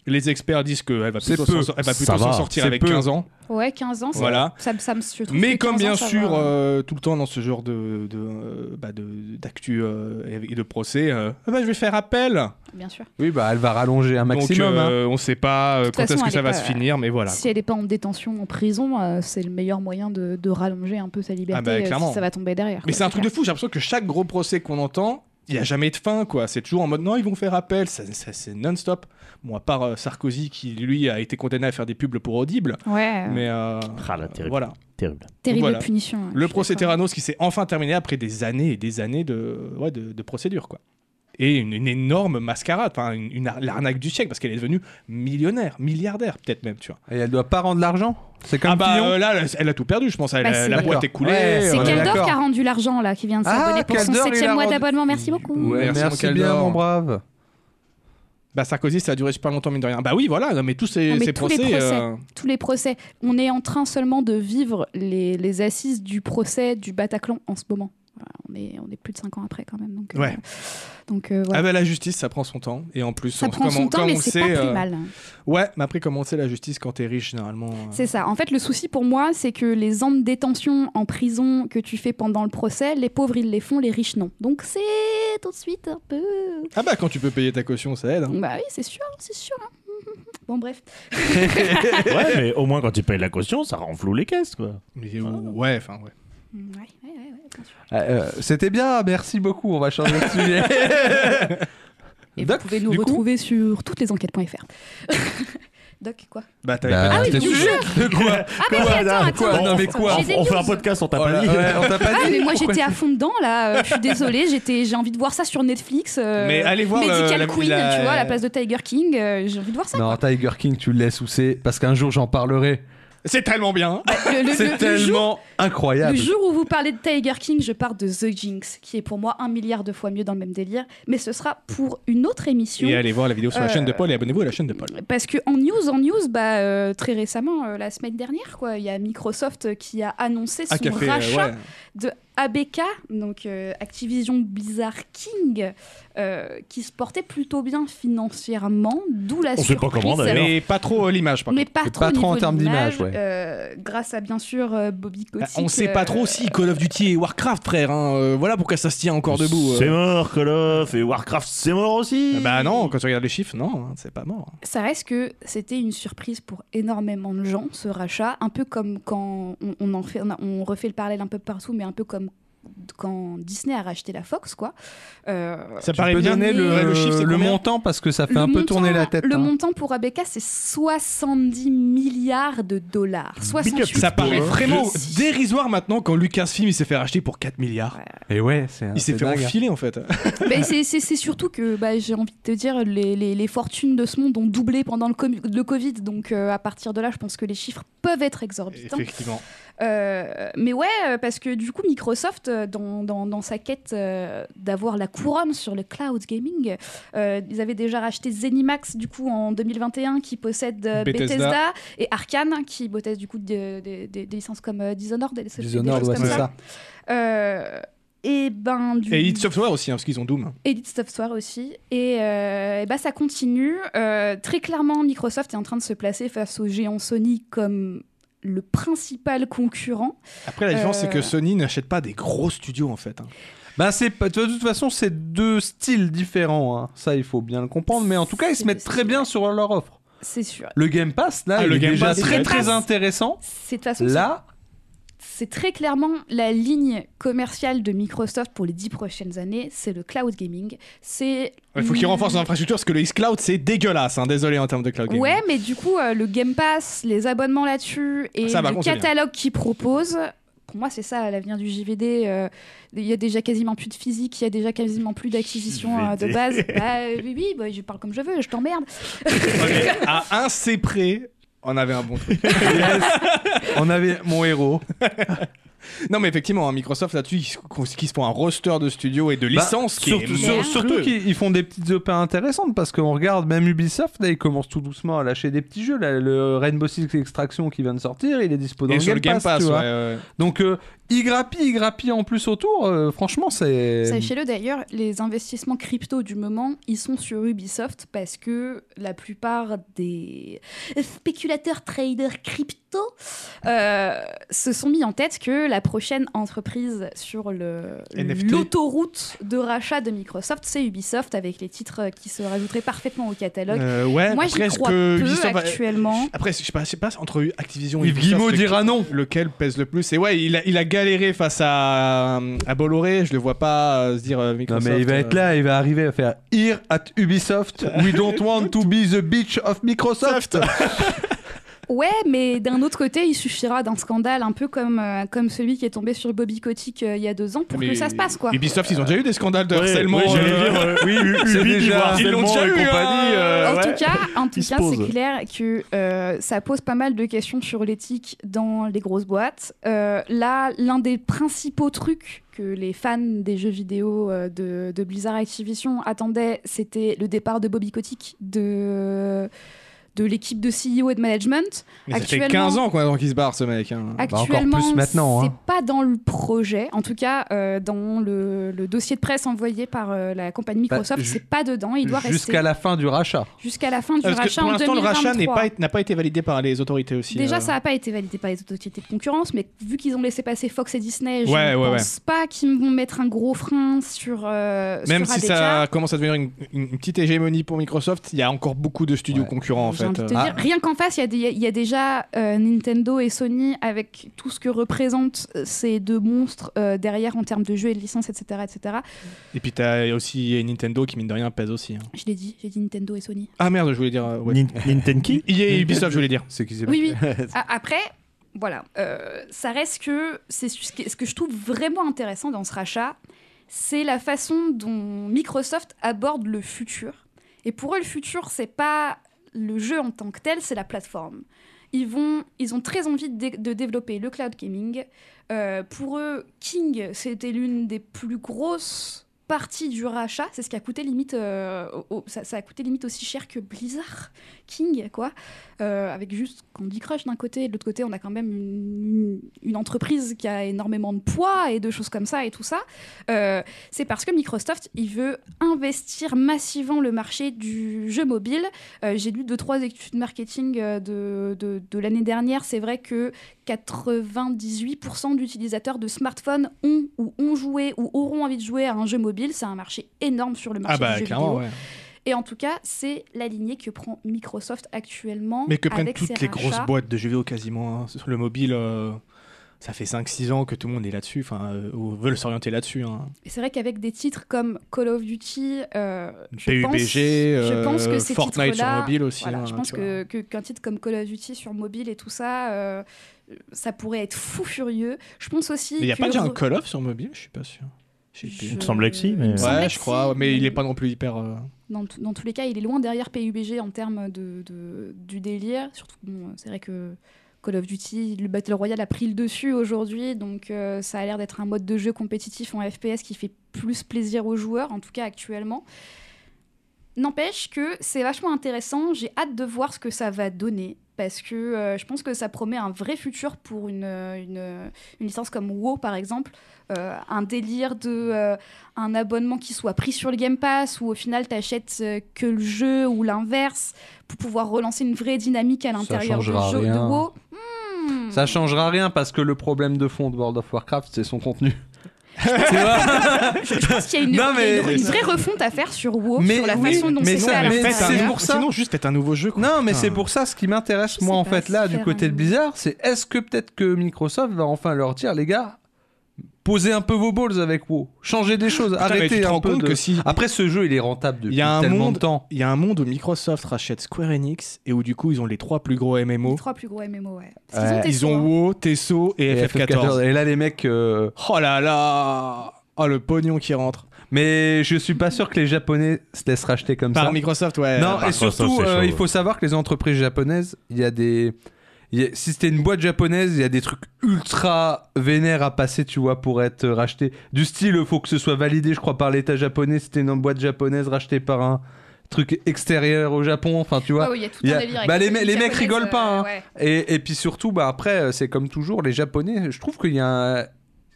Speaker 2: les experts disent qu'elle va
Speaker 1: C'est
Speaker 2: plutôt
Speaker 1: peu.
Speaker 2: s'en elle va plutôt
Speaker 3: Ça
Speaker 2: s'en
Speaker 3: va.
Speaker 2: sortir
Speaker 1: C'est
Speaker 2: avec
Speaker 1: peu.
Speaker 2: 15 ans.
Speaker 4: Ouais, 15 ans, ça,
Speaker 2: Voilà.
Speaker 4: ça, me- ça me je trouve
Speaker 2: Mais
Speaker 4: que
Speaker 2: comme
Speaker 4: 15 ans,
Speaker 2: bien
Speaker 4: ça
Speaker 2: sûr,
Speaker 4: va.
Speaker 2: euh, tout le temps dans ce genre de, de, euh, bah, de- d'actu euh, et de procès, euh, Ah bah, je vais faire appel.
Speaker 4: Bien sûr.
Speaker 1: Oui, bah elle va rallonger un maximum.
Speaker 2: Donc,
Speaker 1: hein.
Speaker 2: euh, on sait pas euh,
Speaker 4: toute
Speaker 2: quand
Speaker 4: façon,
Speaker 2: est-ce que
Speaker 4: elle
Speaker 2: ça
Speaker 4: est
Speaker 2: va
Speaker 4: pas-
Speaker 2: se finir, mais voilà.
Speaker 4: Si elle n'est pas en détention en prison, euh, c'est le meilleur moyen de, de rallonger un peu sa liberté.
Speaker 2: Ah bah,
Speaker 4: euh, si
Speaker 2: clairement.
Speaker 4: ça va tomber derrière.
Speaker 2: Mais
Speaker 4: quoi,
Speaker 2: c'est un truc de
Speaker 4: clair.
Speaker 2: fou, j'ai l'impression que chaque gros procès qu'on entend, il n'y a jamais de fin, quoi. C'est toujours en mode non, ils vont faire appel, ça, ça- c'est non-stop. Bon, à part euh, Sarkozy qui, lui, a été condamné à faire des pubs pour Audible,
Speaker 4: Ouais, euh,
Speaker 2: mais euh,
Speaker 3: Ah, la terrible.
Speaker 2: voilà.
Speaker 3: Terrible.
Speaker 4: terrible
Speaker 2: voilà.
Speaker 4: punition. ouais, je
Speaker 2: Le
Speaker 4: suis
Speaker 2: procès
Speaker 4: d'accord.
Speaker 2: Terranos qui s'est enfin terminé après des années et des années de, ouais, de, de procédures, quoi. Et une, une énorme mascarade, enfin, une, une ar- l'arnaque du siècle, parce qu'elle est devenue millionnaire, milliardaire, peut-être même, tu vois.
Speaker 1: Et elle doit pas rendre l'argent C'est comme
Speaker 2: euh, ah bah
Speaker 1: Fillon
Speaker 2: euh, là, elle- elle a tout perdu, je pense. Elle-
Speaker 4: Bah,
Speaker 2: la-
Speaker 4: c'est-
Speaker 2: la boîte est coulée. euh,
Speaker 1: Ouais,
Speaker 4: C'est
Speaker 1: on est
Speaker 4: Kaldor
Speaker 1: d'accord.
Speaker 4: qui a rendu l'argent, là, qui vient de
Speaker 1: Ah,
Speaker 4: s'abonner pour son
Speaker 1: Kaldor, il a
Speaker 4: septième mois
Speaker 1: rendu-
Speaker 4: d'abonnement. Merci beaucoup.
Speaker 1: Ouais,
Speaker 2: Merci,
Speaker 1: merci,
Speaker 2: mon
Speaker 1: bien,
Speaker 2: Caldor.
Speaker 1: mon brave.
Speaker 2: Bah Sarkozy, ça a duré super longtemps, mine de rien. Bah oui, voilà, non, mais tous ces,
Speaker 4: Non, mais
Speaker 2: ces
Speaker 4: tous les
Speaker 2: procès.
Speaker 4: procès.
Speaker 2: euh,
Speaker 4: Tous les procès. On est en train seulement de vivre les, les assises du procès du Bataclan en ce moment. Voilà, on, est, on est plus de 5 ans après, quand même. Donc, euh,
Speaker 2: Ouais.
Speaker 4: donc euh,
Speaker 2: Ah
Speaker 4: voilà.
Speaker 2: bah la justice, ça prend son temps. Et en plus,
Speaker 4: ça
Speaker 2: on-
Speaker 4: prend
Speaker 2: comme on-
Speaker 4: son temps,
Speaker 2: comme
Speaker 4: mais
Speaker 2: on le
Speaker 4: c'est
Speaker 2: sait,
Speaker 4: pas plus
Speaker 2: euh,
Speaker 4: mal.
Speaker 2: Ouais, mais après, comment on sait la justice quand t'es riche, généralement euh,
Speaker 4: C'est ça. En fait, le souci pour moi, c'est que les ans de détention en prison que tu fais pendant le procès, les pauvres, ils les font, les riches, non. Donc c'est tout de suite un peu...
Speaker 2: Ah bah quand tu peux payer ta caution, ça aide. hein.
Speaker 4: Bah oui, c'est sûr, c'est sûr. hein. Bon, bref.
Speaker 3: ouais, mais au moins quand tu payes la caution, ça renfloue les caisses, quoi.
Speaker 2: Mais,
Speaker 4: Ah.
Speaker 2: euh, ouais, enfin, ouais.
Speaker 4: Ouais, ouais, ouais, ouais, bien sûr.
Speaker 1: Euh, euh, C'était bien, merci beaucoup. On va changer de sujet.
Speaker 4: Et
Speaker 1: Doc,
Speaker 4: vous pouvez nous
Speaker 1: du coup
Speaker 4: retrouver sur toutes les enquêtes.fr. Doc, quoi
Speaker 2: Bah t'avais
Speaker 1: Bah,
Speaker 2: pas
Speaker 4: Ah oui,
Speaker 2: dit-
Speaker 1: c'était
Speaker 4: du
Speaker 1: sujet De quoi
Speaker 4: Ah, mais oui, attends, attends,
Speaker 1: quoi, non,
Speaker 4: attends,
Speaker 1: mais quoi,
Speaker 4: j'ai
Speaker 3: on,
Speaker 4: des
Speaker 3: on fait un
Speaker 4: news.
Speaker 3: podcast, on
Speaker 2: Oh,
Speaker 3: t'a
Speaker 1: Voilà,
Speaker 3: pas dit.
Speaker 1: ouais, On t'a pas dit
Speaker 4: Ah, mais moi
Speaker 1: Pourquoi
Speaker 4: j'étais à fond dedans là, euh, je suis désolée, j'étais, j'ai envie de voir ça sur Netflix. euh,
Speaker 2: Mais allez voir le-
Speaker 4: Medical
Speaker 2: la-
Speaker 4: Queen,
Speaker 2: la-
Speaker 4: tu vois, à la place de Tiger King, euh, j'ai envie de voir ça.
Speaker 1: Non, Tiger King, tu le laisses où c'est Parce qu'un jour, j'en parlerai.
Speaker 2: C'est tellement bien. hein.
Speaker 4: Bah, le- le- le-
Speaker 1: C'est
Speaker 4: le jour-
Speaker 1: tellement
Speaker 4: Le
Speaker 1: incroyable.
Speaker 4: jour où vous parlez de Tiger King, je pars de The Jinx, qui est pour moi un milliard de fois mieux dans le même délire, mais ce sera pour une autre émission.
Speaker 2: Et allez voir la vidéo sur la
Speaker 4: Euh,
Speaker 2: chaîne de Paul et abonnez-vous à la chaîne de Paul.
Speaker 4: Parce que en news, en news, bah, euh, très récemment, euh, la semaine dernière, quoi, il y a Microsoft qui a annoncé son
Speaker 2: Ah, café, euh,
Speaker 4: rachat
Speaker 2: ouais.
Speaker 4: de ABK, donc euh, Activision Blizzard King, euh, qui se portait plutôt bien financièrement, d'où la
Speaker 3: On sait
Speaker 4: surprise.
Speaker 3: pas comment, d'ailleurs.
Speaker 2: Mais pas trop euh, l'image, par
Speaker 4: Mais
Speaker 2: contre.
Speaker 4: pas
Speaker 1: Mais
Speaker 4: trop,
Speaker 1: pas
Speaker 4: au
Speaker 1: trop en
Speaker 4: niveau
Speaker 1: termes d'image,
Speaker 4: d'image, euh, grâce à bien sûr euh, Bobby
Speaker 2: Bah,
Speaker 4: Kotick.
Speaker 2: on sait
Speaker 4: euh,
Speaker 2: pas trop si Call of Duty et Warcraft, frère. hein, euh, voilà pourquoi ça se tient encore debout. euh.
Speaker 3: C'est mort, Call of, et Warcraft, c'est mort aussi.
Speaker 2: Bah non, quand tu regardes les chiffres, non, hein, c'est pas mort.
Speaker 4: Ça reste que c'était une surprise pour énormément de gens, ce rachat. Un peu comme quand on, on en fait, on, a- on refait le parallèle un peu partout, mais un peu comme quand Disney a racheté la Fox, quoi. Euh,
Speaker 2: Ça
Speaker 1: Tu peux donner le,
Speaker 2: le chiffre, c'est
Speaker 1: le
Speaker 2: combien
Speaker 1: montant parce que ça fait
Speaker 4: le
Speaker 1: un peu
Speaker 4: montant-
Speaker 1: tourner la tête.
Speaker 4: Le
Speaker 1: hein.
Speaker 4: montant pour ABK, c'est 70 milliards de dollars. 68
Speaker 2: Ça paraît
Speaker 4: milliards.
Speaker 1: hein.
Speaker 2: vraiment
Speaker 4: Si.
Speaker 2: dérisoire maintenant quand Lucasfilm il s'est fait racheter pour 4 milliards. hein.
Speaker 1: Et ouais, c'est
Speaker 2: Il s'est fait enfiler en fait.
Speaker 4: Mais c'est- C'est c'est surtout que bah, j'ai envie de te dire, les, les- les fortunes de ce monde ont doublé pendant le, com- le Covid. Donc euh, à partir de là, je pense que les chiffres peuvent être exorbitants.
Speaker 2: Effectivement.
Speaker 4: Euh, mais ouais, euh, parce que du coup, Microsoft, euh, dans, dans- dans sa quête euh, d'avoir la couronne sur le cloud gaming, euh, ils avaient déjà racheté Zenimax, du coup, en 2021, qui possède euh,
Speaker 2: Bethesda.
Speaker 4: Bethesda. et Arkane, qui possède, du coup, de- de- de- des licences comme euh, Dishonored, des, des
Speaker 1: Dishonored,
Speaker 4: choses
Speaker 1: ouais,
Speaker 4: comme
Speaker 1: c'est
Speaker 4: ça.
Speaker 1: ça.
Speaker 4: Euh, et ben, du
Speaker 2: Et id Software aussi, hein, parce qu'ils ont Doom.
Speaker 4: Edit Software aussi. Et, euh, et bah, ça continue. Euh, très clairement, Microsoft est en train de se placer face au géant Sony comme le principal concurrent.
Speaker 2: Après, la différence, c'est que
Speaker 4: Euh.
Speaker 2: Sony n'achète pas des gros studios en fait. hein.
Speaker 1: Bah, c'est pas- de toute façon, c'est deux styles différents. hein. Ça, il faut bien le comprendre. Mais en tout cas, ils
Speaker 4: C'est
Speaker 1: se mettent
Speaker 4: deux
Speaker 1: très
Speaker 4: styles,
Speaker 1: bien
Speaker 4: ouais.
Speaker 1: sur leur offre.
Speaker 4: C'est sûr.
Speaker 1: Le Game Pass, là,
Speaker 2: Ah,
Speaker 1: il
Speaker 2: le
Speaker 1: est
Speaker 2: Game
Speaker 1: déjà
Speaker 2: Pass,
Speaker 1: très
Speaker 2: ouais.
Speaker 1: très intéressant.
Speaker 4: C'est de toute façon.
Speaker 1: Là,
Speaker 4: c'est très clairement la ligne commerciale de Microsoft pour les dix prochaines années, c'est le cloud gaming. C'est
Speaker 2: Il faut qu'ils renforcent l'infrastructure parce que le X-Cloud, c'est dégueulasse. hein. Désolé en termes de cloud gaming.
Speaker 4: Ouais, mais du coup, euh, le Game Pass, les abonnements là-dessus et
Speaker 2: Ça, par
Speaker 4: le
Speaker 2: contre, c'est bien.
Speaker 4: catalogue qu'ils proposent, pour moi, c'est ça l'avenir du JVD. euh, Il y a déjà quasiment plus de physique, il y a déjà quasiment plus d'acquisition euh, de
Speaker 3: JVD.
Speaker 4: base. Bah, euh, oui, oui, bah, je parle comme je veux, je t'emmerde.
Speaker 2: Ouais, mais à un C près, on avait un bon truc.
Speaker 1: On avait mon héros.
Speaker 2: Non, mais effectivement, hein, Microsoft, là-dessus, ils se- qu'ils se font un roster de studios et de licences qui
Speaker 1: Bah, surtout
Speaker 2: est
Speaker 1: sur-
Speaker 2: monstrueux.
Speaker 1: surtout qu'ils ils font des petites OP intéressantes parce qu'on regarde même Ubisoft là ils commencent tout doucement à lâcher des petits jeux là, le Rainbow Six Extraction qui vient de sortir il est dispo dans
Speaker 2: Et
Speaker 1: le,
Speaker 2: sur
Speaker 1: Game
Speaker 2: le Game Pass,
Speaker 1: tu vois.
Speaker 2: ouais, ouais.
Speaker 1: donc euh, il grappille il grappille en plus autour euh, franchement c'est
Speaker 4: Sachez-le d'ailleurs, les investissements crypto du moment, ils sont sur Ubisoft parce que la plupart des spéculateurs, traders crypto euh, se sont mis en tête que la prochaine entreprise sur le-
Speaker 2: NFT.
Speaker 4: l'autoroute de rachat de Microsoft, c'est Ubisoft avec les titres qui se rajouteraient parfaitement au catalogue.
Speaker 2: Euh, ouais,
Speaker 4: Moi,
Speaker 2: après,
Speaker 4: j'y
Speaker 2: est-ce
Speaker 4: crois
Speaker 2: que
Speaker 4: peu
Speaker 2: Ubisoft va-
Speaker 4: actuellement.
Speaker 2: Après, je sais pas, je sais pas entre Activision et
Speaker 1: Yves Guillemot
Speaker 2: Ubisoft,
Speaker 1: dira non
Speaker 2: lequel pèse le plus. Et ouais, il a, il a galéré face à, à Bolloré. Je le vois pas euh, se dire euh,
Speaker 1: non
Speaker 2: Microsoft.
Speaker 1: mais il va
Speaker 2: euh,
Speaker 1: être là, il va arriver à faire Here at Ubisoft, we don't want to be the bitch of Microsoft.
Speaker 4: Ouais, mais d'un autre côté, il suffira d'un scandale un peu comme, euh, comme celui qui est tombé sur Bobby Kotick euh, il y a deux ans pour
Speaker 2: Mais
Speaker 4: que ça se passe, quoi.
Speaker 2: Ubisoft, ils ont déjà eu des scandales de
Speaker 3: Ouais,
Speaker 2: harcèlement.
Speaker 3: ouais, j'allais
Speaker 2: euh,
Speaker 3: dire, euh, oui,
Speaker 1: c'est
Speaker 3: Ubi,
Speaker 1: déjà-
Speaker 3: niveau harcèlement
Speaker 2: ils l'ont déjà
Speaker 3: et
Speaker 2: eu, hein.
Speaker 3: compagnie, euh,
Speaker 4: en
Speaker 3: ouais.
Speaker 4: tout cas, en tout
Speaker 3: Il se
Speaker 4: cas,
Speaker 3: pose.
Speaker 4: c'est clair que euh, ça pose pas mal de questions sur l'éthique dans les grosses boîtes. Euh, là, l'un des principaux trucs que les fans des jeux vidéo euh, de, de Blizzard Activision attendaient, c'était le départ de Bobby Kotick de de l'équipe de CEO et de management.
Speaker 2: Mais ça fait
Speaker 4: Actuellement-
Speaker 2: 15 ans quoi, avant qu'il se barre, ce mec. hein.
Speaker 1: encore plus
Speaker 4: Actuellement,
Speaker 1: maintenant,
Speaker 4: c'est
Speaker 1: hein.
Speaker 4: pas dans le projet. En tout cas, euh, dans le, le dossier de presse envoyé par euh, la compagnie
Speaker 1: Bah,
Speaker 4: Microsoft,
Speaker 1: ju-
Speaker 4: c'est pas dedans. Il doit rester
Speaker 1: Jusqu'à la fin du rachat.
Speaker 4: jusqu'à la fin du
Speaker 2: Parce que
Speaker 4: rachat
Speaker 2: pour
Speaker 4: en
Speaker 2: l'instant,
Speaker 4: 2023.
Speaker 2: le rachat n'est pas- n'a pas été validé par les autorités aussi.
Speaker 4: Déjà,
Speaker 2: euh.
Speaker 4: ça n'a pas été validé par les autorités de concurrence, mais vu qu'ils ont laissé passer Fox et Disney, je
Speaker 2: Ouais,
Speaker 4: ne
Speaker 2: ouais,
Speaker 4: pense pas qu'ils vont mettre un gros frein sur, euh,
Speaker 2: Même
Speaker 4: sur
Speaker 2: si
Speaker 4: ADK.
Speaker 2: ça commence à devenir une, une- une petite hégémonie pour Microsoft, il y a encore beaucoup de studios
Speaker 1: Ouais.
Speaker 2: concurrents en
Speaker 4: J'ai
Speaker 2: fait. euh,
Speaker 4: envie de te
Speaker 1: Ah.
Speaker 4: dire, rien qu'en face, il y a des- il y, a- il y a déjà euh, Nintendo et Sony avec tout ce que représentent euh, ces deux monstres euh, derrière en termes de jeux et de licences, etc., etc.
Speaker 2: Ah. Et puis t'as aussi euh, Nintendo qui mine de rien pèse aussi. hein.
Speaker 4: Je l'ai dit, j'ai dit Nintendo et Sony.
Speaker 2: Ah merde, je voulais dire. euh, ouais.
Speaker 3: Nin- Nintendo Key
Speaker 2: EA et Ubisoft, je voulais dire.
Speaker 1: C'est qu'ils
Speaker 4: Oui, oui. A- Après, voilà, euh, ça reste que c'est ce que, ce que je trouve vraiment intéressant dans ce rachat, c'est la façon dont Microsoft aborde le futur. Et pour eux, le futur, c'est pas le jeu en tant que tel, c'est la plateforme. Ils, vont, ils ont très envie de, dé- de développer le cloud gaming. Euh, pour eux, King, c'était l'une des plus grosses parties du rachat. C'est ce qui a coûté limite, euh, au- au- ça, ça a coûté limite aussi cher que Blizzard. King, quoi. Euh, avec juste Candy Crush d'un côté, et de l'autre côté, on a quand même une, une entreprise qui a énormément de poids et de choses comme ça et tout ça. Euh, c'est parce que Microsoft, il veut investir massivement le marché du jeu mobile. Euh, J'ai lu deux, trois études marketing euh, de, de- de l'année dernière. C'est vrai que 98% d'utilisateurs de smartphones ont ou ont joué ou auront envie de jouer à un jeu mobile. C'est un marché énorme sur le marché
Speaker 2: Ah bah
Speaker 4: du jeu
Speaker 2: clairement,
Speaker 4: vidéo.
Speaker 2: ouais.
Speaker 4: Et en tout cas, c'est la lignée que prend Microsoft actuellement.
Speaker 2: Mais que prennent
Speaker 4: avec ses
Speaker 2: toutes les grosses
Speaker 4: rachats.
Speaker 2: boîtes de jeux vidéo quasiment. hein. Sur le mobile, euh, ça fait 5-6 ans que tout le monde est là-dessus, enfin, euh, ou veulent s'orienter là-dessus. hein.
Speaker 4: Et C'est vrai qu'avec des titres comme Call of Duty, euh, je, pense,
Speaker 2: PUBG,
Speaker 4: je pense
Speaker 2: euh,
Speaker 4: que ces
Speaker 2: Fortnite sur
Speaker 4: titres-là-
Speaker 2: mobile aussi.
Speaker 4: voilà,
Speaker 2: hein,
Speaker 4: je pense
Speaker 2: tu vois.
Speaker 4: que- que- qu'un titre comme Call of Duty sur mobile et tout ça, euh, ça pourrait être fou furieux. Je pense aussi.
Speaker 2: Mais il n'y a
Speaker 4: que
Speaker 2: pas déjà un
Speaker 4: re-
Speaker 2: Call of sur mobile Je suis pas sûr. Je sais plus.
Speaker 4: Je-
Speaker 3: Il me semblait que si, mais-
Speaker 4: il me
Speaker 3: Ouais,
Speaker 4: semblait
Speaker 2: Ouais,
Speaker 4: que
Speaker 2: je crois,
Speaker 4: si,
Speaker 2: ouais, mais il est pas non plus hyper. euh,
Speaker 4: Dans, tout- dans tous les cas, il est loin derrière PUBG en termes de, de- du délire. Surtout que bon, c'est vrai que Call of Duty, le Battle Royale a pris le dessus aujourd'hui, donc euh, ça a l'air d'être un mode de jeu compétitif en FPS qui fait plus plaisir aux joueurs, en tout cas actuellement. N'empêche que c'est vachement intéressant, j'ai hâte de voir ce que ça va donner, parce que euh, je pense que ça promet un vrai futur pour une, euh, une, une licence comme WoW par exemple, Euh, un délire de... euh, un abonnement qui soit pris sur le Game Pass ou au final t'achètes euh, que le jeu ou l'inverse pour pouvoir relancer une vraie dynamique à l'intérieur du
Speaker 1: changera
Speaker 4: jeu de
Speaker 1: rien.
Speaker 4: WoW. Hmm.
Speaker 1: Ça changera rien parce que le problème de fond de World of Warcraft, c'est son contenu. Tu vois
Speaker 4: Je pense qu'il y a une,
Speaker 1: Non,
Speaker 4: il y a une-
Speaker 1: mais-
Speaker 4: une vraie refonte à faire sur WoW,
Speaker 1: Mais
Speaker 4: sur la
Speaker 1: oui,
Speaker 4: façon dont
Speaker 1: mais
Speaker 4: c'est
Speaker 1: ça,
Speaker 4: fait à la
Speaker 1: mais
Speaker 4: fin.
Speaker 1: c'est pour ça.
Speaker 2: Sinon, juste peut-être un nouveau jeu. quoi.
Speaker 1: Non, mais
Speaker 2: Putain.
Speaker 1: c'est pour ça ce qui m'intéresse
Speaker 4: Je
Speaker 1: moi
Speaker 4: sais
Speaker 1: en
Speaker 4: pas
Speaker 1: fait
Speaker 4: si
Speaker 1: là
Speaker 4: faire
Speaker 1: du côté
Speaker 4: un-
Speaker 1: de Blizzard, c'est est-ce que peut-être que Microsoft va enfin leur dire les gars, posez un peu vos balls avec WoW, changez des choses,
Speaker 2: Putain, mais tu
Speaker 1: arrêtez
Speaker 2: te
Speaker 1: un
Speaker 2: rends
Speaker 1: peu
Speaker 2: compte
Speaker 1: de-
Speaker 2: que si.
Speaker 1: Après ce jeu, il est rentable
Speaker 2: Il
Speaker 1: depuis
Speaker 2: y a un
Speaker 1: tellement
Speaker 2: monde-
Speaker 1: de temps.
Speaker 2: Il y a un monde où Microsoft rachète Square Enix et où du coup ils ont les trois plus gros
Speaker 4: Les
Speaker 2: MMO.
Speaker 4: trois plus gros MMO, ouais. Parce qu'ils
Speaker 2: Euh,
Speaker 4: testé,
Speaker 2: Ils ont
Speaker 4: hein.
Speaker 2: WoW, TSO et
Speaker 1: Et
Speaker 2: FF14.
Speaker 1: Et là les mecs euh,
Speaker 2: Oh là là Oh le pognon qui rentre.
Speaker 1: mais je suis pas sûr que les japonais se laissent racheter comme
Speaker 2: Par
Speaker 1: ça.
Speaker 2: Microsoft, ouais. Bah.
Speaker 1: Non,
Speaker 3: par
Speaker 1: et
Speaker 3: contre, ça,
Speaker 1: surtout,
Speaker 3: c'est
Speaker 1: euh,
Speaker 3: chaud,
Speaker 1: il
Speaker 3: ouais.
Speaker 1: faut savoir que les entreprises japonaises, il y a des. il y a- Si c'était une boîte japonaise, il y a des trucs ultra vénères à passer, tu vois, pour être euh, racheté. Du style, il faut que ce soit validé, je crois, par l'État japonais. C'était une boîte japonaise rachetée par un truc extérieur au Japon. Enfin, tu vois.
Speaker 5: Ah oui, il y a tout
Speaker 1: Il y a-
Speaker 5: un délire. avec
Speaker 1: bah, les
Speaker 5: la
Speaker 1: me- les
Speaker 5: politique
Speaker 1: mecs rigolent
Speaker 5: japonaise,
Speaker 1: pas, hein.
Speaker 5: euh, ouais.
Speaker 1: Et, et puis surtout, bah après, euh, c'est comme toujours, les Japonais, je trouve qu'il y a un-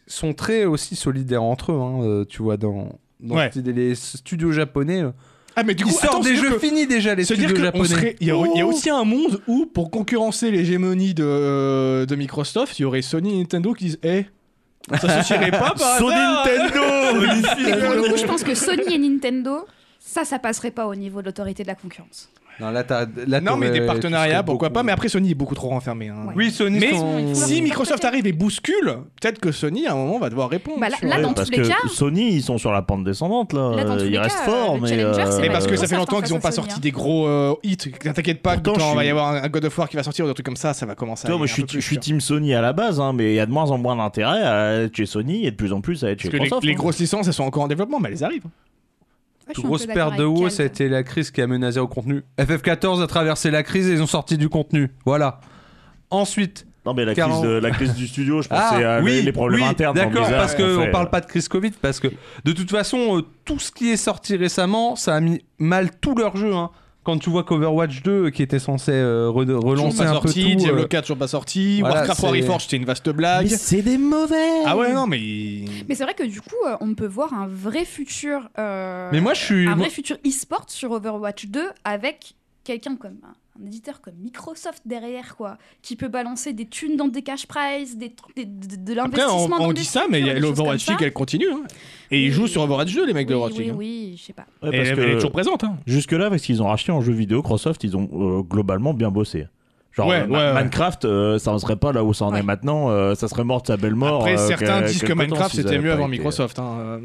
Speaker 1: sont très aussi solidaires entre eux, hein, euh, tu vois, dans, dans
Speaker 2: Ouais.
Speaker 1: cette idée. les studios japonais. euh,
Speaker 2: Ah mais du
Speaker 1: ils
Speaker 2: coup, attends,
Speaker 1: sortent des
Speaker 2: c'est-à-dire
Speaker 1: jeux
Speaker 2: que-
Speaker 1: finis déjà, les
Speaker 2: se dire
Speaker 1: studios
Speaker 2: que on
Speaker 1: japonais.
Speaker 2: serait- il y, a- il y a
Speaker 1: Oh.
Speaker 2: aussi un monde où, pour concurrencer l'hégémonie de, de Microsoft, il y aurait Sony et Nintendo qui disent Eh, on s'associerait pas par
Speaker 3: Sony
Speaker 2: hasard
Speaker 3: Nintendo
Speaker 1: hein.
Speaker 4: Mais pour le coup, je pense que Sony et Nintendo, ça, ça passerait pas au niveau de l'autorité de la concurrence.
Speaker 1: Non, là, t'as- là,
Speaker 2: Non, mais
Speaker 1: t'aurais-
Speaker 2: des
Speaker 1: tu serais
Speaker 2: partenariats,
Speaker 1: beaucoup-
Speaker 2: pourquoi pas. Mais après, Sony est beaucoup trop renfermé. hein.
Speaker 4: Ouais.
Speaker 1: Oui, Sony,
Speaker 2: Mais
Speaker 1: sont-
Speaker 2: Si Microsoft arrive et bouscule, peut-être que Sony, à un moment, va devoir répondre.
Speaker 4: Bah, là-
Speaker 2: sur-
Speaker 4: là, dans
Speaker 3: parce
Speaker 4: tous les
Speaker 3: que
Speaker 4: cas-
Speaker 3: Sony, ils sont sur la pente descendante là.
Speaker 4: Là, dans tous
Speaker 3: ils
Speaker 4: les
Speaker 3: restent
Speaker 4: cas,
Speaker 3: forts,
Speaker 4: euh,
Speaker 3: mais.
Speaker 4: Challenger, c'est
Speaker 2: Mais
Speaker 4: vrai
Speaker 2: parce que
Speaker 4: Euh,
Speaker 2: ça fait
Speaker 4: ça
Speaker 2: longtemps qu'ils
Speaker 4: sort
Speaker 2: ont pas
Speaker 4: face à Sony,
Speaker 2: sorti
Speaker 4: hein.
Speaker 2: des gros euh, hits. T'inquiète pas,
Speaker 3: Pourtant,
Speaker 2: quand
Speaker 3: je
Speaker 2: on va
Speaker 3: suis-
Speaker 2: y avoir un God of War qui va sortir, ou des trucs comme ça, ça va commencer.
Speaker 3: Tu vois,
Speaker 2: à
Speaker 3: moi,
Speaker 2: aller
Speaker 3: je
Speaker 2: un
Speaker 3: suis,
Speaker 2: peu plus,
Speaker 3: je suis
Speaker 2: tu
Speaker 3: team Sony à la base, hein, mais il y a de moins en moins d'intérêt à tuer Sony et de plus en plus à tuer
Speaker 2: vois. Parce que
Speaker 3: Microsoft.
Speaker 2: les, les
Speaker 3: hein.
Speaker 2: grosses licences, elles sont encore en développement, mais elles arrivent.
Speaker 4: Ouais, je suis un peu
Speaker 1: Grosse
Speaker 4: d'accord
Speaker 1: perte de
Speaker 4: avec
Speaker 1: WoW,
Speaker 4: Kalt.
Speaker 1: ça a été la crise qui a menacé au contenu. FF14 a traversé la crise et ils ont sorti du contenu. Voilà. Ensuite,
Speaker 3: Non, mais la,
Speaker 1: Clairement.
Speaker 3: crise, de- la crise du studio, je
Speaker 1: ah,
Speaker 3: pensais à euh, les-
Speaker 1: oui,
Speaker 3: les problèmes
Speaker 1: oui,
Speaker 3: internes. dans
Speaker 1: D'accord,
Speaker 3: Blizzard,
Speaker 1: parce
Speaker 3: en
Speaker 1: qu'on
Speaker 3: fait. euh.
Speaker 1: parle pas de crise Covid, parce que de toute façon, euh, tout ce qui est sorti récemment, ça a mis mal tout leur jeu. hein. Quand tu vois qu'Overwatch 2, euh, qui était censé euh, re-
Speaker 2: Toujours
Speaker 1: relancer
Speaker 2: pas
Speaker 1: un peu
Speaker 2: sorti,
Speaker 1: tout, euh,
Speaker 2: Diablo 4 toujours pas sorti,
Speaker 1: voilà,
Speaker 2: Warcraft
Speaker 1: c'est-
Speaker 2: War Reforged c'était une vaste blague.
Speaker 3: Mais c'est des mauvais
Speaker 2: Ah ouais, non, mais. il-
Speaker 4: Mais c'est vrai que du coup, euh, on peut voir un vrai futur. euh,
Speaker 1: mais moi, je suis...
Speaker 4: un vrai futur e-sport sur Overwatch 2 avec quelqu'un comme un, un éditeur comme Microsoft derrière quoi, qui peut balancer des thunes dans des cash prize, des, tr- des- de, de
Speaker 2: Après,
Speaker 4: l'investissement.
Speaker 2: on, on
Speaker 4: dans des
Speaker 2: dit ça, mais il y a
Speaker 4: structures, des choses
Speaker 2: l'Overwatch
Speaker 4: comme
Speaker 2: League,
Speaker 4: ça.
Speaker 2: elle continue. hein. Et ils
Speaker 4: Oui.
Speaker 2: jouent sur Overwatch 2, les mecs de
Speaker 4: oui,
Speaker 2: Overwatch
Speaker 4: oui,
Speaker 2: League. hein.
Speaker 4: oui, je sais pas.
Speaker 3: Ouais,
Speaker 2: Et
Speaker 3: parce
Speaker 2: elle,
Speaker 3: que
Speaker 2: elle est toujours présente. hein.
Speaker 3: Jusque-là, parce qu'ils ont racheté en jeu vidéo, Microsoft, ils ont euh, globalement bien bossé. Genre,
Speaker 2: Ouais,
Speaker 3: euh, Ma-
Speaker 2: ouais, ouais.
Speaker 3: Minecraft, euh, ça en serait pas là où ça en
Speaker 4: Ouais.
Speaker 3: est maintenant, euh, ça serait mort de sa belle mort.
Speaker 2: Après,
Speaker 3: euh,
Speaker 2: certains
Speaker 3: que-
Speaker 2: disent que
Speaker 3: quelque temps,
Speaker 2: Minecraft
Speaker 3: s'ils
Speaker 2: c'était
Speaker 3: avaient
Speaker 2: mieux
Speaker 3: pas
Speaker 2: avant
Speaker 3: été- euh,
Speaker 2: Microsoft. hein.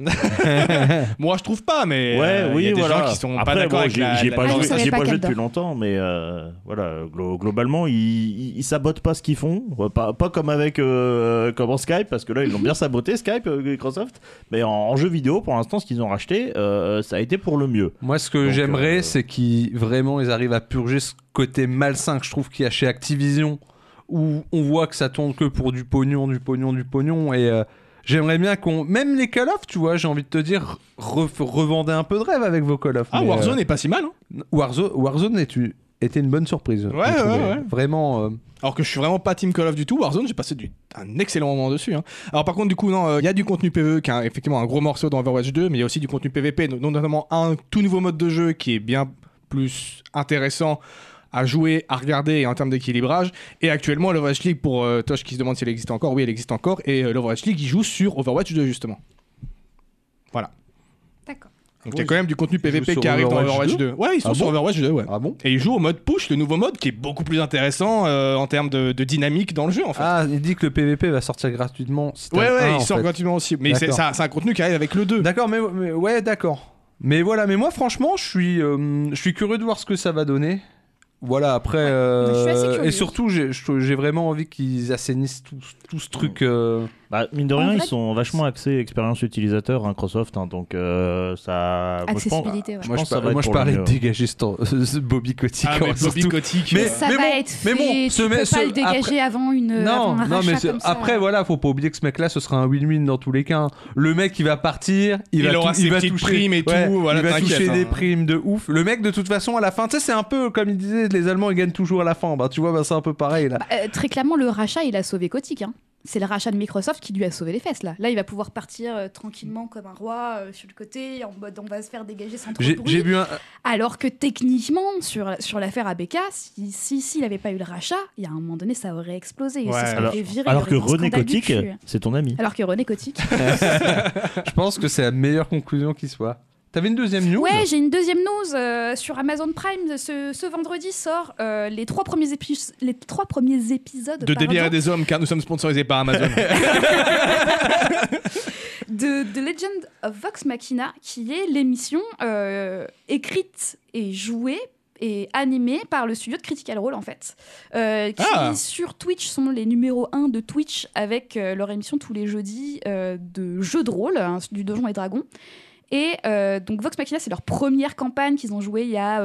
Speaker 2: Moi, je trouve pas, mais
Speaker 3: Ouais,
Speaker 2: euh, il
Speaker 3: oui,
Speaker 2: y a des
Speaker 3: voilà.
Speaker 2: gens qui sont
Speaker 3: Après,
Speaker 2: pas
Speaker 3: bon,
Speaker 2: d'accord avec
Speaker 3: j'ai-
Speaker 2: la.
Speaker 3: J'ai
Speaker 2: la-
Speaker 3: pas
Speaker 4: Ah,
Speaker 3: joué,
Speaker 4: je savais
Speaker 3: j'ai
Speaker 4: pas
Speaker 3: pas joué
Speaker 4: quel
Speaker 3: depuis longtemps, mais euh, voilà, glo- globalement, ils, ils, ils sabotent pas ce qu'ils font. Ouais, Pas, pas comme avec euh, comme en Skype, parce que là, ils l'ont bien saboté, Skype, euh, Microsoft. Mais en, en jeu vidéo, pour l'instant, ce qu'ils ont racheté, euh, ça a été pour le mieux.
Speaker 1: Moi, ce que
Speaker 3: Donc,
Speaker 1: j'aimerais,
Speaker 3: euh,
Speaker 1: c'est qu'ils vraiment ils arrivent à purger ce côté malsain que je trouve qu'il y a chez Activision, où on voit que ça tourne que pour du pognon, du pognon, du pognon. Et euh, j'aimerais bien qu'on, même les Call of, tu vois, j'ai envie de te dire, re- revendez un peu de rêve avec vos Call of.
Speaker 2: Ah,
Speaker 1: mais,
Speaker 2: Warzone
Speaker 1: euh,
Speaker 2: n'est pas si mal. hein.
Speaker 1: Warzone, Warzone est une- était une bonne surprise.
Speaker 2: Ouais,
Speaker 1: je trouvais.
Speaker 2: ouais, ouais.
Speaker 1: Vraiment. euh,
Speaker 2: Alors que je suis vraiment pas Team Call of du tout, Warzone, j'ai passé du- un excellent moment dessus. hein. Alors par contre, du coup, non, euh, il y a du contenu PvE qui est un- effectivement un gros morceau dans Overwatch 2, mais il y a aussi du contenu PvP, no- notamment un tout nouveau mode de jeu qui est bien plus intéressant à jouer, à regarder et en termes d'équilibrage. Et actuellement, l'Overwatch League, pour euh, Tosh qui se demande si elle existe encore, oui, elle existe encore, et euh, l'Overwatch League, il joue sur Overwatch 2 justement. Voilà.
Speaker 4: D'accord.
Speaker 2: Donc il y
Speaker 1: Oui,
Speaker 2: a quand même du contenu PvP
Speaker 1: sur
Speaker 2: qui arrive dans
Speaker 1: Overwatch
Speaker 2: Overwatch 2.
Speaker 1: 2.
Speaker 2: Ouais, ils sont
Speaker 1: Ah
Speaker 2: sur
Speaker 1: bon
Speaker 2: Overwatch 2, ouais.
Speaker 1: Ah bon
Speaker 2: Et il joue au mode push, le nouveau mode qui est beaucoup plus intéressant euh, en termes de, de dynamique dans le jeu en fait.
Speaker 1: Ah, il dit que le PVP va sortir gratuitement. si t'as
Speaker 2: Ah, ouais,
Speaker 1: le
Speaker 2: ouais,
Speaker 1: un, en
Speaker 2: il sort
Speaker 1: fait.
Speaker 2: gratuitement aussi. Mais c'est
Speaker 1: D'accord.
Speaker 2: ça- c'est un contenu qui arrive avec le 2.
Speaker 1: D'accord, mais, mais- ouais, d'accord. Mais voilà, mais moi franchement, je suis, euh, je suis curieux de voir ce que ça va donner. Voilà, après. euh,
Speaker 4: je suis assez curieuse.
Speaker 1: et surtout, j'ai je- j'ai vraiment envie qu'ils assainissent tout, tout ce truc. euh,
Speaker 3: Bah, mine de
Speaker 4: En
Speaker 3: rien,
Speaker 4: vrai-
Speaker 3: ils sont vachement axés expérience utilisateur, hein, Microsoft, hein, donc euh, ça. moi, je pense-
Speaker 4: Accessibilité, ouais.
Speaker 3: je pense que ça
Speaker 1: par-
Speaker 3: va être
Speaker 1: moi, je
Speaker 3: pour le
Speaker 1: parlais de
Speaker 3: mieux.
Speaker 1: dégager ce temps- ce Bobby Kotick.
Speaker 2: Ah, mais
Speaker 1: en
Speaker 2: Bobby
Speaker 1: surtout.
Speaker 2: Kotick,
Speaker 1: Mais-
Speaker 2: euh,
Speaker 4: ça va
Speaker 1: bon,
Speaker 4: être fait.
Speaker 1: mais bon, ce-
Speaker 4: tu peux
Speaker 1: mais
Speaker 4: pas
Speaker 1: ce-
Speaker 4: le dégager
Speaker 1: après-
Speaker 4: avant une. euh,
Speaker 1: non,
Speaker 4: avant
Speaker 1: non,
Speaker 4: un
Speaker 1: mais
Speaker 4: rachat
Speaker 1: c'est-
Speaker 4: comme ça.
Speaker 1: après voilà, faut pas oublier que ce mec-là, ce sera un win-win dans tous les cas. hein. Le mec, il va partir, il,
Speaker 2: Il
Speaker 1: va,
Speaker 2: aura
Speaker 1: tou-
Speaker 2: ses
Speaker 1: il va
Speaker 2: petites
Speaker 1: toucher,
Speaker 2: primes et
Speaker 1: ouais,
Speaker 2: tout, voilà,
Speaker 1: il va
Speaker 2: t'inquiète,
Speaker 1: toucher
Speaker 2: hein.
Speaker 1: des primes de ouf. Le mec, de toute façon, à la fin, tu sais, c'est un peu comme il disait, les Allemands, ils gagnent toujours à la fin. Bah, tu vois, bah, c'est un peu pareil là.
Speaker 4: Bah, euh, très clairement, le rachat, il a sauvé Kotick. hein. C'est le rachat de Microsoft qui lui a sauvé les fesses là. Là, il va pouvoir partir euh, tranquillement comme un roi euh, sur le côté en mode on va se faire dégager sans trop de
Speaker 1: J'ai
Speaker 4: bruit.
Speaker 1: j'ai vu un.
Speaker 4: Alors que techniquement, sur, sur l'affaire ABK, s'il si, s'il n'avait pas eu le rachat, il y a un moment donné, ça aurait explosé.
Speaker 2: Ouais.
Speaker 4: ça serait
Speaker 3: Alors-
Speaker 4: fait virer, il
Speaker 3: Alors
Speaker 4: aurait
Speaker 3: que
Speaker 4: fait un
Speaker 3: René
Speaker 4: scandale du
Speaker 3: Kotick,
Speaker 4: cul.
Speaker 3: c'est ton ami.
Speaker 4: Alors que René Kotick.
Speaker 1: Je pense que c'est la meilleure conclusion qui soit. T'avais une deuxième news
Speaker 4: Ouais, j'ai une deuxième news euh, sur Amazon Prime. Ce, ce vendredi sort euh, les, trois premiers épis- les trois premiers épisodes
Speaker 2: De des
Speaker 4: pardon,
Speaker 2: bières et des hommes, car nous sommes sponsorisés par Amazon.
Speaker 4: de The Legend of Vox Machina, qui est l'émission euh, écrite et jouée et animée par le studio de Critical Role en fait, euh, qui
Speaker 2: Ah.
Speaker 4: sur Twitch sont les numéros 1 de Twitch avec euh, leur émission tous les jeudis euh, de jeux de rôle, hein, du Donjon et Dragon. Et euh, donc Vox Machina, c'est leur première campagne qu'ils ont jouée il y a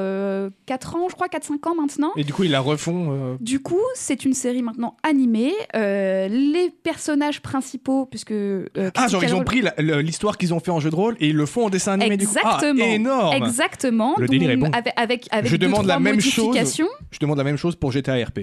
Speaker 4: 4 ans, je crois, 4-5 ans maintenant.
Speaker 2: et du coup, ils la refont. euh,
Speaker 4: Du coup, c'est une série maintenant animée. Euh, les personnages principaux, puisque... euh,
Speaker 2: Ah, genre,
Speaker 4: Critical
Speaker 2: ils ont
Speaker 4: Role-
Speaker 2: pris la- le- l'histoire qu'ils ont fait en jeu de rôle et ils le font en dessin animé du coup.
Speaker 4: Exactement.
Speaker 2: Ah, énorme
Speaker 4: Exactement.
Speaker 2: Le délire est bon.
Speaker 4: Avec, avec, avec
Speaker 2: Je
Speaker 4: deux,
Speaker 2: demande la
Speaker 4: trois
Speaker 2: même chose.
Speaker 4: modifications,
Speaker 2: Je demande la même chose pour GTA RP,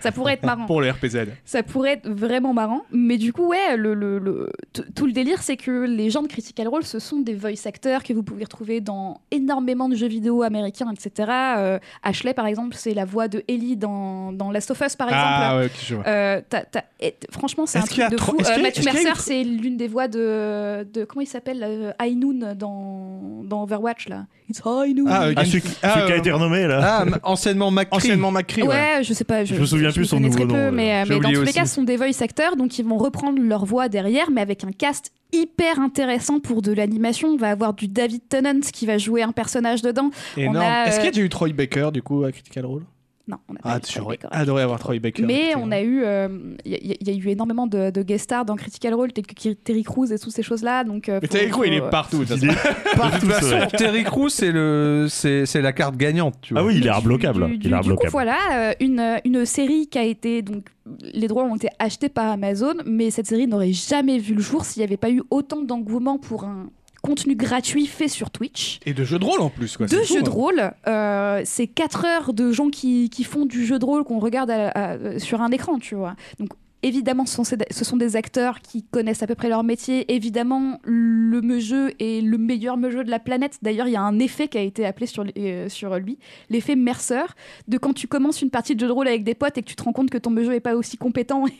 Speaker 4: Ça pourrait être marrant.
Speaker 2: pour le RPZ.
Speaker 4: Ça pourrait être vraiment marrant. Mais du coup, ouais, le, le- le- t- tout le délire, c'est que les gens de Critical Role, ce sont des voice actors que vous pouvez retrouver dans énormément de jeux vidéo américains, etc. Euh, Ashley, par exemple, c'est la voix de Ellie dans, dans Last of Us, par exemple.
Speaker 2: Ah, ouais, je vois.
Speaker 4: Euh, t'as- t'as- et- franchement, c'est un
Speaker 2: Est-ce qu'il y a
Speaker 4: truc de
Speaker 2: trop-
Speaker 4: fou.
Speaker 2: est-ce
Speaker 4: Euh,
Speaker 2: qu'il y a-
Speaker 4: Matthew
Speaker 2: est-ce qu'il y a
Speaker 4: Mercer,
Speaker 2: une-
Speaker 4: c'est l'une des voix de, de comment il s'appelle, euh, High Noon dans, dans Overwatch là. It's High Noon.
Speaker 2: Ah, euh,
Speaker 3: Ah, celui,
Speaker 2: Ah,
Speaker 3: celui qui a
Speaker 2: euh,
Speaker 3: été renommé là.
Speaker 1: Ah, ma- anciennement McCree.
Speaker 2: Anciennement McCree,
Speaker 4: Ouais,
Speaker 2: ouais.
Speaker 4: je sais pas. Je,
Speaker 3: Je me souviens plus son
Speaker 4: connais très
Speaker 3: nouveau
Speaker 4: peu,
Speaker 3: nom,
Speaker 4: Mais, euh,
Speaker 1: j'ai
Speaker 4: mais dans
Speaker 1: oublié
Speaker 4: tous les
Speaker 1: aussi.
Speaker 4: cas, ce sont des voice actors, donc ils vont reprendre leur voix derrière, mais avec un cast hyper intéressant pour de l'animation. On va avoir du David Tennant qui va jouer un personnage dedans.
Speaker 2: Énorme.
Speaker 4: a, euh,
Speaker 2: Est-ce qu'il y a déjà eu Troy Baker, du coup, à Critical Role
Speaker 4: Non, on n'a pas
Speaker 2: Ah,
Speaker 4: eu Troy
Speaker 2: j'aurais
Speaker 4: Baker.
Speaker 2: adoré avoir Troy Baker.
Speaker 4: Mais
Speaker 2: effectivement.
Speaker 4: on a eu, euh, il y, a- il y a eu énormément de, de guest stars dans Critical Role, tels que Terry Crews et toutes ces choses-là. Donc, euh,
Speaker 2: Mais
Speaker 4: faut-
Speaker 2: t'as écrit, il
Speaker 4: faut-
Speaker 2: est partout. de toute
Speaker 3: Il est
Speaker 1: De
Speaker 3: partout.
Speaker 1: toute
Speaker 3: ce
Speaker 1: façon,
Speaker 3: mec.
Speaker 1: Terry Crews, c'est le, c'est, c'est la carte gagnante, tu vois.
Speaker 3: Ah oui, il est
Speaker 4: Du-
Speaker 3: imbloquable.
Speaker 4: du-
Speaker 3: Il
Speaker 4: du-
Speaker 3: est
Speaker 4: du
Speaker 3: imbloquable.
Speaker 4: coup, voilà, euh, une, une série qui a été. Donc, les droits ont été achetés par Amazon, mais cette série n'aurait jamais vu le jour s'il n'y avait pas eu autant d'engouement pour un contenu gratuit fait sur Twitch.
Speaker 2: Et de jeux de rôle en plus, quoi.
Speaker 1: Bah,
Speaker 4: Deux
Speaker 2: c'est fou,
Speaker 4: jeux de
Speaker 2: hein.
Speaker 4: rôle, euh, c'est 4 heures de gens qui, qui font du jeu de rôle qu'on regarde à- à- sur un écran, tu vois. Donc évidemment, ce sont, ces- ce sont des acteurs qui connaissent à peu près leur métier. Évidemment, le me jeu est le meilleur me jeu de la planète. D'ailleurs, il y a un effet qui a été appelé sur, lui- euh, sur lui, l'effet Mercer, de quand tu commences une partie de jeu de rôle avec des potes et que tu te rends compte que ton me jeu n'est pas aussi compétent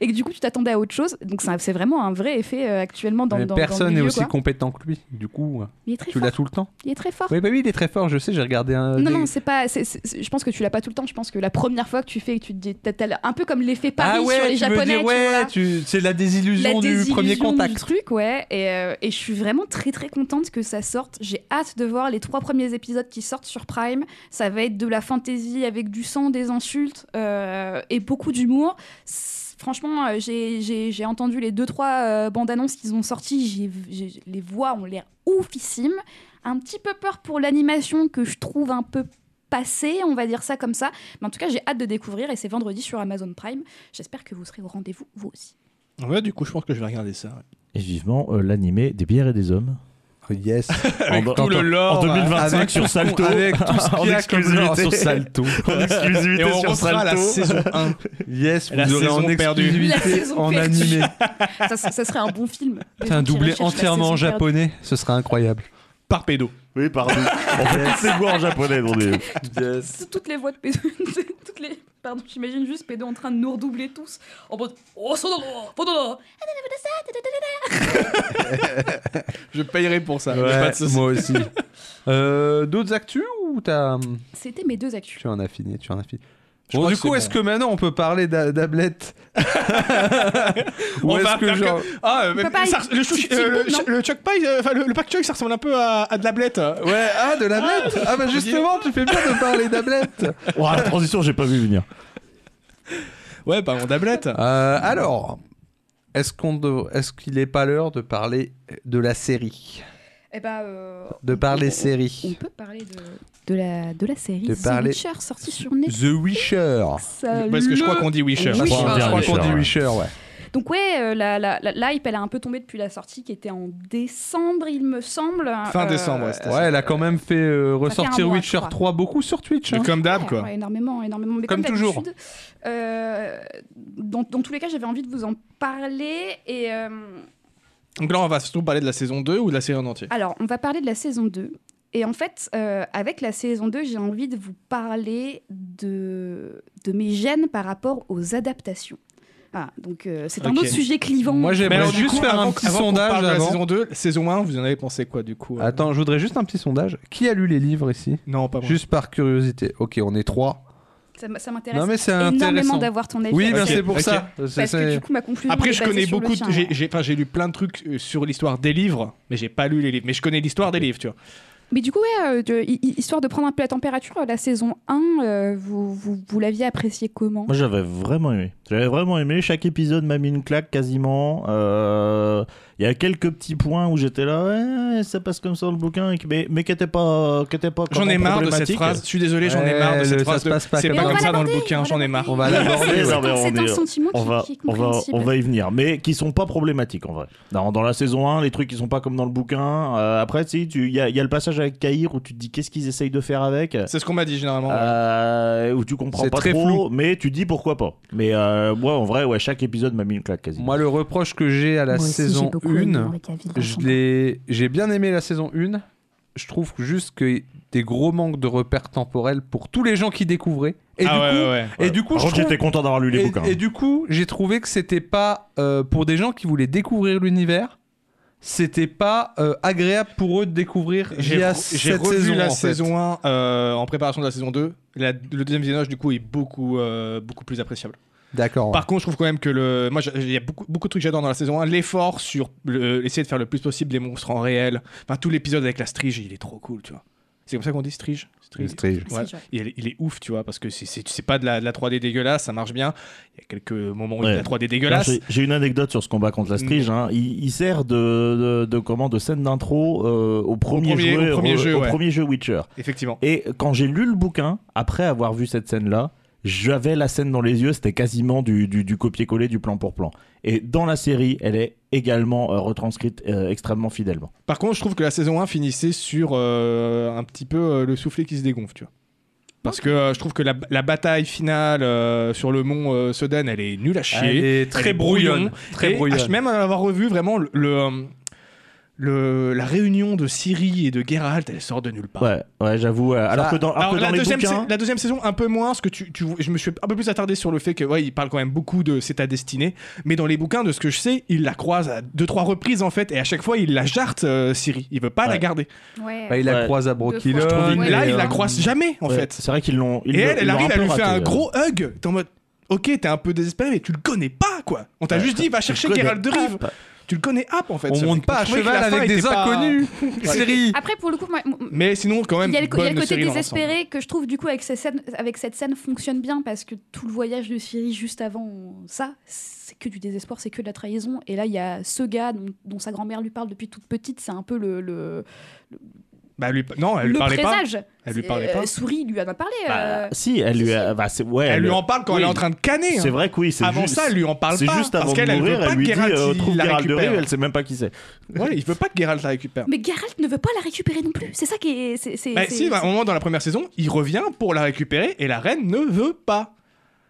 Speaker 4: et que du coup tu t'attendais à autre chose. Donc ça- c'est vraiment un vrai effet euh, actuellement dans,
Speaker 1: Mais
Speaker 4: dans, dans le
Speaker 1: personne n'est
Speaker 4: milieu,
Speaker 1: aussi
Speaker 4: quoi.
Speaker 1: compétent que lui, du coup, hein.
Speaker 4: Il est très
Speaker 1: tu
Speaker 4: fort.
Speaker 1: l'as tout le temps.
Speaker 4: Il est très fort.
Speaker 1: Oui, bah oui, il est très fort, je sais, j'ai regardé un.
Speaker 4: Non,
Speaker 1: euh, des-
Speaker 4: non, c'est pas. c'est- c'est- c'est- je pense que tu l'as pas tout le temps. Je pense que la première fois que tu fais, que tu te dis, t'as- t'as un peu comme l'effet Paris
Speaker 1: ah ouais,
Speaker 4: sur les
Speaker 1: tu veux
Speaker 4: Japonais.
Speaker 1: dire,
Speaker 4: tu
Speaker 1: ouais,
Speaker 4: vois.
Speaker 1: tu- c'est la
Speaker 4: la
Speaker 1: désillusion du
Speaker 4: désillusion
Speaker 1: premier
Speaker 4: du
Speaker 1: contact.
Speaker 4: truc, ouais. Et, euh, et je suis vraiment très très contente que ça sorte. J'ai hâte de voir les trois premiers épisodes qui sortent sur Prime. Ça va être de la fantasy avec du sang, des insultes euh, et beaucoup d'humour. C'est- Franchement, euh, j'ai- j'ai j'ai entendu les deux trois euh, bandes annonces qu'ils ont sorties. J'ai- j'ai- Les voix ont l'air oufissimes. Un petit peu peur pour l'animation que je trouve un peu passée, on va dire ça comme ça. Mais en tout cas, j'ai hâte de découvrir et c'est vendredi sur Amazon Prime. J'espère que vous serez au rendez-vous, vous aussi.
Speaker 2: Ouais, du coup, je pense que je vais regarder ça. ouais.
Speaker 3: Et vivement euh, l'animé des bières et des hommes.
Speaker 1: Yes.
Speaker 2: Avec
Speaker 3: en,
Speaker 2: tout
Speaker 3: en-
Speaker 2: le lore.
Speaker 3: en 2025
Speaker 1: Avec-
Speaker 3: sur Salto.
Speaker 1: Avec tout ce
Speaker 3: En
Speaker 1: qu'il y a comme lore
Speaker 3: exclusivité.
Speaker 1: sur Salto.
Speaker 3: en exclusivité
Speaker 2: Et on
Speaker 3: sur
Speaker 2: refera la
Speaker 3: Salto.
Speaker 2: saison 1.
Speaker 1: Yes, vous
Speaker 2: La
Speaker 1: aurez en
Speaker 2: saison perdue.
Speaker 4: La
Speaker 1: exclusivité
Speaker 4: saison
Speaker 1: en
Speaker 4: perdue.
Speaker 1: animé.
Speaker 4: ça, ça serait un bon film. Les
Speaker 1: C'est un
Speaker 4: gens qui
Speaker 1: doublé
Speaker 4: recherchent la
Speaker 1: entièrement
Speaker 4: saison perdue.
Speaker 1: japonais, ce serait incroyable.
Speaker 2: Par E pédo.
Speaker 3: Oui, pardon. On fait toutes les voix en japonais. On est...
Speaker 4: Toutes- Toutes les voix de pédo. toutes les... Pardon, j'imagine juste pédo en train de nous redoubler tous en mode Oh, sonoro, sonoro.
Speaker 2: Je paierai pour ça.
Speaker 1: Ouais,
Speaker 2: j'ai pas de souci.
Speaker 1: moi aussi. Euh, D'autres actus ou t'as.
Speaker 4: C'était mes deux actus.
Speaker 1: Tu en as fini, tu en as fini.
Speaker 2: Je
Speaker 1: bon,
Speaker 2: crois
Speaker 1: du
Speaker 2: que
Speaker 1: coup,
Speaker 2: c'est
Speaker 1: est-ce
Speaker 2: bon.
Speaker 1: que maintenant on peut parler d'A- d'Ablette Ou
Speaker 2: On
Speaker 1: est-ce
Speaker 2: va
Speaker 1: que
Speaker 2: faire que-
Speaker 1: genre.
Speaker 2: Ah, euh,
Speaker 4: peut
Speaker 2: mais-
Speaker 4: pas
Speaker 2: ça-
Speaker 4: être
Speaker 2: le,
Speaker 4: petit
Speaker 2: chou-
Speaker 4: petit
Speaker 2: euh,
Speaker 4: bout,
Speaker 2: le
Speaker 4: non
Speaker 2: ch- le Chuck Pie, euh, enfin le, le Pak Choi, ça ressemble un peu à, à de la blette.
Speaker 1: Ouais, ah, de l'Ablette Ah, bah justement, tu fais bien de parler d'Ablette
Speaker 3: Ouah, Oh, la transition, j'ai pas vu venir.
Speaker 2: Ouais, bah on tablette.
Speaker 1: Euh, Alors, est-ce qu'on dev- est-ce qu'il n'est pas l'heure de parler de la série
Speaker 4: Eh ben,
Speaker 1: De parler
Speaker 4: On
Speaker 1: série
Speaker 4: peut parler de, de, la, de la série
Speaker 1: De
Speaker 4: The
Speaker 1: parler-
Speaker 4: Witcher sortie sur Netflix. Euh,
Speaker 1: The Wisher
Speaker 2: Parce que je crois qu'on dit Wisher.
Speaker 4: Wisher.
Speaker 2: Je crois
Speaker 1: Je
Speaker 2: qu'on
Speaker 1: crois
Speaker 2: dit
Speaker 1: qu'on dit
Speaker 3: Wisher,
Speaker 1: Wisher, ouais.
Speaker 4: Donc ouais, euh, la, la, la- la hype, elle a un peu tombé depuis la sortie qui était en décembre, il me semble.
Speaker 2: Fin
Speaker 4: Euh,
Speaker 2: décembre, ouais, c'était
Speaker 1: Ouais, elle a quand même fait euh,
Speaker 4: fait un
Speaker 1: ressortir
Speaker 4: mois, je
Speaker 1: Witcher
Speaker 4: crois.
Speaker 1: 3 beaucoup sur Twitch.
Speaker 2: Mais
Speaker 1: hein.
Speaker 2: comme d'hab,
Speaker 4: Ouais,
Speaker 2: quoi.
Speaker 4: ouais, énormément, énormément. Mais
Speaker 1: Comme toujours.
Speaker 4: d'habitude, euh, dans, dans tous les cas, j'avais envie de vous en parler. Et euh,
Speaker 2: Donc là, on va surtout parler de la saison 2 ou de la série en entier.
Speaker 4: alors, on va parler de la saison 2. Et en fait, euh, avec la saison 2, j'ai envie de vous parler de, de mes gènes par rapport aux adaptations. Ah, donc euh, c'est un
Speaker 2: Ok.
Speaker 4: autre sujet clivant.
Speaker 1: Moi, j'aimerais
Speaker 2: alors, du
Speaker 1: juste
Speaker 2: coup,
Speaker 1: faire
Speaker 2: avant-
Speaker 1: un petit
Speaker 2: avant qu'on
Speaker 1: sondage
Speaker 2: parle de la
Speaker 1: avant.
Speaker 2: saison 2, saison 1, vous en avez pensé quoi du coup euh
Speaker 1: Attends, je voudrais juste un petit sondage. Qui a lu les livres ici
Speaker 2: Non, pas moi.
Speaker 1: Juste par curiosité. Ok, on est trois.
Speaker 4: Ça, m- ça m'intéresse
Speaker 1: Non mais c'est
Speaker 4: énormément
Speaker 1: intéressant.
Speaker 4: d'avoir ton avis.
Speaker 1: Oui,
Speaker 4: là-dessus.
Speaker 1: ben
Speaker 2: Ok,
Speaker 1: c'est pour
Speaker 2: ok.
Speaker 1: ça. C'est-
Speaker 4: Parce que
Speaker 1: c'est-
Speaker 4: du coup, ma conclusion.
Speaker 2: Après,
Speaker 4: est
Speaker 2: je
Speaker 4: basée
Speaker 2: connais
Speaker 4: sur le hein.
Speaker 2: beaucoup.
Speaker 4: tien,
Speaker 2: de- j'ai-
Speaker 4: ouais.
Speaker 2: J'ai enfin, j'ai lu plein de trucs euh, sur l'histoire des livres, mais j'ai pas lu les livres. Mais je connais l'histoire des livres, tu vois.
Speaker 4: Mais du coup, ouais, euh, de- hi- hi- histoire de prendre un peu la température, la saison 1, euh, vous, vous, vous l'aviez appréciée comment
Speaker 3: Moi j'avais vraiment aimé. J'avais vraiment aimé. Chaque épisode m'a mis une claque quasiment. Euh, Il y a quelques petits points où j'étais là, ouais, ça passe comme ça dans le bouquin, et que- mais, mais qui n'étaient pas, qui étaient pas.
Speaker 2: J'en ai
Speaker 3: comment
Speaker 2: marre de cette
Speaker 3: problématiques.
Speaker 2: phrase. Je suis désolé, j'en ai
Speaker 1: Ouais,
Speaker 2: marre de
Speaker 1: le-
Speaker 2: cette
Speaker 1: ça
Speaker 2: phrase.
Speaker 1: se
Speaker 2: de-
Speaker 1: passe pas
Speaker 2: C'est
Speaker 1: comme
Speaker 2: pas
Speaker 1: ça.
Speaker 2: comme
Speaker 4: On
Speaker 2: ça
Speaker 4: va
Speaker 2: dans le
Speaker 4: l'aborder,
Speaker 2: bouquin.
Speaker 4: on va
Speaker 2: J'en ai marre.
Speaker 1: On
Speaker 4: l'aborder.
Speaker 1: va l'aborder.
Speaker 3: C'est ça.
Speaker 1: ouais.
Speaker 3: Non, mais
Speaker 4: Attends,
Speaker 3: on
Speaker 4: C'est un
Speaker 3: est- euh,
Speaker 4: sentiment
Speaker 3: on
Speaker 4: qui,
Speaker 3: va,
Speaker 4: qui est
Speaker 3: on, va, on
Speaker 4: compréhensible.
Speaker 3: va y venir. Mais qui sont pas problématiques en vrai. Dans, dans la saison 1, les trucs qui sont pas comme dans le bouquin. euh, après, tu sais, tu- il y, a- il y a le passage avec Kaïr où tu te dis qu'est-ce qu'ils essayent de faire avec.
Speaker 2: C'est ce qu'on m'a dit généralement.
Speaker 3: Euh, où tu comprends
Speaker 1: C'est
Speaker 3: pas
Speaker 1: très
Speaker 3: trop,
Speaker 1: flou.
Speaker 3: mais tu dis pourquoi pas. Mais euh, moi, en vrai, ouais, chaque épisode m'a mis une claque quasi.
Speaker 1: Moi, le reproche que j'ai à la saison 1, je l'ai- j'ai bien aimé la saison 1. Je trouve juste que des gros manques de repères temporels pour tous les gens qui découvraient. Et
Speaker 2: ah
Speaker 1: du
Speaker 2: ouais,
Speaker 1: coup,
Speaker 2: ouais, ouais.
Speaker 1: et du coup,
Speaker 3: Par
Speaker 1: je
Speaker 3: contre,
Speaker 1: trouve-
Speaker 3: j'étais content d'avoir lu les
Speaker 1: et,
Speaker 3: bouquins.
Speaker 1: et du coup, j'ai trouvé que c'était pas euh, pour des gens qui voulaient découvrir l'univers. C'était pas euh, agréable pour eux de découvrir
Speaker 2: J'ai
Speaker 1: via
Speaker 2: re- j'ai
Speaker 1: cette
Speaker 2: revu
Speaker 1: saison.
Speaker 2: la
Speaker 1: en fait.
Speaker 2: saison 1 euh, en préparation de la saison 2. La- le deuxième visionnage, du coup, est beaucoup, euh, beaucoup plus appréciable.
Speaker 1: D'accord. ouais.
Speaker 2: Par contre, je trouve quand même que le. Moi, j'ai- il y a beaucoup, beaucoup de trucs que j'adore dans la saison 1. L'effort sur le- essayer de faire le plus possible les monstres en réel. Enfin, tout l'épisode avec la strige, il est trop cool, tu vois. C'est comme ça qu'on dit strige Strige. Ouais.
Speaker 4: Si, ouais.
Speaker 2: Il, est- il est ouf, tu vois, parce que c'est- c'est c'est pas de la, de la 3D dégueulasse, ça marche bien. Il y a quelques moments où il y a de la
Speaker 3: Ouais.
Speaker 2: 3D
Speaker 3: Alors,
Speaker 2: dégueulasse.
Speaker 3: J'ai j'ai une anecdote sur ce combat contre
Speaker 1: Mm.
Speaker 3: la Strige. hein. Il, il sert de, de, de comment de scène d'intro euh, au premier,
Speaker 2: premier-
Speaker 3: jeu,
Speaker 2: au premier
Speaker 3: euh,
Speaker 2: jeu,
Speaker 3: au
Speaker 2: ouais.
Speaker 3: premier jeu Witcher.
Speaker 2: Effectivement.
Speaker 3: Et quand j'ai lu le bouquin, après avoir vu cette scène-là, j'avais la scène dans les yeux, c'était quasiment du, du, du copier-coller du plan pour plan. Et dans la série, elle est également euh, retranscrite euh, extrêmement fidèlement.
Speaker 2: Par contre, je trouve que la saison 1 finissait sur euh, un petit peu euh, le soufflet qui se dégonfle, tu vois. Parce que euh, je trouve que la, la bataille finale euh, sur le mont euh, Soden, elle est nulle à chier.
Speaker 1: Ah, Elle est
Speaker 2: Elle est
Speaker 1: très brouillonne. Très
Speaker 2: Et
Speaker 1: brouillonne.
Speaker 2: ah, Même à l'avoir revu, vraiment, le, le, euh, le- la réunion de Ciri et de Geralt, elle sort de nulle part.
Speaker 3: Ouais, ouais, j'avoue. euh, alors
Speaker 1: Ça-
Speaker 3: que dans, alors
Speaker 2: Alors,
Speaker 3: que dans
Speaker 2: la,
Speaker 3: les
Speaker 2: deuxième,
Speaker 3: bouquins,
Speaker 2: sa- la deuxième saison, un peu moins, parce que tu, tu- je me suis un peu plus attardé sur le fait que, ouais, il parle quand même beaucoup de c'est ta destinée, mais dans les bouquins, de ce que je sais, il la croise à deux, trois reprises en fait, et à chaque fois, il la jarte, euh, Ciri. Il veut pas la
Speaker 3: Ouais.
Speaker 2: garder.
Speaker 4: Ouais.
Speaker 1: Bah, il la
Speaker 3: Ouais.
Speaker 1: croise à
Speaker 4: Je trouve
Speaker 1: Broquillon.
Speaker 4: Ouais,
Speaker 2: Là,
Speaker 4: mais,
Speaker 2: il la
Speaker 4: euh,
Speaker 2: croise jamais en
Speaker 3: ouais,
Speaker 2: fait.
Speaker 3: c'est vrai qu'ils l'ont. ils
Speaker 2: Et
Speaker 3: l'ont-
Speaker 2: elle,
Speaker 3: ils
Speaker 2: elle
Speaker 3: l'ont
Speaker 2: arrive
Speaker 3: un
Speaker 2: à
Speaker 3: peu
Speaker 2: lui faire
Speaker 3: raté,
Speaker 2: un
Speaker 3: euh.
Speaker 2: gros hug. T'es en mode, ok, t'es un peu désespéré, mais tu le connais pas, quoi. On t'a
Speaker 3: Ouais.
Speaker 2: juste dit, va chercher
Speaker 3: connais
Speaker 2: Gérald de Rive.
Speaker 3: pas.
Speaker 2: Tu le connais hop en fait.
Speaker 1: On
Speaker 2: ce
Speaker 1: monte
Speaker 2: mec.
Speaker 1: pas
Speaker 2: Je
Speaker 1: à
Speaker 2: trouvais que
Speaker 1: cheval
Speaker 2: la fin
Speaker 1: avec des
Speaker 2: était pas-
Speaker 1: inconnus. Série.
Speaker 4: Après, pour le coup, moi, m- m-
Speaker 2: Mais sinon, quand même,
Speaker 4: Ah, il y a le, co- il y a le
Speaker 2: bonne
Speaker 4: côté
Speaker 2: série hein, dans l'ensemble.
Speaker 4: désespéré que je trouve du coup avec cette, scène, avec cette scène fonctionne bien parce que tout le voyage de Siri juste avant ça, c'est que du désespoir, c'est que de la trahison. Et là, il y a ce gars dont, dont sa grand-mère lui parle depuis toute petite, c'est un peu le, le,
Speaker 2: Bah, lui... Non, elle lui
Speaker 4: le
Speaker 2: parlait pas.
Speaker 4: présage.
Speaker 2: Elle lui
Speaker 4: C'est-
Speaker 2: parlait pas.
Speaker 4: euh, Souris lui en a parlé.
Speaker 3: Bah,
Speaker 4: euh,
Speaker 3: si, elle lui. a- bah, c'est- ouais,
Speaker 2: Elle
Speaker 3: elle-
Speaker 2: lui en parle quand
Speaker 3: oui.
Speaker 2: elle est en train de canner. hein.
Speaker 3: C'est vrai que oui, c'est
Speaker 2: Avant
Speaker 3: juste.
Speaker 2: ça, elle lui en parle
Speaker 3: c'est
Speaker 2: pas.
Speaker 3: juste avant
Speaker 2: parce qu'elle
Speaker 3: de
Speaker 2: elle veut
Speaker 3: mourir,
Speaker 2: pas
Speaker 3: elle lui dit
Speaker 2: Geralt
Speaker 3: euh,
Speaker 2: il
Speaker 3: trouve
Speaker 2: la
Speaker 3: Gérald de Rive,
Speaker 2: récupère.
Speaker 3: elle sait même pas qui c'est.
Speaker 2: Ouais, il veut pas que Geralt la récupère.
Speaker 4: Mais Geralt ne veut pas la récupérer non plus. C'est ça qui est. c'est- c'est-
Speaker 2: Bah,
Speaker 4: c'est-
Speaker 2: si, bah, à un moment dans la première saison, il revient pour la récupérer et la reine ne veut pas.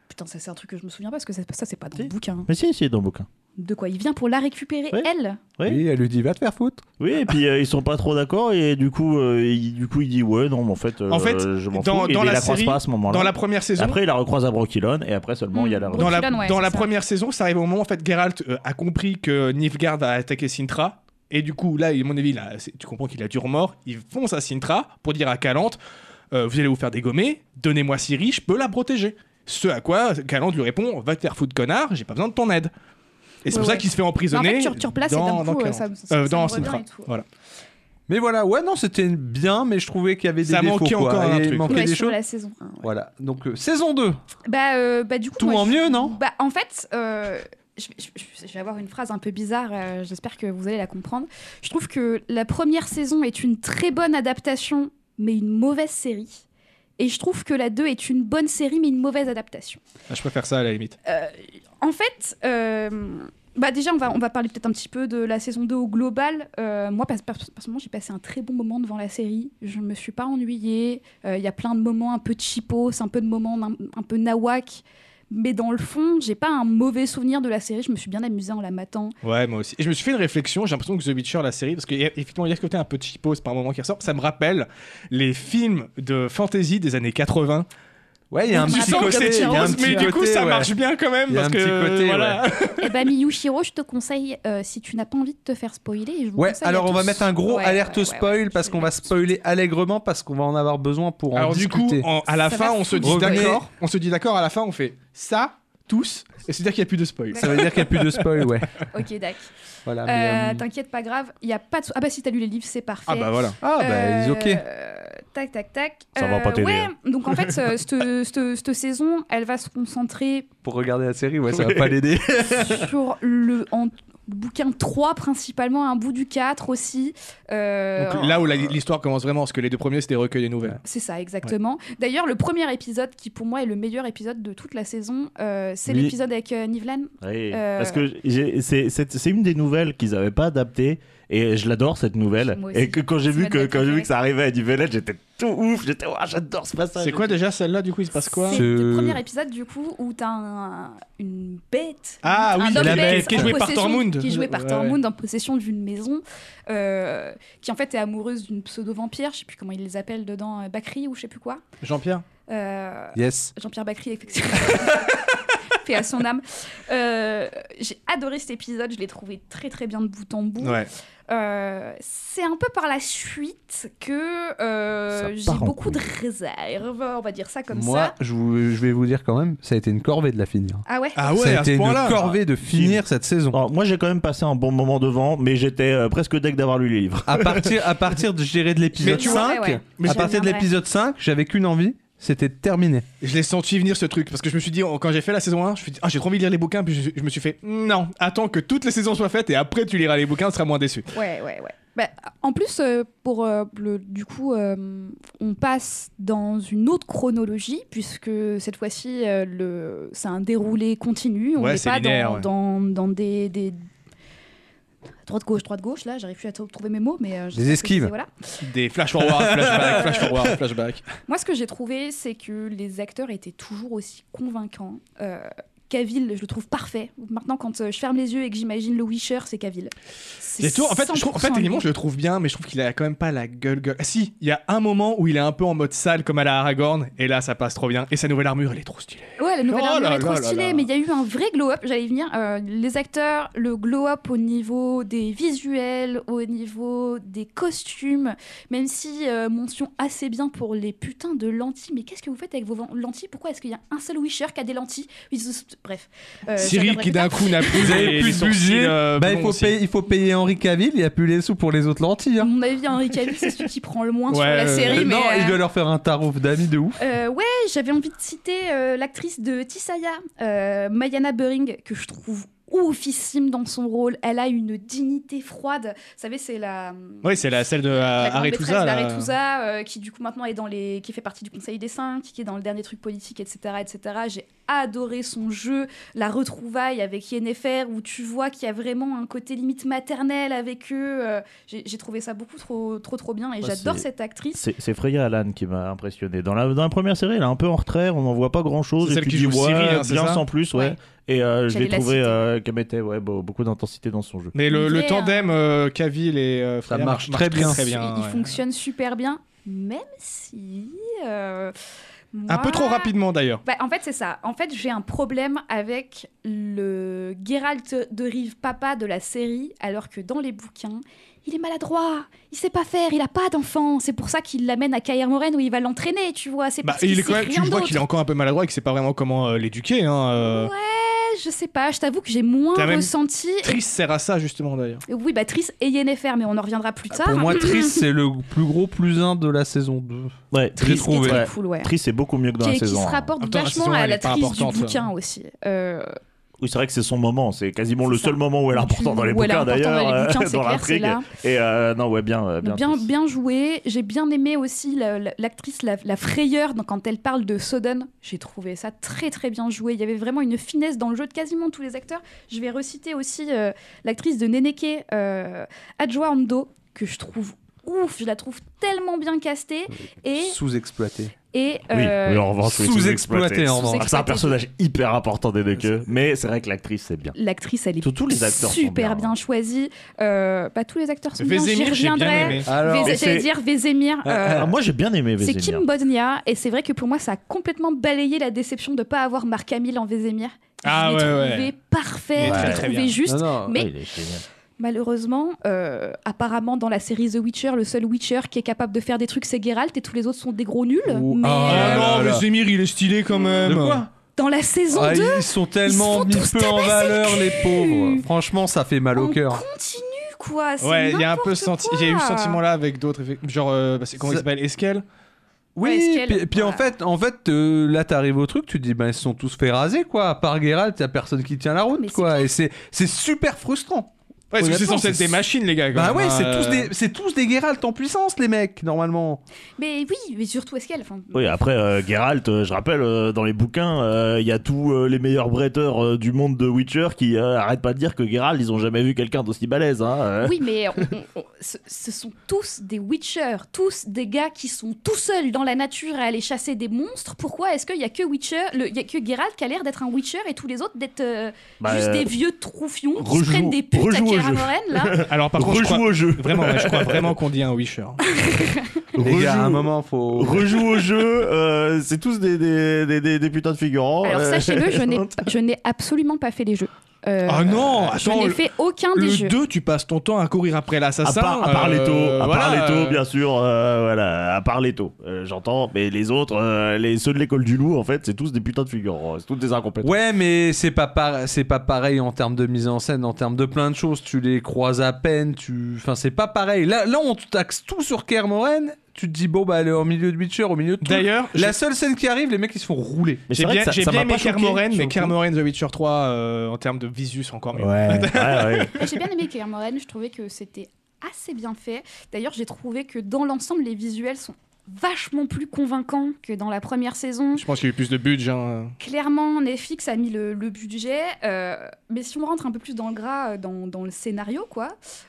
Speaker 4: Putain, ça c'est un truc que je me souviens pas parce que ça, ça, c'est pas dans le bouquin.
Speaker 3: Mais si, si, dans le bouquin.
Speaker 4: De quoi Il vient pour la récupérer,
Speaker 3: Oui.
Speaker 4: elle
Speaker 3: Oui.
Speaker 1: Oui, elle lui dit va te faire foutre.
Speaker 3: Oui, et puis euh, ils sont pas trop d'accord, et du coup, euh, il, du coup, il dit ouais, non, mais en fait, euh,
Speaker 2: En fait,
Speaker 3: je m'en
Speaker 2: dans-
Speaker 3: fous. et
Speaker 2: dans
Speaker 3: il
Speaker 2: la
Speaker 3: la croise
Speaker 2: série,
Speaker 3: pas à ce moment-là.
Speaker 2: Dans la première saison, Mmh.
Speaker 3: Après, il la recroise à Broquilon, et après seulement,
Speaker 4: Mm.
Speaker 3: il y a la.
Speaker 4: Dans
Speaker 2: dans la,
Speaker 4: Brooklyn, ouais,
Speaker 2: dans
Speaker 4: c'est
Speaker 2: la
Speaker 4: ça.
Speaker 2: première saison, ça arrive au moment en fait Geralt euh, a compris que Nilfgaard a attaqué Sintra et du coup là, à mon avis, là, c'est- tu comprends qu'il a du remords. Il fonce à Sintra pour dire à Calante euh, vous allez vous faire dégommer, donnez-moi Ciri, je peux la protéger. Ce à quoi Calante lui répond va te faire foutre connard, j'ai pas besoin de ton aide. Et c'est
Speaker 4: Ouais,
Speaker 2: pour ça
Speaker 4: ouais.
Speaker 2: qu'il se fait
Speaker 4: Mais Bah, En
Speaker 2: emprisonner.
Speaker 4: fait, tu, tu replaces
Speaker 2: dans,
Speaker 4: et d'un
Speaker 2: dans
Speaker 4: coup, euh,
Speaker 2: Calante.
Speaker 4: ça, ça,
Speaker 2: Euh,
Speaker 4: ça
Speaker 2: dans
Speaker 4: me revient
Speaker 2: Sintra.
Speaker 4: et tout.
Speaker 2: Voilà.
Speaker 1: Mais voilà, ouais, non, c'était bien, mais je trouvais qu'il y avait des
Speaker 2: Ça
Speaker 1: défauts.
Speaker 2: manquait
Speaker 1: quoi.
Speaker 2: encore un
Speaker 1: Et il
Speaker 2: truc.
Speaker 1: manquait
Speaker 4: Ouais,
Speaker 1: des
Speaker 4: sur
Speaker 1: choses.
Speaker 4: la saison 1. ouais.
Speaker 1: Voilà. Donc euh, saison 2.
Speaker 4: Bah, euh, bah, du coup,
Speaker 1: Tout
Speaker 4: moi,
Speaker 1: en
Speaker 4: je-
Speaker 1: mieux, non
Speaker 4: Bah, en fait, euh, je, je- je- je vais avoir une phrase un peu bizarre. euh, J'espère que vous allez la comprendre. Je trouve que la première saison est une très bonne adaptation, mais une mauvaise série. Et je trouve que la 2 est une bonne série, mais une mauvaise adaptation.
Speaker 2: Ah, Je préfère ça à la limite.
Speaker 4: Euh, En fait, euh, bah déjà, on va, on va parler peut-être un petit peu de la saison 2 au global. Euh, moi, pers- pers- personnellement, j'ai passé un très bon moment devant la série. Je me suis pas ennuyée. Euh, Il y a plein de moments un peu cheapos, un peu de moments un, un peu nawak. Mais dans le fond, j'ai pas un mauvais souvenir de la série. Je me suis bien amusée en la matant.
Speaker 2: Ouais, moi aussi. Et je me suis fait une réflexion, j'ai l'impression que The Witcher, la série, parce qu'effectivement, il y a ce côté un peu cheapos par moment qui ressort, ça me rappelle les films de fantasy des années 80.
Speaker 1: Ouais, il y a un
Speaker 4: Tu
Speaker 2: Tu
Speaker 1: petit
Speaker 2: sens que
Speaker 1: côté.
Speaker 2: c'est
Speaker 1: il y a un
Speaker 2: cheapos,
Speaker 1: petit
Speaker 2: mais du coup,
Speaker 1: côté,
Speaker 2: ça
Speaker 1: ouais.
Speaker 2: marche bien quand même,
Speaker 1: Il y a
Speaker 2: parce
Speaker 1: un petit
Speaker 2: que
Speaker 1: côté,
Speaker 2: voilà.
Speaker 4: Eh ben, Miyushiro, je te conseille, euh, si tu n'as pas envie de te faire spoiler, je vous
Speaker 1: Ouais,
Speaker 4: conseille à
Speaker 1: alors on va
Speaker 4: tous.
Speaker 1: mettre un gros
Speaker 4: Ouais,
Speaker 1: alerte
Speaker 4: ouais, ouais,
Speaker 1: spoil
Speaker 4: ouais.
Speaker 1: parce qu'on va spoiler allègrement parce qu'on va en avoir besoin pour en
Speaker 2: Alors du coup,
Speaker 1: discuter.
Speaker 2: en- à la
Speaker 4: Ça
Speaker 2: fin,
Speaker 4: va
Speaker 2: on se dit
Speaker 1: Revenez.
Speaker 2: d'accord, on se dit d'accord, à la fin, on fait ça, tous, et c'est-à-dire qu'il n'y a plus de spoil.
Speaker 1: Ça veut dire qu'il n'y a plus de spoil, ouais.
Speaker 4: Ok, d'accord.
Speaker 1: Voilà,
Speaker 4: Euh,
Speaker 1: mais, euh,
Speaker 4: T'inquiète, pas grave. Il y a pas de. sou- Ah bah si t'as lu les livres, c'est parfait.
Speaker 2: Ah bah voilà.
Speaker 1: Ah bah,
Speaker 4: Euh,
Speaker 1: ils ok.
Speaker 4: Tac, tac, tac.
Speaker 3: Ça va
Speaker 4: Euh,
Speaker 3: pas t'aider, hein.
Speaker 4: Ouais, donc en fait, ce- cette cette- cette saison, elle va se concentrer
Speaker 1: Pour regarder la série, ouais, ça va pas l'aider.
Speaker 4: sur le, en- le bouquin 3 principalement, un bout du 4 aussi. Euh,
Speaker 2: Donc, là où la- l'histoire commence vraiment, parce que les deux premiers, c'était recueil des nouvelles.
Speaker 4: C'est ça, exactement. D'ailleurs, le premier épisode, qui pour moi est le meilleur épisode de toute la saison, euh, c'est
Speaker 3: Oui.
Speaker 4: l'épisode avec euh, Nivlan.
Speaker 3: Oui,
Speaker 4: Euh,
Speaker 3: Parce que j'ai- c'est- c'est c'est une des nouvelles qu'ils n'avaient pas adaptée et je l'adore cette nouvelle.
Speaker 4: Moi aussi.
Speaker 3: Et que quand j'ai
Speaker 4: C'est
Speaker 3: vu
Speaker 4: ma
Speaker 3: que
Speaker 4: nouvelle
Speaker 3: quand j'ai vu
Speaker 4: préférée.
Speaker 3: que ça arrivait à du Village, j'étais tout ouf, j'étais Ouah, j'adore ce passage.
Speaker 2: C'est quoi déjà celle-là, du coup, il se passe quoi
Speaker 4: C'est le
Speaker 1: C'est-
Speaker 4: premier épisode du coup où t'as un- une bête.
Speaker 2: Ah
Speaker 4: un
Speaker 2: oui,
Speaker 4: homme
Speaker 2: la
Speaker 4: bête
Speaker 2: bête qui est
Speaker 4: en
Speaker 2: jouée par
Speaker 4: possession-
Speaker 2: Tormund.
Speaker 4: Qui est joué par
Speaker 2: Ouais,
Speaker 4: Tormund en possession d'une maison, euh, qui en fait est amoureuse d'une pseudo-vampire, je sais plus comment ils les appellent dedans, euh, Bakri ou je sais plus quoi.
Speaker 2: Jean-Pierre
Speaker 4: Euh,
Speaker 1: Yes.
Speaker 4: Jean-Pierre Bacri, effectivement. Fait à son âme. Euh, J'ai adoré cet épisode, je l'ai trouvé très très bien de bout en bout.
Speaker 2: Ouais.
Speaker 4: Euh, c'est un peu par la suite que euh,
Speaker 3: Ça
Speaker 4: j'ai
Speaker 3: part en
Speaker 4: beaucoup de réserves, on va dire ça comme
Speaker 1: Moi,
Speaker 4: ça.
Speaker 1: Je, vous- je vais vous dire quand même, ça a été une corvée de la finir.
Speaker 4: Ah ouais
Speaker 2: Ah ouais,
Speaker 1: ça a
Speaker 2: à ce
Speaker 1: été une
Speaker 2: point-là.
Speaker 1: corvée de finir cette saison.
Speaker 3: Alors, moi j'ai quand même passé un bon moment devant, mais j'étais euh, presque deg d'avoir lu les livres.
Speaker 1: À partir, à partir de, je dirais, de l'épisode
Speaker 2: Ah. Mais tu
Speaker 4: vois-
Speaker 1: 5,
Speaker 4: Ouais, ouais. Mais
Speaker 1: à
Speaker 4: je
Speaker 1: partir de
Speaker 4: reviendrai.
Speaker 1: l'épisode 5, j'avais qu'une envie, c'était de terminer.
Speaker 2: Je l'ai senti venir ce truc parce que je me suis dit, oh, quand j'ai fait la saison 1, je me suis dit, ah, j'ai trop envie de lire les bouquins, puis je, je me suis fait, non, attends que toutes les saisons soient faites et après tu liras les bouquins, tu seras moins déçu.
Speaker 4: Ouais, ouais, ouais. Bah, en plus, euh, pour euh, le, du coup, euh, on passe dans une autre chronologie puisque cette fois-ci, euh, le, c'est un déroulé continu. On
Speaker 2: Ouais,
Speaker 4: n'est
Speaker 2: c'est
Speaker 4: pas
Speaker 2: linéaire,
Speaker 4: dans,
Speaker 2: ouais.
Speaker 4: dans, dans des, des droite gauche, droite gauche. Là, j'arrive plus à t- trouver mes mots, mais euh, je
Speaker 1: Des
Speaker 4: sais ce que je
Speaker 1: esquives.
Speaker 4: disais, voilà.
Speaker 2: Des flash forward, flashback, flash forward, flashback.
Speaker 4: Moi, ce que j'ai trouvé, c'est que les acteurs étaient toujours aussi convaincants. Euh, Cavill, je le trouve parfait. Maintenant, quand euh, je ferme les yeux et que j'imagine le Wisher, c'est Cavill. C'est
Speaker 2: J'ai toujours- en fait, je trouve, en fait,
Speaker 4: 100%
Speaker 2: techniquement,
Speaker 4: lui.
Speaker 2: je le trouve bien, mais je trouve qu'il a quand même pas la gueule gueule. Ah, si, il y a un moment où il est un peu en mode sale comme à la Aragorn, et là ça passe trop bien, et sa nouvelle armure, elle est trop stylée.
Speaker 4: Ouais, la nouvelle
Speaker 2: Oh
Speaker 4: armure
Speaker 2: là
Speaker 4: est trop
Speaker 2: là là
Speaker 4: stylée,
Speaker 2: là.
Speaker 4: mais il y a eu un vrai glow-up, j'allais y venir. Euh, les acteurs, le glow-up au niveau des visuels, au niveau des costumes, même si euh, mention assez bien pour les putains de lentilles. Mais qu'est-ce que vous faites avec vos van- lentilles Pourquoi est-ce qu'il y a un seul Wisher qui a des lentilles Ils se- Bref. Euh, j'y
Speaker 2: Cyril
Speaker 4: reviendrai
Speaker 2: qui
Speaker 4: plus tard.
Speaker 2: d'un coup n'a plus,
Speaker 1: Vous avez
Speaker 2: les-
Speaker 1: plus
Speaker 2: les
Speaker 1: de
Speaker 2: sourcils,
Speaker 1: budget,
Speaker 2: euh,
Speaker 1: Bah, il,
Speaker 2: blonds
Speaker 1: faut
Speaker 2: aussi.
Speaker 1: payer, il faut payer Henri Cavill, il n'y a plus les sous pour les autres lentilles.
Speaker 4: À
Speaker 1: hein.
Speaker 4: mon avis, Henri Cavill, c'est celui qui prend le moins sur
Speaker 2: Ouais,
Speaker 4: la
Speaker 2: euh,
Speaker 4: série. mais,
Speaker 1: non, il
Speaker 4: euh,
Speaker 1: doit leur faire un tarouf d'amis de ouf.
Speaker 4: Euh, ouais, j'avais envie de citer euh, l'actrice de Tisaya, euh, Mayana Bering, que je trouve oufissime dans son rôle. Elle a une dignité froide. Vous savez, c'est la.
Speaker 2: Ouais, c'est la, celle de
Speaker 4: la
Speaker 2: euh,
Speaker 4: grande maîtresse
Speaker 2: Arethusa. là.
Speaker 4: d'Arethusa, euh, qui du coup maintenant est dans les, qui fait partie du Conseil des Cinq, qui est dans le dernier truc politique, etc., etc. J'ai adoré son jeu, la retrouvaille avec Yennefer, où tu vois qu'il y a vraiment un côté limite maternel avec eux. euh, J'ai j'ai trouvé ça beaucoup trop, trop, trop bien, et
Speaker 3: Ouais,
Speaker 4: j'adore
Speaker 3: c'est-
Speaker 4: cette actrice.
Speaker 3: C'est c'est Freya Allan qui m'a impressionné. Dans la, dans la première série, elle est un peu en retrait, on n'en voit pas grand chose.
Speaker 2: C'est
Speaker 3: et
Speaker 2: celle
Speaker 3: tu
Speaker 2: qui
Speaker 3: dis,
Speaker 2: joue
Speaker 3: ouais,
Speaker 2: Cyril, hein, c'est
Speaker 3: bien
Speaker 2: ça
Speaker 3: sans plus, ouais.
Speaker 4: Ouais.
Speaker 3: Et euh, je
Speaker 4: J'allais
Speaker 3: l'ai
Speaker 4: la
Speaker 3: trouvé
Speaker 4: citer.
Speaker 3: euh, qu'elle mettait ouais, beau- beaucoup d'intensité dans son jeu.
Speaker 2: Mais le, le
Speaker 4: Claire.
Speaker 2: tandem euh, Cavill et euh, Freya
Speaker 1: marche très bien.
Speaker 2: Très,
Speaker 4: Il-
Speaker 2: bien
Speaker 4: il
Speaker 2: ouais.
Speaker 4: fonctionne super bien, même si. euh,
Speaker 2: Un
Speaker 4: moi-
Speaker 2: peu trop rapidement d'ailleurs.
Speaker 4: Bah, en fait, c'est ça. En fait, j'ai un problème avec le Geralt de Rive Papa de la série, alors que dans les bouquins, il est maladroit, il sait pas faire, il a pas d'enfant. C'est pour ça qu'il l'amène à Kaer Moren où il va l'entraîner, tu vois. C'est
Speaker 2: Bah,
Speaker 4: parce
Speaker 2: et
Speaker 4: qu'il
Speaker 2: il est
Speaker 4: sait
Speaker 2: quand même, tu
Speaker 4: rien
Speaker 2: vois
Speaker 4: d'autre.
Speaker 2: qu'il est encore un peu maladroit et que c'est pas vraiment comment euh, l'éduquer. Hein, euh.
Speaker 4: Eh, Je sais pas, je t'avoue que j'ai moins
Speaker 2: T'as même
Speaker 4: ressenti.
Speaker 2: Triss sert à ça justement d'ailleurs.
Speaker 4: Et- Oui, bah Triss et Yennefer, mais on en reviendra plus tard.
Speaker 1: Pour moi, Triss, c'est le plus gros plus 1 de la saison 2.
Speaker 3: Ouais,
Speaker 1: J'ai
Speaker 4: Triss qui est
Speaker 1: trouvé.
Speaker 4: très
Speaker 3: Ouais.
Speaker 4: cool, ouais.
Speaker 3: Triss est beaucoup mieux que dans
Speaker 4: qui,
Speaker 3: la
Speaker 4: qui
Speaker 3: saison.
Speaker 4: se
Speaker 3: hein.
Speaker 4: rapporte
Speaker 2: En même temps, la
Speaker 4: vachement
Speaker 2: saison,
Speaker 4: à
Speaker 2: elle est
Speaker 4: la
Speaker 2: pas
Speaker 4: trice du
Speaker 2: importante,
Speaker 4: bouquin aussi. Euh,
Speaker 3: Oui, c'est vrai que c'est son moment. C'est quasiment le
Speaker 4: ça.
Speaker 3: seul moment où elle est importante dans les
Speaker 4: Où elle est
Speaker 3: bouquins
Speaker 4: importante dans
Speaker 3: d'ailleurs,
Speaker 4: les
Speaker 3: euh,
Speaker 4: bouquins, c'est
Speaker 3: dans
Speaker 4: clair, c'est
Speaker 3: l'intrigue.
Speaker 4: là.
Speaker 3: Et euh, non, ouais, bien, euh, bien.
Speaker 4: Bien,
Speaker 3: tous.
Speaker 4: bien joué. J'ai bien aimé aussi la- la- l'actrice, la, la frayeur, donc quand elle parle de Sodden. J'ai trouvé ça très très bien joué. Il y avait vraiment une finesse dans le jeu de quasiment tous les acteurs. Je vais reciter aussi euh, l'actrice de Neneke, euh, Adjoa Ando, que je trouve ouf. Je la trouve tellement bien castée. Et,
Speaker 1: Sous-exploité.
Speaker 4: et
Speaker 3: Oui,
Speaker 4: euh,
Speaker 3: oui, en revanche, oui,
Speaker 1: Sous-exploité, en
Speaker 4: Sous-exploité.
Speaker 1: revanche.
Speaker 3: Ah, C'est un personnage hyper important des deux queues, mais c'est vrai que l'actrice, c'est bien.
Speaker 4: l'actrice, elle est
Speaker 3: Tous- tous les acteurs sont
Speaker 4: super
Speaker 3: bien,
Speaker 4: bien,
Speaker 3: hein.
Speaker 4: choisie. Euh, pas tous les acteurs sont bien. J'y
Speaker 2: Vezemir, j'ai bien
Speaker 4: reviendrai.
Speaker 2: aimé.
Speaker 1: Alors,
Speaker 4: Véz- J'allais
Speaker 3: Mais c'est-
Speaker 4: dire Vezemir. euh,
Speaker 3: Alors, Ah, moi, j'ai bien aimé
Speaker 4: C'est
Speaker 3: Vezemir.
Speaker 4: Kim Bodnia, et c'est vrai que pour moi, ça a complètement balayé la déception de ne pas avoir Marc Hamill en Vézémir. Je
Speaker 2: Ah,
Speaker 4: l'ai
Speaker 2: ouais,
Speaker 4: trouvé
Speaker 2: ouais.
Speaker 4: parfait,
Speaker 2: Il est
Speaker 4: je
Speaker 3: très,
Speaker 4: l'ai
Speaker 2: très
Speaker 4: trouvé
Speaker 2: bien.
Speaker 4: juste.
Speaker 1: Non, non.
Speaker 4: Mais
Speaker 3: Ouais, Ah, il est génial.
Speaker 4: malheureusement, euh, apparemment, dans la série The Witcher, le seul Witcher qui est capable de faire des trucs, c'est Geralt, et tous les autres sont des gros nuls.
Speaker 1: Ouh,
Speaker 4: Mais
Speaker 2: Ah
Speaker 1: là,
Speaker 4: euh,
Speaker 1: là,
Speaker 2: non,
Speaker 1: là.
Speaker 2: mais Zemir, il est stylé quand même.
Speaker 1: De quoi
Speaker 4: dans la saison
Speaker 1: Ah,
Speaker 4: 2,
Speaker 1: Ils sont tellement
Speaker 4: Ils
Speaker 1: mis
Speaker 4: se font
Speaker 1: peu
Speaker 4: tous
Speaker 1: en
Speaker 4: tabasser
Speaker 1: valeur,
Speaker 4: le
Speaker 1: les
Speaker 4: cul.
Speaker 1: pauvres. Franchement, ça fait mal
Speaker 4: on
Speaker 1: au cœur.
Speaker 4: continue, quoi. c'est
Speaker 2: Ouais, il y a un peu
Speaker 4: n'importe
Speaker 2: ce senti-
Speaker 4: quoi.
Speaker 2: j'ai eu ce sentiment là avec d'autres effets- genre euh, bah, c'est- comment il
Speaker 1: Ça-
Speaker 2: s'appelle Esquel
Speaker 4: Ouais, est-ce
Speaker 1: Oui,
Speaker 4: qu'elle-
Speaker 1: puis, puis en
Speaker 4: voilà.
Speaker 1: fait, en fait euh, là, t'arrives au truc, tu te dis, ben, ils se sont tous fait raser, quoi. À part Geralt, y a personne qui tient la route,
Speaker 4: Mais c'est
Speaker 1: quoi. Et c'est c'est super frustrant.
Speaker 2: Ouais, parce que c'est
Speaker 1: Honnêtement,
Speaker 2: censé être
Speaker 1: c'est-
Speaker 2: des machines les gars. quand
Speaker 1: Bah
Speaker 2: même,
Speaker 1: ouais,
Speaker 2: hein,
Speaker 1: c'est
Speaker 2: euh.
Speaker 1: tous des- c'est tous, des Geralt en puissance, les mecs, normalement.
Speaker 4: Mais oui, mais surtout, est-ce qu'elle enfin,
Speaker 3: Oui, après, euh, Geralt, euh, je rappelle, euh, dans les bouquins, euh, il y a tous euh, les meilleurs bretteurs euh, du monde de Witcher qui euh, arrêtent pas de dire que Geralt, ils ont jamais vu quelqu'un d'aussi balèze. Hein, euh.
Speaker 4: Oui, mais on- on- on- ce, ce sont tous des Witchers, tous des gars qui sont tout seuls dans la nature à aller chasser des monstres. Pourquoi est-ce qu'il y a que Witcher, le- il y a que Geralt qui a l'air d'être un Witcher et tous les autres d'être euh,
Speaker 3: Bah,
Speaker 4: juste
Speaker 3: euh,
Speaker 4: des vieux troufions qui se
Speaker 3: rejoue-
Speaker 4: prennent des putes à
Speaker 3: rejoue au
Speaker 4: Kaer
Speaker 3: jeu.
Speaker 4: Morhen, là
Speaker 2: Alors par contre, je
Speaker 3: Rejoue
Speaker 2: crois...
Speaker 3: au jeu.
Speaker 2: vraiment, ouais, je crois vraiment qu'on dit un Wisher.
Speaker 1: Les gars, à un
Speaker 3: Rejoue-
Speaker 1: moment, faut.
Speaker 3: Rejoue au jeu, euh, c'est tous des, des, des, des, des putains de figurants.
Speaker 4: Alors
Speaker 3: euh.
Speaker 4: sachez-le, je n'ai pas- je n'ai absolument pas fait les jeux. Euh,
Speaker 2: Ah non,
Speaker 4: Je
Speaker 2: attends,
Speaker 4: n'ai
Speaker 2: le,
Speaker 4: fait aucun des jeux.
Speaker 2: 2, tu passes ton temps à courir après
Speaker 3: à
Speaker 2: l'assassin.
Speaker 3: part, à part les taux,
Speaker 2: euh,
Speaker 3: à
Speaker 2: voilà,
Speaker 3: part les
Speaker 2: euh,
Speaker 3: taux, bien sûr, euh, voilà, à part les taux, euh, j'entends, mais les autres, euh, les, ceux de l'école du loup, en fait, c'est tous des putains de figurants, hein. c'est tous des incompétents.
Speaker 1: Ouais, mais c'est pas, par- c'est pas pareil en termes de mise en scène, en termes de plein de choses. Tu les croises à peine, tu. Enfin, c'est pas pareil. Là, là on t'axe tout sur Kermoren. Tu te dis, bon, bah, elle est au milieu de Witcher, au milieu de tout.
Speaker 2: D'ailleurs,
Speaker 1: la seule scène qui arrive, les mecs, ils se font rouler.
Speaker 3: Mais c'est
Speaker 2: j'ai
Speaker 3: vrai
Speaker 2: bien,
Speaker 3: que ça-
Speaker 2: j'ai
Speaker 3: ça
Speaker 2: bien
Speaker 3: m'a
Speaker 2: aimé
Speaker 3: pas choqué,
Speaker 2: Kermoren,
Speaker 3: sur
Speaker 2: mais
Speaker 3: le coup.
Speaker 2: Kermoren The Witcher 3 euh, en termes de visus encore mieux.
Speaker 3: Ouais, ouais, ouais.
Speaker 4: Ah, J'ai bien aimé Kaer Morhen, je trouvais que c'était assez bien fait. D'ailleurs, j'ai trouvé que dans l'ensemble, les visuels sont vachement plus convaincants que dans la première saison.
Speaker 2: Je pense qu'il y a eu plus de budget. hein.
Speaker 4: Clairement, Netflix a mis le, le budget, euh, mais si on rentre un peu plus dans le gras, euh, dans, dans le scénario, quoi,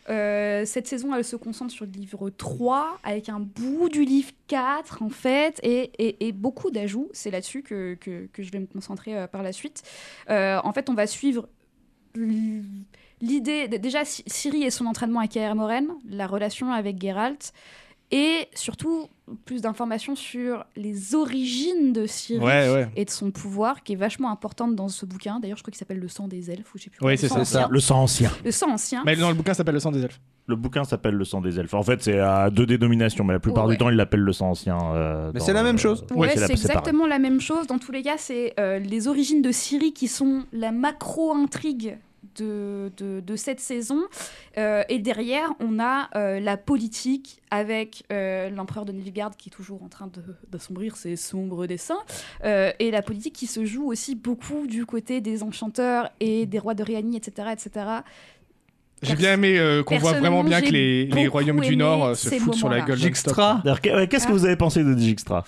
Speaker 4: euh, cette saison, elle se concentre sur le livre 3, avec un bout du livre 4, en fait, et, et- et beaucoup d'ajouts. C'est là-dessus que, que- que je vais me concentrer euh, par la suite. Euh, en fait, on va suivre l- l'idée, d- déjà, Si- Ciri et son entraînement à Kaer Morhen, la relation avec Geralt, et surtout, plus d'informations sur les origines de Ciri
Speaker 2: Ouais, ouais.
Speaker 4: et de son pouvoir qui est vachement importante dans ce bouquin. D'ailleurs, je crois qu'il s'appelle Le sang des elfes ou je sais plus.
Speaker 2: Oui,
Speaker 4: quoi.
Speaker 2: c'est
Speaker 4: Le sang
Speaker 1: ça,
Speaker 4: ancien.
Speaker 3: Le sang ancien.
Speaker 4: Le sang ancien.
Speaker 2: Mais dans le bouquin, ça s'appelle Le sang des elfes.
Speaker 3: Le bouquin s'appelle Le sang des elfes. En fait, c'est à deux dénominations, mais la plupart
Speaker 4: Ouais, ouais.
Speaker 3: du temps, ils l'appellent Le sang ancien. euh,
Speaker 1: Mais
Speaker 3: dans,
Speaker 1: c'est la même
Speaker 3: euh,
Speaker 1: chose.
Speaker 4: Ouais, c'est
Speaker 3: la- pareil.
Speaker 4: exactement la même chose. Dans tous les cas, c'est euh, les origines de Ciri qui sont la macro-intrigue de, de, de cette saison. Euh, et derrière, on a euh, la politique avec euh, l'empereur de Nilfgaard qui est toujours en train de- d'assombrir ses sombres dessins. Euh, et la politique qui se joue aussi beaucoup du côté des enchanteurs et des rois de Réanie, etc. etc.
Speaker 2: J'ai bien aimé euh, qu'on voit
Speaker 4: Personnellement,
Speaker 2: vraiment bien que
Speaker 4: j'ai
Speaker 2: les, les
Speaker 4: beaucoup
Speaker 2: royaumes du
Speaker 4: aimé
Speaker 2: Nord euh, se
Speaker 4: ces
Speaker 2: foutent sur la
Speaker 4: moments-là.
Speaker 2: gueule. non-stop.
Speaker 1: Jixtra,
Speaker 3: Alors, qu'est- ouais,
Speaker 4: Ah.
Speaker 3: qu'est-ce que vous avez pensé de Dijkstra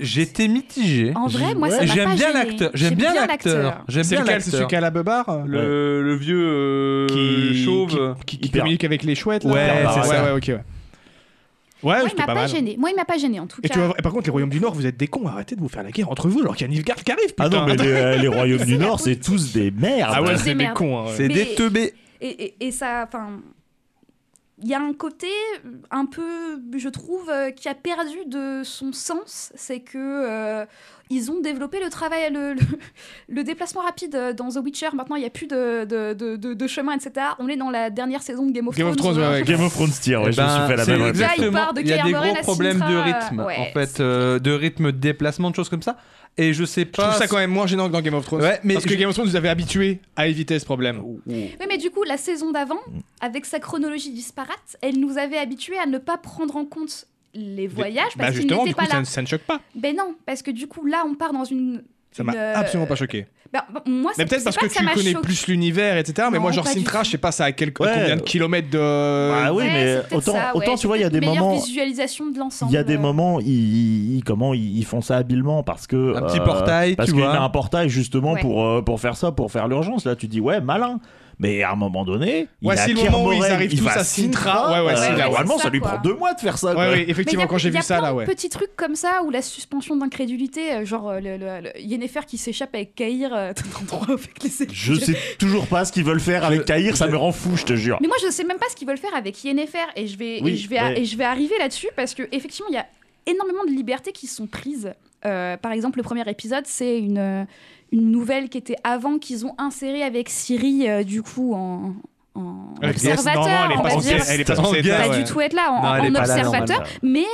Speaker 1: j'étais
Speaker 2: Eh,
Speaker 1: mitigé.
Speaker 4: En vrai, moi, ça m'a
Speaker 1: J'aime
Speaker 4: pas
Speaker 1: bien
Speaker 4: gêné.
Speaker 1: l'acteur. J'aime bien l'acteur. J'aime
Speaker 2: C'est
Speaker 1: bien
Speaker 2: lequel C'est celui
Speaker 1: l'acteur.
Speaker 2: qui a la beubare euh,
Speaker 1: Le, le vieux euh,
Speaker 2: qui
Speaker 1: chauve.
Speaker 2: qui, qui
Speaker 3: Hyper.
Speaker 2: communique avec les chouettes. là.
Speaker 1: Ouais,
Speaker 2: Hyper.
Speaker 1: c'est
Speaker 2: ouais,
Speaker 1: ça.
Speaker 2: ouais, ok. Ouais, ouais
Speaker 4: Moi, il
Speaker 2: c'était
Speaker 4: m'a pas,
Speaker 2: mal.
Speaker 4: gêné. Moi, il m'a pas gêné en tout
Speaker 2: Et
Speaker 4: cas.
Speaker 2: tu vois, et par contre, les royaumes du Nord, vous êtes des cons, arrêtez de vous faire la guerre entre vous alors qu'il y a Nilfgaard qui arrive.
Speaker 3: Ah
Speaker 2: putain.
Speaker 3: non, mais les, euh, les royaumes
Speaker 4: C'est
Speaker 3: du
Speaker 4: la
Speaker 3: Nord, c'est
Speaker 4: politique.
Speaker 3: tous des merdes.
Speaker 2: Ah ouais,
Speaker 4: C'est
Speaker 2: c'est des
Speaker 4: merde.
Speaker 2: cons. hein, ouais.
Speaker 1: C'est
Speaker 4: Mais-
Speaker 1: des teubés.
Speaker 4: Et, et- et ça, enfin, il y a un côté euh, un peu, je trouve, euh, qui a perdu de son sens. C'est que euh, ils ont développé le travail, le, le, le déplacement rapide euh, dans The Witcher. Maintenant, il n'y a plus de, de, de- de- de chemin, etc. On est dans la dernière saison de Game of
Speaker 2: Game of
Speaker 4: Thrones. hein.
Speaker 2: Thrones, ouais, ouais.
Speaker 3: Game of Thrones tier, ouais,
Speaker 1: Eh
Speaker 3: je me
Speaker 1: ben,
Speaker 3: suis fait la
Speaker 1: c'est
Speaker 3: même
Speaker 4: exact.
Speaker 3: réflexion.
Speaker 1: exactement-
Speaker 4: part de
Speaker 1: Il y a
Speaker 4: Kaer
Speaker 1: des
Speaker 4: Morhen
Speaker 1: gros
Speaker 4: à
Speaker 1: problèmes de
Speaker 4: Sintra,
Speaker 1: rythme,
Speaker 4: ouais,
Speaker 1: en fait, euh, de rythme, de déplacement, de choses comme ça. Et je sais
Speaker 2: Je trouve
Speaker 1: pas.
Speaker 2: ça quand même moins gênant que dans Game of Thrones.
Speaker 1: Ouais, mais
Speaker 2: Parce que
Speaker 1: je-
Speaker 2: Game of Thrones vous avez habitué à éviter ce problème.
Speaker 4: Oui, mais du coup, la saison d'avant,
Speaker 2: Mm.
Speaker 4: avec sa chronologie disparate, elle nous avait habitués à ne pas prendre en compte les voyages
Speaker 2: bah
Speaker 4: parce qu'ils
Speaker 2: justement,
Speaker 4: n'étaient
Speaker 2: du
Speaker 4: pas
Speaker 2: coup, ça,
Speaker 4: là.
Speaker 2: ne- ça ne choque pas.
Speaker 4: Ben non, parce que du coup, là, on part dans une
Speaker 2: Ça m'a
Speaker 4: Euh,
Speaker 2: absolument pas choqué.
Speaker 4: Bah, moi,
Speaker 2: Mais
Speaker 4: c'est-
Speaker 2: peut-être
Speaker 4: c'est
Speaker 2: parce
Speaker 4: pas
Speaker 2: que
Speaker 4: ça
Speaker 2: tu
Speaker 4: m'a
Speaker 2: connais
Speaker 4: choqué.
Speaker 2: plus l'univers, etc. Mais
Speaker 4: Non,
Speaker 2: moi, genre
Speaker 4: pas du
Speaker 2: Sintra,
Speaker 4: tout.
Speaker 2: je sais pas, ça à quel...
Speaker 3: Ouais.
Speaker 2: combien de kilomètres de.
Speaker 3: Ah oui,
Speaker 4: Ouais,
Speaker 3: mais
Speaker 4: c'est peut-être
Speaker 3: autant,
Speaker 4: ça, ouais.
Speaker 3: autant tu vois, il y a
Speaker 4: Peut-être
Speaker 3: des
Speaker 4: une meilleure
Speaker 3: moments.
Speaker 4: visualisation de l'ensemble.
Speaker 3: Il y a des
Speaker 4: euh,
Speaker 3: moments, ils, ils- comment ils, ils font ça habilement parce que euh,
Speaker 1: Un petit portail,
Speaker 3: parce
Speaker 1: tu
Speaker 3: qu'il y
Speaker 1: vois.
Speaker 3: a un portail justement
Speaker 4: Ouais.
Speaker 3: pour euh, pour faire ça, pour faire l'urgence. Là, tu dis ouais, malin. Mais à un moment donné, il
Speaker 2: Ouais,
Speaker 3: a
Speaker 2: si le
Speaker 3: Kier
Speaker 2: moment où ils
Speaker 3: Morel,
Speaker 2: arrivent
Speaker 3: il
Speaker 2: tous
Speaker 3: va
Speaker 2: à Sintra, ouais, ouais,
Speaker 3: euh,
Speaker 2: c'est là, ouais.
Speaker 3: normalement,
Speaker 4: C'est
Speaker 3: ça,
Speaker 4: ça,
Speaker 3: lui
Speaker 4: quoi.
Speaker 3: prend deux mois de faire ça. quoi.
Speaker 2: Ouais, oui,
Speaker 4: Mais il y
Speaker 2: effectivement,
Speaker 4: a-
Speaker 2: quand j'ai
Speaker 4: il y a
Speaker 2: vu ça,
Speaker 4: plein
Speaker 2: là,
Speaker 4: de
Speaker 2: ouais.
Speaker 4: Petits trucs comme ça, ou la suspension d'incrédulité, euh, genre euh, le, le- le- Yennefer qui s'échappe avec Kaïr euh, dans l'endroit avec les elfes.
Speaker 3: Je sais toujours pas ce qu'ils veulent faire avec Tahir, ça me rend fou, je te jure.
Speaker 4: Mais moi, je sais même pas ce qu'ils veulent faire avec Yennefer, et je vais,
Speaker 3: Oui,
Speaker 4: et je vais,
Speaker 3: ouais.
Speaker 4: et je vais arriver là-dessus parce que effectivement, il y a énormément de libertés qui sont prises. Euh, par exemple, le premier épisode, c'est une, euh, une nouvelle qui était avant qu'ils ont insérée avec Siri, euh, du coup, en, en
Speaker 2: Ouais,
Speaker 4: observateur.
Speaker 2: normalement,
Speaker 4: on va
Speaker 2: elle est
Speaker 4: dire.
Speaker 2: pas Elle est pas
Speaker 1: En
Speaker 2: censée être là,
Speaker 4: pas
Speaker 2: ouais.
Speaker 4: du tout être là en,
Speaker 1: Non, elle
Speaker 4: en
Speaker 1: est pas là,
Speaker 4: observateur,
Speaker 3: normal.
Speaker 4: mais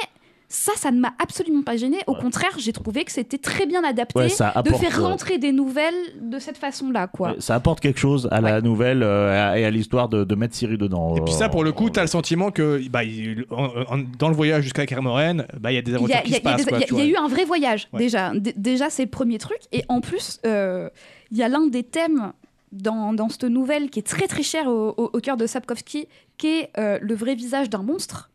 Speaker 4: ça, ça ne m'a absolument pas gêné. Au
Speaker 3: Ouais.
Speaker 4: contraire, j'ai trouvé que c'était très bien adapté
Speaker 3: Ouais, Euh, ça
Speaker 4: de
Speaker 3: apporte. euh,
Speaker 4: faire rentrer des nouvelles de cette façon-là, quoi.
Speaker 3: ouais, Ça apporte quelque chose à la nouvelle euh, et à- et à l'histoire de, de mettre Siri dedans.
Speaker 2: Et puis ça, pour le coup,
Speaker 3: Euh,
Speaker 2: t'as le sentiment que bah, il- en- en- dans le voyage jusqu'à Kermoren, bah, il y a des
Speaker 4: Il y
Speaker 2: aventures
Speaker 4: a,
Speaker 2: qui
Speaker 4: il y a-
Speaker 2: se passent.
Speaker 4: il y a-
Speaker 2: quoi,
Speaker 4: il
Speaker 2: tu
Speaker 4: y a
Speaker 2: vois.
Speaker 4: eu un vrai voyage,
Speaker 2: Ouais.
Speaker 4: déjà. D- déjà, c'est le premier truc. Et en plus, euh, il y a l'un des thèmes dans, dans cette nouvelle qui est très très cher au, au- au cœur de Sapkowski, qui est euh, le vrai visage d'un monstre.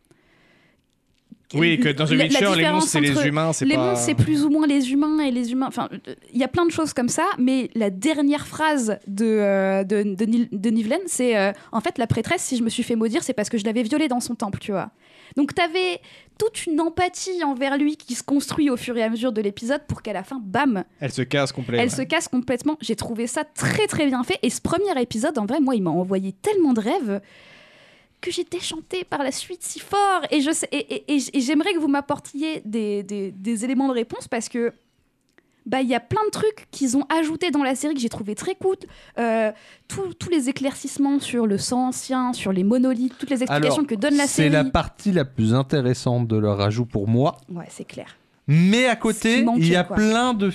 Speaker 2: Oui, que dans The
Speaker 4: La- la
Speaker 2: Witcher, les
Speaker 4: différence
Speaker 2: monstres, c'est
Speaker 4: entre-
Speaker 2: les humains, c'est
Speaker 4: Les
Speaker 2: pas...
Speaker 4: monstres, c'est plus ou moins les humains et les humains. Enfin, euh, il y a plein de choses comme ça, mais la dernière phrase de, euh, de, de, Nil- de Nivelaine, c'est euh, en fait la prêtresse, si je me suis fait maudire, c'est parce que je l'avais violée dans son temple, tu vois. Donc, t'avais toute une empathie envers lui qui se construit au fur et à mesure de l'épisode pour qu'à la fin, bam,
Speaker 2: Elle se casse complètement.
Speaker 4: elle se casse complètement. J'ai trouvé ça très très bien fait. Et ce premier épisode, en vrai, moi, il m'a envoyé tellement de rêves que j'étais chantée par la suite si fort. Et je sais- et, et- et j- et j'aimerais que vous m'apportiez des, des- des éléments de réponse parce que bah il y a plein de trucs qu'ils ont ajoutés dans la série que j'ai trouvé très cool. Euh, tous- tous les éclaircissements sur le sang ancien, sur les monolithes, toutes les explications
Speaker 1: Alors,
Speaker 4: que donne la
Speaker 1: C'est
Speaker 4: série.
Speaker 1: la partie la plus intéressante de leur ajout pour moi.
Speaker 4: Ouais, c'est clair.
Speaker 1: Mais à
Speaker 4: Ce qui
Speaker 1: côté,
Speaker 4: manquait,
Speaker 1: il y a
Speaker 4: quoi.
Speaker 1: plein de, f-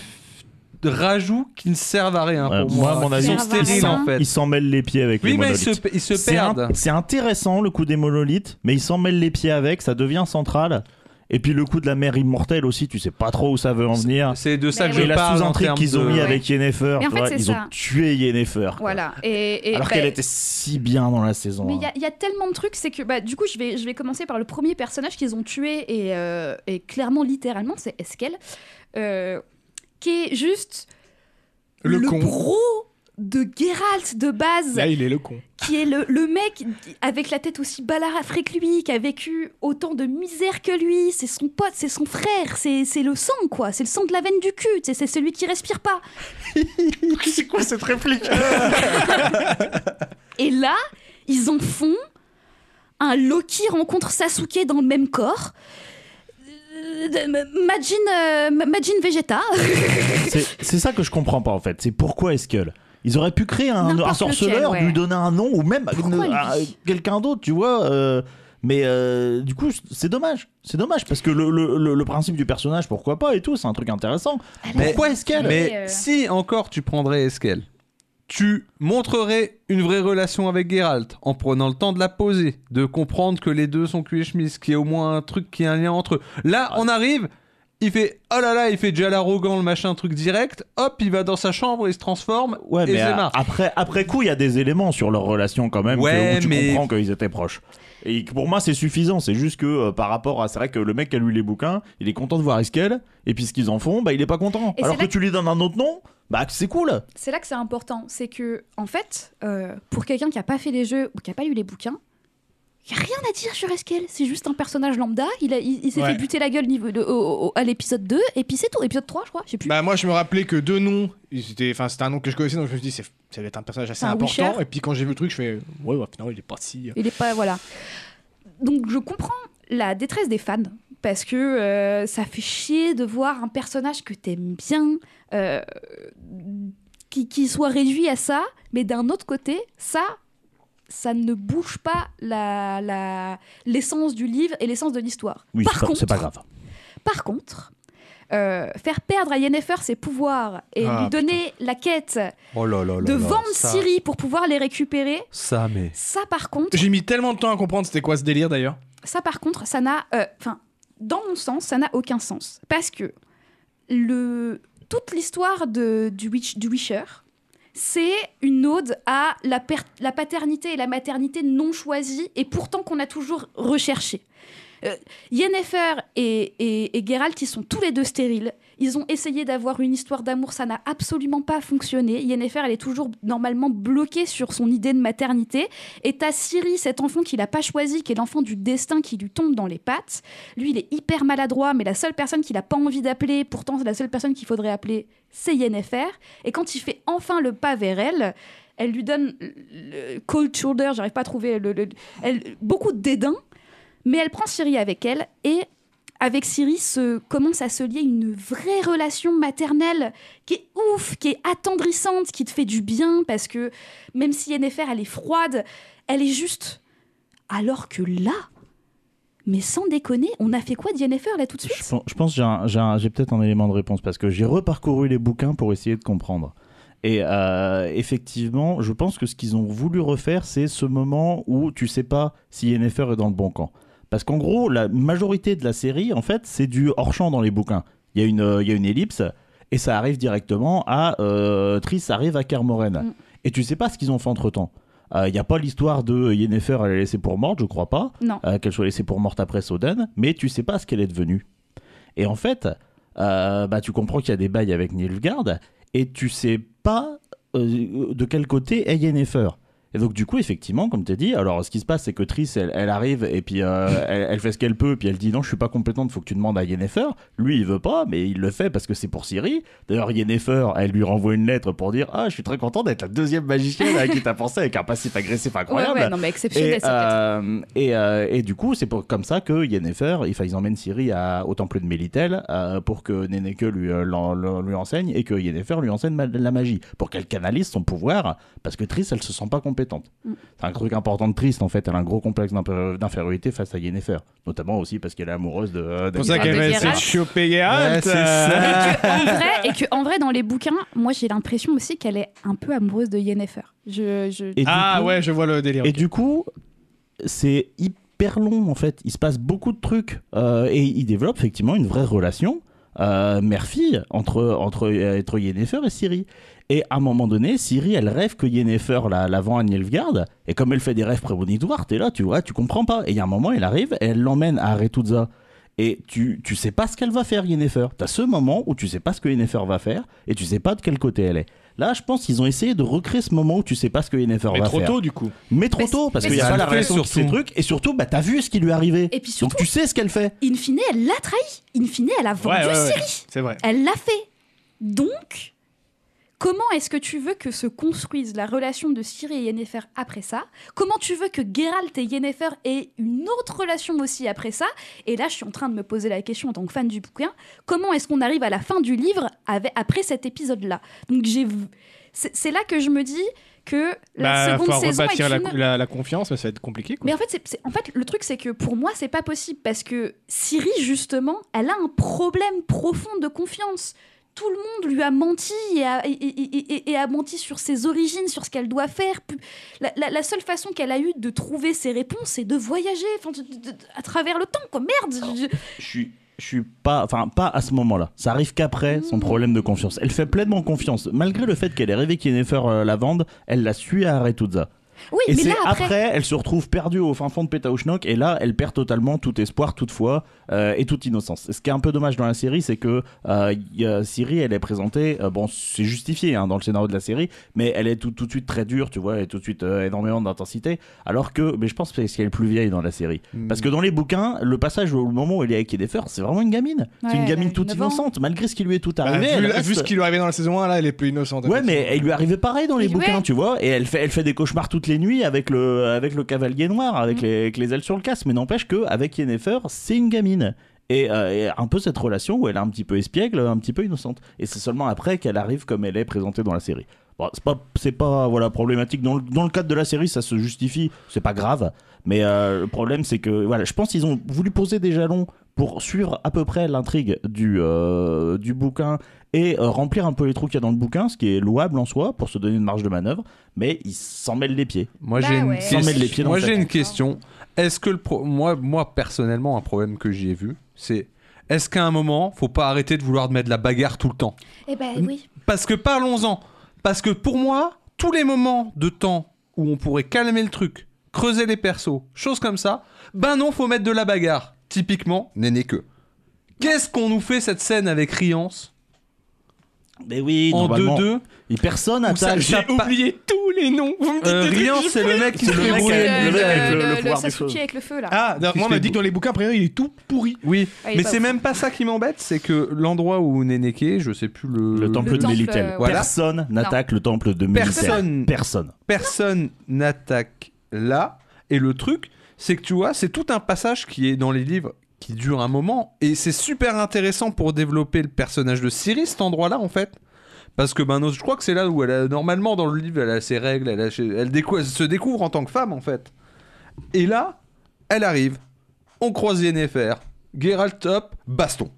Speaker 1: de rajouts qui ne servent à rien
Speaker 3: Ouais,
Speaker 1: pour moi.
Speaker 3: moi, à mon avis,
Speaker 1: ils sont
Speaker 4: Ça va,
Speaker 1: stériles
Speaker 4: ça
Speaker 1: en
Speaker 4: va.
Speaker 1: fait.
Speaker 3: Ils s'en mêlent les pieds avec
Speaker 1: Oui,
Speaker 3: les
Speaker 1: mais ils
Speaker 3: monolithes.
Speaker 1: se, ils se
Speaker 3: C'est un-
Speaker 1: perdent.
Speaker 3: c'est intéressant le coup des monolithes, mais ils s'en mêlent les pieds avec, ça devient central. Et puis le coup de la mère immortelle aussi, tu sais pas trop où ça veut en venir.
Speaker 1: C'est de ça
Speaker 4: Mais
Speaker 1: que
Speaker 4: oui.
Speaker 1: je
Speaker 3: Et la
Speaker 1: parle en
Speaker 3: sous-intrigue
Speaker 1: termes
Speaker 3: qu'ils ont
Speaker 1: de-
Speaker 3: mis
Speaker 4: Ouais.
Speaker 3: avec Yennefer,
Speaker 4: Mais en
Speaker 3: tu
Speaker 4: fait,
Speaker 3: vois,
Speaker 4: c'est
Speaker 3: ils
Speaker 4: ça.
Speaker 3: ont tué Yennefer. quoi.
Speaker 4: Voilà. Et, et
Speaker 3: Alors
Speaker 4: bah,
Speaker 3: qu'elle était si bien dans la saison.
Speaker 4: Mais il y
Speaker 3: hein.
Speaker 4: a- il y, a tellement de trucs, c'est que bah, du coup, je vais, je vais commencer par le premier personnage qu'ils ont tué, et, euh, et clairement, littéralement, c'est Eskel, euh, qui est juste
Speaker 2: Le con.
Speaker 4: pro de Geralt de base,
Speaker 2: Là, il est le con.
Speaker 4: qui est le, le mec avec la tête aussi balafrée que lui, qui a vécu autant de misère que lui, c'est son pote, c'est son frère, c'est c'est le sang, quoi, c'est le sang de la veine du cul, tu sais, c'est celui qui respire pas.
Speaker 3: C'est quoi cette réplique
Speaker 4: Et là, ils en font un Loki rencontre Sasuke dans le même corps. Euh, de- Majin, euh, Majin Vegeta.
Speaker 3: C'est c'est ça que je comprends pas en fait. C'est pourquoi Eskel ils auraient pu créer un,
Speaker 4: N'importe
Speaker 3: un sorceleur,
Speaker 4: lequel, ouais.
Speaker 3: lui donner un nom ou même
Speaker 4: Pourquoi
Speaker 3: une-
Speaker 4: lui
Speaker 3: un- quelqu'un d'autre, tu vois. euh, mais euh, du coup, c'est dommage. C'est dommage parce que le, le- le- le principe du personnage, pourquoi pas et tout, c'est un truc intéressant.
Speaker 1: Mais-
Speaker 3: pourquoi Eskel
Speaker 1: Mais
Speaker 4: euh,
Speaker 1: si encore tu prendrais Eskel, tu montrerais une vraie relation avec Geralt en prenant le temps de la poser, de comprendre que les deux sont cul et chemise, qu'il y a au moins un truc qui a un lien entre eux. Là, on arrive, il fait oh là là, il fait déjà l'arrogant, le machin, truc direct, hop, il va dans sa chambre, il se transforme,
Speaker 3: Ouais,
Speaker 1: et
Speaker 3: mais
Speaker 1: c'est
Speaker 3: euh,
Speaker 1: marre.
Speaker 3: après, après coup, il y a des éléments sur leur relation quand même
Speaker 1: Ouais,
Speaker 3: que- où tu
Speaker 1: mais-
Speaker 3: comprends qu'ils étaient proches. Et que pour moi, c'est suffisant. C'est juste que euh, par rapport à. C'est vrai que le mec qui a lu les bouquins, il est content de voir Eskel, et puis ce qu'ils en font, bah, il est pas content.
Speaker 4: Et
Speaker 3: Alors
Speaker 4: c'est
Speaker 3: que
Speaker 4: là-
Speaker 3: tu lui donnes un autre nom, bah, c'est cool.
Speaker 4: C'est là que c'est important. C'est que, en fait, euh, pour quelqu'un qui n'a pas fait les jeux ou qui n'a pas lu les bouquins, il n'y a rien à dire sur Eskel. C'est juste un personnage lambda. Il, a- il, il s'est
Speaker 2: Ouais.
Speaker 4: fait buter la gueule niveau de- au- au- à l'épisode 2, et puis c'est tout. Épisode 3, je crois. Je sais plus.
Speaker 2: Bah, moi, je me rappelais que deux noms, c'était enfin, c'était un nom que je connaissais, donc je me suis dit, c'est- ça va être un personnage assez
Speaker 4: Un
Speaker 2: important.
Speaker 4: Witcher.
Speaker 2: Et puis quand j'ai vu le truc, je fais, ouais, ouais, finalement, il est pas si.
Speaker 4: Il est pas voilà. Donc je comprends la détresse des fans parce que euh, ça fait chier de voir un personnage que t'aimes bien euh, qui, qui soit réduit à ça, mais d'un autre côté, ça ça ne bouge pas la la- l'essence du livre et l'essence de l'histoire.
Speaker 3: Oui,
Speaker 4: Par
Speaker 3: c'est pas-
Speaker 4: contre-
Speaker 3: c'est pas grave.
Speaker 4: par contre, euh, faire perdre à Yennefer ses pouvoirs et
Speaker 2: Ah,
Speaker 4: lui donner la quête
Speaker 1: Oh là là là
Speaker 4: de
Speaker 1: là,
Speaker 4: vendre
Speaker 1: ça-
Speaker 4: Ciri pour pouvoir les récupérer,
Speaker 1: Ça, mais.
Speaker 4: ça par contre
Speaker 2: J'ai mis tellement de temps à comprendre c'était quoi ce délire d'ailleurs.
Speaker 4: Ça, par contre, ça n'a. euh, Enfin, dans mon sens, ça n'a aucun sens. Parce que le, toute l'histoire de- du, Witch- du Wisher, c'est une ode à la, per- la paternité et la maternité non choisie et pourtant qu'on a toujours recherchée. Euh, Yennefer et, et, et Geralt, ils sont tous les deux stériles. Ils ont essayé d'avoir une histoire d'amour, ça n'a absolument pas fonctionné. Yennefer, elle est toujours normalement bloquée sur son idée de maternité. Et t'as Ciri, cet enfant qu'il n'a pas choisi, qui est l'enfant du destin qui lui tombe dans les pattes. Lui, il est hyper maladroit, mais la seule personne qu'il n'a pas envie d'appeler, pourtant c'est la seule personne qu'il faudrait appeler, c'est Yennefer. Et quand il fait enfin le pas vers elle, elle lui donne le le cold shoulder, j'arrive pas à trouver le, le- elle, beaucoup de dédain, mais elle prend Ciri avec elle et avec Ciri se commence à se lier une vraie relation maternelle qui est ouf, qui est attendrissante, qui te fait du bien parce que même si Yennefer elle est froide, elle est juste. Alors que là, mais sans déconner, on a fait quoi de Yennefer là tout de suite
Speaker 3: Je pense, je pense que j'ai un- j'ai un- j'ai peut-être un élément de réponse parce que j'ai reparcouru les bouquins pour essayer de comprendre. Et euh, effectivement, je pense que ce qu'ils ont voulu refaire, c'est ce moment où tu sais pas si Yennefer est dans le bon camp. Parce qu'en gros, la majorité de la série, en fait, c'est du hors-champ dans les bouquins. Il y, a une, euh, il y a une ellipse et ça arrive directement à. euh, Triss arrive à Kermoren.
Speaker 4: Mm.
Speaker 3: Et tu sais pas ce qu'ils ont fait entre temps. Il n'y a pas l'histoire de Yennefer, elle est laissée pour morte, je crois pas.
Speaker 4: Non.
Speaker 3: Euh, qu'elle soit laissée pour morte après Soden, mais tu sais pas ce qu'elle est devenue. Et en fait, euh, bah, tu comprends qu'il y a des bails avec Nilfgaard, et tu sais pas euh, de quel côté est Yennefer. Et donc du coup, effectivement, comme tu as dit, alors ce qui se passe, c'est que Triss, elle, elle arrive, et puis euh, elle, elle fait ce qu'elle peut, puis elle dit non, je suis pas compétente, faut que tu demandes à Yennefer. Lui, il veut pas, mais il le fait parce que c'est pour Ciri. D'ailleurs, Yennefer, elle lui renvoie une lettre pour dire, ah, je suis très content d'être la deuxième magicienne à qui t'as pensé avec un passif agressif incroyable.
Speaker 4: Ouais, ouais, non, mais exceptionnel.
Speaker 3: Et,
Speaker 4: cette lettre.
Speaker 3: euh, et, euh, et du coup, c'est pour- comme ça que Yennefer, il fa- ils emmènent Ciri à, au temple de Mélitel euh, pour que Neneke lui, euh, l'en- l'en- lui enseigne et que Yennefer lui enseigne ma- la magie, pour qu'elle canalise son pouvoir, parce que Triss, elle se sent pas compétente.
Speaker 4: Mm.
Speaker 3: C'est un truc important de Triss, en fait, elle a un gros complexe d'impé- d'infériorité face à Yennefer, notamment aussi parce qu'elle est amoureuse de... euh,
Speaker 2: C'est pour ça qu'elle va
Speaker 5: Geralt.
Speaker 2: essayer de choper Geralt.
Speaker 1: Ouais, c'est
Speaker 2: euh.
Speaker 1: ça.
Speaker 4: Et que, en vrai, et que en vrai, dans les bouquins, moi j'ai l'impression aussi qu'elle est un peu amoureuse de Yennefer. Je, je...
Speaker 3: Et du
Speaker 2: Ah
Speaker 3: coup-
Speaker 2: ouais, je vois le délire.
Speaker 3: Et du coup, c'est hyper long en fait. Il se passe beaucoup de trucs Euh, et il développe effectivement une vraie relation euh, mère-fille entre, entre, euh, entre Yennefer et Ciri. Et à un moment donné, Ciri, elle rêve que Yennefer la, la vend à Nilfgaard. Et comme elle fait des rêves prémonitoires, t'es là, tu vois, tu comprends pas. Et il y a un moment, elle arrive, et elle l'emmène à Aretuzza. Et tu, tu sais pas ce qu'elle va faire, Yennefer. T'as ce moment où tu sais pas ce que Yennefer va faire et tu sais pas de quel côté elle est. Là, je pense qu'ils ont essayé de recréer ce moment où tu sais pas ce que Yennefer
Speaker 2: Mais
Speaker 3: va
Speaker 2: trop
Speaker 3: faire.
Speaker 2: tôt du coup.
Speaker 3: Mais trop
Speaker 4: Mais-
Speaker 3: tôt, parce
Speaker 4: mais
Speaker 3: qu'il n'y a
Speaker 1: c'est-
Speaker 3: pas la
Speaker 1: Elle fait
Speaker 3: relation sur ces
Speaker 1: surtout.
Speaker 3: trucs. Et surtout, bah, t'as vu ce qui lui est arrivé.
Speaker 4: Et puis surtout-
Speaker 3: Donc tu sais ce qu'elle fait.
Speaker 4: In fine, elle l'a trahi. In fine, elle a vendu
Speaker 2: Ouais, ouais, ouais.
Speaker 4: Ciri.
Speaker 2: C'est vrai.
Speaker 4: Elle l'a fait. Donc, comment est-ce que tu veux que se construise la relation de Ciri et Yennefer après ça Comment tu veux que Geralt et Yennefer aient une autre relation aussi après ça Et là, je suis en train de me poser la question en tant que fan du bouquin comment est-ce qu'on arrive à la fin du livre avec- après cet épisode-là Donc, j'ai. v- C'est c'est là que je me dis que la
Speaker 2: bah, faut
Speaker 4: seconde
Speaker 2: en
Speaker 4: saison est
Speaker 2: rebâtir la,
Speaker 4: une-
Speaker 2: la- la confiance, mais ça va être compliqué. Quoi.
Speaker 4: mais en fait, c'est- c'est- en fait, le truc, c'est que pour moi, c'est pas possible parce que Siri, justement, elle a un problème profond de confiance. Tout le monde lui a menti et a, et- et- et- et a menti sur ses origines, sur ce qu'elle doit faire. Pu- La, la- la seule façon qu'elle a eue de trouver ses réponses, c'est de voyager enfin, de- de- de- à travers le temps. Quoi. Merde je-
Speaker 3: Je suis. Je suis pas, enfin pas à ce moment-là. Ça arrive qu'après son problème de confiance. Elle fait pleinement confiance, malgré le fait qu'elle ait rêvé qu'Yennefer euh, la vende, elle la suit à Aretuzza.
Speaker 4: Oui,
Speaker 3: Et
Speaker 4: mais
Speaker 3: c'est
Speaker 4: là,
Speaker 3: après...
Speaker 4: après...
Speaker 3: elle se retrouve perdue au fin fond de Pétaouchnok, et là, elle perd totalement tout espoir, toute foi euh, et toute innocence. Ce qui est un peu dommage dans la série, c'est que euh, y a- Ciri, elle est présentée, euh, bon, c'est justifié hein, dans le scénario de la série, mais elle est tout, tout de suite très dure, tu vois, elle est tout de suite euh, énormément d'intensité, alors que, mais je pense que c'est qu'elle est plus vieille dans la série.
Speaker 2: Mm.
Speaker 3: Parce que dans les bouquins, le passage au moment où elle est avec Yennefer, c'est vraiment une gamine.
Speaker 4: Ouais,
Speaker 3: c'est une
Speaker 4: elle
Speaker 3: gamine
Speaker 4: a
Speaker 3: toute
Speaker 4: 9 ans.
Speaker 3: innocente, malgré ce qui lui est tout
Speaker 2: Bah,
Speaker 3: arrivé.
Speaker 2: vu,
Speaker 3: elle
Speaker 2: la- vu
Speaker 3: reste-
Speaker 2: ce qui lui est arrivé dans la saison 1, là, elle est plus innocente.
Speaker 3: Ouais, mais elle lui arrivait pareil dans les
Speaker 4: Mais
Speaker 3: bouquins,
Speaker 4: ouais.
Speaker 3: tu vois. Et elle fait, elle fait des cauchemars toutes les nuits avec le, avec le cavalier noir, avec,
Speaker 4: Mm.
Speaker 3: les, avec les ailes sur le casque. Mais n'empêche que avec Yennefer, c'est une gamine. Et, euh, et un peu cette relation où elle est un petit peu espiègle, un petit peu innocente. Et c'est seulement après qu'elle arrive comme elle est présentée dans la série. Bon, c'est pas, c'est pas voilà, problématique. Dans le, dans le cadre de la série, ça se justifie. C'est pas grave. Mais euh, le problème, c'est que voilà, je pense qu'ils ont voulu poser des jalons pour suivre à peu près l'intrigue du, euh, du bouquin et euh, remplir un peu les trous qu'il y a dans le bouquin, ce qui est louable en soi pour se donner une marge de manœuvre, mais ils s'en mêlent les pieds.
Speaker 1: Moi
Speaker 4: Bah
Speaker 1: j'ai une,
Speaker 4: ouais.
Speaker 1: question-
Speaker 3: Sans mettre les pieds dans
Speaker 1: moi,
Speaker 3: le
Speaker 1: j'ai
Speaker 3: sac.
Speaker 1: une question. Est-ce que le pro- moi moi personnellement un problème que j'ai vu c'est est-ce qu'à un moment, faut pas arrêter de vouloir mettre de la bagarre tout le temps
Speaker 4: Eh ben oui.
Speaker 1: Parce que parlons-en. Parce que pour moi, tous les moments de temps où on pourrait calmer le truc, creuser les persos, choses comme ça, ben non, faut mettre de la bagarre. Typiquement, Néné que. Qu'est-ce qu'on nous fait cette scène avec Riance
Speaker 3: Mais oui,
Speaker 1: en
Speaker 3: normalement.
Speaker 1: 2-2
Speaker 3: Et personne
Speaker 1: Ou ça-
Speaker 3: attaque.
Speaker 1: ça-
Speaker 2: J'ai
Speaker 1: pas-
Speaker 2: oublié tous les noms. Vous me dites
Speaker 1: Euh,
Speaker 2: des trucs,
Speaker 1: Riance,
Speaker 2: je
Speaker 1: c'est le
Speaker 2: fais-
Speaker 1: mec qui se
Speaker 3: Le
Speaker 1: fait
Speaker 3: mec
Speaker 1: brûler.
Speaker 3: avec le- le- avec le- le
Speaker 4: Le
Speaker 3: pouvoir du
Speaker 4: Sasuke
Speaker 3: feu.
Speaker 4: avec le feu, là.
Speaker 2: Ah, non,
Speaker 1: Qui
Speaker 2: moi, on
Speaker 1: se
Speaker 2: m'a
Speaker 1: fait
Speaker 2: dit que dans les bouquins, a priori, il est tout pourri.
Speaker 1: Oui,
Speaker 4: Ah, il est
Speaker 1: mais
Speaker 4: pas
Speaker 1: c'est
Speaker 4: fou.
Speaker 1: même pas ça qui m'embête, c'est que l'endroit où Nénéke, je sais plus le.
Speaker 3: Le temple de
Speaker 4: temple,
Speaker 3: Melitel.
Speaker 4: euh,
Speaker 1: Voilà.
Speaker 3: Personne n'attaque le temple de Melitel.
Speaker 1: Personne.
Speaker 3: Personne.
Speaker 1: personne n'attaque là. Et le truc, c'est que tu vois, c'est tout un passage qui est dans les livres qui dure un moment. Et c'est super intéressant pour développer le personnage de Ciri, cet endroit-là, en fait. Parce que ben, je crois que c'est là où elle a, normalement dans le livre, elle a ses règles, elle, a- elle décou- elle se découvre en tant que femme, en fait. Et là, elle arrive. On croise Yennefer. Geralt top, baston.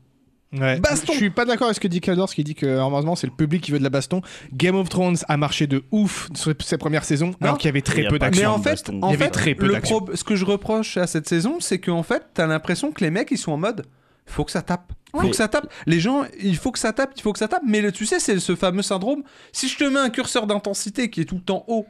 Speaker 2: Ouais.
Speaker 1: Baston.
Speaker 2: Je suis pas d'accord avec ce que dit Cadors qui dit que normalement c'est le public qui veut de la baston. Game of Thrones a marché de ouf sur ses premières saisons alors qu'il y avait très
Speaker 3: Il y a
Speaker 2: peu
Speaker 3: pas
Speaker 1: Mais
Speaker 2: d'action.
Speaker 1: en
Speaker 3: de
Speaker 1: fait,
Speaker 3: baston.
Speaker 1: en
Speaker 2: Il y avait
Speaker 1: fait,
Speaker 2: très peu
Speaker 1: le
Speaker 2: d'action.
Speaker 1: prob- ce que je reproche à cette saison, c'est qu'en fait, t'as l'impression que les mecs, ils sont en mode, faut que ça tape, faut
Speaker 4: Ouais.
Speaker 1: que ça tape. Les gens, il faut que ça tape, il faut que ça tape. Mais le- tu sais, c'est ce fameux syndrome. Si je te mets un curseur d'intensité qui est tout le temps haut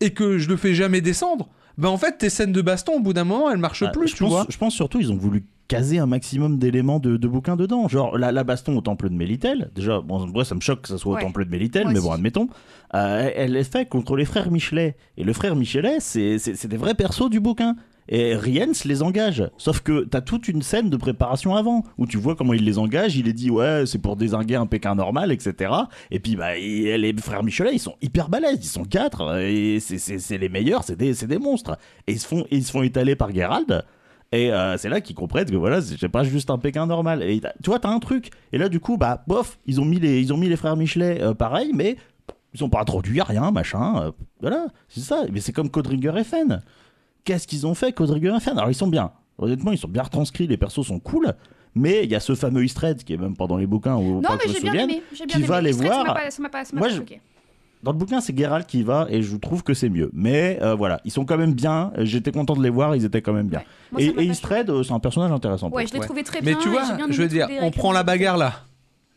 Speaker 1: et que je le fais jamais descendre, ben en fait, tes scènes de baston, au bout d'un moment, elles marchent
Speaker 2: Bah,
Speaker 3: Ah,
Speaker 1: plus,
Speaker 3: je
Speaker 1: tu
Speaker 3: pense,
Speaker 1: vois.
Speaker 3: Je pense surtout ils ont voulu caser un maximum d'éléments de, de bouquins dedans. Genre la, la baston au temple de Mélitel. Déjà, bon, moi ça me choque que ça soit
Speaker 4: Ouais.
Speaker 3: au temple de Mélitel,
Speaker 4: Moi
Speaker 3: mais
Speaker 4: aussi.
Speaker 3: bon, admettons. Euh, elle est faite contre les frères Michelet. Et le frère Michelet, c'est c'est- c'est des vrais persos du bouquin. Et Riens les engage. Sauf que t'as toute une scène de préparation avant, où tu vois comment il les engage, il est dit ouais, c'est pour désinguer un Pékin normal, etc. Et puis bah, il- les frères Michelet, ils sont hyper balèzes, ils sont quatre, euh, et c'est- c'est c'est les meilleurs, c'est des, c'est des monstres. Et ils se font, ils se font étaler par Geralt. Et euh, c'est là qu'ils comprennent que voilà, c'est c'est pas juste un Pékin normal. Et t'as- tu vois, t'as un truc. Et là, du coup, bah, bof, ils ont mis les, ils ont mis les frères Michelet euh, pareil, mais ils ont pas introduit rien, machin. euh, voilà, c'est ça. Mais c'est comme Codringer FN. Qu'est-ce qu'ils ont fait, Codringer FN Alors, ils sont bien. Honnêtement, ils sont bien retranscrits, les persos sont cool. Mais il y a ce fameux Easter egg qui est même pas dans les bouquins ou
Speaker 4: Non,
Speaker 3: pas que
Speaker 4: mais
Speaker 3: je me
Speaker 4: j'ai bien
Speaker 3: souvienne.
Speaker 4: aimé. J'ai bien
Speaker 3: qui
Speaker 4: aimé.
Speaker 3: va les
Speaker 4: Extrait, ça m'a
Speaker 3: voir.
Speaker 4: pas- Ça m'a pas, ça m'a
Speaker 3: Moi,
Speaker 4: pas
Speaker 3: je-
Speaker 4: choqué.
Speaker 3: Dans le bouquin, c'est Geralt qui y va et je trouve que c'est mieux. Mais euh, voilà, ils sont quand même bien. euh, J'étais content de les voir, ils étaient quand même bien.
Speaker 4: Ouais. Moi,
Speaker 3: et
Speaker 4: ça m'a
Speaker 3: et
Speaker 4: pas
Speaker 3: Easter Egg, euh, c'est un personnage intéressant. pour
Speaker 4: Ouais,
Speaker 3: le
Speaker 4: je l'ai
Speaker 1: Ouais.
Speaker 4: trouvé très
Speaker 1: Mais
Speaker 4: Eh bien.
Speaker 1: tu
Speaker 4: et
Speaker 1: vois,
Speaker 4: j'ai bien
Speaker 1: je veux
Speaker 4: aimé
Speaker 1: dire,
Speaker 4: toutes les
Speaker 1: on prend la bagarre là.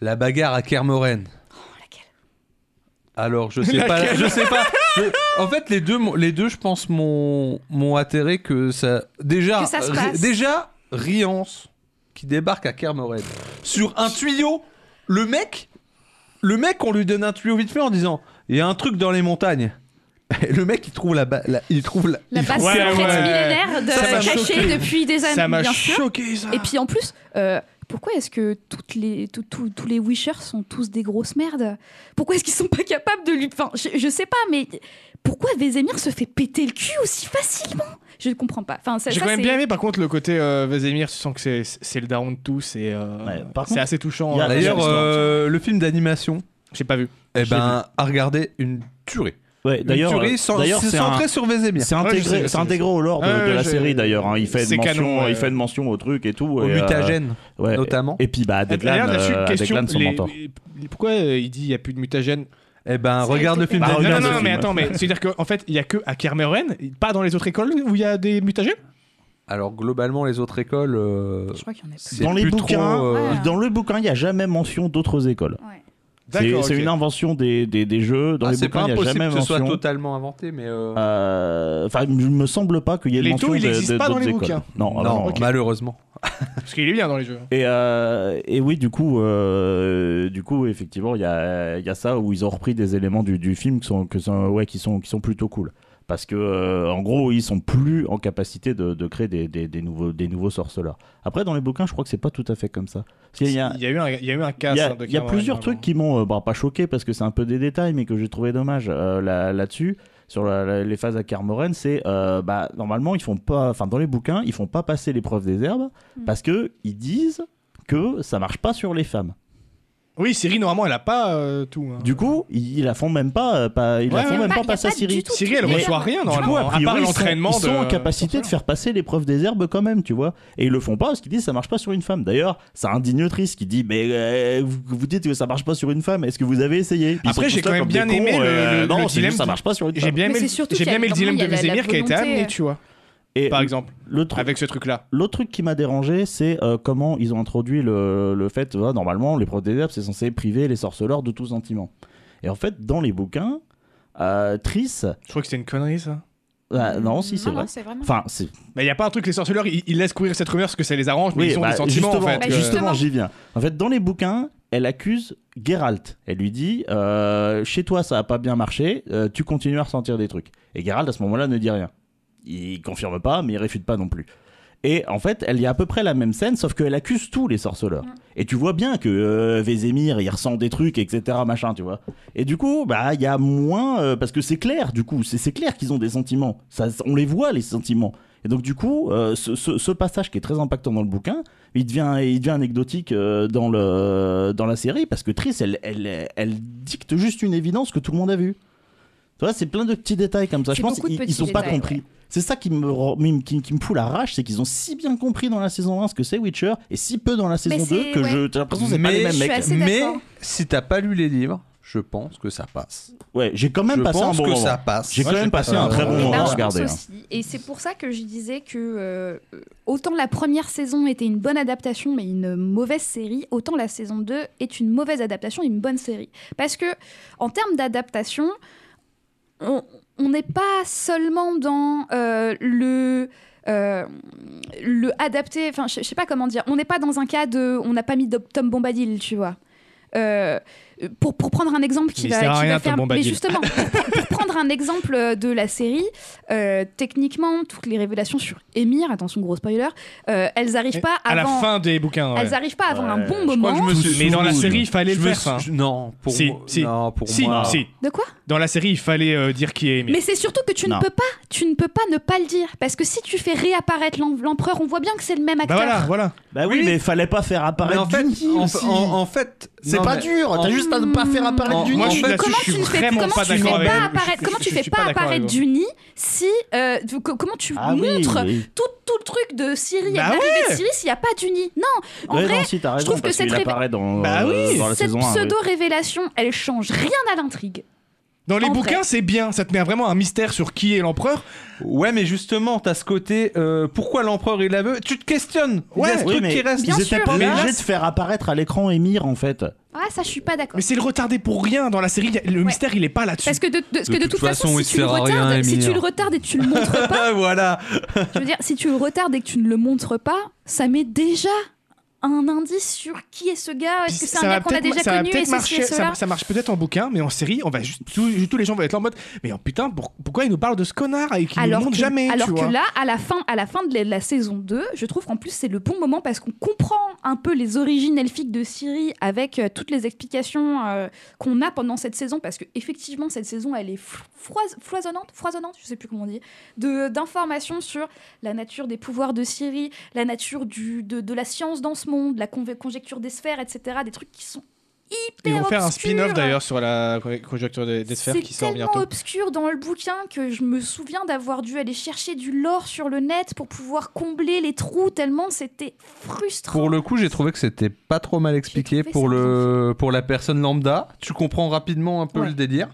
Speaker 1: La bagarre à Kermoren.
Speaker 4: Oh, laquelle
Speaker 1: Alors, je sais pas. Je sais pas. Je- en fait, les deux, m'ont- les deux, je pense, m'ont m'ont atterré que ça. Déjà,
Speaker 4: Que ça se
Speaker 1: ri-
Speaker 4: passe.
Speaker 1: déjà, Riance qui débarque à Kermoren sur un tuyau. Le mec, le mec, on lui donne un tuyau vite fait en disant, il y a un truc dans les montagnes. Et le mec, il trouve la, ba- la- il trouve la,
Speaker 4: La
Speaker 1: il
Speaker 4: base
Speaker 2: Ouais,
Speaker 4: secrète
Speaker 2: ouais.
Speaker 4: millénaire de-
Speaker 2: Ça m'a
Speaker 4: cachée
Speaker 2: choqué.
Speaker 4: depuis des années.
Speaker 2: Ça m'a
Speaker 4: bien sûr.
Speaker 2: choqué ça.
Speaker 4: Et puis en plus, euh, pourquoi est-ce que toutes les, tout- tout- tous les Wishers sont tous des grosses merdes Pourquoi est-ce qu'ils sont pas capables de lui. Enfin, je, je sais pas, mais pourquoi Vezemir se fait péter le cul aussi facilement Je ne comprends pas. Enfin, ça,
Speaker 2: J'ai
Speaker 4: ça,
Speaker 2: quand même
Speaker 4: c'est-
Speaker 2: bien aimé par contre le côté euh, Vesemir, tu sens que c'est- c'est le daron de tous et euh,
Speaker 3: Ouais, par
Speaker 2: c'est
Speaker 3: contre,
Speaker 2: assez touchant.
Speaker 3: il y a-
Speaker 2: euh,
Speaker 1: D'ailleurs,
Speaker 2: l'histoire.
Speaker 1: euh, le film d'animation,
Speaker 2: j'ai pas vu.
Speaker 1: eh
Speaker 2: Je l'ai
Speaker 1: ben, a regardé une tuerie.
Speaker 3: Ouais,
Speaker 1: Une
Speaker 3: d'ailleurs,
Speaker 1: tuerie
Speaker 3: euh,
Speaker 1: sans-
Speaker 3: d'ailleurs,
Speaker 1: c'est
Speaker 3: c'est un-
Speaker 1: centré sur Vesemir.
Speaker 2: Ouais,
Speaker 3: C'est
Speaker 2: je sais, je
Speaker 3: intégré,
Speaker 2: sais,
Speaker 3: c'est intégré au lore de,
Speaker 2: Ah ouais,
Speaker 3: de la
Speaker 2: je-
Speaker 3: série d'ailleurs. hein. Il fait
Speaker 2: C'est
Speaker 3: une mention,
Speaker 2: canon, ouais.
Speaker 3: il fait une mention au truc et tout.
Speaker 1: Au
Speaker 3: et, euh,
Speaker 1: mutagène,
Speaker 3: ouais,
Speaker 1: notamment.
Speaker 3: Et puis bah à Declan,
Speaker 2: D'ailleurs, là, je suis une
Speaker 3: euh, à
Speaker 2: question.
Speaker 3: Declan son
Speaker 2: les-
Speaker 3: mentor.
Speaker 2: les- pourquoi euh, il dit il n'y a plus de mutagène
Speaker 1: Eh ben,
Speaker 4: Ça a
Speaker 1: regarde
Speaker 4: été
Speaker 1: le
Speaker 4: fait
Speaker 1: film
Speaker 3: par-
Speaker 2: Bah, Non,
Speaker 1: d'animation.
Speaker 3: regarde
Speaker 2: non,
Speaker 3: le
Speaker 2: non,
Speaker 3: film.
Speaker 2: mais attends, mais c'est-à-dire qu'en fait, il n'y a que à Kermeren, pas dans les autres écoles où il y a des mutagènes
Speaker 1: Alors globalement, les autres écoles, euh,
Speaker 4: Je crois qu'il y en a plus.
Speaker 1: c'est
Speaker 3: Dans les
Speaker 1: plus
Speaker 3: bouquins,
Speaker 1: trop, euh,
Speaker 4: Ouais.
Speaker 3: Dans le bouquin, il y a jamais mention d'autres écoles.
Speaker 4: Ouais.
Speaker 3: C'est
Speaker 2: D'accord,
Speaker 3: c'est
Speaker 2: ok.
Speaker 3: une invention des, des, des jeux. Dans
Speaker 1: ah,
Speaker 3: les
Speaker 1: c'est pas
Speaker 3: bouquins, il y a
Speaker 1: impossible
Speaker 3: jamais
Speaker 1: que ce soit
Speaker 3: mention.
Speaker 1: totalement inventé, mais euh,
Speaker 3: Euh, Enfin, il me semble pas qu'il y ait
Speaker 2: Les
Speaker 3: mention
Speaker 2: taux, il
Speaker 3: de- de-
Speaker 2: existe pas dans
Speaker 3: d'autres
Speaker 2: les
Speaker 3: écoles.
Speaker 2: bouquins.
Speaker 3: Non, alors,
Speaker 1: non,
Speaker 3: non.
Speaker 1: malheureusement.
Speaker 2: Parce qu'il est bien dans les jeux.
Speaker 3: Et, euh, et oui, du coup, euh, du coup, effectivement, il y a, il y a ça où ils ont repris des éléments du, du film qui sont, que sont- ouais, qui sont, qui sont plutôt cool. Parce que, euh, en gros, ils sont plus en capacité de, de créer des, des, des nouveaux, des nouveaux sorceleurs. Après, dans les bouquins, je crois que c'est pas tout à fait comme ça. Parce qu'il y a,
Speaker 2: Il y a eu un, il y a eu un casse.
Speaker 3: il y a,
Speaker 2: hein, de
Speaker 3: il y a
Speaker 2: Kermeren,
Speaker 3: plusieurs
Speaker 2: vraiment.
Speaker 3: trucs qui m'ont euh, bah, pas choqué parce que c'est un peu des détails, mais que j'ai trouvé dommage euh, là- là-dessus. sur la- la- les phases à Carmoren, c'est euh, bah, normalement ils font pas, enfin dans les bouquins, ils font pas passer l'épreuve des herbes
Speaker 4: Mm.
Speaker 3: parce que ils disent que ça marche pas sur les femmes.
Speaker 2: Oui, Siri, normalement, elle a pas euh, tout. hein.
Speaker 3: Du coup, ils, ils la font même pas, euh, pas ils
Speaker 2: Ouais,
Speaker 3: la font
Speaker 2: ouais.
Speaker 3: même
Speaker 4: Bah,
Speaker 3: pas
Speaker 4: il y a
Speaker 3: passer à
Speaker 4: pas du
Speaker 3: Ciri.
Speaker 4: tout
Speaker 2: Siri, elle
Speaker 4: Mais-
Speaker 2: reçoit rien
Speaker 3: Du coup,
Speaker 2: normalement, hein.
Speaker 3: a
Speaker 2: à part
Speaker 3: priori, ils sont,
Speaker 2: l'entraînement.
Speaker 3: ils sont
Speaker 2: de-
Speaker 3: en capacité de faire passer l'épreuve des herbes quand même, tu vois. Et ils le font pas parce qu'ils disent ça marche pas sur une femme. D'ailleurs, c'est un dignotrice qui dit mais euh, vous, vous dites que ça marche pas sur une femme. Est-ce que vous avez essayé Ils
Speaker 2: Après,
Speaker 3: sont
Speaker 2: j'ai
Speaker 3: tous
Speaker 2: quand même
Speaker 3: là comme
Speaker 2: bien
Speaker 3: des
Speaker 2: aimé
Speaker 3: cons,
Speaker 2: le-
Speaker 3: euh,
Speaker 2: le-
Speaker 3: non,
Speaker 2: le
Speaker 3: c'est
Speaker 2: dilemme
Speaker 3: juste, ça
Speaker 2: de-
Speaker 3: marche pas sur une
Speaker 2: J'ai
Speaker 3: femme.
Speaker 2: bien
Speaker 4: Mais
Speaker 2: aimé,
Speaker 4: c'est
Speaker 2: le-
Speaker 4: surtout
Speaker 2: j'ai
Speaker 4: qu'il y
Speaker 2: bien
Speaker 4: a-
Speaker 2: aimé le dilemme
Speaker 4: vraiment,
Speaker 2: de
Speaker 4: il y a la
Speaker 2: Vesemir qui a été
Speaker 4: volonté,
Speaker 2: amené,
Speaker 4: euh.
Speaker 2: tu vois.
Speaker 3: Et
Speaker 2: par exemple,
Speaker 3: le truc,
Speaker 2: avec ce truc-là.
Speaker 3: L'autre truc qui m'a dérangé, c'est euh, comment ils ont introduit le, le fait, voilà, normalement, les preuves des herbes, c'est censé priver les sorceleurs de tout sentiment. Et en fait, dans les bouquins, euh, Triss,
Speaker 2: Je crois que c'était une connerie, ça.
Speaker 3: ah, non, si, c'est
Speaker 4: Non,
Speaker 3: vrai.
Speaker 4: non, c'est vraiment.
Speaker 3: Enfin, c'est
Speaker 2: Mais il n'y a pas un truc, les sorceleurs, ils, ils laissent courir cette rumeur parce que ça les arrange, mais
Speaker 3: oui,
Speaker 2: ils ont
Speaker 3: bah,
Speaker 2: des sentiments
Speaker 3: justement,
Speaker 2: en fait.
Speaker 5: Bah,
Speaker 2: que-
Speaker 3: justement, j'y viens. En fait, dans les bouquins, elle accuse Geralt. Elle lui dit euh, Chez toi, ça a pas bien marché, euh, tu continues à ressentir des trucs. Et Geralt, à ce moment-là, ne dit rien. Il confirme pas, mais il réfute pas non plus. Et en fait, elle y a à peu près la même scène, sauf qu'elle accuse tous les sorceleurs. Et tu vois bien que euh, Vézémir, il ressent des trucs, etc., machin, tu vois. Et du coup, bah, il y a moins. euh, parce que c'est clair, du coup, c'est c'est clair qu'ils ont des sentiments. Ça, on les voit, les sentiments. Et donc, du coup, euh, ce, ce- ce passage qui est très impactant dans le bouquin, il devient, il devient anecdotique euh, dans, le, dans la série, parce que Triss, elle, elle, elle dicte juste une évidence que tout le monde a vue. Tu vois, c'est plein de petits détails comme ça.
Speaker 4: C'est
Speaker 3: Je pense
Speaker 4: beaucoup de
Speaker 3: qu'ils
Speaker 4: petits
Speaker 3: ils sont pas
Speaker 4: détails,
Speaker 3: compris.
Speaker 4: ouais.
Speaker 3: C'est ça qui me, rend- qui, qui me fout la rage, c'est qu'ils ont si bien compris dans la saison 1 ce que c'est Witcher, et si peu dans la saison 2
Speaker 4: c'est-
Speaker 3: que
Speaker 4: ouais.
Speaker 3: je j'ai l'impression que c'est pas
Speaker 1: Mais
Speaker 3: les mêmes
Speaker 4: je suis
Speaker 3: mecs.
Speaker 4: assez- C'est
Speaker 1: Mais
Speaker 4: d'accord.
Speaker 1: si t'as pas lu les livres, je pense que ça passe.
Speaker 3: Ouais, j'ai quand même
Speaker 1: je
Speaker 3: passé un
Speaker 1: pense
Speaker 3: bon
Speaker 1: que
Speaker 3: moment.
Speaker 1: ça passe.
Speaker 3: J'ai quand même passé un
Speaker 1: euh,
Speaker 3: très bon
Speaker 1: eh ben,
Speaker 3: moment
Speaker 4: Ben,
Speaker 3: à
Speaker 4: je
Speaker 3: regarder. hein.
Speaker 4: pense aussi. Et c'est pour ça que je disais que euh, autant la première saison était une bonne adaptation mais une mauvaise série, autant la saison 2 est une mauvaise adaptation et une bonne série. Parce que en termes d'adaptation, on on n'est pas seulement dans euh, le euh, le adapter, enfin je je sais pas comment dire, on n'est pas dans un cas de on n'a pas mis de- Tom Bombadil, tu vois. Euh, pour, pour prendre un exemple
Speaker 2: Mais
Speaker 4: qui
Speaker 2: il
Speaker 4: va,
Speaker 2: sert à
Speaker 4: qui
Speaker 2: rien,
Speaker 4: va
Speaker 2: Tom
Speaker 4: faire. Mais
Speaker 2: Bombadil.
Speaker 4: justement, pour prendre un exemple de la série, euh, techniquement, toutes les révélations sur Emir, attention gros spoiler, euh, elles n'arrivent pas
Speaker 2: À la
Speaker 4: avant.
Speaker 2: fin des bouquins. ouais.
Speaker 4: Elles arrivent pas avant
Speaker 3: Ouais,
Speaker 4: un bon
Speaker 1: je crois que
Speaker 4: moment.
Speaker 1: je me suis-
Speaker 2: Mais dans la
Speaker 1: je me
Speaker 2: série, il fallait le
Speaker 1: suis-
Speaker 2: faire. ça.
Speaker 1: je- Non, pour
Speaker 2: Si,
Speaker 1: moi.
Speaker 2: si.
Speaker 1: non, pour
Speaker 2: Si,
Speaker 1: moi.
Speaker 2: si.
Speaker 4: De quoi
Speaker 2: Dans la série, il fallait euh, dire qui est Emir.
Speaker 4: Mais c'est surtout que tu
Speaker 3: Non.
Speaker 4: ne peux pas, tu ne peux pas ne pas le dire, parce que si tu fais réapparaître l'em- l'empereur, on voit bien que c'est le même
Speaker 2: Bah
Speaker 4: acteur.
Speaker 2: voilà, voilà.
Speaker 3: Bah oui,
Speaker 1: Oui.
Speaker 3: mais fallait pas faire
Speaker 1: Mais
Speaker 3: apparaître
Speaker 1: en fait,
Speaker 3: Duny
Speaker 1: en,
Speaker 3: aussi.
Speaker 1: en- en fait,
Speaker 3: c'est
Speaker 1: non,
Speaker 3: pas
Speaker 1: mais-
Speaker 3: dur, t'as
Speaker 1: en-
Speaker 3: juste à ne pas faire
Speaker 1: en-
Speaker 3: apparaître Duny.
Speaker 2: moi,
Speaker 1: en
Speaker 2: je suis
Speaker 1: fait,
Speaker 2: là-dessus,
Speaker 4: Comment
Speaker 2: je
Speaker 4: tu
Speaker 2: suis
Speaker 4: ne fais,
Speaker 2: vraiment
Speaker 4: comment
Speaker 2: pas
Speaker 4: tu fais
Speaker 2: d'accord avec
Speaker 4: pas
Speaker 2: vous. Je-
Speaker 4: apparaître,
Speaker 2: je-
Speaker 4: comment
Speaker 2: je
Speaker 4: tu
Speaker 2: suis
Speaker 4: fais
Speaker 2: pas
Speaker 4: pas
Speaker 2: d'accord avec
Speaker 4: apparaître
Speaker 2: vous.
Speaker 4: Juni si euh, tu- co- comment tu
Speaker 3: Ah oui,
Speaker 4: montres
Speaker 3: oui.
Speaker 4: tout, tout le truc de Siri et
Speaker 2: Bah
Speaker 4: l'arrivée de Siri s'il n'y a pas Juni Non, en
Speaker 3: Ouais,
Speaker 4: vrai,
Speaker 3: non, si, t'as raison,
Speaker 4: trouve que
Speaker 3: parce
Speaker 4: cette
Speaker 3: qu'il
Speaker 4: révé-
Speaker 3: apparaît dans,
Speaker 2: Bah
Speaker 3: euh,
Speaker 2: oui.
Speaker 3: dans la
Speaker 4: cette
Speaker 3: saison 1. oui.
Speaker 4: pseudo révélation, elle change rien à l'intrigue.
Speaker 2: Dans les
Speaker 4: En
Speaker 2: bouquins,
Speaker 4: vrai.
Speaker 2: c'est bien. Ça te met vraiment un mystère sur qui est l'empereur.
Speaker 1: Ouais, mais justement, t'as ce côté. euh, pourquoi l'empereur il la veut Tu te questionnes. il y
Speaker 2: Ouais,
Speaker 1: a ce
Speaker 3: Oui,
Speaker 1: truc
Speaker 3: mais
Speaker 1: qui reste.
Speaker 4: Bien
Speaker 3: Ils étaient
Speaker 4: sûr.
Speaker 3: pas
Speaker 4: Mais
Speaker 3: obligés
Speaker 4: là,
Speaker 3: de faire apparaître à l'écran Emir en fait.
Speaker 4: Ah ça je suis pas d'accord.
Speaker 2: Mais c'est le retardé pour rien. Dans la série, y a- le mystère, il est pas là-dessus.
Speaker 4: Parce que de, de- parce
Speaker 1: De
Speaker 4: que de
Speaker 1: toute
Speaker 4: toute, façon,
Speaker 1: façon, il
Speaker 4: si,
Speaker 1: se
Speaker 4: tu le
Speaker 1: fera rien,
Speaker 4: retardes, si
Speaker 1: Émile.
Speaker 2: hein.
Speaker 4: tu le retardes et que tu le montres pas,
Speaker 1: Ah, voilà.
Speaker 4: je veux dire, si tu le retardes et que tu ne le montres pas, ça met déjà un indice sur qui est ce gars, est-ce que c'est un
Speaker 2: Ça va
Speaker 4: gars qu'on a
Speaker 2: peut-être-
Speaker 4: déjà
Speaker 2: ça va
Speaker 4: connu et
Speaker 2: peut-être
Speaker 4: ceci
Speaker 2: marcher-
Speaker 4: et
Speaker 2: ça,
Speaker 4: cela.
Speaker 2: ça marche peut-être en bouquin, mais en série, on va juste tous, tous les gens vont être là en mode, mais oh, putain, pour- pourquoi il nous parle de ce connard et qu'il ne montre
Speaker 4: que,
Speaker 2: jamais,
Speaker 4: alors
Speaker 2: tu
Speaker 4: que
Speaker 2: vois
Speaker 4: là, à la fin, à la fin de la, la saison 2, je trouve qu'en plus c'est le bon moment parce qu'on comprend un peu les origines elfiques de Syrie avec euh, toutes les explications euh, qu'on a pendant cette saison parce que effectivement cette saison elle est fro- froise- foisonnante, foisonnante, je sais plus comment on dit, de d'informations sur la nature des pouvoirs de Syrie, la nature du, de, de la science dans ce monde, la conve- conjecture des sphères, etc. Des trucs qui sont hyper
Speaker 2: Ils vont faire un
Speaker 4: obscurs.
Speaker 2: spin-off d'ailleurs sur la conjecture des, des sphères
Speaker 4: C'est
Speaker 2: qui sort
Speaker 4: tellement
Speaker 2: bientôt.
Speaker 4: obscur dans le bouquin que je me souviens d'avoir dû aller chercher du lore sur le net pour pouvoir combler les trous tellement c'était frustrant.
Speaker 1: Pour le coup, j'ai trouvé que c'était pas trop mal expliqué
Speaker 4: trouvé
Speaker 1: pour,
Speaker 4: ça
Speaker 1: le, pour la personne lambda. Tu comprends rapidement un peu
Speaker 4: Ouais.
Speaker 1: le délire.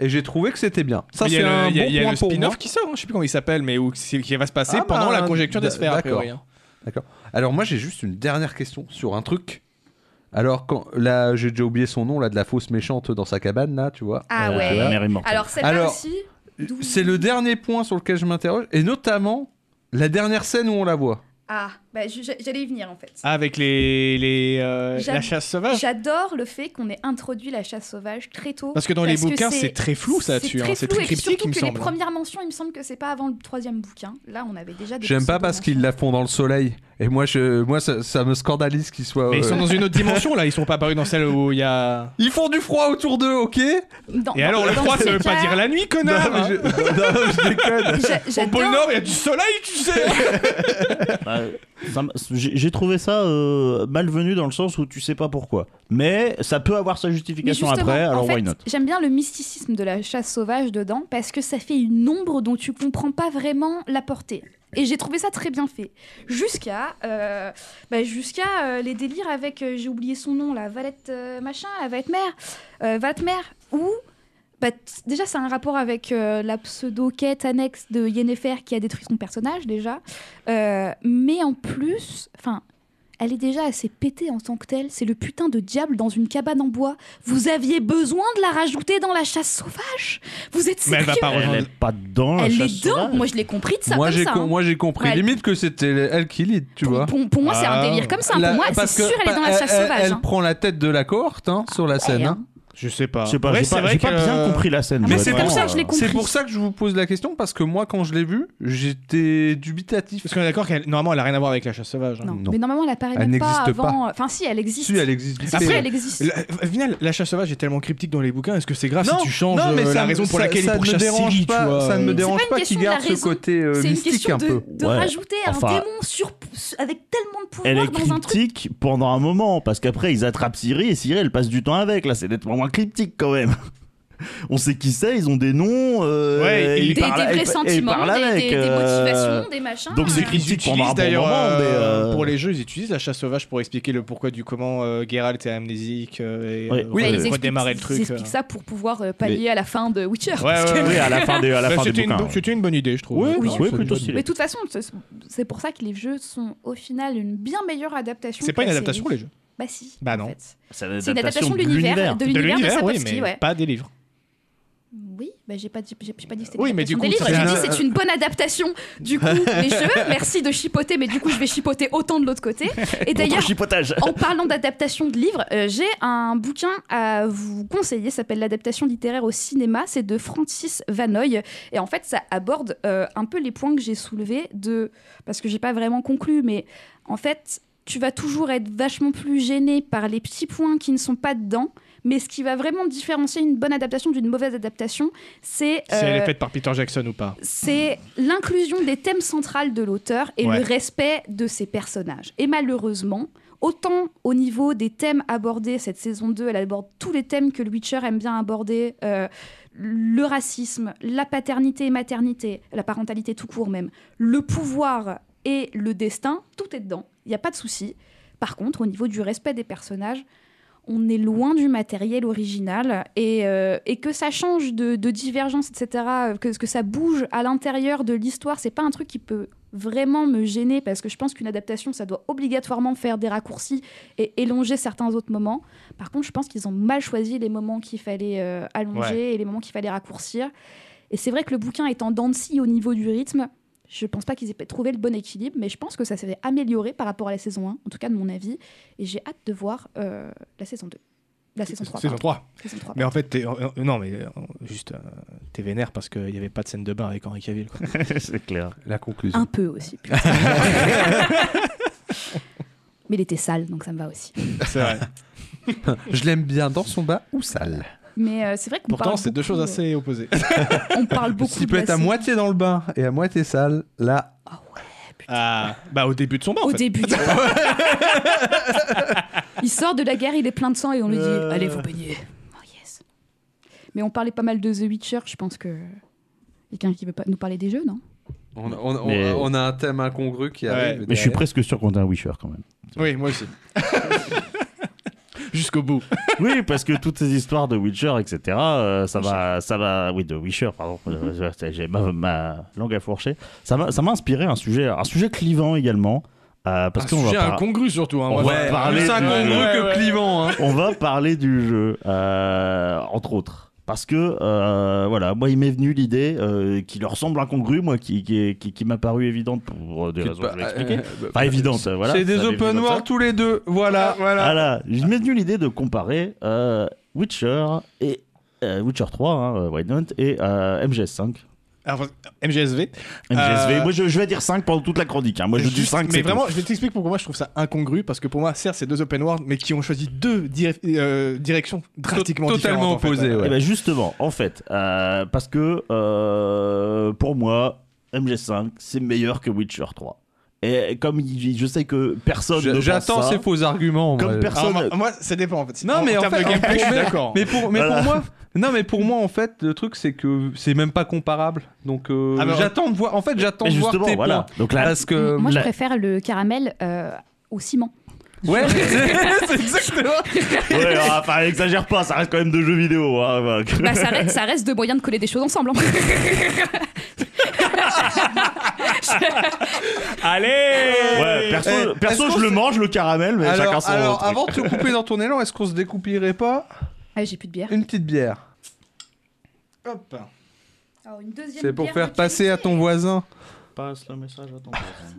Speaker 1: Et j'ai trouvé que c'était bien. Ça,
Speaker 2: Il y
Speaker 1: c'est
Speaker 2: a
Speaker 1: un
Speaker 2: le- il y a-
Speaker 1: bon
Speaker 2: il y a
Speaker 1: point
Speaker 2: le
Speaker 1: pour moi.
Speaker 2: spin-off qui sort, hein, je sais plus comment il s'appelle, mais où, c'est- qui va se passer
Speaker 1: Ah
Speaker 2: pendant
Speaker 1: bah,
Speaker 2: la conjecture des sphères, a
Speaker 1: d'accord.
Speaker 2: priori, hein.
Speaker 1: Alors moi j'ai juste une dernière question sur un truc. Alors quand là j'ai déjà oublié son nom là de la fausse méchante dans sa cabane là tu vois.
Speaker 4: Ah
Speaker 3: Euh,
Speaker 4: ouais.
Speaker 3: la mère est morte.
Speaker 4: Alors c'est
Speaker 1: Alors,
Speaker 4: là aussi.
Speaker 2: euh,
Speaker 4: d'où-
Speaker 1: C'est le dernier point sur lequel je m'interroge et notamment la dernière scène où on la voit.
Speaker 4: Ah, bah, je- j'allais y venir en fait.
Speaker 2: Ah, avec les, les, euh,
Speaker 4: J'ad-
Speaker 2: la chasse sauvage
Speaker 4: J'adore le fait qu'on ait introduit la chasse sauvage très tôt.
Speaker 2: Parce que dans les bouquins, c'est très flou, ça,
Speaker 4: C'est
Speaker 2: dessus, hein.
Speaker 4: très,
Speaker 2: C'est
Speaker 4: flou,
Speaker 2: très
Speaker 4: et
Speaker 2: cryptique,
Speaker 4: surtout
Speaker 2: il me
Speaker 4: que
Speaker 2: semble. hein.
Speaker 4: Les premières mentions, il me semble que c'est pas avant le troisième bouquin. Là, on avait déjà. des
Speaker 1: J'aime pas parce qu'ils la font dans le soleil et moi je moi ça, ça me scandalise qu'ils soient.
Speaker 2: Mais ils
Speaker 1: euh,
Speaker 2: sont dans une autre dimension là, ils sont pas apparus dans celle où il y a.
Speaker 1: Ils font du froid autour d'eux ok.
Speaker 4: Dans-
Speaker 2: Et
Speaker 4: dans-
Speaker 2: alors le
Speaker 4: dans
Speaker 2: froid,
Speaker 4: ce
Speaker 2: ça veut pas
Speaker 4: cas,
Speaker 2: dire la nuit, connard
Speaker 1: mais je,
Speaker 2: hein.
Speaker 1: non, je déconne.
Speaker 4: j'a-
Speaker 2: Au pôle
Speaker 4: J'adore
Speaker 2: Nord, il y a du soleil, tu sais
Speaker 3: Bah, ça m- J'ai j'ai trouvé ça euh, malvenu dans le sens où tu sais pas pourquoi. Mais ça peut avoir sa
Speaker 4: Mais
Speaker 3: justification
Speaker 4: justement,
Speaker 3: après, alors
Speaker 4: en fait,
Speaker 3: why not
Speaker 4: J'aime bien le mysticisme de la chasse sauvage dedans parce que ça fait une ombre dont tu comprends pas vraiment la portée. Et j'ai trouvé ça très bien fait. Jusqu'à euh, bah, jusqu'à euh, les délires avec, euh, j'ai oublié son nom, la Valette euh, machin, la Valette mère, euh, Valette mère, où bah, t- déjà, c'est un rapport avec euh, la pseudo-quête annexe de Yennefer qui a détruit son personnage, déjà. Euh, mais en plus, enfin, elle est déjà assez pétée en tant que telle. C'est le putain de diable dans une cabane en bois. Vous aviez besoin de la rajouter dans la chasse sauvage Vous êtes
Speaker 2: Mais
Speaker 4: sérieux
Speaker 2: elle va pas
Speaker 3: Elle
Speaker 2: rejoindre.
Speaker 3: est pas dedans. la
Speaker 4: Elle
Speaker 3: chasse
Speaker 4: est dedans.
Speaker 3: sauvage.
Speaker 4: Moi, je l'ai compris de ça
Speaker 1: moi
Speaker 4: comme
Speaker 1: j'ai
Speaker 4: ça.
Speaker 1: com-
Speaker 4: hein.
Speaker 1: moi j'ai compris
Speaker 4: Ouais.
Speaker 1: limite que c'était elle qui lead, tu
Speaker 4: pour,
Speaker 1: vois.
Speaker 4: pour- pour moi, c'est un
Speaker 2: Ah.
Speaker 4: délire comme ça.
Speaker 1: La-
Speaker 4: pour moi, c'est
Speaker 1: parce que-
Speaker 4: sûr, elle est dans la
Speaker 1: pa-
Speaker 4: chasse
Speaker 1: elle-
Speaker 4: sauvage.
Speaker 1: Elle
Speaker 4: hein.
Speaker 1: prend la tête de la cohorte hein, sur la scène.
Speaker 4: Ouais,
Speaker 1: hein.
Speaker 4: hein.
Speaker 2: Je sais pas.
Speaker 3: Je sais pas,
Speaker 2: Ouais,
Speaker 3: j'ai
Speaker 2: c'est
Speaker 3: pas,
Speaker 2: vrai
Speaker 3: j'ai pas
Speaker 2: que-
Speaker 3: bien compris la scène.
Speaker 4: Ah,
Speaker 3: je
Speaker 4: moi,
Speaker 3: dois
Speaker 4: c'est
Speaker 3: dire.
Speaker 4: comme ça que je l'ai compris.
Speaker 1: C'est pour ça que je vous pose la question parce que moi quand je l'ai vue, j'étais dubitatif.
Speaker 2: Parce qu'on est d'accord qu'elle normalement elle a rien à voir avec la chasse sauvage. hein.
Speaker 4: Non.
Speaker 1: Non.
Speaker 4: Mais normalement, elle apparaît
Speaker 1: Elle
Speaker 4: même pas
Speaker 1: n'existe pas.
Speaker 4: avant. euh, Enfin, si, elle existe.
Speaker 1: Si elle existe.
Speaker 4: Si,
Speaker 1: Mais-
Speaker 4: si, elle existe.
Speaker 2: La, au final, la chasse sauvage est tellement cryptique dans les bouquins. Est-ce que c'est grave
Speaker 1: Non,
Speaker 2: si tu changes
Speaker 1: non, mais
Speaker 2: euh,
Speaker 1: ça
Speaker 2: la
Speaker 1: me-
Speaker 2: raison pour
Speaker 1: ça-
Speaker 2: laquelle
Speaker 1: ça
Speaker 2: il
Speaker 1: ne me
Speaker 2: pourchasse
Speaker 1: dérange
Speaker 2: Siri,
Speaker 1: pas-
Speaker 2: tu vois euh,
Speaker 1: ça ne me
Speaker 4: C'est
Speaker 1: dérange
Speaker 4: pas une
Speaker 1: pas
Speaker 4: question
Speaker 1: qu'il
Speaker 4: de la
Speaker 1: garde ce
Speaker 4: raison,
Speaker 1: côté euh,
Speaker 4: C'est une
Speaker 1: mystique
Speaker 4: question
Speaker 1: un
Speaker 4: de,
Speaker 1: peu.
Speaker 4: de
Speaker 3: Ouais.
Speaker 4: rajouter
Speaker 3: Enfin,
Speaker 4: un démon sur, sur- avec tellement de pouvoir
Speaker 3: Elle est
Speaker 4: dans un truc.
Speaker 3: cryptique pendant un moment parce qu'après ils attrapent Siri et Siri elle passe du temps avec. Là c'est nettement moins cryptique quand même. On sait qui c'est, ils ont des noms. euh,
Speaker 2: Ouais,
Speaker 3: et
Speaker 2: il-
Speaker 3: ils
Speaker 2: Des-
Speaker 5: Des,
Speaker 3: parlent-
Speaker 5: des
Speaker 3: et- et
Speaker 5: vrais
Speaker 3: ils
Speaker 5: sentiments,
Speaker 3: parlent
Speaker 5: des, des-
Speaker 3: avec,
Speaker 5: des
Speaker 3: euh,
Speaker 5: motivations, des machins.
Speaker 3: donc c'est
Speaker 5: euh.
Speaker 3: cryptique.
Speaker 2: Ils
Speaker 3: critique pendant un
Speaker 2: utilisent
Speaker 3: bon
Speaker 2: d'ailleurs
Speaker 3: moment, mais,
Speaker 2: euh,
Speaker 3: euh,
Speaker 2: pour les jeux, ils utilisent la chasse sauvage pour expliquer le pourquoi du comment euh, Geralt est amnésique euh, et
Speaker 3: Oui.
Speaker 2: euh,
Speaker 3: Oui,
Speaker 2: re-
Speaker 3: ils
Speaker 5: expliquent-
Speaker 2: redémarrer le truc.
Speaker 5: Ils
Speaker 2: euh.
Speaker 5: expliquent ça pour pouvoir euh, pallier à la fin de Witcher.
Speaker 2: Ouais,
Speaker 5: parce que-
Speaker 2: ouais,
Speaker 3: Oui, à la fin des, à la
Speaker 2: Bah,
Speaker 3: fin des
Speaker 2: C'était une,
Speaker 3: bouquins.
Speaker 2: bo- c'était une bonne idée, je trouve.
Speaker 3: Oui,
Speaker 4: oui,
Speaker 2: Non,
Speaker 3: oui,
Speaker 2: c'est une
Speaker 3: plutôt
Speaker 2: bonne
Speaker 3: stylé.
Speaker 4: Mais de toute façon, c'est- c'est pour ça que les jeux sont au final une bien meilleure adaptation.
Speaker 2: C'est
Speaker 4: que
Speaker 2: pas une
Speaker 4: la
Speaker 2: adaptation
Speaker 4: série.
Speaker 2: les jeux.
Speaker 4: Bah si.
Speaker 2: Bah
Speaker 4: en
Speaker 2: non.
Speaker 4: fait.
Speaker 3: C'est
Speaker 4: C'est une adaptation de l'univers de
Speaker 2: De
Speaker 4: l'univers de
Speaker 2: l'univers, oui,
Speaker 4: Sapkowski,
Speaker 2: mais
Speaker 4: ouais.
Speaker 2: pas des livres.
Speaker 4: Oui, bah j'ai pas dit j'ai j'ai pas dit que c'était
Speaker 2: Oui,
Speaker 4: une
Speaker 2: mais du
Speaker 4: adaptation
Speaker 2: coup,
Speaker 4: des
Speaker 2: ça-
Speaker 4: livres, j'ai dit c'est une bonne adaptation du coup des jeux. Merci de chipoter mais du coup je vais chipoter autant de l'autre côté. Et d'ailleurs
Speaker 3: chipotage.
Speaker 4: En parlant d'adaptation de livres, euh, j'ai un bouquin à vous conseiller, ça s'appelle L'adaptation littéraire au cinéma, c'est de Francis Vanoy. Et en fait, ça aborde euh, un peu les points que j'ai soulevés, de... parce que j'ai pas vraiment conclu, mais en fait, tu vas toujours être vachement plus gêné par les petits points qui ne sont pas dedans. Mais ce qui va vraiment différencier une bonne adaptation d'une mauvaise adaptation, c'est
Speaker 2: Si elle
Speaker 4: euh,
Speaker 2: est faite par Peter Jackson ou pas.
Speaker 4: c'est l'inclusion des thèmes centrales de l'auteur et
Speaker 2: Ouais.
Speaker 4: le respect de ses personnages. Et malheureusement, autant au niveau des thèmes abordés, cette saison 2, elle aborde tous les thèmes que le Witcher aime bien aborder, euh, le racisme, la paternité et maternité, la parentalité tout court même, le pouvoir et le destin, tout est dedans, il n'y a pas de souci. Par contre, au niveau du respect des personnages, on est loin du matériel original et, euh, et que ça change de, de divergence, etc., euh, que, que ça bouge à l'intérieur de l'histoire, c'est pas un truc qui peut vraiment me gêner parce que je pense qu'une adaptation, ça doit obligatoirement faire des raccourcis et élonger certains autres moments. Par contre, je pense qu'ils ont mal choisi les moments qu'il fallait euh, allonger et les moments qu'il fallait raccourcir. Et c'est vrai que le bouquin est en dents de scie au niveau du rythme. Je pense pas qu'ils aient trouvé le bon équilibre, mais je pense que ça s'est amélioré par rapport à la saison 1, en tout cas de mon avis. Et j'ai hâte de voir euh, la saison 2. La saison 3.
Speaker 2: Saison
Speaker 4: pardon.
Speaker 2: 3.
Speaker 4: Saison 3.
Speaker 2: Mais en fait, t'es- euh, euh, non, mais euh, juste, euh, t'es vénère parce qu'il n'y avait pas de scène de bain avec Henri Cavill. quoi.
Speaker 3: c'est clair.
Speaker 1: La conclusion.
Speaker 4: Un peu aussi. putain. mais il était sale, donc ça me va aussi.
Speaker 2: C'est vrai.
Speaker 1: Je l'aime bien dans son bas ou sale.
Speaker 4: Mais euh, c'est vrai qu'on
Speaker 2: Pourtant,
Speaker 4: parle
Speaker 2: c'est deux
Speaker 4: beaucoup,
Speaker 2: choses
Speaker 4: euh,
Speaker 2: assez opposées.
Speaker 4: On parle beaucoup
Speaker 1: S'il
Speaker 4: de
Speaker 1: peut
Speaker 4: la
Speaker 1: être à
Speaker 4: saison-
Speaker 1: moitié dans le bain et à moitié sale, là.
Speaker 2: Ah, bah au début de son bain, en
Speaker 4: Au
Speaker 2: fait.
Speaker 4: début. il sort de la guerre, il est plein de sang et on lui dit
Speaker 2: Euh.
Speaker 4: Allez, vous baigner. Oh yes. Mais on parlait pas mal de The Witcher, je pense que. Il y a quelqu'un qui veut pas nous parler des jeux, non
Speaker 1: On, on- on-
Speaker 3: Mais-
Speaker 1: on a un thème incongru qui
Speaker 2: Ouais,
Speaker 1: arrive.
Speaker 3: Mais je suis
Speaker 1: derrière.
Speaker 3: presque sûr qu'on a un Wisher quand même.
Speaker 2: Oui, moi aussi. Jusqu'au bout.
Speaker 3: oui, parce que toutes ces histoires de Witcher, etc., euh, ça va, ça va, oui, de Witcher, pardon, Euh, j'ai ma, ma langue à fourcher. Ça m'a, ça m'a inspiré un sujet, un sujet clivant également, euh, parce qu'on va,
Speaker 2: Ah, J'ai
Speaker 3: par-
Speaker 2: incongru surtout. Hein,
Speaker 3: On
Speaker 2: moi,
Speaker 3: va
Speaker 2: ça-
Speaker 1: Ouais,
Speaker 3: parler
Speaker 1: plus
Speaker 3: de-
Speaker 1: incongru
Speaker 2: Ouais,
Speaker 1: que
Speaker 2: ouais.
Speaker 1: clivant. hein.
Speaker 3: on va parler du jeu, euh, entre autres. Parce que, euh, voilà, moi, il m'est venu l'idée euh, qui leur semble incongrue, moi, qui, qui, qui- qui m'a paru évidente pour des raisons que je vais expliquer.
Speaker 1: Euh,
Speaker 3: Pas évidente, voilà.
Speaker 1: C'est des
Speaker 3: ça m'est venu
Speaker 1: open
Speaker 3: comme ça.
Speaker 1: world tous les deux. Voilà.
Speaker 3: Ah là, je m'est venu l'idée de comparer euh, Witcher et euh, Witcher 3, hein, euh, Why Not, et euh, MGS5.
Speaker 2: Alors, MGSV.
Speaker 3: MGSV,
Speaker 2: Euh,
Speaker 3: moi je, je vais dire 5 pendant toute la chronique. hein. Moi je dis
Speaker 2: Juste-
Speaker 3: 5,
Speaker 2: Mais vraiment, je vais t'expliquer pourquoi moi je trouve ça incongru. Parce que pour moi, certes, c'est deux open world, mais qui ont choisi deux dir- euh, directions drastiquement différentes,
Speaker 1: totalement
Speaker 2: en fait.
Speaker 1: opposées, ouais.
Speaker 3: Et ben justement, en fait, euh, parce que euh, pour moi, MGS5 c'est meilleur que Witcher 3. Et comme il- je sais que personne ne
Speaker 1: Je-
Speaker 3: pense
Speaker 1: J'attends
Speaker 3: ça,
Speaker 1: ces faux arguments.
Speaker 3: Comme
Speaker 1: moi.
Speaker 3: personne-
Speaker 2: Alors, moi, moi, ça dépend en fait.
Speaker 1: Ah, Non,
Speaker 2: En-
Speaker 1: mais
Speaker 2: en
Speaker 1: en
Speaker 2: termes
Speaker 1: fait,
Speaker 2: de gameplay, je suis
Speaker 1: mais-
Speaker 2: d'accord.
Speaker 1: Mais pour, mais
Speaker 3: Voilà.
Speaker 1: pour moi, non, mais pour moi, en fait, le truc, c'est que c'est même pas comparable. Donc, euh,
Speaker 2: Ah, mais-
Speaker 1: j'attends de voir. En fait, j'attends
Speaker 3: Mais
Speaker 1: de voir
Speaker 3: justement,
Speaker 1: tes
Speaker 3: voilà.
Speaker 1: points.
Speaker 3: Donc là,
Speaker 1: Parce que
Speaker 4: Moi, je
Speaker 3: la-
Speaker 4: préfère le caramel euh, au ciment.
Speaker 1: Ouais, c'est c'est exactement.
Speaker 3: Ouais, ah, enfin, exagère pas, ça reste quand même de jeux vidéo. hein, bah, que-
Speaker 4: Bah, ça reste, ça reste deux moyens de coller des choses ensemble. hein.
Speaker 2: Allez
Speaker 3: Ouais, perso,
Speaker 1: Eh,
Speaker 3: perso,
Speaker 1: est-ce
Speaker 3: je
Speaker 1: qu'on
Speaker 3: le
Speaker 1: se-
Speaker 3: mange, le caramel, mais chacun
Speaker 1: Alors,
Speaker 3: son
Speaker 1: alors
Speaker 3: truc.
Speaker 1: avant de te couper dans ton élan, est-ce qu'on se découpirait pas
Speaker 4: Ah, j'ai plus de bière.
Speaker 1: une petite bière
Speaker 2: Hop.
Speaker 1: C'est pour faire passer à ton voisin.
Speaker 3: Passe le message à ton voisin.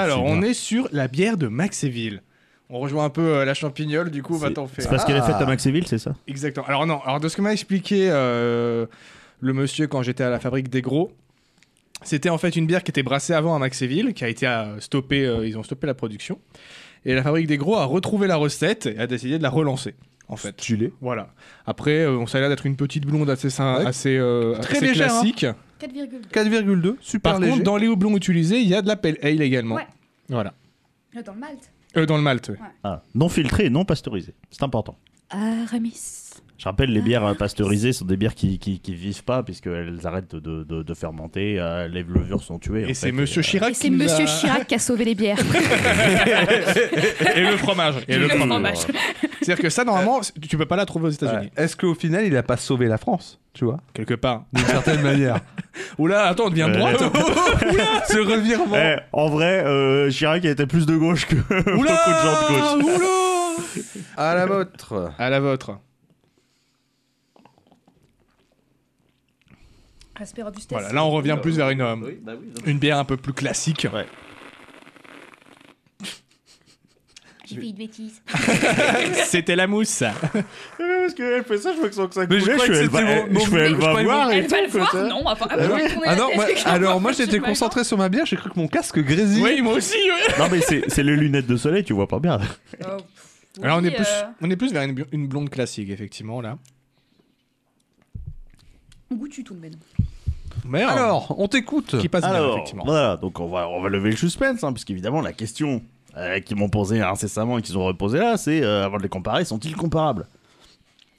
Speaker 2: Alors, on est sur la bière de Maxéville. On rejoint un peu euh, la champignole, du coup, va t'en faire.
Speaker 3: C'est parce qu'elle est faite
Speaker 1: Ah.
Speaker 3: à Maxéville, c'est ça
Speaker 2: Exactement. Alors non, alors de ce que m'a expliqué euh, le monsieur quand j'étais à la fabrique des gros, c'était en fait une bière qui était brassée avant à Maxéville, qui a été euh, stoppée, euh, ils ont stoppé la production. Et la fabrique des gros a retrouvé la recette et a décidé de la relancer, en fait.
Speaker 3: Tu l'es.
Speaker 2: Voilà. Après, euh, on ça a l'air d'être une petite blonde assez, sin-
Speaker 1: Ouais.
Speaker 2: assez, euh,
Speaker 1: Très
Speaker 2: assez
Speaker 1: légère, hein.
Speaker 2: classique.
Speaker 5: 4,2.
Speaker 1: 4,2, super
Speaker 2: Par
Speaker 1: léger.
Speaker 2: contre, dans les houblons utilisés, il y a de la pale ale également.
Speaker 5: Ouais.
Speaker 2: Voilà.
Speaker 5: Euh, Dans le malt.
Speaker 2: Euh, dans le malt. ouais.
Speaker 3: Ah, non filtré et non pasteurisé. C'est important.
Speaker 5: Ah,
Speaker 4: Aramis.
Speaker 3: Je rappelle, les bières euh, pasteurisées sont des bières qui, qui, qui vivent pas, puisqu'elles arrêtent de, de, de fermenter, euh, les levures sont tuées. en
Speaker 2: Et
Speaker 3: fait,
Speaker 2: c'est Monsieur
Speaker 3: euh,
Speaker 2: Chirac
Speaker 4: Et c'est
Speaker 2: qui nous
Speaker 4: Monsieur
Speaker 2: a-
Speaker 4: Chirac qui a sauvé les bières.
Speaker 2: et le fromage.
Speaker 3: euh,
Speaker 2: Et le fromage.
Speaker 4: fromage.
Speaker 2: C'est-à-dire que ça, normalement, c- tu peux pas la trouver aux
Speaker 1: Ouais.
Speaker 2: États-Unis.
Speaker 1: Est-ce qu'au final, il a pas sauvé la France, tu vois,
Speaker 2: Quelque part.
Speaker 1: d'une certaine manière
Speaker 2: Oula, Euh, attends, on devient de
Speaker 3: Ouais.
Speaker 2: droite.
Speaker 1: Ce revirement.
Speaker 3: eh, en vrai, euh, Chirac était plus de gauche que beaucoup de gens de gauche.
Speaker 2: oula
Speaker 1: À la vôtre.
Speaker 2: À la vôtre.
Speaker 5: Respect robustesse.
Speaker 2: Voilà, là, on revient plus vers une, euh,
Speaker 3: bah
Speaker 2: une bière un peu plus classique.
Speaker 3: Ouais.
Speaker 5: J'ai fait une bêtise.
Speaker 2: C'était la mousse.
Speaker 3: Eh, Parce qu'elle fait ça, je vois que son sac
Speaker 1: Mais je
Speaker 3: coulait,
Speaker 1: crois
Speaker 3: fais,
Speaker 1: que
Speaker 3: elle va,
Speaker 1: c'était
Speaker 3: eh,
Speaker 1: mon-
Speaker 3: je fais,
Speaker 1: mon-
Speaker 3: elle
Speaker 1: je
Speaker 3: va
Speaker 1: croyais-
Speaker 3: voir et
Speaker 4: Elle va le
Speaker 3: tout, quoi,
Speaker 4: voir
Speaker 3: ça.
Speaker 4: Non, enfin,
Speaker 3: Ah
Speaker 4: elle va
Speaker 3: ouais.
Speaker 4: tourner
Speaker 1: Ah
Speaker 4: la
Speaker 1: non,
Speaker 4: tête,
Speaker 1: moi-
Speaker 4: quelque chose.
Speaker 1: alors moi j'étais concentré sur ma bière, j'ai cru que mon casque grésillait.
Speaker 2: Oui, moi aussi. ouais.
Speaker 3: Non, mais c'est c'est les lunettes de soleil, tu vois pas bien.
Speaker 4: Oh, oui,
Speaker 2: Alors, on est, plus,
Speaker 4: euh,
Speaker 2: on est plus vers une, bi- une blonde classique, effectivement, là.
Speaker 4: on goûte tout de même.
Speaker 2: Mais euh,
Speaker 1: Alors, on t'écoute.
Speaker 2: qui passe Ah, bien,
Speaker 3: Alors,
Speaker 2: effectivement.
Speaker 3: voilà, donc on va, on va lever le suspense, hein, puisqu'évidemment, la question euh, qu'ils m'ont posée incessamment et qu'ils ont reposée là, c'est euh, avant de les comparer, sont-ils comparables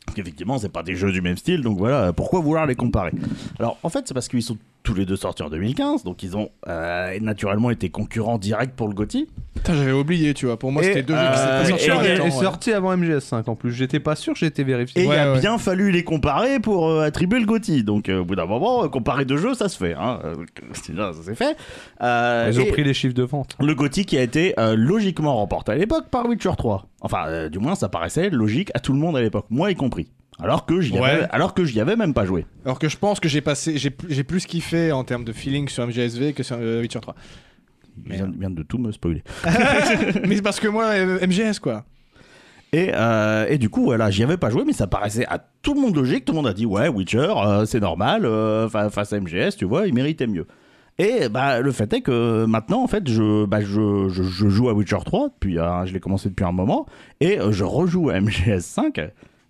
Speaker 3: Parce qu'effectivement, c'est pas des jeux du même style, donc voilà, euh, pourquoi vouloir les comparer Alors, en fait, c'est parce qu'ils sont tous les deux sortis en 2015, donc ils ont euh, naturellement été concurrents directs pour le GOTY.
Speaker 2: Putain, j'avais oublié, tu vois. Pour moi,
Speaker 3: Et,
Speaker 2: c'était deux jeux qui s'étaient
Speaker 3: euh,
Speaker 2: sortis
Speaker 1: Et
Speaker 2: en
Speaker 3: et-
Speaker 2: même temps,
Speaker 1: est
Speaker 2: ouais.
Speaker 1: sorti avant MGS5 en plus. J'étais pas sûr, j'ai été vérifié.
Speaker 3: Et il
Speaker 2: Ouais,
Speaker 3: a
Speaker 2: ouais.
Speaker 3: bien fallu les comparer pour euh, attribuer le GOTY. Donc, euh, au bout d'un moment, euh, comparer deux jeux, ça se fait. Hein. Euh, déjà, ça s'est fait. Euh,
Speaker 1: Ils ont
Speaker 3: et-
Speaker 1: pris les chiffres de vente.
Speaker 3: Le GOTY qui a été euh, logiquement remporté à l'époque par Witcher 3. Enfin, euh, du moins, ça paraissait logique à tout le monde à l'époque, moi y compris. Alors que j'y
Speaker 2: Ouais.
Speaker 3: avais, alors que j'y avais même pas joué.
Speaker 2: Alors que je pense que j'ai passé, j'ai pl- j'ai plus kiffé en termes de feeling sur MGSV que sur euh, Witcher 3.
Speaker 3: Il vient, il vient de tout me spoiler.
Speaker 2: Mais c'est parce que moi, euh, MGS, quoi.
Speaker 3: Et, euh, et du coup, voilà, j'y avais pas joué, mais ça paraissait à tout le monde logique. Tout le monde a dit ouais, Witcher, euh, c'est normal, euh, fa- face à MGS, tu vois, il méritait mieux. Et bah, le fait est que maintenant, en fait, je, bah, je, je, je joue à Witcher 3, puis euh, je l'ai commencé depuis un moment, et euh, je rejoue à MGS 5.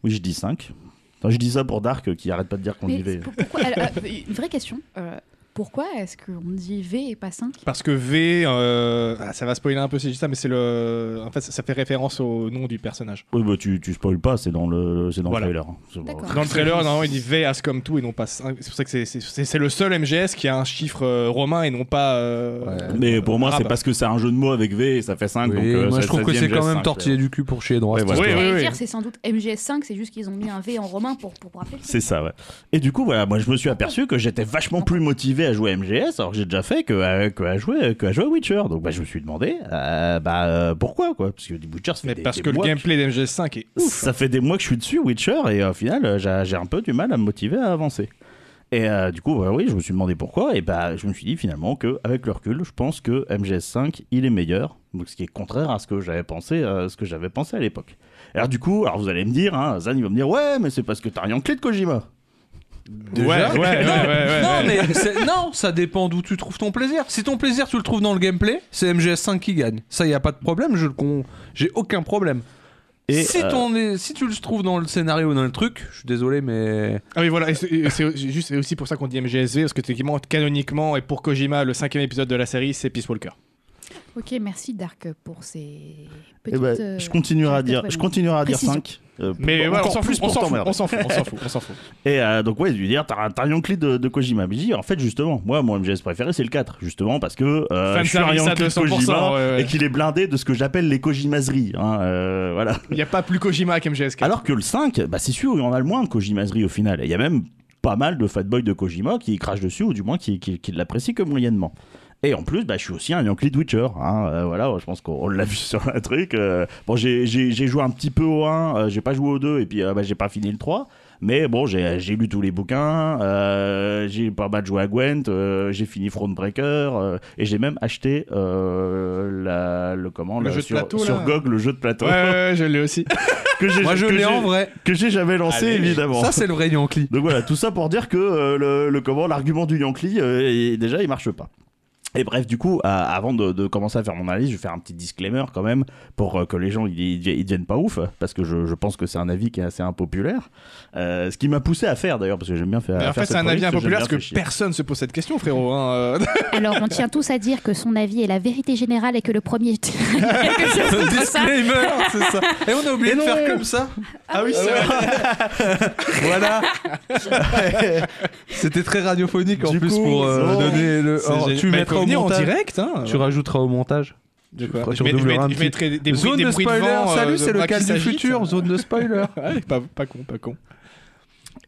Speaker 3: Oui, je dis 5. Attends, je dis ça pour Dark euh, qui arrête pas de dire qu'on
Speaker 5: Mais
Speaker 3: y va.
Speaker 5: pour- pourquoi, alors, euh, une vraie question. euh, pourquoi est-ce qu'on dit V et pas 5
Speaker 2: Parce que V, euh, ah, ça va spoiler un peu si je dis ça, mais c'est le. En fait, ça, ça fait référence au nom du personnage.
Speaker 3: Oui, bah, tu, tu spoil pas, c'est dans le, c'est dans
Speaker 2: Voilà.
Speaker 3: le trailer. hein. C'est bon.
Speaker 5: D'accord.
Speaker 2: Dans le trailer, normalement, il dit V Ascom tout et non pas 5. C'est pour ça que c'est- c'est- c'est c'est le seul MGS qui a un chiffre euh, romain et non pas. euh,
Speaker 1: Ouais.
Speaker 3: Mais pour moi,
Speaker 2: arabe.
Speaker 3: c'est parce que c'est un jeu de mots avec V et ça fait 5. donc,
Speaker 1: Oui,
Speaker 3: euh,
Speaker 1: moi
Speaker 3: ça-
Speaker 1: je trouve
Speaker 3: ça
Speaker 1: que
Speaker 3: devient
Speaker 1: c'est quand
Speaker 3: MGS5,
Speaker 1: même tortillé du cul pour chier droit.
Speaker 3: Ouais,
Speaker 1: cette
Speaker 3: voilà.
Speaker 2: Oui,
Speaker 1: histoire.
Speaker 2: oui, oui.
Speaker 5: J'allais dire, c'est sans doute MGS5, c'est juste qu'ils ont mis un V en romain pour, pour, pour rappeler le truc.
Speaker 3: C'est ça, ouais. Et du coup, voilà, moi, je me suis aperçu que j'étais vachement plus motivé à jouer à MGS, alors que j'ai déjà fait que à, que à jouer, que à jouer à Witcher. Donc, bah, je me suis demandé, euh, bah, euh, pourquoi, quoi Parce que du Witcher, ça fait
Speaker 2: Mais
Speaker 3: des-
Speaker 2: parce
Speaker 3: des
Speaker 2: que le
Speaker 3: mois
Speaker 2: gameplay d'MGS5 est
Speaker 3: que-
Speaker 2: ouf.
Speaker 3: ça fait des mois que je suis dessus, Witcher, et euh, au final, euh, j'ai j'ai un peu du mal à me motiver à avancer. Et euh, du coup, bah, oui, je me suis demandé pourquoi, et bah, je me suis dit finalement que, avec le recul, je pense que MGS5, il est meilleur. Donc, ce qui est contraire à ce que j'avais pensé, euh, ce que j'avais pensé à l'époque. Alors, du coup, alors vous allez me dire, hein, Zan, il va me dire, ouais, mais c'est parce que t'as rien clé de Kojima.
Speaker 2: Ouais, ouais, ouais, ouais, ouais,
Speaker 1: Non,
Speaker 2: ouais.
Speaker 1: mais c'est- non, ça dépend d'où tu trouves ton plaisir. Si ton plaisir tu le trouves dans le gameplay, c'est MGS5 qui gagne. Ça y a pas de problème, je le con... j'ai aucun problème.
Speaker 3: Et,
Speaker 1: si,
Speaker 3: euh,
Speaker 1: ton est- si tu le trouves dans le scénario ou dans le truc, je suis désolé, mais
Speaker 2: Ah oui, voilà, et c'est- et c'est juste c'est aussi pour ça qu'on dit MGSV, parce que techniquement, canoniquement, et pour Kojima, le cinquième épisode de la série, c'est Peace Walker.
Speaker 5: Ok, merci Dark pour ces
Speaker 3: Eh
Speaker 5: petites.
Speaker 3: ben,
Speaker 5: euh,
Speaker 3: je continuerai à
Speaker 5: petites
Speaker 3: dire, je
Speaker 5: précisions.
Speaker 3: continuerai à dire euh,
Speaker 5: Précision.
Speaker 3: 5.
Speaker 2: Mais voilà, on s'en fout, on s'en fout, on s'en fout, on s'en fout, on s'en fout.
Speaker 3: Et euh, donc, ouais, je lui dire, t'as un tarion clé de, de Kojima. Mais je dis, en fait, justement, moi, mon MGS préféré, c'est le 4. Justement, parce que euh,
Speaker 2: Fan
Speaker 3: je suis un
Speaker 2: service à
Speaker 3: Yankee de
Speaker 2: 200%,
Speaker 3: Kojima
Speaker 2: ouais, ouais.
Speaker 3: et qu'il est blindé de ce que j'appelle les Kojimaseries. hein, euh, voilà.
Speaker 2: Il n'y a pas plus Kojima qu'MGS4.
Speaker 3: Alors que le 5, bah, c'est sûr, il y en a le moins de Kojimaseries au final. Et Il y a même pas mal de fatboys de Kojima qui crachent dessus, ou du moins qui, qui, qui l'apprécient que moyennement. Et en plus, bah, je suis aussi un Yankee de Witcher. hein, euh, voilà, je pense qu'on on l'a vu sur un truc. euh, bon, j'ai- j'ai j'ai joué un petit peu au 1, euh, j'ai pas joué au 2, et puis euh, bah, j'ai pas fini le 3. Mais bon, j'ai j'ai lu tous les bouquins, euh, j'ai pas mal joué à Gwent, euh, j'ai fini Thronebreaker, euh, et j'ai même acheté euh, la- le, comment,
Speaker 2: Le
Speaker 3: là,
Speaker 2: jeu de
Speaker 3: sur,
Speaker 2: plateau,
Speaker 3: sur
Speaker 2: là.
Speaker 3: GOG, le jeu de plateau.
Speaker 2: Ouais, ouais, ouais, je l'ai aussi.
Speaker 3: Que j'ai-
Speaker 1: Moi, je
Speaker 3: que
Speaker 1: l'ai
Speaker 3: j'ai- Ah
Speaker 1: en vrai.
Speaker 3: que j'ai jamais lancé
Speaker 2: Allez.
Speaker 3: évidemment.
Speaker 1: Ça, c'est le vrai Yankee.
Speaker 3: Donc voilà, tout ça pour dire que euh, le, le- comment l'argument du Yankee euh, il- déjà il marche pas. Et bref, du coup, à- avant de, de commencer à faire mon analyse, je vais faire un petit disclaimer quand même pour euh, que les gens ils, ils ils deviennent pas ouf, parce que je, je pense que c'est un avis qui est assez impopulaire. Euh, ce qui m'a poussé à faire d'ailleurs, parce que j'aime bien faire.
Speaker 2: Mais en
Speaker 3: faire
Speaker 2: fait,
Speaker 3: cette
Speaker 2: c'est un avis
Speaker 3: chronique,
Speaker 2: impopulaire
Speaker 3: j'aime
Speaker 2: parce
Speaker 3: bien
Speaker 2: que
Speaker 3: faire chier.
Speaker 2: personne se pose cette question, frérot. hein, euh.
Speaker 6: Alors, on tient tous à dire que son avis est la vérité générale et que le premier est
Speaker 4: Quelque chose comme ça.
Speaker 1: Disclaimer, c'est ça. Et on a oublié
Speaker 3: Et
Speaker 1: de
Speaker 3: non.
Speaker 1: faire comme ça.
Speaker 2: Ah oui, c'est vrai.
Speaker 1: Voilà. C'était très radiophonique en
Speaker 3: Du
Speaker 1: plus
Speaker 3: coup,
Speaker 1: pour euh,
Speaker 3: non.
Speaker 1: donner le.
Speaker 2: C'est
Speaker 1: Or,
Speaker 2: génial.
Speaker 1: tu
Speaker 2: Mais
Speaker 1: mettras
Speaker 2: faut
Speaker 1: au
Speaker 2: venir
Speaker 1: montage.
Speaker 2: en direct. Hein.
Speaker 1: Tu rajouteras au montage.
Speaker 2: Je
Speaker 1: crois.
Speaker 2: crois.
Speaker 1: Tu
Speaker 2: Je mets- je
Speaker 1: redoublera un
Speaker 2: mets- je
Speaker 1: petit-
Speaker 2: mettrai des bruits
Speaker 1: zone
Speaker 2: des
Speaker 1: de
Speaker 2: bruits de
Speaker 1: spoiler.
Speaker 2: vent, euh,
Speaker 1: Salut,
Speaker 2: de
Speaker 1: c'est le
Speaker 2: bras qui
Speaker 1: cal du
Speaker 2: s'agitent.
Speaker 1: futur. Zone de spoiler.
Speaker 2: Ouais, pas, pas con, pas con.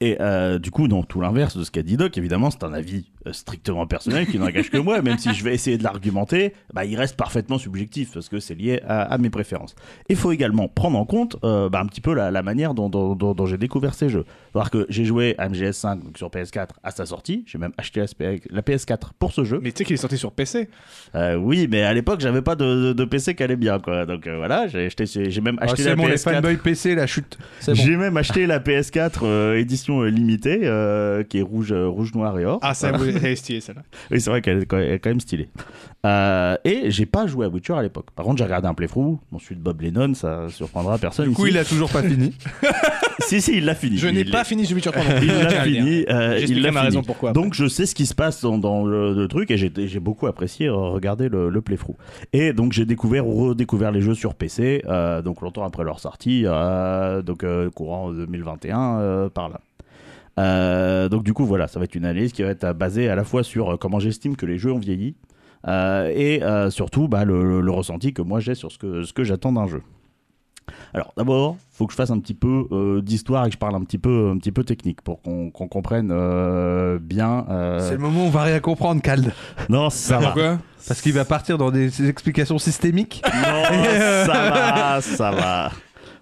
Speaker 3: Et euh, du coup, non, tout l'inverse de ce qu'a dit Doc, évidemment, c'est un avis euh, strictement personnel qui n'engage que moi, même si je vais essayer de l'argumenter, bah, il reste parfaitement subjectif parce que c'est lié à, à mes préférences. Il faut également prendre en compte euh, bah, un petit peu la, la manière dont, dont- dont- dont j'ai découvert ces jeux. Alors que j'ai joué à MGS5 donc sur PS4 à sa sortie, j'ai même acheté la, SP la PS4 pour ce jeu.
Speaker 2: Mais tu sais qu'il est sorti sur PC.
Speaker 3: Euh, oui, mais à l'époque, j'avais pas de, de- de PC qui allait bien, quoi. Donc euh, voilà, j'ai acheté- j'ai même acheté
Speaker 1: Ah,
Speaker 3: la
Speaker 1: c'est bon, les
Speaker 3: PS4
Speaker 1: fanboys PC, la chute. C'est bon.
Speaker 3: J'ai même acheté la PS4 euh, édition euh, limitée euh, qui est rouge, euh, rouge, noir et or.
Speaker 2: Ah, ça, vous est stylé, celle-là.
Speaker 3: Oui, c'est vrai qu'elle est quand elle est quand même stylée. Euh, et j'ai pas joué à Witcher à l'époque. Par contre, j'ai regardé un playthrough, bon, celui de Bob Lennon, ça surprendra personne.
Speaker 1: Du coup,
Speaker 3: ici.
Speaker 1: il a toujours pas fini.
Speaker 3: Si, si, il l'a fini.
Speaker 2: Je n'ai
Speaker 3: Il-
Speaker 2: pas fini The Witcher 3. non plus.
Speaker 3: Il
Speaker 2: Je tiens
Speaker 3: l'a
Speaker 2: à le dire.
Speaker 3: fini. euh, il
Speaker 2: J'expliquerai
Speaker 3: l'a
Speaker 2: ma
Speaker 3: fini.
Speaker 2: raison pourquoi.
Speaker 3: Donc je sais ce qui se passe dans, dans le, le truc et j'ai j'ai beaucoup apprécié euh, regarder le, le playthrough. Et donc j'ai découvert ou redécouvert les jeux sur PC, euh, donc longtemps après leur sortie, euh, donc euh, courant 2021 euh, par là. Euh, donc du coup voilà, ça va être une analyse qui va être euh, basée à la fois sur euh, comment j'estime que les jeux ont vieilli euh, et euh, surtout bah, le, le- le ressenti que moi j'ai sur ce que, ce que j'attends d'un jeu. Alors d'abord, faut que je fasse un petit peu euh, d'histoire et que je parle un petit peu, un petit peu technique pour qu'on qu'on comprenne euh, bien. euh,
Speaker 1: C'est le moment où on va rien comprendre, Cald.
Speaker 3: Non, ça va.
Speaker 2: Pourquoi
Speaker 1: Parce qu'il va partir dans des explications systémiques.
Speaker 3: Non,
Speaker 1: euh,
Speaker 3: ça va, ça va.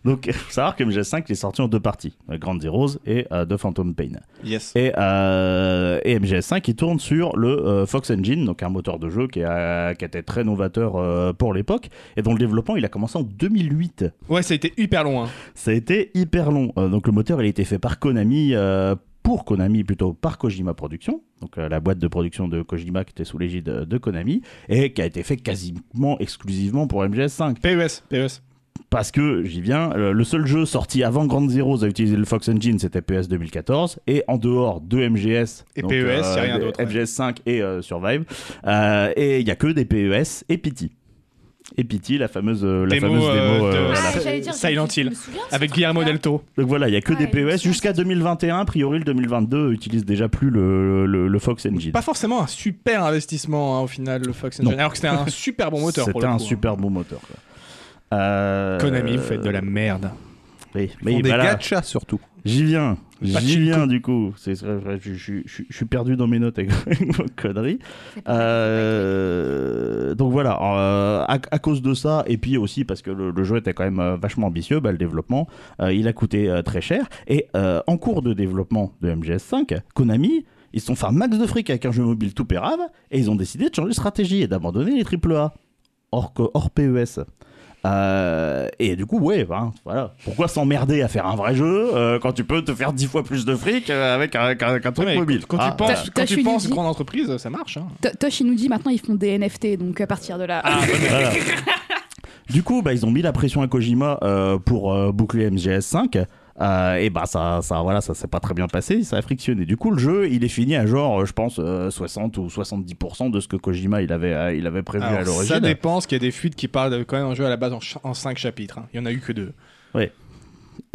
Speaker 3: Donc, faut savoir que MGS5 il est sorti en deux parties, euh, Grand Heroes et euh, The Phantom Pain.
Speaker 2: Yes.
Speaker 3: Et, euh, et MGS5 qui tourne sur le euh, Fox Engine, donc un moteur de jeu qui, a, qui était très novateur euh, pour l'époque et dont le développement il a commencé en 2008.
Speaker 2: Ouais, ça a été hyper long. hein.
Speaker 3: Ça a été hyper long. Euh, donc le moteur, il a été fait par Konami, euh, pour Konami plutôt, par Kojima Productions, donc euh, la boîte de production de Kojima qui était sous l'égide euh, de Konami, et qui a été fait quasiment exclusivement pour MGS5.
Speaker 2: PES, PES.
Speaker 3: Parce que, j'y viens, euh, le seul jeu sorti avant Grand Zeroes à utiliser le Fox Engine, c'était PES 2014, et en dehors de MGS,
Speaker 2: Et PES,
Speaker 3: euh,
Speaker 2: y a rien d'autre, ouais.
Speaker 3: MGS5 et euh, Survive, euh, et il n'y a que des PES et Pity. Et Pity, la fameuse, la
Speaker 2: Démo,
Speaker 3: fameuse démo.
Speaker 2: euh, de-
Speaker 3: euh,
Speaker 2: Ah,
Speaker 3: voilà.
Speaker 2: Voilà.
Speaker 5: j'allais dire,
Speaker 2: Silent
Speaker 5: je- je
Speaker 2: Hill.
Speaker 5: me souviens,
Speaker 2: Avec
Speaker 5: c'est-
Speaker 2: Guillermo del Toro.
Speaker 3: Donc voilà, il n'y a que
Speaker 5: Ouais,
Speaker 3: des
Speaker 5: donc
Speaker 3: PES
Speaker 5: ça,
Speaker 3: jusqu'à 2021. A priori, le 2022 utilise déjà plus le, le- le Fox Engine.
Speaker 2: Pas forcément un super investissement hein, au final, le Fox Engine.
Speaker 3: Non.
Speaker 2: Alors que c'était un super bon moteur pour
Speaker 3: C'était
Speaker 2: le coup.
Speaker 3: un
Speaker 2: hein.
Speaker 3: super bon moteur. quoi. Euh,
Speaker 2: Konami, vous faites de la merde.
Speaker 3: Oui,
Speaker 1: Ils font
Speaker 3: mais
Speaker 1: des
Speaker 3: voilà,
Speaker 1: gachas surtout.
Speaker 3: j'y viens.
Speaker 2: Pas de
Speaker 3: J'y
Speaker 2: Shinko.
Speaker 3: viens du coup. C'est- c'est vrai, Je je- je- je suis perdu dans mes notes avec vos conneries.
Speaker 5: c'est pas-
Speaker 3: Euh, donc voilà, euh, à, à cause de ça, et puis aussi parce que le, le jeu était quand même euh, vachement ambitieux, bah, le développement, euh, il a coûté euh, très cher. Et euh, en cours de développement de MGS5, Konami, ils se sont fait un max de fric avec un jeu mobile tout pérave, et ils ont décidé de changer de stratégie et d'abandonner les AAA, hors, co- hors PES. Euh, et du coup, ouais, ben, voilà. Pourquoi s'emmerder à faire un vrai jeu euh, quand tu peux te faire dix fois plus de fric euh, avec un, avec un- avec un truc
Speaker 2: Ouais, mais
Speaker 3: mobile
Speaker 2: Quand
Speaker 3: Ah,
Speaker 2: tu penses,
Speaker 3: euh,
Speaker 2: quand tu
Speaker 4: Tashunuji.
Speaker 2: penses grande entreprise, ça marche. hein.
Speaker 4: To- Tosh, il nous dit maintenant ils font des NFT, donc à partir de là.
Speaker 3: Voilà. Du coup, bah, ils ont mis la pression à Kojima euh, pour euh, boucler MGS5. euh, et bah ça, ça, voilà, ça s'est pas très bien passé, ça a frictionné. Du coup, le jeu, il est fini à genre, euh, je pense, euh, 60 ou 70% de ce que Kojima il avait, euh, il avait prévu à
Speaker 2: Alors, ça
Speaker 3: l'origine.
Speaker 2: dépend, parce qu'il y a des fuites qui parlent de- quand même un jeu à la base en, cha- en cinq chapitres. hein. Il y en a eu que deux.
Speaker 3: Ouais.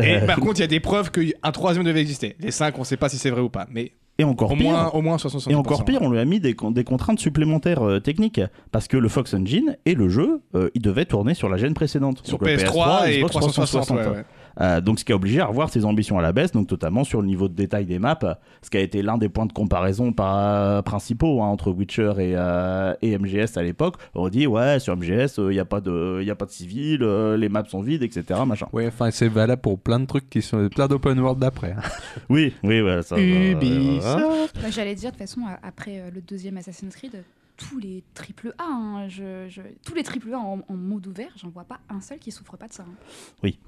Speaker 2: Et
Speaker 3: Euh,
Speaker 2: par contre, il y a des preuves qu'un troisième devait exister. Les cinq, on sait pas si c'est vrai ou pas, mais
Speaker 3: Et encore
Speaker 2: au
Speaker 3: pire.
Speaker 2: moins, au moins 60
Speaker 3: Et encore pire, on lui a mis des, con- des contraintes supplémentaires euh, techniques parce que le Fox Engine et le jeu, euh, ils devaient tourner sur la gêne précédente.
Speaker 2: Sur
Speaker 3: Donc, le
Speaker 2: PS3 et
Speaker 3: Xbox
Speaker 2: 360. ouais, ouais.
Speaker 3: Euh, donc ce qui a obligé à revoir ses ambitions à la baisse, donc notamment sur le niveau de détail des maps, ce qui a été l'un des points de comparaison par, euh, principaux hein, entre Witcher et, euh, et MGS à l'époque. On dit ouais sur MGS il n'y euh, a pas de il a pas de civil, euh, les maps sont vides, etc. Machin.
Speaker 1: Ouais, enfin, c'est valable pour plein de trucs qui sont plein d'open world d'après. hein.
Speaker 3: Oui, oui, voilà. Ça, euh,
Speaker 2: Ubisoft.
Speaker 3: voilà.
Speaker 4: Bah, J'allais dire, de toute façon, a- après euh, le deuxième Assassin's Creed, tous les triple A, hein, je- je- tous les triple A en, en mode ouvert, j'en vois pas un seul qui souffre pas de ça. hein.
Speaker 3: Oui.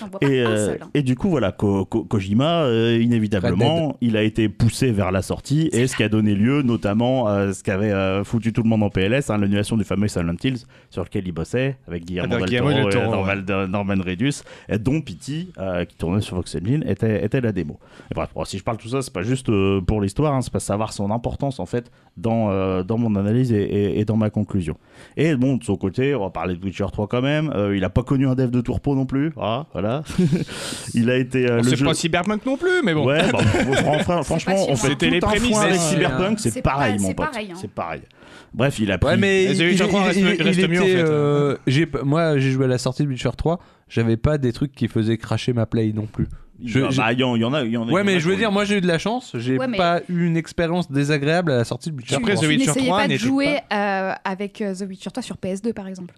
Speaker 4: j'en vois pas
Speaker 3: Et,
Speaker 4: un
Speaker 3: euh,
Speaker 4: seul. hein.
Speaker 3: et du coup, voilà, Ko- Ko- Kojima, euh, inévitablement, il a été poussé vers la sortie, et ce qui a donné lieu notamment à ce qu'avait euh, foutu tout le monde en PLS, hein, l'annulation du fameux Silent Hills, sur lequel il bossait, avec Guillermo
Speaker 2: Avec
Speaker 3: del
Speaker 2: Guillermo
Speaker 3: Toro
Speaker 2: del
Speaker 3: et
Speaker 2: Toro,
Speaker 3: Norman, de- Norman Reedus, et dont Pity, euh, qui tournait sur Vox Engine, était, était la démo. Et bref, bon, si je parle tout ça, c'est pas juste euh, pour l'histoire, hein, c'est pas savoir son importance, en fait, dans, euh, dans mon analyse et- et- et dans ma conclusion. Et bon, de son côté, on va parler de Witcher 3 quand même. Euh, il a pas connu un dev de tourpeau non plus. Ah, voilà. il a été euh,
Speaker 2: On
Speaker 3: le
Speaker 2: sait
Speaker 3: jeu.
Speaker 2: pas Cyberpunk non plus, mais bon.
Speaker 3: Ouais, bah, fran- fran- franchement,
Speaker 4: sûr,
Speaker 3: on fait
Speaker 4: hein.
Speaker 2: C'était
Speaker 3: tout
Speaker 2: les
Speaker 3: un
Speaker 2: prémices,
Speaker 3: foin avec
Speaker 1: hein.
Speaker 3: Cyberpunk,
Speaker 4: C'est
Speaker 3: c'est
Speaker 4: pas-
Speaker 3: pareil, mon
Speaker 4: c'est
Speaker 3: pote.
Speaker 4: pareil, hein.
Speaker 3: C'est pareil. Bref, il a pris.
Speaker 1: Ouais, mais
Speaker 2: Et The
Speaker 1: il-
Speaker 2: Witcher
Speaker 1: il-
Speaker 2: 3
Speaker 1: il-
Speaker 2: reste-
Speaker 1: il-
Speaker 2: reste
Speaker 1: il
Speaker 2: mieux, en
Speaker 1: était,
Speaker 2: fait.
Speaker 1: euh, j'ai- moi, j'ai joué à la sortie de Witcher 3. J'avais pas des trucs qui faisaient cracher ma play non plus.
Speaker 3: Il
Speaker 1: je-
Speaker 3: bah,
Speaker 1: je-
Speaker 3: bah, il y, en- il y en a. il Y en a il y en
Speaker 1: Ouais,
Speaker 3: a
Speaker 1: mais je veux
Speaker 3: qui-
Speaker 1: dire, moi j'ai eu de la chance. J'ai
Speaker 4: Ouais, mais-
Speaker 1: pas eu une expérience désagréable à la sortie de Witcher
Speaker 2: Après,
Speaker 1: 3.
Speaker 2: The
Speaker 4: Tu
Speaker 2: Witcher
Speaker 4: n'essayais
Speaker 2: 3
Speaker 4: pas de
Speaker 2: n'était
Speaker 4: jouer euh, avec euh, The Witcher 3 sur PS2 par exemple.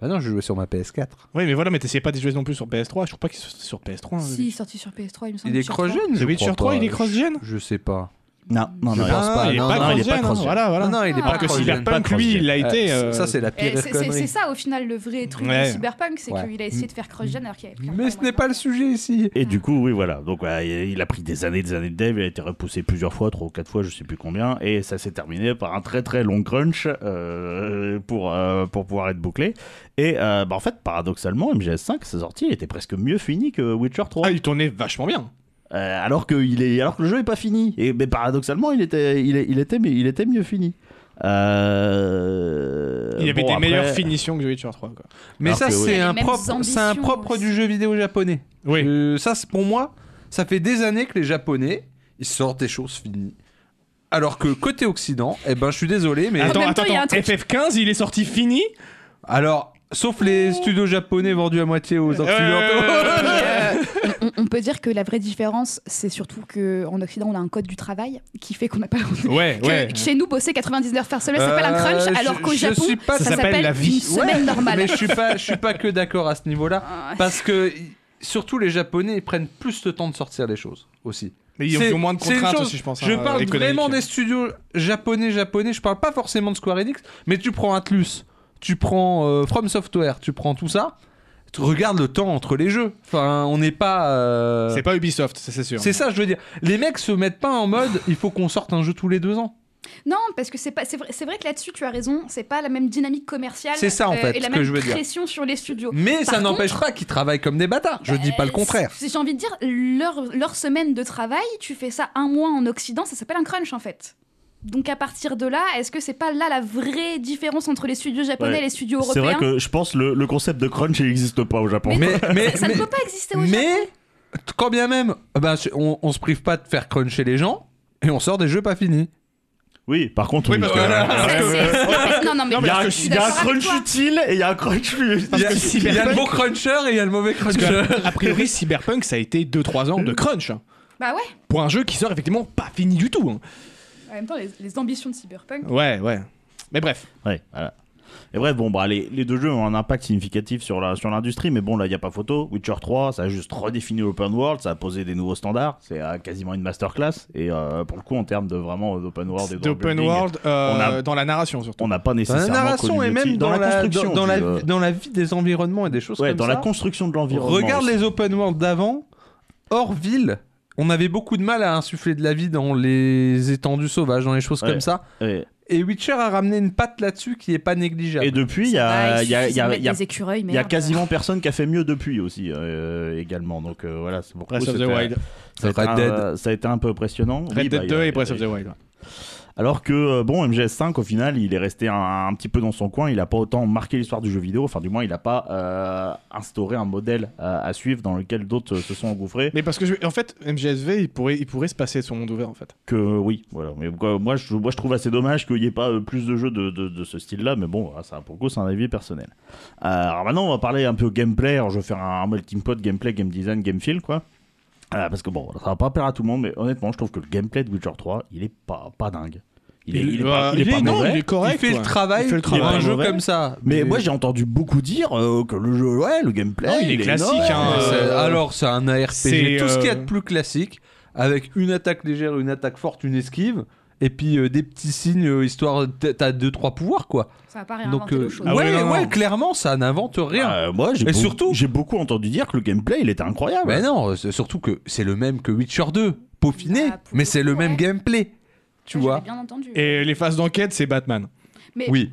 Speaker 1: Bah non, je jouais sur ma PS4.
Speaker 2: Oui, mais voilà, mais t'essayais pas de jouer non plus sur PS3. Je crois pas qu'il soit sur PS3. hein,
Speaker 4: Si, sorti sur PS3, il me semble.
Speaker 1: Il est
Speaker 4: Witcher 3.
Speaker 1: cross-gen, je
Speaker 2: The Witcher
Speaker 1: crois
Speaker 2: 3,
Speaker 1: pas.
Speaker 2: il est cross-gen
Speaker 1: Je sais pas.
Speaker 3: Non, non,
Speaker 1: Je
Speaker 3: Bah, non.
Speaker 1: pense
Speaker 2: Ah,
Speaker 1: pas,
Speaker 2: Il est
Speaker 1: non,
Speaker 2: pas
Speaker 1: non,
Speaker 3: il est
Speaker 2: cross-gen,
Speaker 3: pas
Speaker 2: hein,
Speaker 3: cross-gen.
Speaker 2: Voilà, voilà.
Speaker 1: Non, non, il est
Speaker 4: Ah.
Speaker 1: pas
Speaker 2: Alors que
Speaker 1: cross-gen.
Speaker 2: Cyberpunk,
Speaker 3: Pas
Speaker 2: lui, il a
Speaker 1: Euh,
Speaker 2: été. euh,
Speaker 1: Ça, c'est la pire
Speaker 4: Eh, c'est- C'est
Speaker 1: connerie.
Speaker 4: c'est ça au final le vrai truc
Speaker 2: Ouais.
Speaker 4: de Cyberpunk, c'est
Speaker 1: Ouais.
Speaker 4: qu'il a essayé de faire cross-gen alors qu'il y avait
Speaker 1: Mais ce n'est pas le sujet ici.
Speaker 3: Et du coup, oui, voilà. Donc, ouais, il- il a pris des années, des années de dev. Il a été repoussé plusieurs fois, trois ou quatre fois, je sais plus combien. Et ça s'est terminé par un très très long crunch euh, pour euh, pour pouvoir être bouclé. Et euh, bah, en fait, paradoxalement, MGS5, sa sortie était presque mieux finie que Witcher 3.
Speaker 2: Ah, il tournait vachement bien.
Speaker 3: Euh, alors que il est, alors que le jeu est pas fini. Et mais paradoxalement, il était, il, est- il était, mais il était mieux fini. Euh,
Speaker 2: Il y avait
Speaker 3: bon,
Speaker 2: des
Speaker 3: après-
Speaker 2: meilleures finitions que The Witcher 3. Quoi.
Speaker 1: Mais
Speaker 3: Alors
Speaker 1: ça,
Speaker 3: que, oui.
Speaker 1: c'est
Speaker 4: Les
Speaker 1: un
Speaker 4: mêmes
Speaker 1: propre, c'est un
Speaker 4: ambitions
Speaker 1: propre
Speaker 4: aussi.
Speaker 1: du jeu vidéo japonais.
Speaker 2: Oui.
Speaker 1: Euh, ça, c'est pour moi, ça fait des années que les Japonais, ils sortent des choses finies. Alors que côté Occident, eh ben, je suis désolé, mais.
Speaker 2: Attends,
Speaker 4: En Ah, même temps,
Speaker 2: attends,
Speaker 4: il y a un
Speaker 2: attends.
Speaker 4: truc-
Speaker 2: FF15, il est sorti fini
Speaker 1: Alors, sauf
Speaker 4: Oh.
Speaker 1: les studios japonais vendus à moitié aux Occidentaux.
Speaker 4: on, on peut dire que la vraie différence, c'est surtout qu'en Occident, on a un code du travail qui fait qu'on n'a pas.
Speaker 2: Ouais,
Speaker 4: que-
Speaker 2: ouais.
Speaker 4: que chez nous, bosser 99 par semaine, ça s'appelle un
Speaker 1: Euh,
Speaker 4: crunch,
Speaker 1: je-
Speaker 4: alors qu'au
Speaker 1: je
Speaker 4: Japon,
Speaker 1: suis pas-
Speaker 4: ça
Speaker 2: Ça s'appelle
Speaker 4: s'appelle
Speaker 2: la vie.
Speaker 4: une semaine normale.
Speaker 1: Mais je suis pas, je suis pas que d'accord à ce niveau-là.
Speaker 4: Ah,
Speaker 1: Parce que, y- surtout, les Japonais, ils prennent plus de temps de sortir les choses aussi.
Speaker 2: Mais ils ont
Speaker 1: C'est-
Speaker 2: eu moins de
Speaker 1: c'est une
Speaker 2: contraintes
Speaker 1: chose.
Speaker 2: aussi, je pense.
Speaker 1: Je
Speaker 2: hein,
Speaker 1: parle
Speaker 2: économiques.
Speaker 1: vraiment des studios japonais, japonais. Je parle pas forcément de Square Enix, mais tu prends Atlus, tu prends euh, From Software, tu prends tout ça. Tu regardes le temps entre les jeux. Enfin, on n'est pas. euh,
Speaker 2: C'est pas Ubisoft, ça, c'est sûr.
Speaker 1: C'est ça, je veux dire. Les mecs se mettent pas en mode. Il faut qu'on sorte un jeu tous les deux ans.
Speaker 4: Non, parce que c'est pas, c'est vrai, c'est vrai que là-dessus, tu as raison. C'est pas la même dynamique commerciale. euh,
Speaker 1: C'est ça, en fait,
Speaker 4: et la
Speaker 1: ce
Speaker 4: même
Speaker 1: que je veux dire.
Speaker 4: pression sur les studios.
Speaker 1: Mais ça
Speaker 4: Par
Speaker 1: n'empêche pas qu'ils travaillent comme des bâtards. Je dis pas le
Speaker 4: Euh,
Speaker 1: contraire.
Speaker 4: c'est- J'ai envie de dire, leur, leur semaine de travail, tu fais ça un mois en Occident, ça s'appelle un crunch en fait. Donc à partir de là, est-ce que c'est pas là la vraie différence entre les studios japonais
Speaker 3: Ouais.
Speaker 4: et les studios
Speaker 3: C'est
Speaker 4: européens
Speaker 3: vrai que je pense le, le concept de crunch il n'existe pas au Japon.
Speaker 1: Mais, mais,
Speaker 4: Ça
Speaker 1: mais-
Speaker 4: ne peut pas exister au
Speaker 1: mais
Speaker 4: Japon.
Speaker 1: t- quand bien même, bah, on, on se prive pas de faire cruncher les gens et on sort des jeux pas finis.
Speaker 3: Oui, par contre,
Speaker 2: Oui,
Speaker 3: oui,
Speaker 2: bah,
Speaker 3: parce
Speaker 2: voilà.
Speaker 3: que-
Speaker 4: C'est- c'est- non, mais- Non, non, mais
Speaker 3: il y a,
Speaker 4: je
Speaker 3: un-
Speaker 4: suis
Speaker 3: il y a un
Speaker 4: d'accord avec
Speaker 3: crunch
Speaker 4: toi.
Speaker 3: utile et il y a un crunch.
Speaker 1: Il y a,
Speaker 2: que
Speaker 1: il y a le
Speaker 2: Cyberpunk-
Speaker 1: bon cruncher et il y a le mauvais
Speaker 2: Parce
Speaker 1: cruncher.
Speaker 2: que, a priori, Cyberpunk, ça a été 2-3 ans de crunch. hein,
Speaker 4: Bah ouais.
Speaker 2: Pour un jeu qui sort effectivement pas fini du tout. hein.
Speaker 4: En même temps, les, les ambitions de Cyberpunk.
Speaker 2: Ouais, ouais. Mais bref.
Speaker 3: Ouais, voilà. Et bref, bon, bah, les, les deux jeux ont un impact significatif sur la sur l'industrie, mais bon, là, il n'y a pas photo. Witcher 3, ça a juste redéfini l'open world, ça a posé des nouveaux standards, c'est euh, quasiment une masterclass. Et euh, pour le coup, en termes de vraiment euh, d'open world et de
Speaker 2: D'open
Speaker 3: world building,
Speaker 2: world euh,
Speaker 3: on a-
Speaker 2: dans la narration surtout.
Speaker 3: on n'a pas
Speaker 1: Dans la
Speaker 3: nécessairement
Speaker 1: narration
Speaker 3: connu
Speaker 1: et
Speaker 3: le
Speaker 1: même
Speaker 3: type-
Speaker 1: dans, la,
Speaker 3: construction
Speaker 1: dans, dans la,
Speaker 3: du, euh,
Speaker 1: dans la vie des environnements et des choses
Speaker 3: ouais,
Speaker 1: comme
Speaker 3: dans
Speaker 1: ça.
Speaker 3: la construction de l'environnement.
Speaker 1: Regarde
Speaker 3: aussi.
Speaker 1: les open world d'avant, hors ville, on avait beaucoup de mal à insuffler de la vie dans les étendues sauvages, dans les choses
Speaker 3: Ouais.
Speaker 1: comme ça.
Speaker 3: Et,
Speaker 1: Et Witcher a ramené une patte là-dessus qui est pas négligeable.
Speaker 3: et depuis, il y a, il y a- il y a- il y a-
Speaker 4: des euh. écureuils,
Speaker 3: il y a quasiment personne qui a fait mieux depuis aussi, euh, également. Donc euh, voilà, c'est pourquoi
Speaker 2: Breath of the
Speaker 3: c'était-
Speaker 2: Wild.
Speaker 3: Ça a, été
Speaker 1: Red
Speaker 3: un,
Speaker 1: Dead.
Speaker 3: euh, ça a été un peu impressionnant.
Speaker 2: Red
Speaker 3: Oui, bah,
Speaker 2: Dead
Speaker 3: il y a-
Speaker 2: 2 et Breath of the Wild. ouais.
Speaker 3: Alors que, euh, bon, MGS5, au final, il est resté un, un petit peu dans son coin. Il n'a pas autant marqué l'histoire du jeu vidéo. Enfin, du moins, il n'a pas euh, instauré un modèle euh, à suivre dans lequel d'autres euh, se sont engouffrés.
Speaker 2: Mais parce que, je... en fait, MGSV, il pourrait, il pourrait se passer de son monde ouvert, en fait.
Speaker 3: Que euh, oui, voilà. Mais quoi, moi, je, moi, je trouve assez dommage qu'il n'y ait pas euh, plus de jeux de, de- de ce style-là. Mais bon, ah, ça, pour le coup, c'est un avis personnel. Euh, alors maintenant, on va parler un peu gameplay. Alors, je vais faire un, un melting pot gameplay, game design, game feel, quoi. Euh, parce que bon, ça va pas plaire à tout le monde, mais honnêtement, je trouve que le gameplay de Witcher 3, il est pas, pas dingue. Il est, il est pas, Euh, il est pas
Speaker 2: non,
Speaker 3: mauvais.
Speaker 2: Euh, il est correct.
Speaker 1: il fait
Speaker 2: ouais.
Speaker 1: le travail
Speaker 2: Il fait le
Speaker 1: pour
Speaker 2: travail.
Speaker 1: un jeu
Speaker 3: Mauvais.
Speaker 1: comme ça.
Speaker 3: Mais moi j'ai entendu beaucoup dire euh, que le jeu, ouais, le gameplay.
Speaker 2: Non, Ah il est classique,
Speaker 3: énorme.
Speaker 2: hein,
Speaker 1: C'est-
Speaker 2: euh,
Speaker 1: Alors, c'est un ARPG.
Speaker 2: c'est,
Speaker 1: Tout ce qu'il y a
Speaker 2: euh,
Speaker 1: de plus classique, avec une attaque légère, une attaque forte, une esquive, et puis euh, des petits signes, euh, histoire. t- T'as deux, trois pouvoirs, quoi.
Speaker 4: Ça va pas réinventer
Speaker 1: Donc,
Speaker 4: le
Speaker 1: euh,
Speaker 4: chose.
Speaker 2: Ah
Speaker 1: ouais,
Speaker 2: oui, non, non.
Speaker 1: ouais, clairement, ça n'invente rien.
Speaker 3: Euh, moi j'ai
Speaker 1: Et
Speaker 3: beau-
Speaker 1: surtout-
Speaker 3: j'ai beaucoup entendu dire que le gameplay il était incroyable.
Speaker 1: Mais non, c'est surtout que c'est le même que Witcher 2, peaufiné,
Speaker 4: Bah, pour
Speaker 1: mais
Speaker 4: le
Speaker 1: c'est
Speaker 4: coup,
Speaker 1: le même
Speaker 4: ouais.
Speaker 1: gameplay. Tu
Speaker 4: Ouais, j'avais
Speaker 1: vois
Speaker 4: bien entendu.
Speaker 2: Et les phases d'enquête, c'est Batman.
Speaker 4: Mais
Speaker 1: Oui.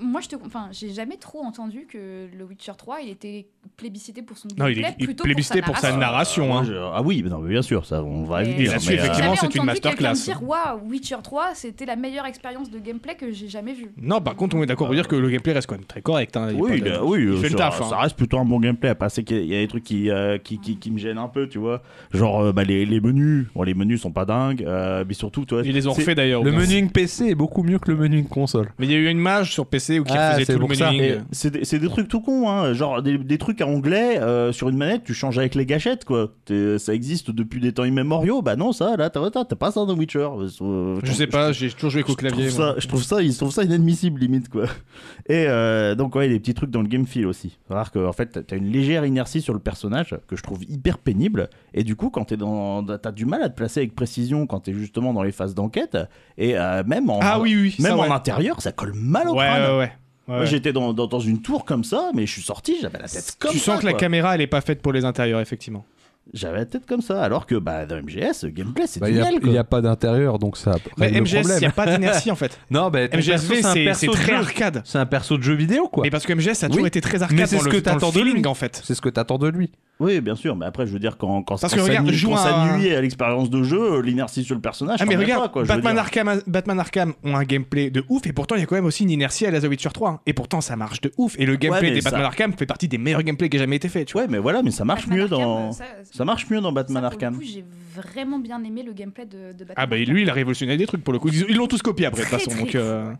Speaker 4: moi, je te, enfin, j'ai jamais trop entendu que le Witcher 3, il était plébiscité pour son
Speaker 2: Non, il
Speaker 4: gameplay,
Speaker 2: est- il est
Speaker 4: plutôt
Speaker 2: plébiscité pour sa
Speaker 4: narration.
Speaker 2: narration.
Speaker 3: Moi,
Speaker 2: hein.
Speaker 3: je- Ah oui, mais non, mais bien sûr, ça on va
Speaker 4: Mais-
Speaker 3: y venir,
Speaker 4: Et
Speaker 2: là-dessus,
Speaker 3: mais, euh,
Speaker 4: J'ai
Speaker 2: effectivement,
Speaker 4: jamais
Speaker 2: c'est une
Speaker 4: entendu quelqu'un
Speaker 2: masterclass.
Speaker 4: dire waouh, Witcher 3, c'était la meilleure expérience de gameplay que j'ai jamais vue.
Speaker 2: Non, par contre, on est d'accord pour dire que le gameplay reste quand même très correct. hein. Il y a
Speaker 3: Oui,
Speaker 2: pas
Speaker 3: il
Speaker 2: de-
Speaker 3: a- oui,
Speaker 2: il
Speaker 3: euh,
Speaker 2: fait le
Speaker 3: ça,
Speaker 2: taf, hein.
Speaker 3: ça reste plutôt un bon gameplay. À part, c'est qu'il y a- il y a des trucs qui, euh, qui, qui, qui me gênent un peu, tu vois. Genre euh, bah, les, les menus, bon, les menus sont pas dingues, euh, mais surtout, tu vois,
Speaker 2: Ils les ont
Speaker 1: C'est-
Speaker 2: refait d'ailleurs.
Speaker 1: Le
Speaker 2: au moins.
Speaker 1: menuing PC est beaucoup mieux que le menuing console.
Speaker 2: Mais il y a eu une mage sur PC où qui
Speaker 1: Ah,
Speaker 2: faisait
Speaker 1: c'est
Speaker 2: tout le euh,
Speaker 1: pour ça.
Speaker 2: menuing.
Speaker 3: Et c'est des, c'est des trucs tout cons, hein. genre des, des trucs à onglet euh, sur une manette, tu changes avec les gâchettes, quoi. T'es- ça existe depuis des temps immémoriaux. Bah non, ça, là, t'as t'as- t'as pas ça dans Witcher. Euh, trouve-
Speaker 2: Je sais pas, j'ai toujours joué qu'au clavier.
Speaker 3: Je trouve, ça,
Speaker 2: moi.
Speaker 3: je, trouve ça, je trouve ça inadmissible limite quoi. Et euh, donc ouais, il y a des petits trucs dans le game feel aussi. C'est-à-dire qu'en fait, t'as- t'as une légère inertie sur le personnage que je trouve hyper pénible. Et du coup, quand t'es dans, t'as du mal à te placer avec précision quand t'es justement dans les phases d'enquête. Et euh, même en,
Speaker 2: Ah oui, oui. ça,
Speaker 3: même en
Speaker 2: ouais.
Speaker 3: intérieur, ça colle mal
Speaker 2: Ouais,
Speaker 3: au crâne.
Speaker 2: ouais, ouais. Ouais,
Speaker 3: Moi,
Speaker 2: ouais.
Speaker 3: J'étais dans, dans, dans une tour comme ça, mais je suis sorti, j'avais la tête comme
Speaker 2: Tu
Speaker 3: ça.
Speaker 2: sens que la
Speaker 3: quoi.
Speaker 2: caméra, elle est pas faite pour les intérieurs, effectivement.
Speaker 3: J'avais la tête comme ça, alors que bah, dans MGS, le gameplay c'est
Speaker 1: Bah,
Speaker 3: du
Speaker 1: il n'y a,
Speaker 3: miel,
Speaker 1: il
Speaker 3: quoi.
Speaker 1: y a pas d'intérieur, donc ça
Speaker 2: Mais
Speaker 1: règle le
Speaker 2: MGS, il n'y
Speaker 1: problème.
Speaker 2: a pas d'inertie, en fait.
Speaker 1: Non, bah, ton perso,
Speaker 2: MGSV,
Speaker 1: c'est un
Speaker 2: c'est c'est
Speaker 1: perso de
Speaker 2: très bah-
Speaker 1: jeu.
Speaker 2: arcade.
Speaker 1: C'est un perso de jeu vidéo, quoi.
Speaker 2: Mais parce que MGS, ça a toujours
Speaker 1: Oui.
Speaker 2: été très
Speaker 1: Mais
Speaker 2: arcade
Speaker 1: c'est
Speaker 2: dans
Speaker 1: ce
Speaker 2: le
Speaker 1: que
Speaker 2: dans le
Speaker 1: t'attends de
Speaker 2: feeling,
Speaker 1: lui.
Speaker 2: en fait.
Speaker 1: C'est ce que t'attends de lui.
Speaker 3: Oui, bien sûr, mais après je veux dire quand quand,
Speaker 2: Parce
Speaker 3: quand
Speaker 2: que regarde,
Speaker 3: ça, nuit,
Speaker 2: joue
Speaker 3: quand
Speaker 2: un-
Speaker 3: ça nuit à l'expérience de jeu, euh, l'inertie sur le personnage.
Speaker 2: Ah mais
Speaker 3: t'en mets
Speaker 2: regarde,
Speaker 3: pas, quoi, je veux
Speaker 2: Batman,
Speaker 3: dire.
Speaker 2: Arkham, Batman Arkham ont un gameplay de ouf et pourtant il y a quand même aussi une inertie à la The Witcher 3 hein. et pourtant ça marche de ouf et le gameplay
Speaker 3: mais
Speaker 2: des
Speaker 3: ça-
Speaker 2: Batman Arkham fait partie des meilleurs gameplays qui a jamais été fait tu vois.
Speaker 3: Ouais, mais voilà, mais ça marche
Speaker 4: Batman
Speaker 3: mieux
Speaker 4: Arkham,
Speaker 3: dans
Speaker 4: euh, ça,
Speaker 3: ça marche mieux dans Batman
Speaker 4: ça, pour le
Speaker 3: Arkham.
Speaker 4: coup, j'ai vraiment bien aimé le gameplay de, de Batman.
Speaker 2: Ah bah
Speaker 4: Arkham.
Speaker 2: lui il a révolutionné des trucs pour le coup ils ils l'ont tous copié après de toute
Speaker 4: Très,
Speaker 2: façon
Speaker 4: très
Speaker 2: donc euh...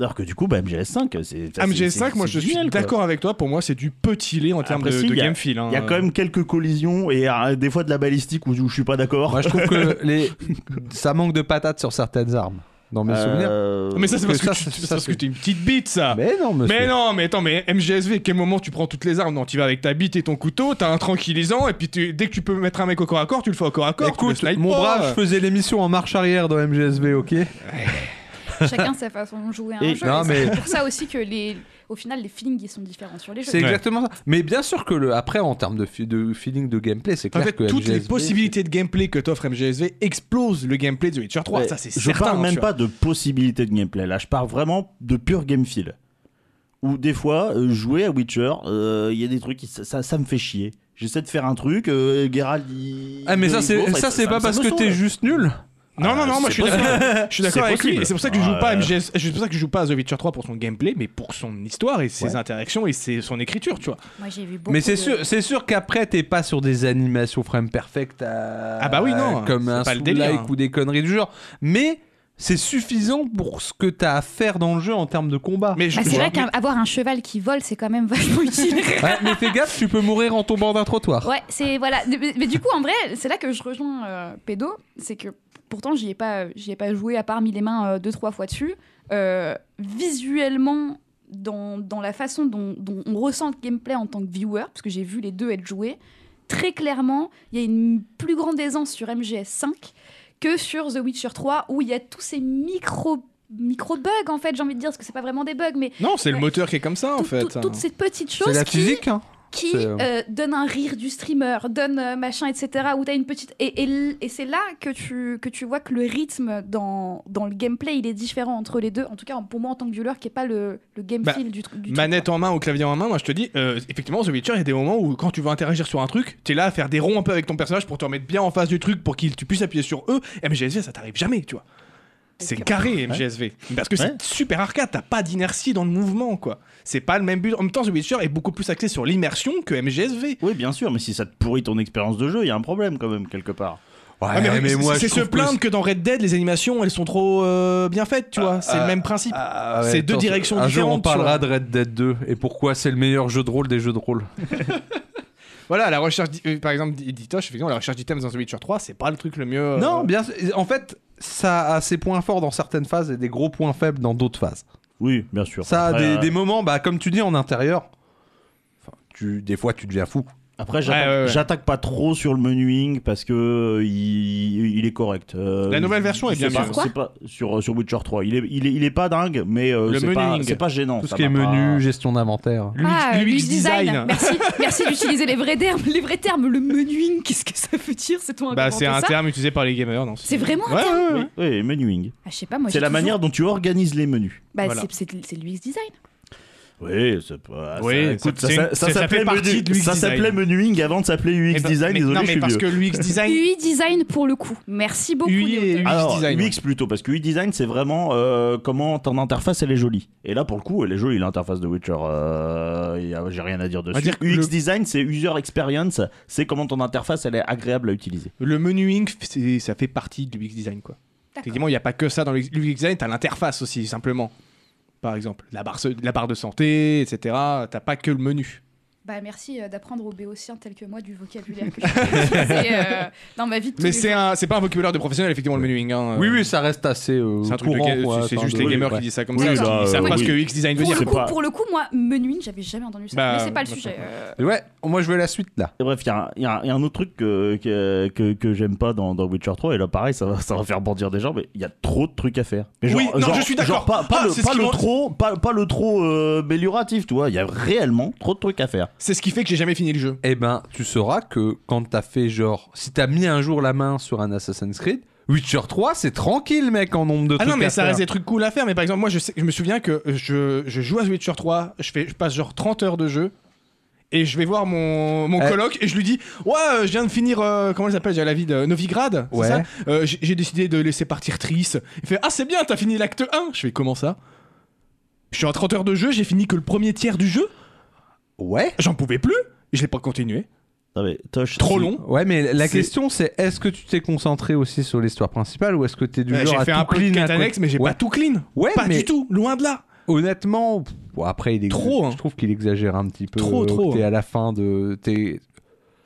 Speaker 3: Alors que du coup, bah, MGS5, c'est
Speaker 2: Ah, mais
Speaker 3: c'est-
Speaker 2: MGS5
Speaker 3: c'est-
Speaker 2: moi
Speaker 3: c'est
Speaker 2: je
Speaker 3: du
Speaker 2: suis
Speaker 3: miel, quoi.
Speaker 2: d'accord avec toi pour moi c'est du petit lait en termes
Speaker 3: Après,
Speaker 2: de,
Speaker 3: si,
Speaker 2: de
Speaker 3: il y a-
Speaker 2: game feel hein.
Speaker 3: Il y a quand même quelques collisions et euh, des fois de la balistique où, où je suis pas d'accord.
Speaker 1: Moi, je trouve que les... ça manque de patates sur certaines armes, dans mes souvenirs.
Speaker 3: Euh,
Speaker 2: mais ça c'est parce que,
Speaker 1: ça,
Speaker 2: tu-
Speaker 1: c'est-
Speaker 2: c'est
Speaker 1: ça,
Speaker 2: parce que
Speaker 1: c'est-
Speaker 2: t'es une petite bite ça ah. mais...
Speaker 1: Mais non, monsieur.
Speaker 2: non, mais attends, mais MGSV, à quel moment tu prends toutes les armes Non, tu vas avec ta bite et ton couteau, t'as un tranquillisant, et puis tu- dès que tu peux mettre un mec au corps à corps, tu le fais au corps à corps. tu le
Speaker 1: Écoute,
Speaker 2: slides
Speaker 1: mon
Speaker 2: pas. euh.
Speaker 1: brave, je faisais l'émission en marche arrière dans MGSV, ok
Speaker 4: Chacun sa façon de jouer à un
Speaker 3: Et-
Speaker 4: jeu.
Speaker 1: non,
Speaker 4: et
Speaker 1: mais-
Speaker 4: C'est pour ça aussi que les, au final, les feelings ils sont différents sur les jeux.
Speaker 1: C'est
Speaker 2: Ouais.
Speaker 1: exactement ça. Mais bien sûr que le après en termes de, fi- de feeling de gameplay, c'est
Speaker 2: En
Speaker 1: clair
Speaker 2: fait,
Speaker 1: que
Speaker 2: toutes les
Speaker 1: MGSV,
Speaker 2: possibilités de gameplay que t'offre MGSV explosent le gameplay de The Witcher 3.
Speaker 3: ouais,
Speaker 2: ça, c'est
Speaker 3: je
Speaker 2: certain.
Speaker 3: parle
Speaker 2: hein,
Speaker 3: même
Speaker 2: tu
Speaker 3: pas de possibilités de gameplay. Là, je parle vraiment de pur game feel. Où des fois, euh, jouer à Witcher, euh, il y a des trucs qui ça, ça, ça me fait chier. J'essaie de faire un truc, euh, Geralt. il-
Speaker 1: Ah mais ça
Speaker 3: il
Speaker 1: c'est
Speaker 3: gonfle,
Speaker 1: ça c'est pas
Speaker 3: me-
Speaker 1: parce
Speaker 3: me
Speaker 1: que
Speaker 3: saoule.
Speaker 1: t'es juste nul.
Speaker 2: vois.
Speaker 3: Ah,
Speaker 2: Non, non, non, moi je suis d'accord. Je suis d'accord
Speaker 3: C'est
Speaker 2: avec lui.
Speaker 3: possible.
Speaker 2: Et c'est pour ça que je joue
Speaker 3: Ah,
Speaker 2: pas à
Speaker 3: euh.
Speaker 2: MGS. C'est pour ça que je joue pas à The Witcher 3 pour son gameplay, mais pour son histoire et ses
Speaker 3: Ouais.
Speaker 2: interactions et ses- son écriture, tu vois.
Speaker 4: Moi, j'ai vu beaucoup
Speaker 1: Mais c'est
Speaker 4: de-
Speaker 1: sûr c'est sûr qu'après t'es pas sur des animations frame perfect à-
Speaker 2: Ah bah oui, non,
Speaker 1: comme
Speaker 2: c'est
Speaker 1: un
Speaker 2: pas le
Speaker 1: Soul-like
Speaker 2: délire, hein.
Speaker 1: ou des conneries du genre. Mais c'est suffisant pour ce que t'as à faire dans le jeu en termes de combat.
Speaker 2: Mais je-
Speaker 4: Ah,
Speaker 5: Bah, c'est vrai
Speaker 2: mais-
Speaker 5: qu'avoir un cheval qui vole, c'est quand même vachement utile.
Speaker 1: Ouais, mais fais gaffe, tu peux mourir en tombant d'un trottoir.
Speaker 5: ouais,
Speaker 4: C'est voilà, mais, mais du coup en vrai, c'est là que je rejoins euh, Pédo, c'est que pourtant j'y ai pas j'y ai pas joué à part mis les mains euh, deux trois fois dessus. Euh, visuellement dans, dans la façon dont, dont on ressent le gameplay en tant que viewer, parce que j'ai vu les deux être joués, très clairement, il y a une plus grande aisance sur MGS5 que sur The Witcher 3 où il y a tous ces micro micro bugs en fait, j'ai envie de dire parce que c'est pas vraiment des bugs mais
Speaker 2: Non, c'est le moteur qui est comme ça, en
Speaker 4: tout-
Speaker 2: fait. hein.
Speaker 4: tout- toutes ces petites
Speaker 1: hein. C'est
Speaker 4: choses
Speaker 1: la
Speaker 4: qui
Speaker 1: physique. hein.
Speaker 5: qui
Speaker 1: C'est, euh,
Speaker 5: euh, donne un rire du streamer, donne euh, machin, etc. Où t'as une petite et, et l- et c'est là que tu que tu vois que le rythme dans, dans le gameplay il est différent entre les deux. En tout cas pour moi en tant que viewer qui est pas le, le game
Speaker 2: Bah,
Speaker 5: feel du, tru- du truc,
Speaker 2: Manette en main ou clavier en main, moi je te dis, euh, effectivement, The Witcher, il y a des moments où quand tu veux interagir sur un truc, t'es là à faire des ronds un peu avec ton personnage pour te remettre bien en face du truc pour qu'il tu puisses appuyer sur E, eux. Et MGSV, ça t'arrive jamais, tu vois. C'est carré MGSV. Parce que
Speaker 3: Ouais.
Speaker 2: c'est super arcade, t'as pas d'inertie dans le mouvement, quoi. C'est pas le même but. En même temps, The Witcher est beaucoup plus axé sur l'immersion que MGSV.
Speaker 3: Oui, bien sûr, mais si ça te pourrit ton expérience de jeu, il y a un problème quand même, quelque part.
Speaker 2: Ah, mais,
Speaker 1: mais
Speaker 2: c'est-
Speaker 1: moi,
Speaker 2: c'est
Speaker 1: je
Speaker 2: se
Speaker 1: trouve que
Speaker 2: plaindre que... dans Red Dead, les animations, elles sont trop euh, bien faites, tu vois. C'est
Speaker 1: ah,
Speaker 2: le même principe.
Speaker 1: Ah ouais,
Speaker 2: C'est deux
Speaker 1: attends,
Speaker 2: directions
Speaker 1: un jour, on
Speaker 2: différentes, tu
Speaker 1: parlera
Speaker 2: vois.
Speaker 1: de Red Dead 2 et pourquoi c'est le meilleur jeu de rôle des jeux de rôle.
Speaker 2: Voilà, la recherche, d'i- euh, par exemple, d'i- d'Itoche, effectivement, la recherche d'items dans The Witcher 3, c'est pas le truc le mieux. euh,
Speaker 1: Non, bien. En fait, ça a ses points forts dans certaines phases et des gros points faibles dans d'autres phases.
Speaker 3: Oui, bien sûr.
Speaker 1: Ça a
Speaker 3: après,
Speaker 1: des,
Speaker 3: euh,
Speaker 1: des moments, bah, comme tu dis, en intérieur. Enfin, tu, des fois, tu deviens fou.
Speaker 3: après, j'attaque
Speaker 2: ouais, ouais.
Speaker 3: j'attaque pas trop sur le menuing parce que euh, il, il est correct. Euh,
Speaker 2: La nouvelle version est
Speaker 3: c'est
Speaker 2: bien
Speaker 3: pas-
Speaker 2: mieux.
Speaker 3: c'est pas sur sur Witcher 3. Il est il est, il est pas dingue, mais euh,
Speaker 2: Le
Speaker 3: c'est pas
Speaker 2: menuing.
Speaker 3: c'est pas gênant.
Speaker 1: Tout ce
Speaker 3: ça
Speaker 1: qui est
Speaker 3: m'a pas-
Speaker 1: menu, gestion d'inventaire.
Speaker 2: l'UX
Speaker 5: Ah,
Speaker 2: l'UX
Speaker 5: l'UX design. Merci, merci d'utiliser les vrais termes. Les vrais termes, le menuing, qu'est-ce que ça veut dire C'est toi
Speaker 2: Bah,
Speaker 5: inventé
Speaker 2: c'est un
Speaker 5: ça
Speaker 2: terme utilisé par les gamers, non
Speaker 5: C'est vraiment un
Speaker 2: Ouais,
Speaker 5: terme.
Speaker 2: ouais, ouais.
Speaker 3: Oui, oui, menuing.
Speaker 5: Ah, je sais pas, moi.
Speaker 3: C'est
Speaker 5: j'ai
Speaker 3: la
Speaker 5: toujours-
Speaker 3: manière dont tu organises les menus.
Speaker 5: Bah,
Speaker 2: Voilà.
Speaker 5: c'est- c'est c'est l'UX design.
Speaker 3: Oui, c'est pas.
Speaker 2: Oui,
Speaker 3: ça, écoute,
Speaker 2: ça-
Speaker 3: ça,
Speaker 2: c'est-
Speaker 3: ça,
Speaker 2: ça-
Speaker 3: ça
Speaker 2: ça
Speaker 3: s'appelait
Speaker 2: fait partie
Speaker 3: menu-
Speaker 2: de l'UX
Speaker 3: ça s'appelait
Speaker 2: design.
Speaker 3: menuing avant de s'appeler UX
Speaker 2: Mais bah-
Speaker 3: design.
Speaker 2: mais-
Speaker 3: désolé,
Speaker 2: non, mais
Speaker 3: je suis
Speaker 2: parce
Speaker 3: vieux.
Speaker 2: que l'UX design.
Speaker 5: UI design pour le coup. Merci beaucoup.
Speaker 2: UI
Speaker 5: Léo.
Speaker 2: et-
Speaker 3: Alors,
Speaker 2: design, ouais.
Speaker 3: UX plutôt, parce que UX design, c'est vraiment euh, comment ton interface elle est jolie. Et là, pour le coup, elle est jolie l'interface de Witcher. euh, y a- J'ai rien à dire dessus.
Speaker 2: dire que
Speaker 3: UX
Speaker 2: le-
Speaker 3: design, c'est user experience, c'est comment ton interface elle est agréable à utiliser.
Speaker 2: Le menuing, c'est- ça fait partie de l'UX design, quoi. Effectivement, il n'y a pas que ça dans l'UX design, t'as l'interface aussi, simplement. Par exemple, la barre, se- la barre de santé, etc. T'as pas que le menu.
Speaker 5: Bah, merci euh, d'apprendre aux béotiens tels que moi du vocabulaire que j'ai utilisé euh, dans ma vie de tous
Speaker 2: Mais
Speaker 5: les jours.
Speaker 2: c'est un- c'est pas un vocabulaire de professionnel, effectivement, le menuing. hein.
Speaker 1: Oui, oui, ça reste assez euh,
Speaker 2: C'est un truc de
Speaker 1: courant.
Speaker 2: ga-
Speaker 1: quoi,
Speaker 2: c'est
Speaker 1: enfin,
Speaker 2: juste
Speaker 1: de-
Speaker 2: les gamers
Speaker 1: ouais.
Speaker 2: qui disent ça comme
Speaker 3: Oui,
Speaker 2: ça,
Speaker 3: là,
Speaker 2: parce qu'ils savent
Speaker 3: euh,
Speaker 2: pas ce
Speaker 3: oui.
Speaker 2: que UX design veut
Speaker 5: Pour
Speaker 2: dire.
Speaker 5: le,
Speaker 3: c'est
Speaker 5: coup,
Speaker 3: pas-
Speaker 5: pour le coup, moi, menuing, j'avais jamais entendu ça.
Speaker 2: Bah,
Speaker 5: mais c'est pas le
Speaker 2: moi, je
Speaker 5: sujet.
Speaker 2: comprends.
Speaker 5: euh.
Speaker 1: Et Ouais, moi je veux la suite là.
Speaker 3: Et bref, il y, a un- il y a un- il y a un autre truc que, que, que- que j'aime pas dans, dans Witcher 3, et là pareil, ça va, ça va faire bondir des gens, mais il y a trop de trucs à faire. Mais
Speaker 2: Oui, non, je suis d'accord.
Speaker 3: genre pas, pas
Speaker 2: Ah, c'est
Speaker 3: le,
Speaker 2: ce
Speaker 3: pas
Speaker 2: qui
Speaker 3: le
Speaker 2: m'en-
Speaker 3: trop, pas, pas le trop euh, amélioratif, tu vois, il y a réellement trop de trucs à faire.
Speaker 2: C'est ce qui fait que j'ai jamais fini le jeu.
Speaker 1: Eh ben, tu sauras que quand t'as fait genre, si t'as mis un jour la main sur un Assassin's Creed, Witcher 3, c'est tranquille, mec, en nombre de
Speaker 2: Ah
Speaker 1: trucs
Speaker 2: non, mais
Speaker 1: à
Speaker 2: ça
Speaker 1: faire.
Speaker 2: reste des trucs cool à faire. Mais par exemple, moi, je, sais- je me souviens que je, je joue à The Witcher 3, je, fais, je passe genre 30 heures de jeu. Et je vais voir mon, mon
Speaker 1: Eh.
Speaker 2: coloc et je lui dis Ouais, euh, je viens de finir, euh, comment elle s'appelle déjà la vie de Novigrad c'est
Speaker 1: Ouais.
Speaker 2: ça Euh, J'ai j'ai décidé de laisser partir Triss. Il fait Ah, c'est bien, t'as fini l'acte 1. Je fais Comment ça Je suis à 30 heures de jeu, j'ai fini que le premier tiers du jeu,
Speaker 1: Ouais.
Speaker 2: j'en pouvais plus, et je l'ai pas continué.
Speaker 3: Non, mais, Tosh,
Speaker 2: Trop
Speaker 3: si-
Speaker 2: long.
Speaker 1: Ouais, mais la
Speaker 3: C'est-
Speaker 1: question c'est est-ce que tu t'es concentré aussi sur l'histoire principale ou est-ce que t'es du
Speaker 2: Euh,
Speaker 1: genre
Speaker 2: j'ai
Speaker 1: à
Speaker 2: fait
Speaker 1: tout
Speaker 2: un peu de
Speaker 1: clean à
Speaker 2: quête
Speaker 1: côté
Speaker 2: annexe, mais j'ai
Speaker 1: Ouais.
Speaker 2: pas tout clean.
Speaker 1: Ouais,
Speaker 2: pas
Speaker 1: mais
Speaker 2: du tout, loin de là.
Speaker 1: honnêtement, pff, bon, après il est
Speaker 2: Trop, hein.
Speaker 1: Je trouve qu'il exagère un petit peu.
Speaker 2: Trop,
Speaker 1: euh,
Speaker 2: trop. hein.
Speaker 1: que T'es à la fin de. t'es-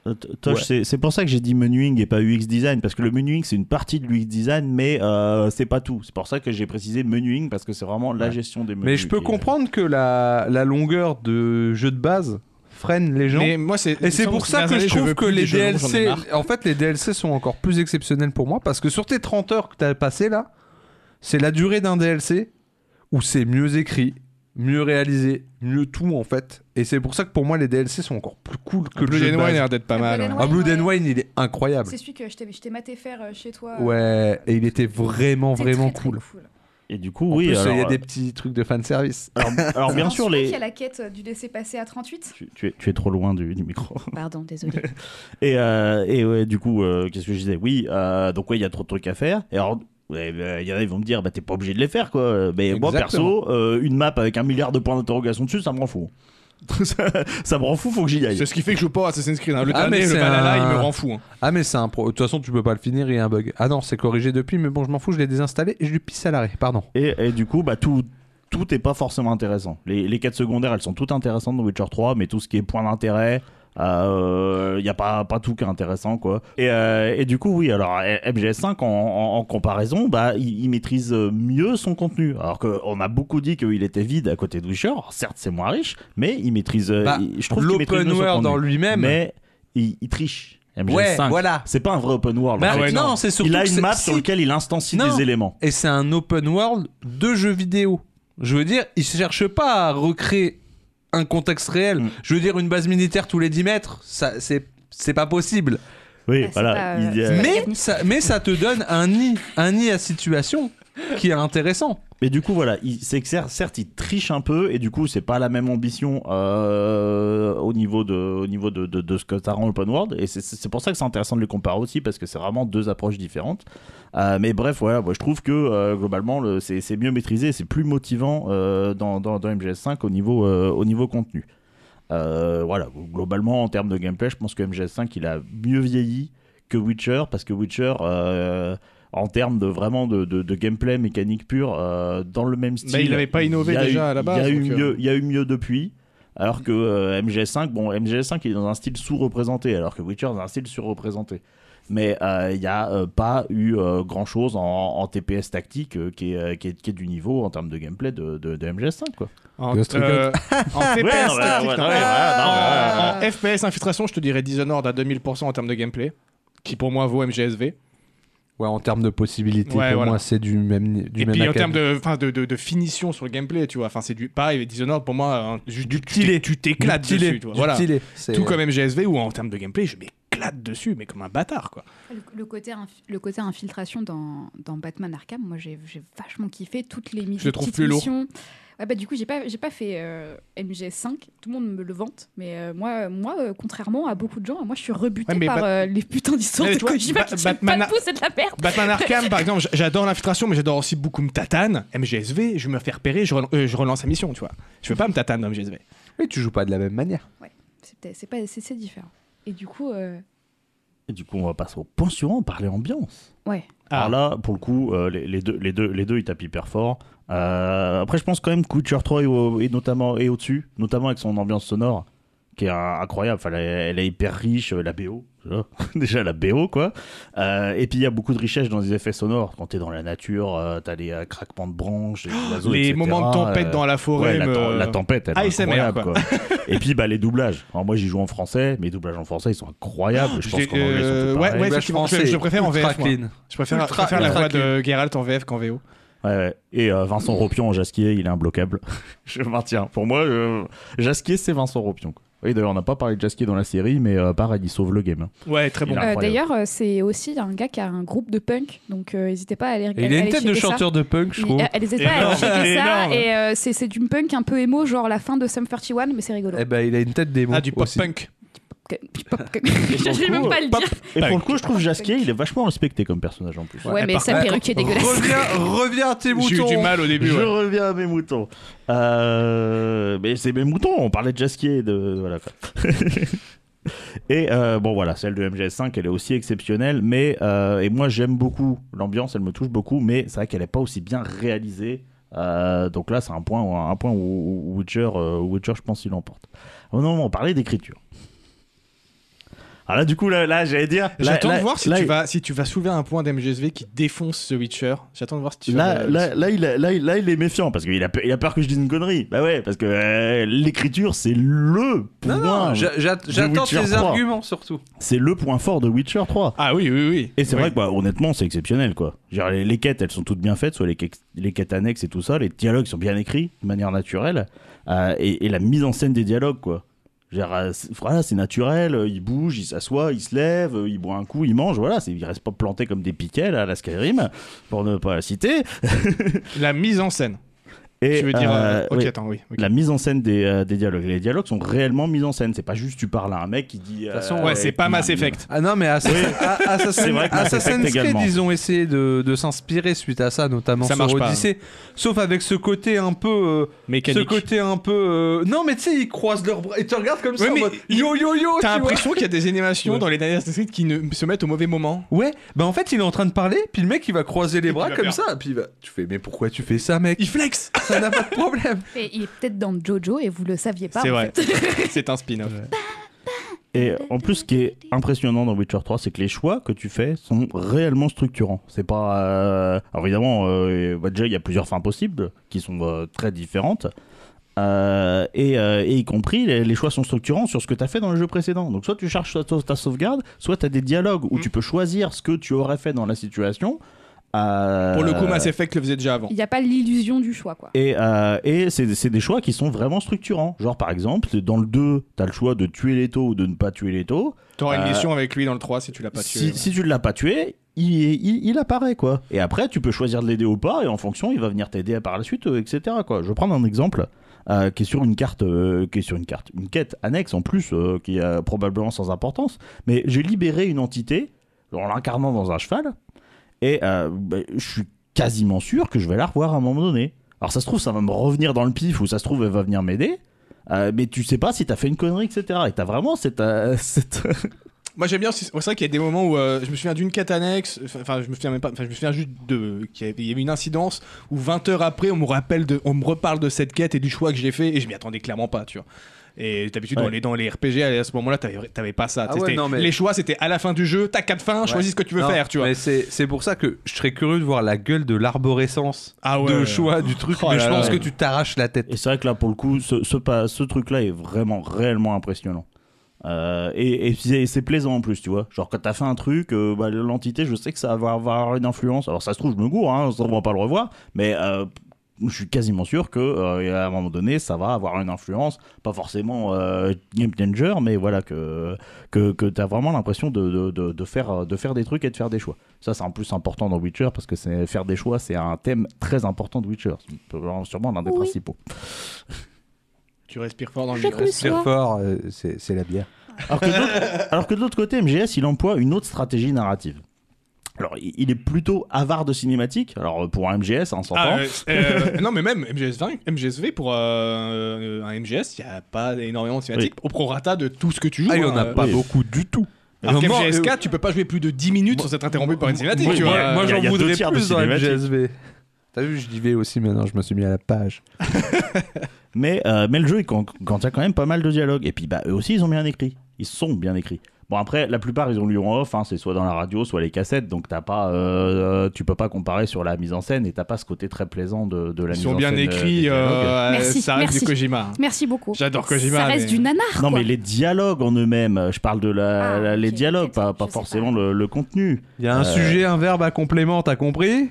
Speaker 3: Euh, T- Tosh,
Speaker 1: Ouais.
Speaker 3: c'est- c'est pour ça que j'ai dit menuing et pas UX design, parce que le menuing c'est une partie de l'UX design, mais euh, c'est pas tout. C'est pour ça que j'ai précisé menuing, parce que c'est vraiment la
Speaker 1: Ouais.
Speaker 3: gestion des menus.
Speaker 1: Mais je peux
Speaker 3: qui est-
Speaker 1: comprendre que la, la longueur de jeu de base freine les gens.
Speaker 2: Mais moi, c'est.
Speaker 1: Et c'est pour ça que je trouve
Speaker 2: veux
Speaker 1: que
Speaker 2: plus
Speaker 1: les
Speaker 2: des jeux longs, j'en ai
Speaker 1: DLC,
Speaker 2: marre.
Speaker 1: en fait, les DLC sont encore plus exceptionnels pour moi parce que sur tes 30 heures que t'as passé là, c'est la durée d'un DLC où c'est mieux écrit, mieux réalisé, mieux tout en fait. Et c'est pour ça que pour moi, les DLC sont encore plus cool que le
Speaker 2: Blood
Speaker 1: jeu.
Speaker 2: and
Speaker 1: de
Speaker 2: Wine a
Speaker 1: base.
Speaker 2: l'air d'être pas
Speaker 5: Ah,
Speaker 2: mal. hein.
Speaker 5: Blood
Speaker 2: ouais.
Speaker 5: and
Speaker 1: Ah, Blood
Speaker 5: Ouais,
Speaker 1: and
Speaker 5: ouais.
Speaker 1: Wine, il est incroyable.
Speaker 5: C'est celui que je t'ai je t'ai maté faire euh, chez toi. euh,
Speaker 1: Ouais, et il était vraiment,
Speaker 5: c'est
Speaker 1: vraiment
Speaker 5: très, très
Speaker 1: cool.
Speaker 3: Et du coup,
Speaker 1: En
Speaker 3: oui,
Speaker 1: plus,
Speaker 3: alors,
Speaker 1: il y a
Speaker 2: euh,
Speaker 1: des petits trucs de fanservice.
Speaker 3: alors, alors, bien sûr,
Speaker 5: Il y
Speaker 3: les...
Speaker 5: a la quête euh, du laisser passer à 38.
Speaker 3: tu, tu es, tu es trop loin du- du micro.
Speaker 5: Pardon, désolé.
Speaker 3: Et, euh, et ouais, du coup, euh, qu'est-ce que je disais Oui, euh, donc ouais, il y a trop de trucs à faire. Et alors, ouais, bah, il y en a, ils vont me dire, bah t'es pas obligé de les faire, quoi. Mais
Speaker 1: Exactement.
Speaker 3: moi, perso, euh, une map avec un milliard de points d'interrogation dessus, ça me rend fou. ça, ça me rend fou, faut que j'y aille.
Speaker 2: C'est ce qui fait que je joue pas à Assassin's Creed. hein. Le
Speaker 1: Ah,
Speaker 2: dernier,
Speaker 1: mais
Speaker 2: le
Speaker 1: c'est
Speaker 2: Valhalla,
Speaker 1: un-
Speaker 2: il me rend fou. hein.
Speaker 1: Ah, mais c'est un pro. De toute façon, tu peux pas le finir, il y a un bug. Ah non, c'est corrigé depuis, mais bon, je m'en fous, je l'ai désinstallé et je lui pisse à l'arrêt. Pardon.
Speaker 3: Et, et du coup, bah tout. Tout est pas forcément intéressant. Les, les quêtes secondaires, elles sont toutes intéressantes dans Witcher 3, mais tout ce qui est point d'intérêt, il n'y a pas, pas tout qui est intéressant, quoi. Et, euh, et du coup, oui, alors eh, MGS5, en, en- en comparaison, bah, il, il maîtrise euh, mieux son contenu. Alors qu'on a beaucoup dit qu'il était vide à côté de Witcher, Alors, certes, c'est moins riche, mais il maîtrise. euh,
Speaker 1: Bah,
Speaker 3: il- je trouve qu'il maîtrise
Speaker 1: L'open
Speaker 3: mieux son
Speaker 1: world
Speaker 3: contenu.
Speaker 1: dans lui-même.
Speaker 3: Mais il, il triche. MGS5.
Speaker 1: Ouais, voilà.
Speaker 3: C'est pas un vrai open world.
Speaker 1: Bah,
Speaker 3: en fait.
Speaker 2: ouais, non.
Speaker 1: non, c'est surtout
Speaker 3: il a
Speaker 1: que
Speaker 3: une
Speaker 1: c'est-
Speaker 3: map
Speaker 1: si,
Speaker 3: sur laquelle il instancie
Speaker 1: Non.
Speaker 3: des éléments.
Speaker 1: et c'est un open world de jeux vidéo. Je veux dire, il cherche pas à recréer un contexte réel.
Speaker 2: Mm.
Speaker 1: Je veux dire, une base militaire tous les 10 mètres, ça, c'est, c'est pas possible.
Speaker 3: Oui,
Speaker 5: Ah, c'est
Speaker 3: voilà.
Speaker 5: pas, euh,
Speaker 3: il y a-
Speaker 5: c'est
Speaker 1: Mais
Speaker 5: Afghanistan.
Speaker 1: ça, mais ça te donne un nid, un nid à situation qui est intéressant.
Speaker 3: Mais du coup, voilà, il- c'est que cer- certes, il triche un peu, et du coup, c'est pas la même ambition euh, au niveau de, au niveau de, de, de ce que t'as rend Open World, et c'est- c'est c'est pour ça que c'est intéressant de les comparer aussi, parce que c'est vraiment deux approches différentes. Euh, mais bref, voilà, moi, je trouve que euh, globalement, le- c'est c'est mieux maîtrisé, c'est plus motivant euh, dans, dans, dans MGS5 au niveau, euh, au niveau contenu. Euh, voilà, globalement, en termes de gameplay, je pense que MGS5, il a mieux vieilli que Witcher, parce que Witcher. euh, en termes de vraiment de, de- de gameplay mécanique pure euh, dans le même style.
Speaker 2: Bah, il avait pas innové
Speaker 3: il y a
Speaker 2: déjà
Speaker 3: eu-
Speaker 2: à la
Speaker 3: Il y
Speaker 2: base,
Speaker 3: a eu
Speaker 2: donc, euh.
Speaker 3: mieux, il y a eu mieux depuis. Alors que euh, MGS5, bon, MGS5 il est dans un style sous-représenté, alors que Witcher est dans un style surreprésenté. Mais euh, il n'y a euh, pas eu grand chose en, en TPS tactique euh, qui, est, euh, qui, est, qui est du niveau en termes de gameplay de, de, de MGS5. Quoi.
Speaker 2: En,
Speaker 1: Ghost Recon.
Speaker 2: euh, en TPS
Speaker 3: Ouais, non, bah,
Speaker 2: tactique,
Speaker 3: ouais,
Speaker 2: non.
Speaker 3: ouais,
Speaker 2: En-
Speaker 3: ouais, non,
Speaker 2: Ah. en FPS infiltration, je te dirais Dishonored à 2000% en termes de gameplay, qui pour moi vaut MGSV.
Speaker 1: Ouais, en termes de possibilités,
Speaker 2: Ouais,
Speaker 1: pour
Speaker 2: voilà.
Speaker 1: moi, c'est du même, du
Speaker 2: et
Speaker 1: même
Speaker 2: puis en
Speaker 1: acabit.
Speaker 2: termes de, enfin, de, de, de finition sur le gameplay, tu vois, enfin c'est du pareil. Dishonored pour moi, hein, juste du
Speaker 1: tilé.
Speaker 2: tu t'éclates
Speaker 1: Du tilé,
Speaker 2: dessus, tu vois.
Speaker 1: du
Speaker 2: Voilà.
Speaker 1: tilé. C'est- euh,
Speaker 2: Tout comme MGSV où en termes de gameplay, je m'éclate dessus, mais comme un bâtard quoi.
Speaker 5: Le, le côté, inf- le côté infiltration dans, dans Batman Arkham, moi j'ai j'ai vachement kiffé toutes les missions.
Speaker 2: Je le trouve plus lourd.
Speaker 5: Ouais, bah, du coup, j'ai pas, j'ai pas fait euh, MGS5, tout le monde me le vante, mais euh, moi, moi euh, contrairement à beaucoup de gens, moi je suis rebutée
Speaker 2: Ouais, mais
Speaker 5: par
Speaker 2: Bat-
Speaker 5: euh, les putains d'histoires
Speaker 2: Mais
Speaker 5: de
Speaker 2: toi,
Speaker 5: Kojima
Speaker 2: Ba-
Speaker 5: qui tiennent
Speaker 2: Batman
Speaker 5: pas
Speaker 2: a-
Speaker 5: debout, c'est de la merde.
Speaker 2: Batman Arkham par exemple, j- j'adore l'infiltration, mais j'adore aussi beaucoup me tatane. MGSV, je me fais repérer, je, rel- euh, je relance la mission, tu vois. Je veux pas me tatane dans MGSV.
Speaker 1: Mais tu joues pas de la même manière.
Speaker 5: C'est peut-être- c'est pas- c'est- c'est différent. Et du coup, euh,
Speaker 3: Et du coup, on va passer au point suivant, parler ambiance.
Speaker 5: ouais.
Speaker 2: Ah.
Speaker 3: Alors là, pour le coup, euh, les, les deux, les, deux, les deux, ils tapent hyper fort. Euh, après, je pense quand même que Witcher 3 est, au- est notamment, est au-dessus, notamment avec son ambiance sonore, qui est euh, incroyable. Enfin, elle, est- elle est hyper riche, euh, la BO. déjà. Déjà la BO, quoi. Euh, et puis, il y a beaucoup de richesse dans les effets sonores. Quand t'es dans la nature, euh, t'as les euh, craquements de branches, les oiseaux,
Speaker 2: Oh, Les
Speaker 3: etc.,
Speaker 2: moments de tempête
Speaker 3: euh,
Speaker 2: dans la
Speaker 3: Ouais,
Speaker 2: forêt.
Speaker 3: la,
Speaker 2: me-
Speaker 3: tem- la tempête, elle est
Speaker 2: ASMR,
Speaker 3: incroyable. Quoi. Et puis bah, les doublages. Alors, moi j'y joue en français, mes doublages en français ils sont incroyables. Je pense
Speaker 2: J'ai-
Speaker 3: qu'en anglais ils sont
Speaker 2: euh,
Speaker 3: tout
Speaker 2: ouais,
Speaker 3: pareils.
Speaker 2: ouais,
Speaker 1: Doublage
Speaker 2: effectivement, je,
Speaker 1: français,
Speaker 2: je préfère en
Speaker 1: ultra
Speaker 2: VF. moi.
Speaker 1: clean.
Speaker 2: Je préfère,
Speaker 1: Ultra-
Speaker 2: je préfère la
Speaker 1: ultra
Speaker 2: voix
Speaker 1: clean.
Speaker 2: de Geralt en VF qu'en VO.
Speaker 3: Ouais, ouais. Et euh, Vincent Ropion en jasquier, il est imbloquable. je maintiens. Pour moi, euh, jasquier c'est Vincent Ropion. quoi. Oui, d'ailleurs, on n'a pas parlé de jasquier dans la série, mais euh, pareil, il sauve le game. hein.
Speaker 2: Ouais, très
Speaker 3: bon.
Speaker 2: bon.
Speaker 3: Il a-
Speaker 5: Euh,
Speaker 3: Incroyable.
Speaker 5: D'ailleurs, euh, c'est aussi un gars qui a un groupe de punk, donc euh, n'hésitez pas à aller
Speaker 1: Et
Speaker 5: regarder.
Speaker 1: il a une tête de chanteur de punk, je trouve.
Speaker 5: N'hésitez pas à aller
Speaker 2: Énorme.
Speaker 5: checker ça.
Speaker 2: Énorme.
Speaker 5: Et euh, c'est c'est du punk un peu émo, genre la fin de Sum 31, mais c'est rigolo.
Speaker 1: Eh ben, il a une tête d'émo.
Speaker 2: Ah, du
Speaker 1: aussi.
Speaker 2: pop-punk.
Speaker 5: Que- pop- que- Je vais même pas le
Speaker 3: Pop-
Speaker 5: dire.
Speaker 3: Et pour
Speaker 2: Punk.
Speaker 3: le coup, je trouve jasquier il est vachement respecté comme personnage en plus.
Speaker 5: Ouais, mais
Speaker 2: par
Speaker 5: sa
Speaker 1: contre-
Speaker 5: perruque est dégueulasse.
Speaker 1: Reviens, reviens à tes
Speaker 2: J'ai eu
Speaker 1: moutons.
Speaker 2: du mal au début.
Speaker 3: Je
Speaker 2: ouais.
Speaker 3: reviens à mes moutons. Euh, mais c'est mes moutons, on parlait de Jasquier. De, voilà, quoi. et euh, bon, voilà, celle de MGS5, elle est aussi exceptionnelle. Mais, euh, et moi, j'aime beaucoup l'ambiance, elle me touche beaucoup. Mais c'est vrai qu'elle n'est pas aussi bien réalisée. Euh, donc là, c'est un point, où- un point où, où Witcher, euh, Witcher, je pense, il l'emporte. Oh non, on parlait d'écriture. Alors là, du coup, là, là j'allais dire. là-
Speaker 2: J'attends
Speaker 3: là-
Speaker 2: de voir si,
Speaker 3: là,
Speaker 2: tu vas, si tu vas soulever un point d'MGSV qui défonce ce Witcher. J'attends de voir si tu vas.
Speaker 3: Là, là, là, il a- là, il- là, il est méfiant parce qu'il a, pe- il a peur que je dise une connerie. Bah ouais, parce que euh, l'écriture, c'est le point.
Speaker 1: Non, non, j'a- j'a- j'attends
Speaker 3: Witcher
Speaker 1: tes
Speaker 3: 3.
Speaker 1: arguments surtout.
Speaker 3: C'est le point fort de Witcher 3.
Speaker 2: Ah oui, oui, oui.
Speaker 3: Et c'est
Speaker 2: Oui.
Speaker 3: vrai que, bah, honnêtement, c'est exceptionnel, quoi. Genre, les, les quêtes, elles sont toutes bien faites, soit les, que- les quêtes annexes et tout ça, les dialogues sont bien écrits de manière naturelle, euh, et, et la mise en scène des dialogues, quoi. Genre, euh, c'est- voilà, c'est naturel, euh, il bouge, il s'assoit, il se lève, euh, il boit un coup, il mange, voilà, c'est- il reste pas planté comme des piquets, là, à la Skyrim, pour ne pas la citer.
Speaker 2: La mise en scène.
Speaker 3: Et,
Speaker 2: tu veux dire. euh,
Speaker 3: euh,
Speaker 2: ok,
Speaker 3: oui.
Speaker 2: attends, oui. ok.
Speaker 3: la mise en scène des, euh, des dialogues. Les dialogues sont réellement mis en scène. C'est pas juste tu parles à un mec qui dit. euh, De
Speaker 1: toute façon,
Speaker 2: Ouais, c'est pas Mass Effect.
Speaker 1: Ah non, mais Assassin- A-
Speaker 3: C'est
Speaker 1: Assassin-
Speaker 3: vrai que Mass
Speaker 1: Assassin's
Speaker 3: Effect
Speaker 1: Creed,
Speaker 3: également.
Speaker 1: ils ont essayé de, de s'inspirer suite à ça, notamment
Speaker 2: Ça
Speaker 1: sur
Speaker 2: marche pas, hein.
Speaker 1: Odyssey. Sauf avec ce côté un peu. euh, ce
Speaker 2: Mécanique.
Speaker 1: côté un peu. euh, Non, mais tu sais, ils croisent leurs bras. Et tu regardes comme
Speaker 2: Ouais,
Speaker 1: ça en
Speaker 2: mais
Speaker 1: mode yo yo yo.
Speaker 2: T'as
Speaker 1: tu vois.
Speaker 2: l'impression qu'il y a des animations
Speaker 1: Ouais.
Speaker 2: dans les dernières Assassin's Creed qui ne se mettent au mauvais moment.
Speaker 1: Ouais, bah en fait, il est en train de parler, puis le mec il va croiser les
Speaker 2: Et
Speaker 1: bras
Speaker 2: puis il va
Speaker 1: comme
Speaker 2: faire.
Speaker 1: ça, puis il va. Tu fais, mais pourquoi tu fais ça, mec
Speaker 2: Il flex
Speaker 1: Ça n'a pas de problème.
Speaker 5: Et il est peut-être dans Jojo et vous le saviez pas.
Speaker 2: C'est
Speaker 5: en
Speaker 2: vrai.
Speaker 5: fait.
Speaker 2: C'est un spin-off.
Speaker 3: Et en plus, ce qui est impressionnant dans Witcher 3, c'est que les choix que tu fais sont réellement structurants. C'est pas. euh, Alors évidemment, euh, bah, déjà, il y a plusieurs fins possibles qui sont euh, très différentes. Euh, et, euh, et y compris, les, les choix sont structurants sur ce que tu as fait dans le jeu précédent. Donc, soit tu cherches ta, ta sauvegarde, soit tu as des dialogues où
Speaker 2: Mm.
Speaker 3: tu peux choisir ce que tu aurais fait dans la situation. Euh,
Speaker 2: Pour le coup, Mass Effect le faisait déjà avant.
Speaker 4: Il n'y a pas l'illusion du choix, quoi.
Speaker 3: Et, euh, et c'est c'est des choix qui sont vraiment structurants. Genre, par exemple, dans le 2, t'as le choix de tuer les taux ou de ne pas tuer les taux.
Speaker 2: T'auras une
Speaker 3: Euh,
Speaker 2: mission avec lui dans le 3 si tu l'as pas tué.
Speaker 3: Si,
Speaker 2: ouais.
Speaker 3: si tu ne l'as pas tué, il, il, il apparaît, quoi. Et après, tu peux choisir de l'aider ou pas, et en fonction, il va venir t'aider par la suite, euh, etc. Quoi. Je vais prendre un exemple euh, qui est sur une carte, euh, qui est sur une carte, une quête annexe en plus, euh, qui est euh, probablement sans importance. Mais j'ai libéré une entité en l'incarnant dans un cheval, et euh, bah, je suis quasiment sûr que je vais la revoir à un moment donné. Alors ça se trouve, ça va me revenir dans le pif, ou ça se trouve, elle va venir m'aider. euh, mais tu sais pas si t'as fait une connerie, etc. Et t'as vraiment cette, euh, cette,
Speaker 2: Moi j'aime bien, aussi- c'est vrai qu'il y a des moments où euh, je me souviens d'une quête annexe, enfin, enfin je me souviens même pas, enfin je me souviens juste de qu'il y avait- il y avait une incidence où 20 heures après on me rappelle, de, on me reparle de cette quête et du choix que j'ai fait et je m'y attendais clairement pas, tu vois. Et d'habitude dans,
Speaker 3: Ouais.
Speaker 2: les, dans les RPG à ce moment-là t'avais t'avais pas ça.
Speaker 1: Ah
Speaker 2: C'était-
Speaker 1: ouais, non, mais-
Speaker 2: Les choix c'était à la fin du jeu, t'as quatre fins, choisis ce que tu veux
Speaker 1: Non,
Speaker 2: faire, tu vois.
Speaker 1: Mais c'est c'est pour ça que je serais curieux de voir la gueule de l'arborescence
Speaker 2: Ah ouais.
Speaker 1: de choix du truc,
Speaker 2: Oh
Speaker 1: mais
Speaker 2: là
Speaker 1: je pense
Speaker 2: là.
Speaker 1: que tu t'arraches la tête.
Speaker 3: Et c'est vrai que là, pour le coup, ce, ce, pas- ce truc-là est vraiment, réellement impressionnant. Euh, et et c'est c'est plaisant en plus, tu vois. Genre, quand t'as fait un truc, euh, bah, l'entité, je sais que ça va avoir va avoir une influence. Alors, ça se trouve, je me gourre, hein, on va pas le revoir, mais euh, je suis quasiment sûr que euh, à un moment donné, ça va avoir une influence. Pas forcément euh, game changer, mais voilà, que, que, que t'as vraiment l'impression de, de, de, de faire, euh, de faire des trucs et de faire des choix. Ça, c'est en plus important dans Witcher parce que c'est- faire des choix, c'est un thème très important de Witcher. C'est Sûrement l'un des
Speaker 6: Oui.
Speaker 3: principaux.
Speaker 2: Tu respires fort dans le
Speaker 6: Je
Speaker 2: micro.
Speaker 6: peux-
Speaker 1: C'est fort, euh, c'est c'est la bière.
Speaker 3: Alors que, de l'autre- alors que de l'autre côté, MGS, il emploie une autre stratégie narrative. Alors, il il est plutôt avare de cinématiques. Alors, euh, pour un MGS, hein, on s'entend.
Speaker 2: Ah, euh, euh, non mais même MGS20, MGSV pour euh, un MGS, il n'y a pas énormément de cinématiques au prorata de tout ce que tu joues.
Speaker 1: Ah, il y
Speaker 2: hein.
Speaker 1: en a pas
Speaker 3: oui.
Speaker 1: beaucoup du tout.
Speaker 2: Alors
Speaker 1: Vraiment,
Speaker 2: MGS4,
Speaker 1: euh,
Speaker 2: tu peux pas jouer plus de 10 minutes sans être interrompu par une cinématique,
Speaker 3: moi-
Speaker 2: tu vois.
Speaker 1: moi, moi,
Speaker 3: y a-
Speaker 1: j'en
Speaker 3: y a deux
Speaker 1: voudrais
Speaker 3: tiers de
Speaker 1: plus dans
Speaker 3: cinématiques.
Speaker 1: MGSV. T'as vu, je dis V aussi maintenant, je me suis mis à la page.
Speaker 3: Mais, euh, mais le jeu, il con- contient quand même pas mal de dialogues. Et puis, bah, eux aussi, ils ont bien écrit. Ils sont bien écrits. Bon, après, la plupart, ils ont lu en off. hein. c'est soit dans la radio, soit les cassettes. Donc, t'as pas, euh, tu peux pas comparer sur la mise en scène et t'as pas ce côté très plaisant de, de la
Speaker 2: Ils
Speaker 3: mise
Speaker 2: sont
Speaker 3: en
Speaker 2: bien
Speaker 3: scène. euh, des
Speaker 2: écrits,
Speaker 3: dialogues.
Speaker 2: euh,
Speaker 5: Merci,
Speaker 2: ça reste
Speaker 5: merci.
Speaker 2: du Kojima.
Speaker 5: Merci beaucoup.
Speaker 2: J'adore Kojima,
Speaker 5: Ça reste
Speaker 2: mais-
Speaker 5: du nanar.
Speaker 3: Non,
Speaker 5: quoi.
Speaker 3: mais les dialogues en eux-mêmes. euh, Je parle de la,
Speaker 5: Ah,
Speaker 3: la- les
Speaker 5: ok,
Speaker 3: dialogues,
Speaker 5: peut-être,
Speaker 3: pas, pas
Speaker 5: je sais
Speaker 3: forcément
Speaker 5: pas.
Speaker 3: Le, le contenu.
Speaker 1: Il y a un
Speaker 3: Euh,
Speaker 1: sujet, un verbe, un complément, t'as compris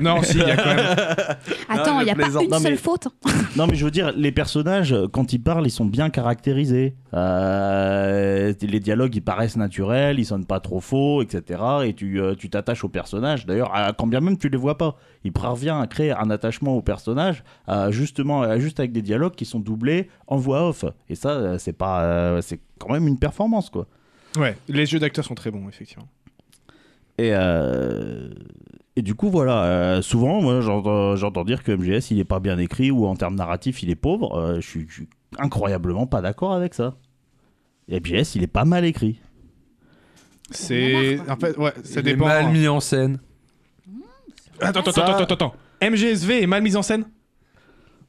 Speaker 2: Non, si, il y a quand même.
Speaker 1: Non,
Speaker 5: Attends, il n'y a
Speaker 1: je
Speaker 5: pas
Speaker 1: plaisante.
Speaker 5: une
Speaker 3: Non,
Speaker 5: seule
Speaker 3: mais-
Speaker 5: faute. hein.
Speaker 3: Non, mais je veux dire, les personnages, quand ils parlent, ils sont bien caractérisés. Euh, les dialogues, ils paraissent naturels, ils sonnent pas trop faux, etc. Et tu euh, tu t'attaches au personnage. D'ailleurs, à- quand bien même tu les vois pas, il parvient à créer un attachement au personnage, euh, justement, euh, juste avec des dialogues qui sont doublés en voix off. Et ça, euh, c'est pas, euh, c'est quand même une performance, quoi.
Speaker 2: Ouais, les jeux d'acteurs sont très bons, effectivement.
Speaker 3: Et, euh, et du coup, voilà, euh, souvent, moi, j'entends j'entends dire que MGS, il est pas bien écrit ou en termes narratifs, il est pauvre. Euh, je, suis, je suis incroyablement pas d'accord avec ça. Et MGS, il est pas mal écrit.
Speaker 2: C'est. En fait, ouais, ça
Speaker 1: Il est
Speaker 2: dépend.
Speaker 1: mal mis en scène.
Speaker 2: Attends, attends,
Speaker 3: Ça-
Speaker 2: attends, attends, attends. MGSV est mal mise en scène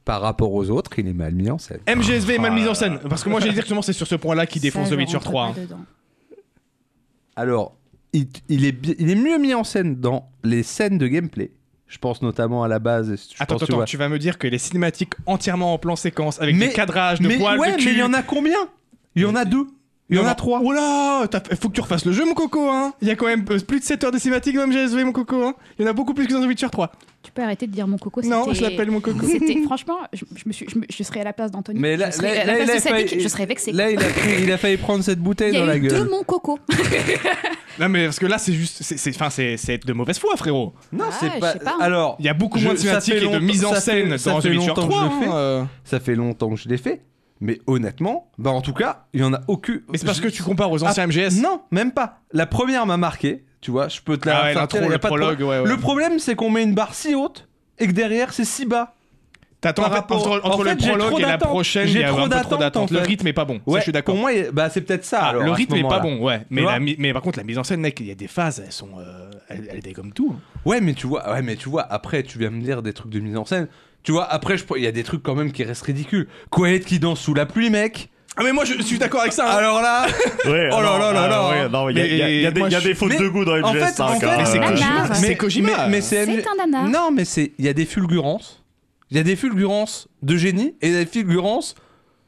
Speaker 1: Par rapport aux autres, il est mal mis en scène.
Speaker 2: MGSV est mal
Speaker 1: Ah.
Speaker 2: mise en scène Parce que moi, j'ai exactement, c'est sur ce point-là qui défonce
Speaker 5: Ça,
Speaker 2: The
Speaker 5: je
Speaker 2: Witcher
Speaker 5: rentre
Speaker 2: 3. hein.
Speaker 5: pas dedans.
Speaker 1: Alors, il, il est, bi- il est mieux mis en scène dans les scènes de gameplay. Je pense notamment à la base. et je
Speaker 2: Attends,
Speaker 1: pense,
Speaker 2: attends,
Speaker 1: tu vois.
Speaker 2: tu vas me dire que les cinématiques entièrement en plan séquence avec
Speaker 1: Mais-
Speaker 2: des cadrages de
Speaker 1: mais
Speaker 2: poils
Speaker 1: ouais,
Speaker 2: de cul.
Speaker 1: mais il y en a combien Il y en a deux. Il y en a trois.
Speaker 2: Oh là, t'as- faut que tu refasses le jeu, mon coco. Hein. Il y a quand même euh, plus de 7 heures de cinématiques dans MGSV, mon coco. Hein. Il y en a beaucoup plus que dans The Witcher 3.
Speaker 6: Tu peux arrêter de dire mon coco.
Speaker 2: Non,
Speaker 6: c'était-
Speaker 2: je l'appelle mon coco.
Speaker 5: C'était franchement, je, je me suis, je, me- je serais à la place d'Anthony.
Speaker 1: Mais là-
Speaker 5: je serais
Speaker 1: là-
Speaker 5: à la
Speaker 1: là,
Speaker 5: place
Speaker 1: il a
Speaker 5: de Sadik,
Speaker 1: failli-
Speaker 5: je serais vexée.
Speaker 1: Là, il a, pris- il a failli prendre cette bouteille
Speaker 5: il y
Speaker 1: dans
Speaker 5: a
Speaker 1: la
Speaker 5: eu deux
Speaker 1: gueule.
Speaker 5: mon coco.
Speaker 2: Non, mais parce que là, c'est juste. c'est- C'est enfin, c'est- c'est être de mauvaise foi, frérot.
Speaker 1: Non,
Speaker 5: Ah,
Speaker 1: c'est
Speaker 5: je
Speaker 1: pas.
Speaker 5: sais pas, hein.
Speaker 1: Alors,
Speaker 2: Il y a beaucoup
Speaker 1: Je-
Speaker 2: moins de
Speaker 1: ça fait
Speaker 2: cinématiques et de
Speaker 1: longtemps-
Speaker 2: mise en
Speaker 1: ça fait-
Speaker 2: scène
Speaker 1: ça
Speaker 2: dans
Speaker 1: fait
Speaker 2: The Witcher
Speaker 1: longtemps que
Speaker 2: 3.
Speaker 1: je le
Speaker 2: hein,
Speaker 1: fais.
Speaker 2: euh.
Speaker 1: ça fait longtemps que je l'ai fait, mais honnêtement, bah en tout cas, il y en a aucune.
Speaker 2: Mais c'est parce
Speaker 1: Je-
Speaker 2: que tu compares aux anciens MGS.
Speaker 1: Non, même pas. La première m'a marqué, tu vois, je peux te la
Speaker 2: Ah ouais,
Speaker 1: sortir,
Speaker 2: l'intro,
Speaker 1: il y a
Speaker 2: le
Speaker 1: pas de
Speaker 2: prologue, ouais,
Speaker 1: problème.
Speaker 2: ouais.
Speaker 1: Le problème, c'est qu'on met une barre si haute et que derrière, c'est si bas.
Speaker 2: T'attends en
Speaker 1: Par
Speaker 2: fait,
Speaker 1: rapport-
Speaker 2: entre, entre
Speaker 1: en
Speaker 2: le
Speaker 1: fait, j'ai
Speaker 2: prologue
Speaker 1: trop
Speaker 2: et la
Speaker 1: d'attente.
Speaker 2: prochaine, il
Speaker 1: J'ai
Speaker 2: y a
Speaker 1: trop
Speaker 2: un peu trop
Speaker 1: d'attente,
Speaker 2: d'attente.
Speaker 1: en
Speaker 2: Le
Speaker 1: fait.
Speaker 2: rythme est pas bon. Ça, je suis d'accord.
Speaker 1: Pour moi, il y a- bah, c'est peut-être ça.
Speaker 2: Ah,
Speaker 1: alors,
Speaker 2: le
Speaker 1: à ce
Speaker 2: rythme est pas
Speaker 1: moment-là.
Speaker 2: bon, ouais. Mais,
Speaker 1: vois
Speaker 2: la mi- mais par contre, la mise en scène, mec, il y a des phases, elles sont. euh, elles, elles dégomment tout. hein.
Speaker 1: Ouais, mais tu vois, ouais, mais tu vois, après, tu viens me dire des trucs de mise en scène. Tu vois, après, je pourrais- il y a des trucs quand même qui restent ridicules. Quiet qui danse sous la pluie, mec.
Speaker 2: Ah, mais moi, je suis d'accord avec ça. hein.
Speaker 1: Alors là, Oh là là
Speaker 3: ah,
Speaker 1: là là.
Speaker 3: Il y a- il y a- il y a des-
Speaker 2: Mais-
Speaker 3: il y a des fautes
Speaker 1: mais-
Speaker 3: de goût dans
Speaker 1: en fait,
Speaker 3: MGS.
Speaker 1: en fait,
Speaker 2: Mais c'est
Speaker 5: Euh,
Speaker 2: Kojima.
Speaker 5: nanar.
Speaker 2: C'est
Speaker 1: Mais-
Speaker 2: Kojima.
Speaker 1: mais- mais c'est
Speaker 5: C'est un nanar.
Speaker 1: Non, mais c'est il y a des fulgurances. Il y a des fulgurances de génie et des fulgurances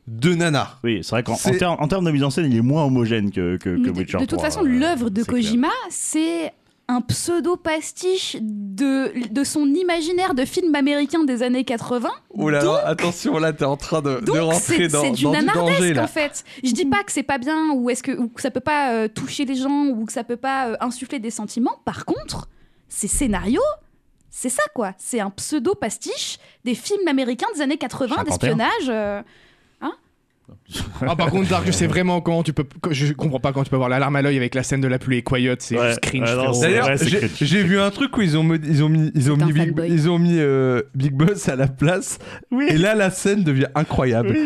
Speaker 1: de nanar.
Speaker 3: Oui, c'est vrai qu'en en
Speaker 1: C'est-
Speaker 3: termes en termes de mise en scène, il est moins homogène que, que, que
Speaker 5: Mais de,
Speaker 3: Witcher
Speaker 5: de toute
Speaker 3: 3,
Speaker 5: façon,
Speaker 3: euh,
Speaker 5: l'œuvre de
Speaker 3: c'est clair.
Speaker 5: Kojima, c'est
Speaker 4: un pseudo pastiche de, de son imaginaire de film américain des années 80.
Speaker 1: Oh là
Speaker 4: Donc-
Speaker 1: là, attention, là, t'es en train de, de
Speaker 4: Donc
Speaker 1: rentrer
Speaker 4: c'est
Speaker 1: dans,
Speaker 4: c'est du
Speaker 1: dans du danger,
Speaker 4: nanardesque
Speaker 1: là.
Speaker 4: en fait. Je dis pas que c'est pas bien ou est-ce que, ou que ça peut pas euh, toucher les gens ou que ça peut pas euh, insuffler des sentiments. Par contre, ces scénarios, c'est ça quoi. C'est un pseudo pastiche des films américains des années 80
Speaker 3: 51.
Speaker 4: d'espionnage. euh,
Speaker 2: Ah, par contre, Dark, c'est vraiment quand tu peux. quand- Je comprends pas quand tu peux avoir la larme à l'œil avec la scène de la pluie et Quiet, c'est
Speaker 3: Ouais,
Speaker 2: juste cringe.
Speaker 3: Oh, ouais, non,
Speaker 2: frérot.
Speaker 3: c'est-
Speaker 1: D'ailleurs,
Speaker 3: vrai,
Speaker 1: j'ai
Speaker 3: cringe.
Speaker 1: j'ai vu un truc où ils ont, mis- ils ont mis, ils ont
Speaker 4: Putain,
Speaker 1: mis, Big,
Speaker 4: fanboy.
Speaker 1: ils ont mis euh, Big Boss à la place.
Speaker 3: Oui.
Speaker 1: Et là, la scène devient incroyable.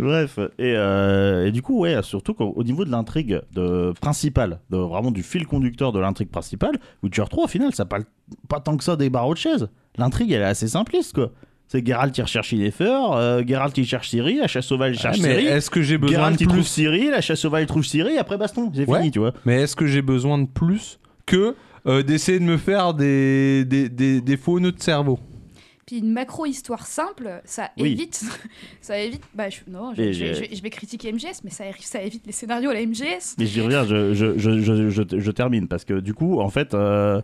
Speaker 3: Bref, et, euh, et du coup, ouais, surtout qu'au au niveau de l'intrigue de, principale, de, vraiment du fil conducteur de l'intrigue principale, Witcher 3, au final, ça parle pas tant que ça des barreaux de chaise. L'intrigue, elle est assez simpliste, quoi. C'est Geralt qui recherche Yennefer, euh, Geralt qui cherche Ciri, la chasse sauvage
Speaker 1: Ah,
Speaker 3: cherche
Speaker 1: mais
Speaker 3: Ciri,
Speaker 1: est-ce que j'ai besoin
Speaker 3: Geralt
Speaker 1: de
Speaker 3: qui trouve
Speaker 1: plus
Speaker 3: Ciri, la chasse sauvage trouve Ciri, après baston, c'est
Speaker 1: Ouais.
Speaker 3: fini, tu vois.
Speaker 1: Mais est-ce que j'ai besoin de plus que euh, d'essayer de me faire des, des, des, des faux nœuds de cerveau
Speaker 4: Puis une macro histoire simple, ça
Speaker 3: Oui.
Speaker 4: évite, ça évite. Bah je, non, je, je-
Speaker 3: Et j'ai-
Speaker 4: je vais- je vais critiquer MGS, mais ça, éri- ça évite les scénarios à la MGS.
Speaker 3: Mais j'y reviens, je, je, je, je, je- je termine, parce que du coup, en fait, euh,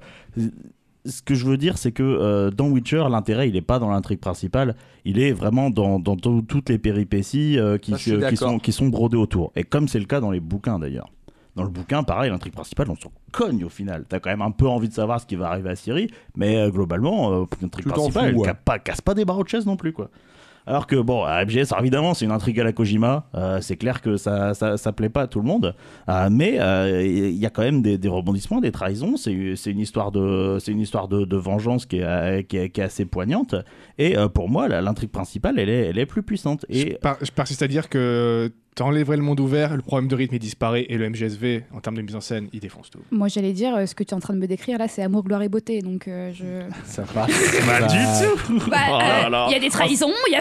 Speaker 3: ce que je veux dire, c'est que euh, dans Witcher, l'intérêt, il n'est pas dans l'intrigue principale, il est vraiment dans, dans tout- toutes les péripéties euh, qui,
Speaker 1: Ça, je suis
Speaker 3: euh, qui,
Speaker 1: d'accord.
Speaker 3: sont, qui sont brodées autour. Et comme c'est le cas dans les bouquins, d'ailleurs. Dans le bouquin, pareil, l'intrigue principale, on s'en cogne au final. T'as quand même un peu envie de savoir ce qui va arriver à Syrie, mais euh, globalement, euh, l'intrigue
Speaker 1: Tu t'en
Speaker 3: principale,
Speaker 1: fous,
Speaker 3: elle
Speaker 1: ouais.
Speaker 3: casse, pas, casse pas des barreaux de chaise non plus, quoi. Alors que bon, à MGS, alors évidemment, c'est une intrigue à la Kojima. euh, c'est clair que ça, ça, ça plaît pas à tout le monde. Euh, mais euh, il y a quand même des, des rebondissements, des trahisons. C'est c'est une histoire de, c'est une histoire de, de vengeance qui est, euh, qui, est, qui est assez poignante. Et euh, pour moi, la- l'intrigue principale, elle est, elle est plus puissante.
Speaker 2: Je,
Speaker 3: Et
Speaker 2: par- je persiste à dire que t'enlèverais le monde ouvert, le problème de rythme il disparaît et le MGSV, en termes de mise en scène, il défonce tout.
Speaker 5: Moi, j'allais dire, euh, ce que tu es en train de me décrire là, c'est amour, gloire et beauté. Donc, euh, je.
Speaker 1: Ça passe.
Speaker 3: tout. Oh
Speaker 4: Bah, euh, il y a des trahisons, il y a.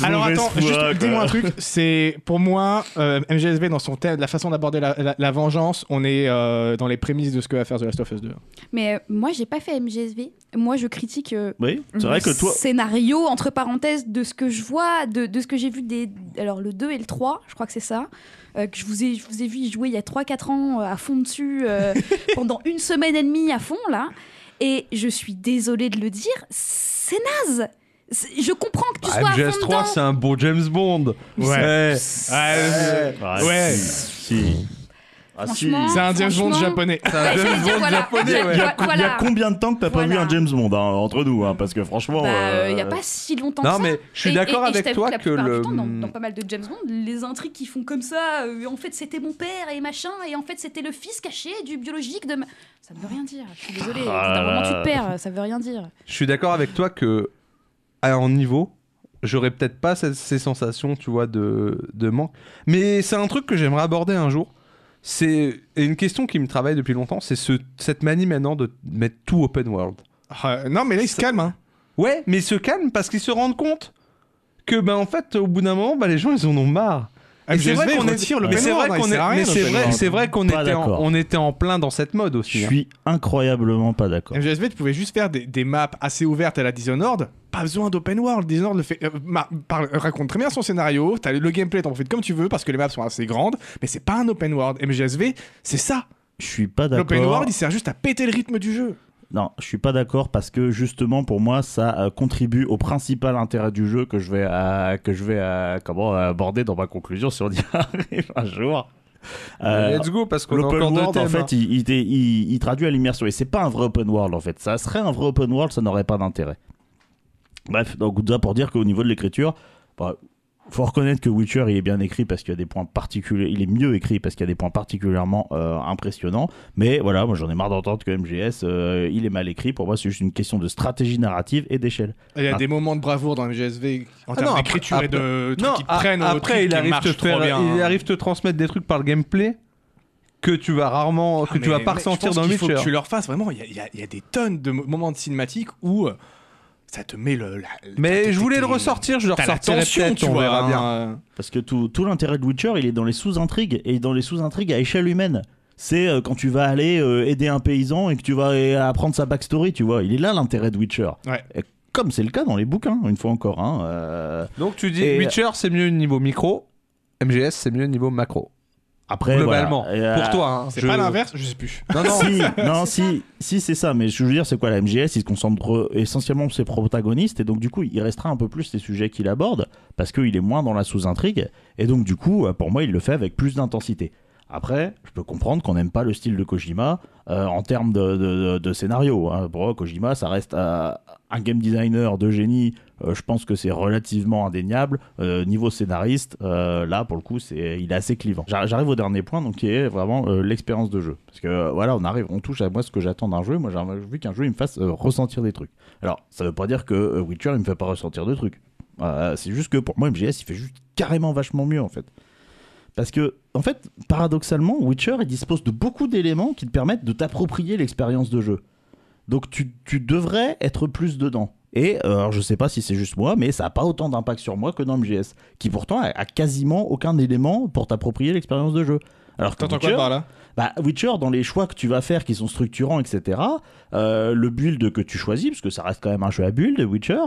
Speaker 3: Ah
Speaker 2: Alors attends, juste dis-moi
Speaker 1: euh.
Speaker 2: un truc. C'est pour moi euh, MGSV dans son thème, la façon d'aborder la, la- la vengeance, on est euh, dans les prémices de ce que va faire The Last of Us 2.
Speaker 4: Mais euh, moi, j'ai pas fait MGSV. Moi, je critique euh,
Speaker 3: Oui, c'est vrai
Speaker 4: le
Speaker 3: que toi,
Speaker 4: scénario, entre parenthèses, de ce que je vois, de, de ce que j'ai vu des. Alors, le 2 et le 3, je crois que c'est ça. euh, que je vous, ai, je vous ai vu y jouer il y a 3-4 ans euh, à fond dessus, euh, pendant une semaine et demie à fond, là. Et je suis désolée de le dire, c'est naze! C'est- Je comprends que tu
Speaker 1: Bah,
Speaker 4: sois à fond
Speaker 1: MGS3, c'est un bon James Bond. Eh,
Speaker 4: Bah,
Speaker 2: Ouais. Ouais.
Speaker 3: Si. Ah, si. Ah,
Speaker 4: Franchement,
Speaker 2: C'est un James Bond
Speaker 4: franchement.
Speaker 2: japonais.
Speaker 1: c'est un James Bond japonais, ouais.
Speaker 3: Il y a, co- il y a
Speaker 4: Voilà.
Speaker 3: combien de temps que t'as pas vu
Speaker 4: Voilà.
Speaker 3: un James Bond hein, entre nous hein, Parce que franchement.
Speaker 4: Il
Speaker 3: euh,
Speaker 4: n'y a pas si longtemps que
Speaker 1: Non,
Speaker 4: ça.
Speaker 1: mais je suis
Speaker 4: Et-
Speaker 1: d'accord
Speaker 4: et- et je
Speaker 1: avec
Speaker 4: t'avoue
Speaker 1: toi
Speaker 4: la
Speaker 1: que
Speaker 4: plupart du
Speaker 1: le.
Speaker 4: temps, dans, dans pas mal de James Bond, les intrigues qui font comme ça, euh, en fait c'était mon père et machin, et en fait c'était le fils caché du biologique de ma... Ça ne veut rien dire, je suis désolée,
Speaker 3: Ah
Speaker 4: au bout d'un
Speaker 3: là
Speaker 4: moment tu
Speaker 3: là.
Speaker 4: te perds, ça veut rien dire.
Speaker 1: Je suis d'accord avec toi que à un niveau, j'aurais peut-être pas cette- ces sensations, tu vois, de, de manque. Mais c'est un truc que j'aimerais aborder un jour. C'est et une question qui me travaille depuis longtemps, c'est ce, cette manie maintenant de mettre tout open world.
Speaker 2: Euh, non, mais là, il se calme. Hein.
Speaker 1: Ouais, mais ils se calment parce qu'ils se rendent compte que, ben en fait, au bout d'un moment, ben, les gens, ils en ont marre.
Speaker 2: Ah,
Speaker 1: Et c'est vrai
Speaker 2: MGSV
Speaker 1: qu'on est-
Speaker 2: retire le
Speaker 1: mais
Speaker 2: open
Speaker 1: c'est vrai
Speaker 2: world, hein,
Speaker 1: qu'on
Speaker 2: il
Speaker 1: est-
Speaker 2: sert à rien,
Speaker 1: mais c'est
Speaker 2: l'open
Speaker 1: vrai,
Speaker 2: world.
Speaker 1: c'est vrai qu'on
Speaker 3: Pas
Speaker 1: était, en-
Speaker 3: d'accord.
Speaker 1: on était en plein dans cette mode
Speaker 3: Je
Speaker 1: aussi. hein.
Speaker 3: suis incroyablement pas d'accord.
Speaker 2: MGSV, tu pouvais juste faire des, des maps assez ouvertes à la Dishonored. Pas besoin d'open world. Dishonored le fait, euh, ma- parle- raconte très bien son scénario. T'as le- le gameplay, t'en profites comme tu veux parce que les maps sont assez grandes. Mais c'est pas un open world. MGSV, c'est ça.
Speaker 3: Je suis pas
Speaker 2: L'open
Speaker 3: d'accord.
Speaker 2: world, il sert juste à péter le rythme du jeu.
Speaker 3: Non, je suis pas d'accord parce que justement pour moi ça euh, contribue au principal intérêt du jeu que je vais euh, que je vais euh, comment euh, aborder dans ma conclusion si on y arrive un jour. Euh,
Speaker 1: Let's go parce qu'on a
Speaker 3: L'open
Speaker 1: encore deux
Speaker 3: world, en
Speaker 1: thèmes. hein.
Speaker 3: fait, il, il- il- il traduit à l'immersion. Et c'est pas un vrai open world, en fait. Ça serait un vrai open world, ça n'aurait pas d'intérêt. Bref, donc ça pour dire qu'au niveau de l'écriture, bah, faut reconnaître que Witcher, il est bien écrit parce qu'il y a des points particuliers. Il est mieux écrit parce qu'il y a des points particulièrement euh, impressionnants. Mais voilà, moi j'en ai marre d'entendre que MGS, euh, il est mal écrit. Pour moi, c'est juste une question de stratégie narrative et d'échelle.
Speaker 2: Il y a
Speaker 3: Ah.
Speaker 2: des moments de bravoure dans MGSV en
Speaker 1: Ah
Speaker 2: termes
Speaker 1: non, après-
Speaker 2: d'écriture et de trucs qui
Speaker 1: a-
Speaker 2: prennent. au truc
Speaker 1: après il
Speaker 2: qui
Speaker 1: arrive
Speaker 2: marche
Speaker 1: te
Speaker 2: trop
Speaker 1: faire,
Speaker 2: bien,
Speaker 1: il
Speaker 2: hein.
Speaker 1: arrive te transmettre des trucs par le gameplay que tu vas rarement, que
Speaker 2: Ah,
Speaker 1: tu vas
Speaker 2: mais
Speaker 1: pas
Speaker 2: mec, je
Speaker 1: ressentir
Speaker 2: pense
Speaker 1: dans
Speaker 2: qu'il faut
Speaker 1: Witcher.
Speaker 2: que tu leur fasses vraiment. Il y, a- il y a- il y a des tonnes de mo- moments de cinématiques où euh, ça te met le. la- la- t'es-
Speaker 1: Mais je voulais
Speaker 2: t'es-
Speaker 1: le ressortir, je le
Speaker 2: T'as la
Speaker 1: ressortirai
Speaker 2: tension,
Speaker 1: peut-être,
Speaker 2: tu
Speaker 1: on
Speaker 2: vois.
Speaker 1: verra bien.
Speaker 2: hein.
Speaker 3: Parce que tout, tout l'intérêt de Witcher, il est dans les sous-intrigues, et dans les sous-intrigues à échelle humaine. C'est euh, quand tu vas aller euh, aider un paysan et que tu vas euh, apprendre sa backstory, tu vois. Il est là l'intérêt de Witcher.
Speaker 2: Ouais.
Speaker 3: Et comme c'est le cas dans les bouquins, une fois encore. hein, euh,
Speaker 1: Donc tu dis
Speaker 3: Et-
Speaker 1: Witcher c'est mieux niveau micro, MGS c'est mieux niveau macro.
Speaker 3: Après,
Speaker 1: globalement.
Speaker 3: voilà. Et, euh,
Speaker 1: Pour toi, hein.
Speaker 2: C'est
Speaker 1: Je-
Speaker 2: pas l'inverse, je sais plus.
Speaker 1: Non, non.
Speaker 3: si, non, si, si c'est ça, mais ce que je veux dire, c'est quoi la MGS Il se concentre essentiellement sur ses protagonistes, et donc du coup, il restera un peu plus les sujets qu'il aborde, parce qu'il est moins dans la sous-intrigue, et donc du coup, euh, pour moi, il le fait avec plus d'intensité. Après, je peux comprendre qu'on n'aime pas le style de Kojima euh, en termes de, de- de- de scénario. hein. Pour moi, Kojima, ça reste euh, un game designer de génie. euh, je pense que c'est relativement indéniable. Euh, niveau scénariste, euh, là, pour le coup, c'est, il est assez clivant. J'ar- J'arrive au dernier point, donc qui est vraiment euh, l'expérience de jeu. Parce que euh, voilà, on arrive, on touche à moi ce que j'attends d'un jeu. Moi, j'ai vu qu'un jeu, il me fasse euh, ressentir des trucs. Alors, ça veut pas dire que euh, Witcher, il me fait pas ressentir de trucs. Euh, c'est juste que pour moi, MGS, il fait juste carrément vachement mieux, en fait. Parce que, en fait, paradoxalement, Witcher, il dispose de beaucoup d'éléments qui te permettent de t'approprier l'expérience de jeu. Donc tu, tu devrais être plus dedans. Et euh, alors, je sais pas si c'est juste moi, mais ça n'a pas autant d'impact sur moi que dans MGS, qui pourtant a, a quasiment aucun élément pour t'approprier l'expérience de jeu. Alors que
Speaker 2: T'entends
Speaker 3: Witcher-
Speaker 2: quoi par là
Speaker 3: bah, Witcher, dans les choix que tu vas faire qui sont structurants, etc., euh, le build que tu choisis, parce que ça reste quand même un jeu à build, Witcher,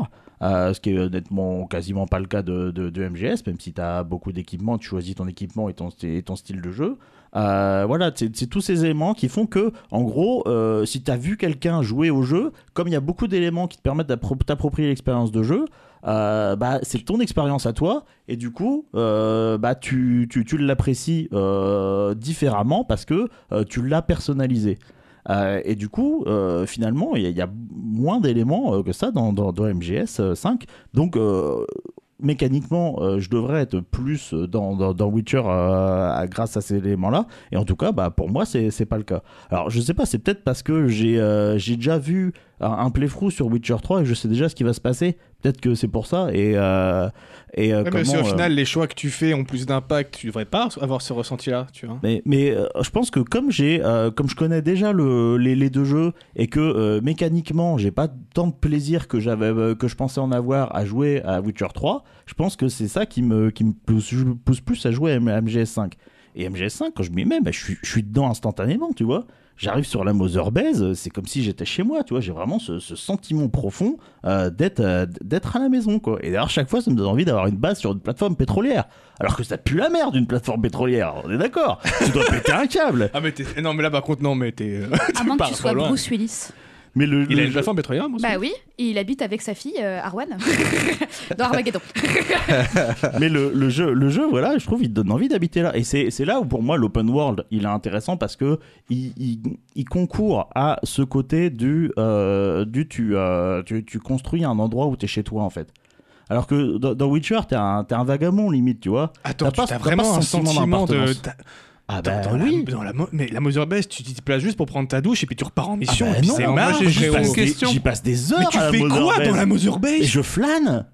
Speaker 3: euh, ce qui est honnêtement quasiment pas le cas de, de- de MGS, même si tu as beaucoup d'équipements, tu choisis ton équipement et ton, et ton style de jeu. Euh, voilà, c'est c'est tous ces éléments qui font que, en gros, euh, si tu as vu quelqu'un jouer au jeu, comme il y a beaucoup d'éléments qui te permettent d'appro- t'approprier l'expérience de jeu, euh, bah, c'est ton expérience à toi et du coup euh, bah, tu, tu, tu l'apprécies euh, différemment parce que euh, tu l'as personnalisé. Euh, et du coup, euh, finalement, il y, a- il y a moins d'éléments euh, que ça dans, dans, dans MGS euh, 5. Donc, euh, mécaniquement, euh, je devrais être plus dans, dans, dans Witcher euh, à- grâce à ces éléments-là. Et en tout cas, bah, pour moi, c'est c'est pas le cas. Alors, je sais pas, c'est peut-être parce que j'ai euh, j'ai déjà vu un, un playthrough sur Witcher 3 et je sais déjà ce qui va se passer. Peut-être que c'est pour ça. Et, euh, et euh,
Speaker 2: Ouais, mais si
Speaker 3: comment,
Speaker 2: au
Speaker 3: euh,
Speaker 2: final, les choix que tu fais ont plus d'impact, tu devrais pas avoir ce ressenti-là, tu vois.
Speaker 3: Mais, mais euh, je pense que comme j'ai, euh, comme je connais déjà le, les, les deux jeux et que euh, mécaniquement j'ai pas tant de plaisir que j'avais, euh, que je pensais en avoir à jouer à Witcher 3, je pense que c'est ça qui me, qui me pousse, je me pousse plus à jouer à M- à MGS5. Et MGS5, quand je m'y mets, bah, je, suis, je suis dedans instantanément, tu vois. J'arrive sur la Mother Base, euh, c'est comme si j'étais chez moi, tu vois. J'ai vraiment ce, ce sentiment profond euh, d'être, euh, d'être à la maison, quoi. Et d'ailleurs, chaque fois, ça me donne envie d'avoir une base sur une plateforme pétrolière. Alors que ça pue la merde d'une plateforme pétrolière, on est d'accord. Tu dois péter un câble.
Speaker 2: Ah, mais t'es- eh Non, mais là, par contre, non, mais t'es. euh,
Speaker 5: À moins que
Speaker 2: pars
Speaker 5: tu
Speaker 2: trop
Speaker 5: sois
Speaker 2: loin.
Speaker 5: Bruce Willis.
Speaker 3: Mais le,
Speaker 2: Il a
Speaker 3: le
Speaker 2: une
Speaker 3: jeu-
Speaker 2: plateforme pétrolière, mon
Speaker 5: Bah oui, il habite avec sa fille euh, Arwan dans Armageddon.
Speaker 3: mais le, le jeu, le jeu, voilà, je trouve, il te donne envie d'habiter là. Et c'est c'est là où pour moi l'open world, il est intéressant parce que il, il- il concourt à ce côté du, euh, du tu, euh, tu, tu construis un endroit où t'es chez toi en fait. Alors que dans, dans Witcher, t'es un, t'es un vagabond limite, tu vois.
Speaker 2: Attends,
Speaker 3: T'as
Speaker 2: tu
Speaker 3: pas-
Speaker 2: t'as
Speaker 3: t'as
Speaker 2: vraiment
Speaker 3: pas
Speaker 2: un
Speaker 3: ce sentiment
Speaker 2: sentiment de.
Speaker 3: d'appartenance.
Speaker 2: t'as-
Speaker 3: Ah
Speaker 2: Dans, dans la, dans la mo- mais la Mother Base, tu t'y places juste pour prendre ta douche et puis tu repars en
Speaker 3: Ah
Speaker 2: mission.
Speaker 3: bah
Speaker 2: et puis
Speaker 3: non,
Speaker 2: c'est
Speaker 1: moi,
Speaker 2: marrant,
Speaker 1: j'ai juste
Speaker 2: frérot.
Speaker 1: une
Speaker 3: des-
Speaker 1: question.
Speaker 3: J'y passe des heures.
Speaker 2: Mais tu
Speaker 3: à la
Speaker 2: fais
Speaker 3: Mother
Speaker 2: quoi
Speaker 3: Base.
Speaker 2: dans la Mother
Speaker 3: Et
Speaker 2: Base
Speaker 3: je flâne.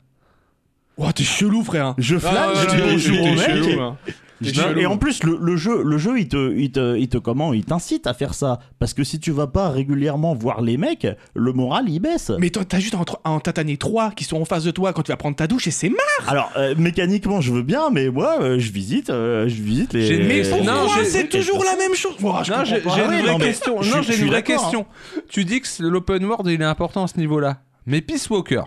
Speaker 2: Oh, t'es chelou, frère.
Speaker 3: Je flâne.
Speaker 1: Ah, ouais, ouais,
Speaker 3: je dis
Speaker 1: ouais, ouais,
Speaker 3: au- au
Speaker 1: t'es
Speaker 3: mec,
Speaker 1: chelou,
Speaker 3: et-
Speaker 2: T'es
Speaker 3: Non,
Speaker 2: chelou.
Speaker 3: et en plus, le, le jeu, le jeu, il te, il te, il te comment, il t'incite à faire ça parce que si tu vas pas régulièrement voir les mecs, le moral il baisse.
Speaker 2: Mais toi, t'as juste entre- à en tataner trois qui sont en face de toi quand tu vas prendre ta douche et c'est marrant.
Speaker 3: Alors euh, mécaniquement, je veux bien, mais moi, euh, je visite, euh, je visite les.
Speaker 1: J'ai- mais
Speaker 3: les-
Speaker 1: pourquoi Non, j'ai-
Speaker 2: c'est toujours la même chose. Ouah, je
Speaker 1: Non, j'ai
Speaker 2: comprends
Speaker 1: j'ai
Speaker 2: pas.
Speaker 3: Ah
Speaker 1: une
Speaker 3: ouais,
Speaker 1: vraie
Speaker 3: non, mais
Speaker 1: question.
Speaker 3: je-
Speaker 1: Non,
Speaker 3: je
Speaker 1: j'ai
Speaker 3: suis
Speaker 1: une vraie
Speaker 3: d'accord,
Speaker 2: hein.
Speaker 1: question. Tu dis que c'est- l'open world il est important à ce niveau-là. Mais Peace Walker,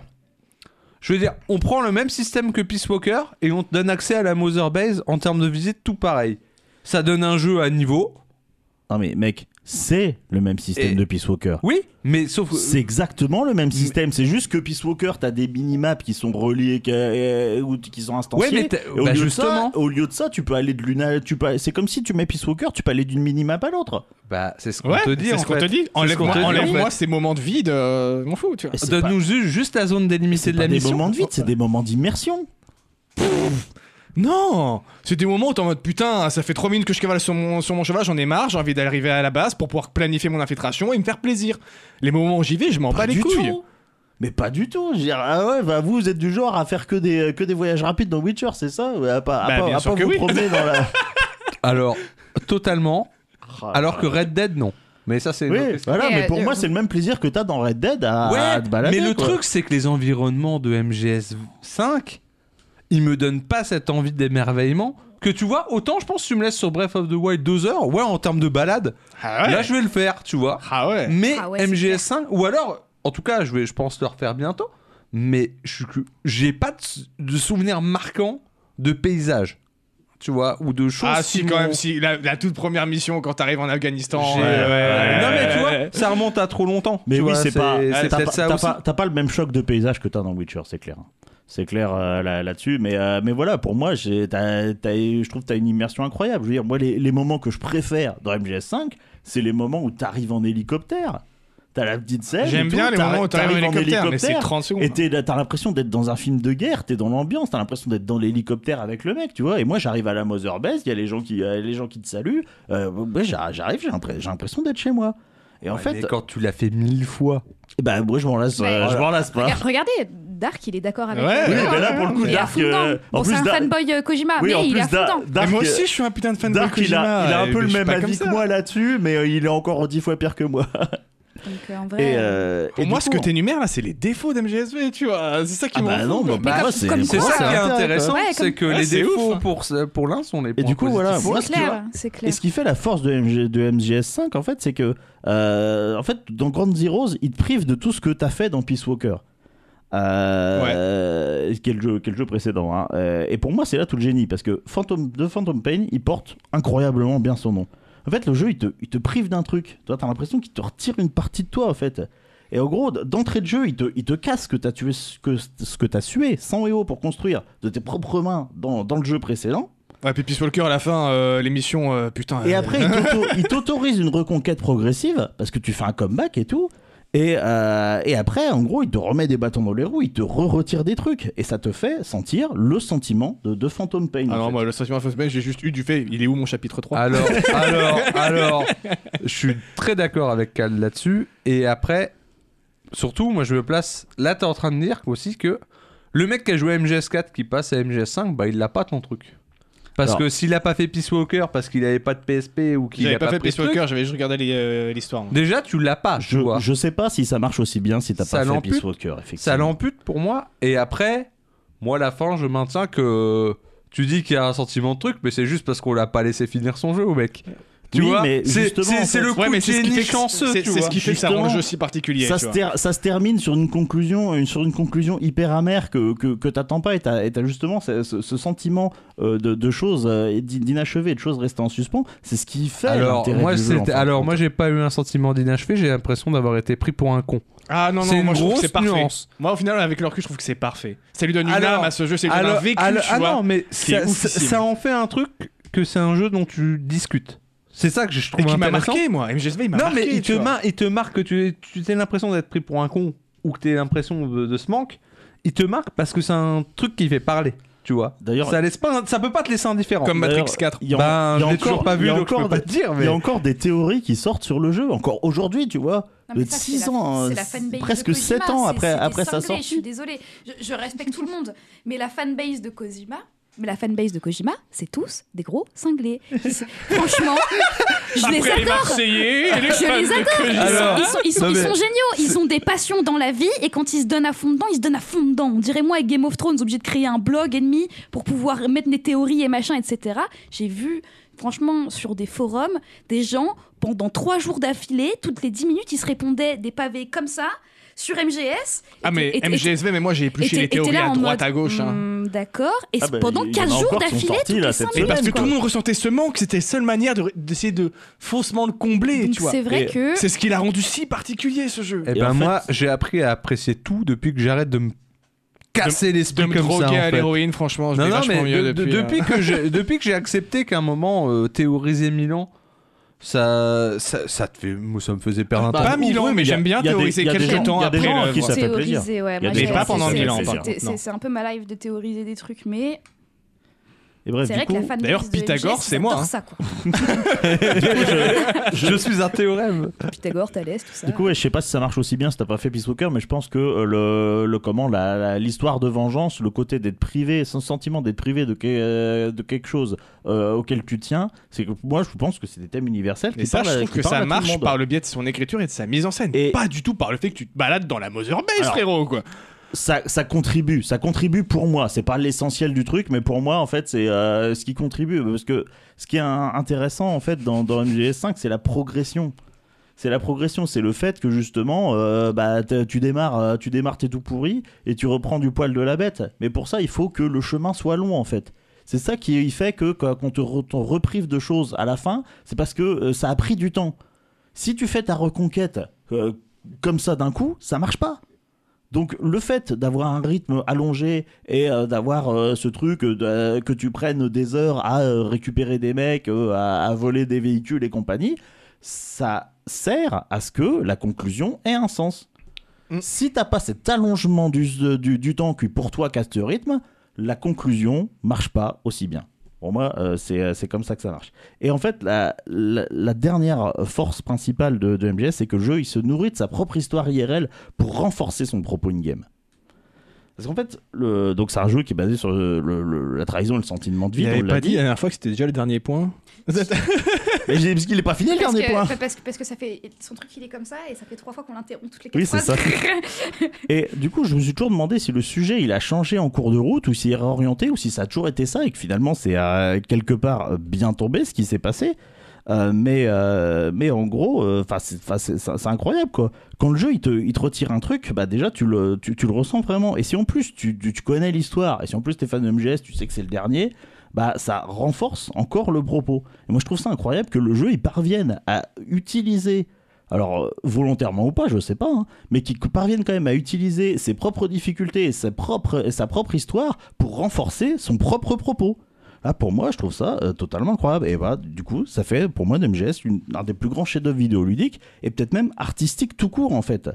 Speaker 1: je veux dire, on prend le même système que Peace Walker et on te donne accès à la Mother Base en termes de visite, tout pareil. Ça donne un jeu à niveau,
Speaker 3: Non mais mec, c'est le même système
Speaker 1: Et-
Speaker 3: de Peace Walker.
Speaker 1: oui, mais sauf. euh,
Speaker 3: C'est exactement le même système, c'est juste que Peace Walker, t'as des minimaps qui sont reliés, qui, euh, ou qui sont instanciés.
Speaker 1: Ouais, mais t'as-
Speaker 3: Et au,
Speaker 1: bah,
Speaker 3: lieu
Speaker 1: justement.
Speaker 3: De ça, au lieu de ça, tu peux aller de l'une à, tu peux, c'est comme si tu mets Peace Walker, tu peux aller d'une minimap à l'autre.
Speaker 1: Bah, c'est ce qu'on
Speaker 2: Ouais,
Speaker 1: te dit
Speaker 2: c'est
Speaker 1: en
Speaker 2: ce qu'on
Speaker 1: fait.
Speaker 2: te dit.
Speaker 1: qu'on
Speaker 2: Enlève-moi
Speaker 1: te dit, en
Speaker 2: enlève-moi
Speaker 1: fait.
Speaker 2: ces moments de vide, euh, m'en fous, tu vois.
Speaker 3: Et c'est pas-
Speaker 1: Donne-nous ju- juste la zone délimitée
Speaker 3: c'est
Speaker 1: de la
Speaker 3: pas des
Speaker 1: mission.
Speaker 3: moments de vide, c'est des moments d'immersion.
Speaker 2: Non C'est des moments où t'es en mode putain, ça fait 3 minutes que je cavale sur mon, sur mon cheval, j'en ai marre, j'ai envie d'arriver à la base pour pouvoir planifier mon infiltration et me faire plaisir. Les moments où j'y vais, je m'en bats les
Speaker 3: du
Speaker 2: couilles.
Speaker 3: tout. Mais pas du tout. Je veux dire, ah ouais, bah vous, vous êtes du genre à faire que des, que des voyages rapides dans Witcher, c'est ça Ouais, À pas, à
Speaker 2: Bah,
Speaker 3: pas-
Speaker 2: bien
Speaker 3: à
Speaker 2: sûr
Speaker 3: pas
Speaker 2: que
Speaker 3: vous
Speaker 2: oui.
Speaker 3: promener dans la.
Speaker 1: Alors, totalement.
Speaker 3: Oh,
Speaker 1: Alors que Red Dead, non. Mais ça, c'est. une
Speaker 3: Oui,
Speaker 1: autre question.
Speaker 3: voilà,
Speaker 5: Et,
Speaker 3: mais
Speaker 5: euh,
Speaker 3: pour
Speaker 5: euh,
Speaker 3: moi, c'est le même plaisir que t'as dans Red Dead à, à te balader.
Speaker 1: mais le
Speaker 3: quoi.
Speaker 1: truc, c'est que les environnements de MGS 5, ils me donnent pas cette envie d'émerveillement. Que tu vois, autant je pense que tu me laisses sur Breath of the Wild deux heures, ouais, en termes de balade,
Speaker 2: Ah ouais
Speaker 1: là je vais le faire, tu vois.
Speaker 2: Ah ouais
Speaker 1: Mais
Speaker 5: Ah ouais, c'est
Speaker 1: MGS 5, ou alors, en tout cas, je vais, je pense le refaire bientôt, mais je suis que- j'ai pas de, s- de souvenir marquant de paysage. tu vois, ou de choses.
Speaker 2: Ah
Speaker 1: qui
Speaker 2: si, quand
Speaker 1: m'ont-
Speaker 2: même, si. La, la toute première mission quand t'arrives en Afghanistan.
Speaker 1: J'ai-
Speaker 3: ouais.
Speaker 1: Non, mais tu
Speaker 2: ouais.
Speaker 1: vois, ça remonte à trop longtemps.
Speaker 3: Mais
Speaker 1: tu
Speaker 3: oui,
Speaker 1: vois,
Speaker 3: c'est pas.
Speaker 1: c'est
Speaker 3: T'as
Speaker 1: peut-être
Speaker 3: pas,
Speaker 1: ça
Speaker 3: t'as
Speaker 1: aussi.
Speaker 3: pas- t'as pas le même choc de paysage que t'as dans Witcher, c'est clair. hein. C'est clair euh, là- là-dessus. mais, euh, mais voilà, pour moi, j'ai- t'as- t'as- je trouve que t'as une immersion incroyable. Je veux dire, moi, les, les moments que je préfère dans MGS5, c'est les moments où t'arrives en hélicoptère. T'as la petite scène.
Speaker 2: J'aime
Speaker 3: et tout,
Speaker 2: bien les moments où t'arrives en hélicoptère, mais c'est 30 secondes.
Speaker 3: Et t'es- t'as l'impression d'être dans un film de guerre, t'es dans l'ambiance, t'as l'impression d'être dans l'hélicoptère avec le mec, tu vois. Et moi, j'arrive à la Mother Base, il y a les gens qui, euh, les gens qui te saluent. Euh, ouais, j'a- j'arrive, j'ai l'impre- j'ai l'impression d'être chez moi. Et en
Speaker 1: Ouais,
Speaker 3: fait,
Speaker 1: mais quand tu l'as fait mille fois.
Speaker 3: bah moi je m'en lasse,
Speaker 5: Mais-
Speaker 3: euh, je m'en lasse pas.
Speaker 5: Regarde- Regardez, Dark, il est d'accord
Speaker 2: Ouais.
Speaker 5: avec moi.
Speaker 3: Oui, mais là pour le coup,
Speaker 5: Il est à
Speaker 3: Dark.
Speaker 5: fond dedans.
Speaker 3: euh,
Speaker 5: Bon, c'est un
Speaker 3: Da-
Speaker 5: fanboy euh, Kojima,
Speaker 3: oui, en
Speaker 5: mais il est
Speaker 3: plus
Speaker 5: à fond
Speaker 3: Da-
Speaker 5: dedans.
Speaker 2: Mais
Speaker 3: Dark,
Speaker 2: moi
Speaker 3: euh,
Speaker 2: aussi, je suis un putain de fan
Speaker 3: Dark,
Speaker 2: de
Speaker 3: il
Speaker 2: Kojima.
Speaker 3: a, il a un
Speaker 2: et je
Speaker 3: peu le
Speaker 2: suis
Speaker 3: même
Speaker 2: pas comme
Speaker 3: avis
Speaker 2: ça.
Speaker 3: que moi là-dessus, mais euh, il est encore dix fois pire que moi.
Speaker 5: Donc, euh, en vrai,
Speaker 3: Et,
Speaker 5: euh,
Speaker 3: euh, et
Speaker 2: Pour
Speaker 3: du
Speaker 2: moi, ce
Speaker 3: coup,
Speaker 2: que t'énumères là, c'est les défauts d'MGSV, tu vois. C'est ça qui
Speaker 3: Ah
Speaker 2: me
Speaker 3: bah non, bah,
Speaker 5: Mais
Speaker 3: bah,
Speaker 5: comme-
Speaker 3: moi, c'est hein.
Speaker 5: comme
Speaker 1: C'est
Speaker 5: Ouais,
Speaker 1: ça
Speaker 5: c'est
Speaker 1: qui est
Speaker 3: intéressant,
Speaker 1: intéressant,
Speaker 5: quoi. Ouais,
Speaker 1: c'est que
Speaker 2: Ouais,
Speaker 1: les
Speaker 2: c'est
Speaker 1: défauts
Speaker 2: ouf, hein.
Speaker 1: pour, ce- pour l'un sont les points
Speaker 3: du coup, voilà,
Speaker 1: positifs.
Speaker 3: moi, ce
Speaker 5: c'est
Speaker 3: qui
Speaker 5: clair, c'est clair.
Speaker 3: Et ce qui fait la force de, MG de MGS5, en fait, c'est que, euh, en fait, dans Grand Zeroes, ils te privent de tout ce que t'as fait dans Peace Walker. Euh, quel, jeu, quel jeu précédent. hein. Euh, et pour moi, c'est là tout le génie, parce que Phantom, de Phantom Pain, il porte incroyablement bien son nom. En fait, le jeu, il te, il te prive d'un truc. Toi, t'as l'impression qu'il te retire une partie de toi, en fait. Et en gros, d- d'entrée de jeu, il te, il te casse ce que t'as tué, ce que, ce que t'as sué, sans EO, pour construire de tes propres mains dans, dans le jeu précédent.
Speaker 1: bah.
Speaker 2: Ouais, puis Peace Walker, à la fin, euh, l'émission, euh, putain.
Speaker 3: Et
Speaker 2: euh,
Speaker 3: après, il t'auto- il t'autorise une reconquête progressive parce que tu fais un comeback et tout. Et, euh, et après, en gros, il te remet des bâtons dans les roues, il te re-retire des trucs. Et ça te fait sentir le sentiment de, de Phantom Pain.
Speaker 2: Ah
Speaker 3: en
Speaker 2: non,
Speaker 3: fait.
Speaker 2: moi, le sentiment fausse j'ai juste eu du fait, il est où mon chapitre 3
Speaker 1: Alors, alors, alors, je suis très d'accord avec Cal là-dessus. Et après, surtout, moi, je me place. Là, t'es en train de dire aussi que le mec qui a joué à MGS4 qui passe à MGS5, bah, il l'a pas ton truc. Parce
Speaker 3: Alors.
Speaker 1: que s'il a pas fait Peace Walker, parce qu'il avait pas de PSP ou qu'il
Speaker 2: J'avais
Speaker 1: a
Speaker 2: pas,
Speaker 1: pas,
Speaker 2: fait
Speaker 1: pris
Speaker 2: Peace
Speaker 1: de truc,
Speaker 2: Walker, j'avais juste regardé les, euh, l'histoire. moi.
Speaker 1: déjà, tu l'as pas, tu
Speaker 3: je,
Speaker 1: vois.
Speaker 3: je sais pas si ça marche aussi bien si t'as
Speaker 1: Ça
Speaker 3: pas fait
Speaker 1: l'ampute.
Speaker 3: Peace Walker, effectivement.
Speaker 1: Ça l'ampute pour moi. Et après, moi, à la fin, je maintiens que tu dis qu'il y a un sentiment de truc, mais c'est juste parce qu'on l'a pas laissé finir son jeu au mec. Tu
Speaker 3: Oui,
Speaker 1: vois,
Speaker 3: mais
Speaker 1: c'est
Speaker 3: justement, en
Speaker 1: c'est-
Speaker 3: fait.
Speaker 1: c'est le coup
Speaker 2: Ouais, mais
Speaker 1: de
Speaker 2: c'est ce qui
Speaker 1: génie
Speaker 2: fait que-
Speaker 1: chanceux,
Speaker 2: c'est-
Speaker 1: tu
Speaker 2: c'est
Speaker 1: vois.
Speaker 2: ce qui fait que ça rend le
Speaker 3: Justement,
Speaker 2: jeu si particulier.
Speaker 3: ça
Speaker 2: tu
Speaker 3: se,
Speaker 2: vois.
Speaker 3: ter- ça se termine sur une conclusion, une- sur une conclusion hyper amère que, que, que t'attends pas et t'as, et t'as justement ce, ce- ce siment euh, de, de choses euh, d'in- d'inachevées, de choses restées en suspens. C'est ce qui fait
Speaker 1: Alors
Speaker 3: l'intérêt
Speaker 1: moi,
Speaker 3: du jeu, en
Speaker 1: c'était-
Speaker 3: fin de
Speaker 1: alors
Speaker 3: compte.
Speaker 1: moi, j'ai pas eu un sentiment d'inachevé. J'ai l'impression d'avoir été pris pour un con.
Speaker 2: Ah non,
Speaker 1: c'est
Speaker 2: non,
Speaker 1: une
Speaker 2: moi, je trouve que
Speaker 1: grosse
Speaker 2: c'est parfait.
Speaker 1: nuance.
Speaker 2: Moi, au final, avec leur cul, je trouve que c'est parfait. Ça lui donne une
Speaker 1: Alors-
Speaker 2: âme à ce jeu, c'est lui donne un vécu,
Speaker 1: alors-
Speaker 2: tu
Speaker 1: ah
Speaker 2: vois.
Speaker 1: non, mais
Speaker 2: qui est
Speaker 1: ça, ça-
Speaker 2: oufissime.
Speaker 1: ça en fait un truc que c'est un jeu dont tu discutes. C'est ça que je
Speaker 2: Et
Speaker 1: trouve
Speaker 2: qui m'a
Speaker 1: intéressant.
Speaker 2: marqué, moi. MGSV, il m'a
Speaker 1: non,
Speaker 2: marqué.
Speaker 1: mais il
Speaker 2: tu
Speaker 1: te,
Speaker 2: vois.
Speaker 1: mar- il te marque que tu, tu as l'impression d'être pris pour un con ou que tu as l'impression de, de ce manque. Il te marque parce que c'est un truc qui fait parler, tu vois.
Speaker 3: D'ailleurs,
Speaker 1: Ça laisse pas, ça peut pas te laisser indifférent.
Speaker 2: Comme Matrix
Speaker 3: D'ailleurs,
Speaker 2: 4.
Speaker 3: il y a-
Speaker 1: Ben,
Speaker 3: il y a
Speaker 1: je l'ai
Speaker 3: encore-
Speaker 1: toujours pas
Speaker 3: il
Speaker 1: vu,
Speaker 3: y a
Speaker 1: donc je peux
Speaker 3: encore
Speaker 1: pas
Speaker 3: des-
Speaker 1: te dire.
Speaker 3: Il y
Speaker 1: Mais
Speaker 3: a encore des théories qui sortent sur le jeu, encore aujourd'hui, tu vois.
Speaker 5: non,
Speaker 3: le
Speaker 5: mais ça, c'est
Speaker 3: 6
Speaker 5: la-
Speaker 3: ans,
Speaker 5: c'est
Speaker 3: euh,
Speaker 5: la fanbase de
Speaker 3: presque
Speaker 5: Kojima,
Speaker 3: 7 ans
Speaker 5: c'est-
Speaker 3: après-
Speaker 5: c'est des
Speaker 3: après sa
Speaker 5: cinglés,
Speaker 3: sortie.
Speaker 5: Je suis désolée, je, je respecte tout le monde, mais la fanbase de Kojima. Mais la fanbase de Kojima, c'est tous des gros cinglés. C'est- Franchement, je les
Speaker 2: Après les
Speaker 5: adore.
Speaker 2: Marseillais et les
Speaker 5: Je
Speaker 2: fans de
Speaker 5: les adore. Ils sont-
Speaker 2: Kojima.
Speaker 1: Alors,
Speaker 5: ils, sont, ils sont-
Speaker 1: non,
Speaker 5: ils
Speaker 1: mais
Speaker 5: sont géniaux. Ils ont des passions dans la vie et quand ils se donnent à fond dedans, ils se donnent à fond dedans. On dirait moi avec Game of Thrones, obligé de créer un blog ennemi pour pouvoir mettre des théories et machin, etc. J'ai vu, franchement, sur des forums, des gens pendant trois jours d'affilée, toutes les dix minutes, ils se répondaient des pavés comme ça sur MGS.
Speaker 2: Ah,
Speaker 5: Et-
Speaker 2: mais
Speaker 5: et- et-
Speaker 2: MGSV, mais moi, j'ai
Speaker 5: et- et-
Speaker 2: épluché
Speaker 5: et-
Speaker 2: les
Speaker 5: et- t'es
Speaker 2: théories
Speaker 5: là
Speaker 2: à
Speaker 5: en
Speaker 2: droite,
Speaker 5: mode,
Speaker 2: à gauche. hein.
Speaker 5: hmm, D'accord. Et
Speaker 3: Ah
Speaker 5: c'est
Speaker 3: bah,
Speaker 5: pendant
Speaker 3: il y en a
Speaker 5: 15 jours
Speaker 3: encore qui sont
Speaker 5: d'affilée,
Speaker 3: sortis,
Speaker 5: toutes
Speaker 3: là,
Speaker 5: les
Speaker 3: cette
Speaker 5: cinq
Speaker 2: Mais parce que
Speaker 5: minutes,
Speaker 2: tout
Speaker 5: quoi.
Speaker 2: le monde ressentait ce manque, c'était la seule manière de- d'essayer de faussement le combler,
Speaker 5: Donc
Speaker 2: tu vois.
Speaker 5: C'est vrai
Speaker 3: Et-
Speaker 5: que.
Speaker 2: C'est ce qui l'a rendu si particulier ce jeu.
Speaker 1: Eh
Speaker 3: Et
Speaker 1: ben
Speaker 3: en fait-
Speaker 1: moi, j'ai appris à apprécier tout depuis que j'arrête de me casser
Speaker 2: De
Speaker 1: l'esprit
Speaker 2: me
Speaker 1: comme ça.
Speaker 2: droguer
Speaker 1: en
Speaker 2: à
Speaker 1: fait.
Speaker 2: l'héroïne, franchement, je
Speaker 1: Non,
Speaker 2: vais
Speaker 1: non,
Speaker 2: vachement
Speaker 1: mais
Speaker 2: mieux
Speaker 1: de- de-
Speaker 2: depuis. hein.
Speaker 3: euh.
Speaker 1: depuis, que j'ai- depuis que j'ai accepté qu'à un moment, euh, théoriser Milan, ça, ça, ça, te fait, moi, ça me faisait perdre un
Speaker 3: Bah,
Speaker 1: temps.
Speaker 2: Pas mille ans, mais j'aime bien
Speaker 3: il y a des-
Speaker 2: théoriser
Speaker 3: il y a des
Speaker 2: quelques
Speaker 3: gens-
Speaker 2: temps
Speaker 3: il y a des
Speaker 2: après.
Speaker 3: gens
Speaker 2: le-
Speaker 3: qui
Speaker 2: voilà.
Speaker 3: ça fait plaisir.
Speaker 5: Théoriser,
Speaker 3: Il y
Speaker 5: ouais.
Speaker 3: a
Speaker 5: moi,
Speaker 3: des-
Speaker 5: j'ai-
Speaker 2: Mais pas pendant
Speaker 5: c'est-
Speaker 2: mille
Speaker 5: c'est-
Speaker 2: ans, par
Speaker 5: c'est-
Speaker 2: contre,
Speaker 5: C'est
Speaker 2: non.
Speaker 5: c'est un peu ma life de théoriser des trucs, mais
Speaker 3: Et bref,
Speaker 5: c'est
Speaker 3: du
Speaker 5: vrai
Speaker 3: coup,
Speaker 5: que la fanbase
Speaker 2: Ah, D'ailleurs,
Speaker 5: de
Speaker 2: Pythagore,
Speaker 5: MGS,
Speaker 2: c'est moi,
Speaker 5: j'adore
Speaker 2: hein.
Speaker 5: ça, quoi.
Speaker 1: Je suis un théorème.
Speaker 5: Pythagore, Thalès, tout ça.
Speaker 3: du coup, ouais, je sais pas si ça marche aussi bien si t'as pas fait Peace Walker, mais je pense que euh, le, le comment, la- la- l'histoire de vengeance, le côté d'être privé, ce sentiment d'être privé de, que- euh, de quelque chose euh, auquel tu tiens, c'est que moi, je pense que c'est des thèmes universels.
Speaker 2: Et
Speaker 3: qui
Speaker 2: ça,
Speaker 3: parlent
Speaker 2: je
Speaker 3: à-
Speaker 2: trouve
Speaker 3: qui
Speaker 2: que
Speaker 3: parlent à
Speaker 2: ça
Speaker 3: tout le
Speaker 2: marche
Speaker 3: monde.
Speaker 2: par le biais de son écriture et de sa mise en scène.
Speaker 3: Et-
Speaker 2: Pas du tout par le fait que tu te balades dans la Mother Base,
Speaker 3: Alors-
Speaker 2: frérot, quoi.
Speaker 3: ça, ça contribue, ça contribue pour moi. C'est pas l'essentiel du truc, mais pour moi, en fait, c'est euh, ce qui contribue. Parce que ce qui est un- intéressant, en fait, dans, dans MGS5, c'est la progression. C'est la progression, c'est le fait que justement, euh, bah, t'as- tu démarres, euh, tu démarres, t'es tout pourri et tu reprends du poil de la bête. Mais pour ça, il faut que le chemin soit long, en fait. C'est ça qui fait que quand on te re- t'en reprive de choses à la fin, c'est parce que euh, ça a pris du temps. Si tu fais ta reconquête euh, comme ça d'un coup, ça marche pas. Donc le fait d'avoir un rythme allongé et euh, d'avoir euh, ce truc euh, de- euh, que tu prennes des heures à euh, récupérer des mecs, euh, à, à voler des véhicules et compagnie, ça sert à ce que la conclusion ait un sens.
Speaker 2: Mm.
Speaker 3: Si t'as pas cet allongement du, euh, du, du temps qui pour toi casse ce rythme, la conclusion marche pas aussi bien. Pour moi, euh, c'est euh, c'est comme ça que ça marche. Et en fait, la, la, la dernière force principale de, de MGS, c'est que le jeu, il se nourrit de sa propre histoire IRL pour renforcer son propos in-game. Parce qu'en fait, le, donc c'est un jeu qui est basé sur le- le- le- la trahison et le sentiment de
Speaker 2: Il
Speaker 3: vie.
Speaker 2: avait
Speaker 3: on l'a
Speaker 2: pas dit la dernière fois que c'était déjà le dernier point.
Speaker 3: Mais j'ai- parce qu'il n'est pas fini le
Speaker 5: Parce
Speaker 3: dernier
Speaker 5: que,
Speaker 3: point.
Speaker 5: pa- parce, que- parce que ça fait son truc il est comme ça et ça fait trois fois qu'on l'interrompt toutes les quatre
Speaker 3: Oui, c'est
Speaker 5: phrases.
Speaker 3: ça. Et du coup, je me suis toujours demandé si le sujet il a changé en cours de route ou s'il est réorienté ou si ça a toujours été ça et que finalement c'est euh, quelque part euh, bien tombé ce qui s'est passé. Euh, mais, euh, mais en gros, euh, 'fin, c'est 'fin, c'est- c'est c'est incroyable quoi. Quand le jeu il te, il te retire un truc, bah déjà tu le, tu, tu le ressens vraiment. Et si en plus tu, tu, tu connais l'histoire et si en plus t'es fan de MGS, tu sais que c'est le dernier, bah ça renforce encore le propos. Et moi je trouve ça incroyable que le jeu il parvienne à utiliser, alors euh, volontairement ou pas, je sais pas, hein, mais qui parviennent quand même à utiliser ses propres difficultés et ses propres- et sa propre histoire pour renforcer son propre propos. Là, pour moi, je trouve ça euh, totalement incroyable. Et bah, du coup, ça fait pour moi de MGS une- un des plus grands chefs-d'œuvre vidéoludiques et peut-être même artistique tout court en fait.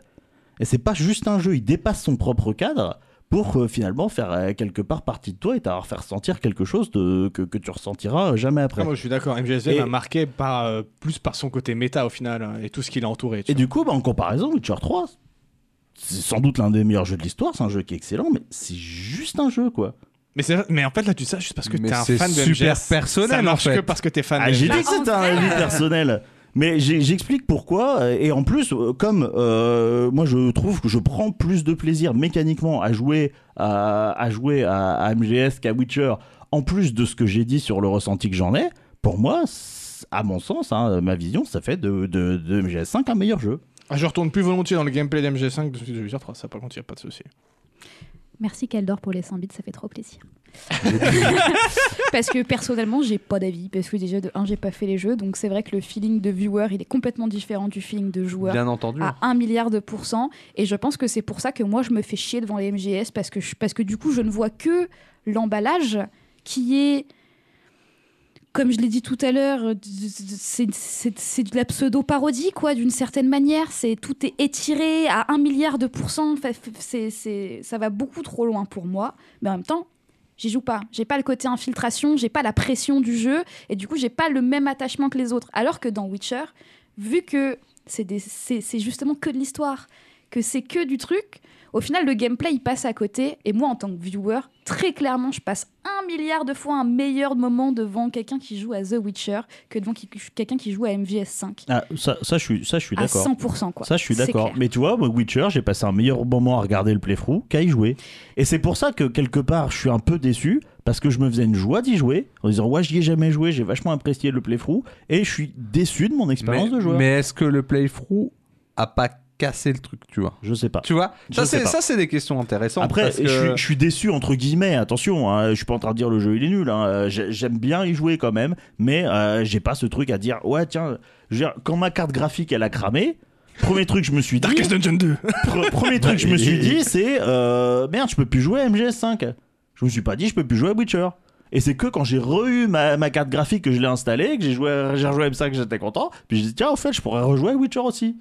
Speaker 3: Et c'est pas juste un jeu, il dépasse son propre cadre pour euh, finalement faire euh, quelque part partie de toi et t'avoir faire sentir quelque chose de, que, que tu ressentiras jamais après.
Speaker 2: Ah, moi, je suis d'accord. MGSV
Speaker 3: Et-
Speaker 2: m'a marqué par, euh, plus par son côté méta au final hein, et tout ce qui l'a entouré. tu
Speaker 3: Et du coup, bah, en comparaison, Witcher 3, c'est sans doute l'un des meilleurs jeux de l'histoire, c'est un jeu qui est excellent, mais c'est juste un jeu, quoi.
Speaker 2: Mais, c'est vrai- mais en fait, là, tu sais juste parce que
Speaker 1: Mais
Speaker 2: t'es un
Speaker 1: c'est
Speaker 2: fan de
Speaker 1: super
Speaker 2: MGS.
Speaker 1: personnel,
Speaker 2: Ça
Speaker 1: en
Speaker 2: marche
Speaker 1: fait.
Speaker 2: que parce que t'es fan
Speaker 3: Ah,
Speaker 2: de
Speaker 3: j'ai
Speaker 2: MGS.
Speaker 3: dit que c'était un avis personnel. Mais j'ai- j'explique pourquoi, euh, et en plus, euh, comme euh, moi je trouve que je prends plus de plaisir mécaniquement à jouer à, à jouer à, à MGS qu'à Witcher, en plus de ce que j'ai dit sur le ressenti que j'en ai, pour moi, c'est- à mon sens, hein, ma vision, ça fait de, de, de MGS 5 un meilleur jeu.
Speaker 2: Ah, je retourne plus volontiers dans le gameplay d'MG5 que de Witcher 3. Ça, par contre, y a pas de souci.
Speaker 6: Merci Kaldor pour les 100 bits, ça fait trop plaisir.
Speaker 4: parce que personnellement, j'ai pas d'avis. Parce que déjà, de 1, j'ai pas fait les jeux. Donc c'est vrai que le feeling de viewer, il est complètement différent du feeling de joueur.
Speaker 1: Bien entendu.
Speaker 4: à 1 milliard de pourcents. Et je pense que c'est pour ça que moi, je me fais chier devant les MGS parce que, je- parce que du coup, je ne vois que l'emballage qui est, comme je l'ai dit tout à l'heure, euh, c'est c'est- c'est de la pseudo-parodie, quoi, d'une certaine manière. C'est Tout est étiré à 1 milliard de pourcents. Enfin, f- c'est- c'est- ça va beaucoup trop loin pour moi. Mais en même temps, J'y joue pas. J'ai pas le côté infiltration, j'ai pas la pression du jeu, et du coup, j'ai pas le même attachement que les autres. Alors que dans Witcher, vu que c'est des- c'est c'est justement que de l'histoire, que c'est que du truc, au final, le gameplay, il passe à côté. Et moi, en tant que viewer, très clairement, je passe un milliard de fois un meilleur moment devant quelqu'un qui joue à The Witcher que devant qui- quelqu'un qui joue à MGS5.
Speaker 3: Ah, ça, ça, je suis, ça, je suis
Speaker 4: À
Speaker 3: d'accord.
Speaker 4: 100%, quoi.
Speaker 3: Ça, je suis
Speaker 4: C'est
Speaker 3: d'accord.
Speaker 4: clair.
Speaker 3: Mais tu vois, moi, Witcher, j'ai passé un meilleur moment à regarder le playthrough qu'à y jouer. Et c'est pour ça que quelque part, je suis un peu déçu parce que je me faisais une joie d'y jouer en disant ouais, j'y ai jamais joué, j'ai vachement apprécié le playthrough et je suis déçu de mon expérience
Speaker 1: mais
Speaker 3: de joueur.
Speaker 1: mais est-ce que le playthrough a pas cassé le truc, tu vois
Speaker 3: Je sais pas.
Speaker 1: Tu vois
Speaker 3: Je
Speaker 1: Ça,
Speaker 3: sais
Speaker 1: c'est
Speaker 3: pas.
Speaker 1: ça, c'est des questions intéressantes.
Speaker 3: Après,
Speaker 1: parce
Speaker 3: je, suis,
Speaker 1: que-
Speaker 3: je suis déçu entre guillemets. Attention, hein, je suis pas en train de dire le jeu il est nul. hein. Euh, j'ai- J'aime bien y jouer quand même, mais euh, j'ai pas ce truc à dire ouais tiens. je veux dire, quand ma carte graphique elle a cramé, premier truc je me suis dit.
Speaker 2: Darkest Dungeon 2
Speaker 3: Pre- premier truc que je me suis dit, c'est euh, merde, je peux plus jouer à MGS5. Je me suis pas dit, je peux plus jouer à Witcher. Et c'est que quand j'ai re-eu ma, ma carte graphique que je l'ai installée, que j'ai joué, à- j'ai rejoué à M5, que j'étais content. Puis j'ai dit, tiens, en fait, je pourrais rejouer à Witcher aussi.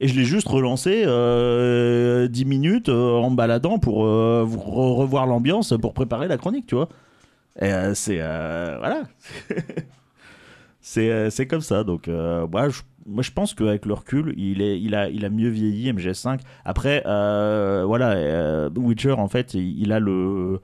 Speaker 3: Et je l'ai juste relancé euh, 10 minutes euh, en me baladant pour euh, vous re- revoir l'ambiance pour préparer la chronique, tu vois. Et euh, c'est. euh, voilà. c'est euh, c'est comme ça. Donc, euh, moi, je, moi, je pense qu'avec le recul, il, est, il, a, il a mieux vieilli, MGS5. Après, euh, voilà, euh, Witcher, en fait, il, il a le.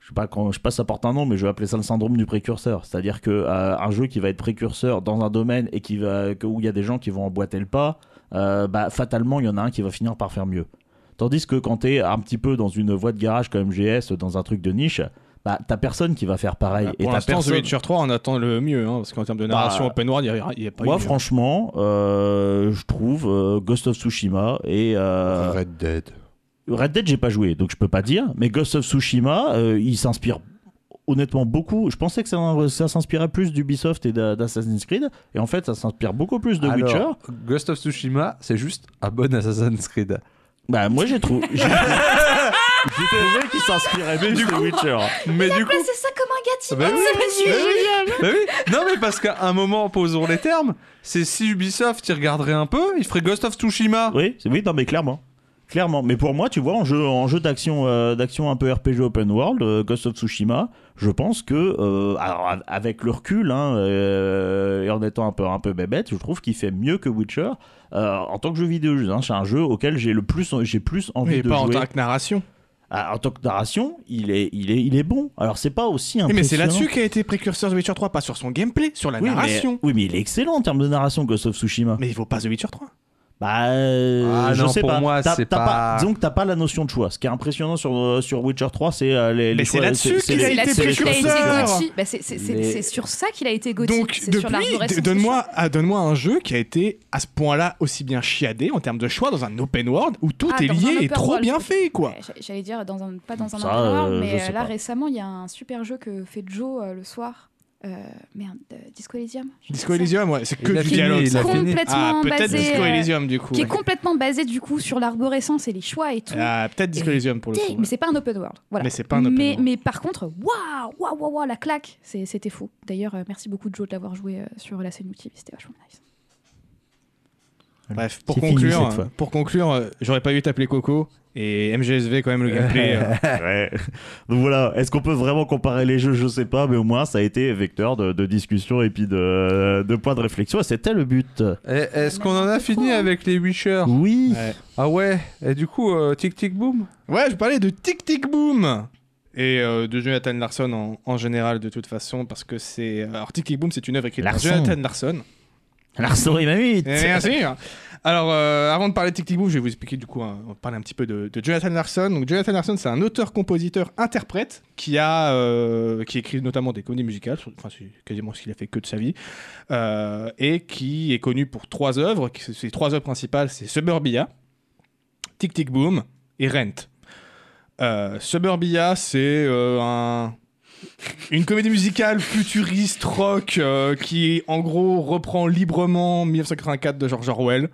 Speaker 3: Je sais, pas quand, je sais pas si ça porte un nom, mais je vais appeler ça le syndrome du précurseur. C'est-à-dire que euh, un jeu qui va être précurseur dans un domaine et qui va, que- où il y a des gens qui vont emboîter le pas, euh, bah, fatalement, il y en a un qui va finir par faire mieux. Tandis que quand t'es un petit peu dans une voie de garage comme GS, dans un truc de niche, bah, t'as personne qui va faire pareil. et
Speaker 2: Bah, Pour
Speaker 3: t'as
Speaker 2: l'instant, The
Speaker 3: personne...
Speaker 2: Witcher 3, on attend le mieux. hein, parce qu'en termes de narration
Speaker 3: Bah,
Speaker 2: open world, il n'y a, y a pas
Speaker 3: Moi,
Speaker 2: eu mieux.
Speaker 3: franchement, euh, je trouve euh, Ghost of Tsushima et euh, Red...
Speaker 7: Red Dead.
Speaker 3: Dead, j'ai pas joué, donc je peux pas dire. Mais Ghost of Tsushima, euh, il s'inspire honnêtement beaucoup. Je pensais que ça, ça s'inspirait plus d'Ubisoft et d'a- d'Assassin's Creed, et en fait, ça s'inspire beaucoup plus de
Speaker 1: Alors,
Speaker 3: Witcher.
Speaker 1: Ghost of Tsushima, c'est juste un bon Assassin's Creed.
Speaker 3: Bah, moi, j'ai trouvé. J'ai j'ai trouvé qu'il s'inspirait plus de Witcher.
Speaker 1: Mais du coup,
Speaker 5: Passez ça comme un gâtiment,
Speaker 1: Bah oui,
Speaker 5: c'est pas
Speaker 1: bah
Speaker 5: sujet.
Speaker 1: oui, bah oui. Non, mais parce qu'à un moment, posons les termes, c'est si Ubisoft y regarderait un peu, il ferait Ghost of Tsushima.
Speaker 3: Oui, c'est- oui, non, mais clairement. Clairement. Mais pour moi, tu vois, en jeu, en jeu d'action, euh, d'action un peu RPG open world, euh, Ghost of Tsushima, je pense que, euh, alors, a- avec le recul, hein, euh, et en étant un peu, un peu bébête, je trouve qu'il fait mieux que Witcher euh, en tant que jeu vidéo. hein. c'est un jeu auquel j'ai le plus, j'ai plus envie
Speaker 2: Mais
Speaker 3: de
Speaker 2: pas en
Speaker 3: jouer.
Speaker 2: tant que narration.
Speaker 3: Ah, en tant que narration, il est, il est, il est bon. Alors, c'est pas aussi
Speaker 2: Eh,
Speaker 3: impressionnant.
Speaker 2: Mais c'est là-dessus qu'a été précurseur The Witcher 3, pas sur son gameplay, sur la
Speaker 3: Oui mais,
Speaker 2: narration.
Speaker 3: oui, mais il est excellent en termes de narration, Ghost of Tsushima.
Speaker 2: Mais il vaut pas The Witcher 3.
Speaker 3: Bah, euh,
Speaker 1: Ah
Speaker 3: je
Speaker 1: non,
Speaker 3: sais
Speaker 1: pour
Speaker 3: pas.
Speaker 1: moi,
Speaker 3: T'as-
Speaker 1: c'est
Speaker 3: t'as
Speaker 1: pas-
Speaker 3: Disons que t'as pas la notion de choix. Ce qui est impressionnant sur, euh, sur Witcher 3, c'est euh, les, les
Speaker 2: Mais
Speaker 3: choix.
Speaker 2: c'est là-dessus
Speaker 4: Mais
Speaker 2: qu'il a
Speaker 4: c'est
Speaker 2: été
Speaker 4: là-dessus
Speaker 3: les
Speaker 4: qu'il a été
Speaker 2: précurseur.
Speaker 4: Gauthier. Bah, c'est- c'est- c'est
Speaker 3: Mais-
Speaker 4: c'est sur ça qu'il a été Gauthier.
Speaker 2: Donc
Speaker 4: c'est sur la
Speaker 2: depuis,
Speaker 4: renaissance
Speaker 2: d-
Speaker 4: de
Speaker 2: donne-moi ah, donne-moi un jeu qui a été à ce point-là aussi bien chiadé en termes de choix dans un open world où tout
Speaker 4: Ah,
Speaker 2: est
Speaker 4: dans un
Speaker 2: lié et
Speaker 4: open
Speaker 2: trop
Speaker 4: world.
Speaker 2: bien fait quoi.
Speaker 4: Ouais, j'a- J'allais dire dans un pas dans un
Speaker 3: Ça,
Speaker 4: open world,
Speaker 3: euh, je
Speaker 4: mais euh,
Speaker 3: sais
Speaker 4: là
Speaker 3: pas.
Speaker 4: récemment, il y a un super jeu que fait Joe euh, le soir. Euh, merde, euh, Disco Elysium. je
Speaker 2: Disco
Speaker 4: sais pas ça.
Speaker 2: Elysium, ouais, c'est que
Speaker 1: Il a
Speaker 2: du
Speaker 1: fini,
Speaker 2: dialogue.
Speaker 1: il
Speaker 2: ça.
Speaker 1: a fini.
Speaker 5: Complètement
Speaker 2: Ah, peut-être
Speaker 5: basé.
Speaker 2: Disco
Speaker 5: euh,
Speaker 2: Elysium du coup.
Speaker 5: qui est
Speaker 2: ouais.
Speaker 5: complètement basé du coup sur l'arborescence et les choix et tout.
Speaker 2: Ah, peut-être Disco Elysium pour le
Speaker 5: Dé-
Speaker 2: coup.
Speaker 5: mais c'est pas un open world. Voilà.
Speaker 2: Mais c'est pas un open
Speaker 5: mais,
Speaker 2: world.
Speaker 5: mais par contre, waouh, waouh, waouh, waouh, la claque,
Speaker 4: C'est- C'était fou. D'ailleurs, euh, merci beaucoup Joe de l'avoir joué euh, sur la scène multi. C'était vachement nice.
Speaker 2: Bref, pour
Speaker 3: C'est fini
Speaker 2: conclure,
Speaker 3: cette fois.
Speaker 2: pour conclure, euh, j'aurais pas eu t'appeler Coco et MGSV quand même le gameplay. euh,
Speaker 3: Ouais. Donc voilà, est-ce qu'on peut vraiment comparer les jeux Je sais pas, mais au moins ça a été vecteur de, de discussion et puis de, de points de réflexion. Et C'était le but.
Speaker 6: Oh.
Speaker 1: Et Est-ce qu'on en a fini avec les Witcher
Speaker 3: Oui.
Speaker 2: ouais.
Speaker 1: Ah ouais Et du coup, euh, tic tic boom
Speaker 2: Ouais, je parlais de Tic Tic Boom et euh, de Jonathan Larson en, en général de toute façon parce que c'est euh, alors Tic Tic Boom c'est une œuvre écrite par
Speaker 3: Larson.
Speaker 2: Jonathan Larson.
Speaker 3: L'arstory mamie.
Speaker 2: Eh, Merci. Alors, euh, avant de parler de Tic Tic Boom, je vais vous expliquer du coup, un- on va parler un petit peu de, de Jonathan Larson. Donc, Jonathan Larson, c'est un auteur, compositeur, interprète qui a, euh, qui écrit notamment des comédies musicales. sur- Enfin, c'est quasiment ce qu'il a fait que de sa vie, euh, et qui est connu pour trois œuvres. qui- Ses trois œuvres principales, c'est Suburbia, Tic Tic Boom et Rent. Euh, Suburbia, c'est euh, un une comédie musicale futuriste rock euh, qui, en gros, reprend librement 1984 de George Orwell,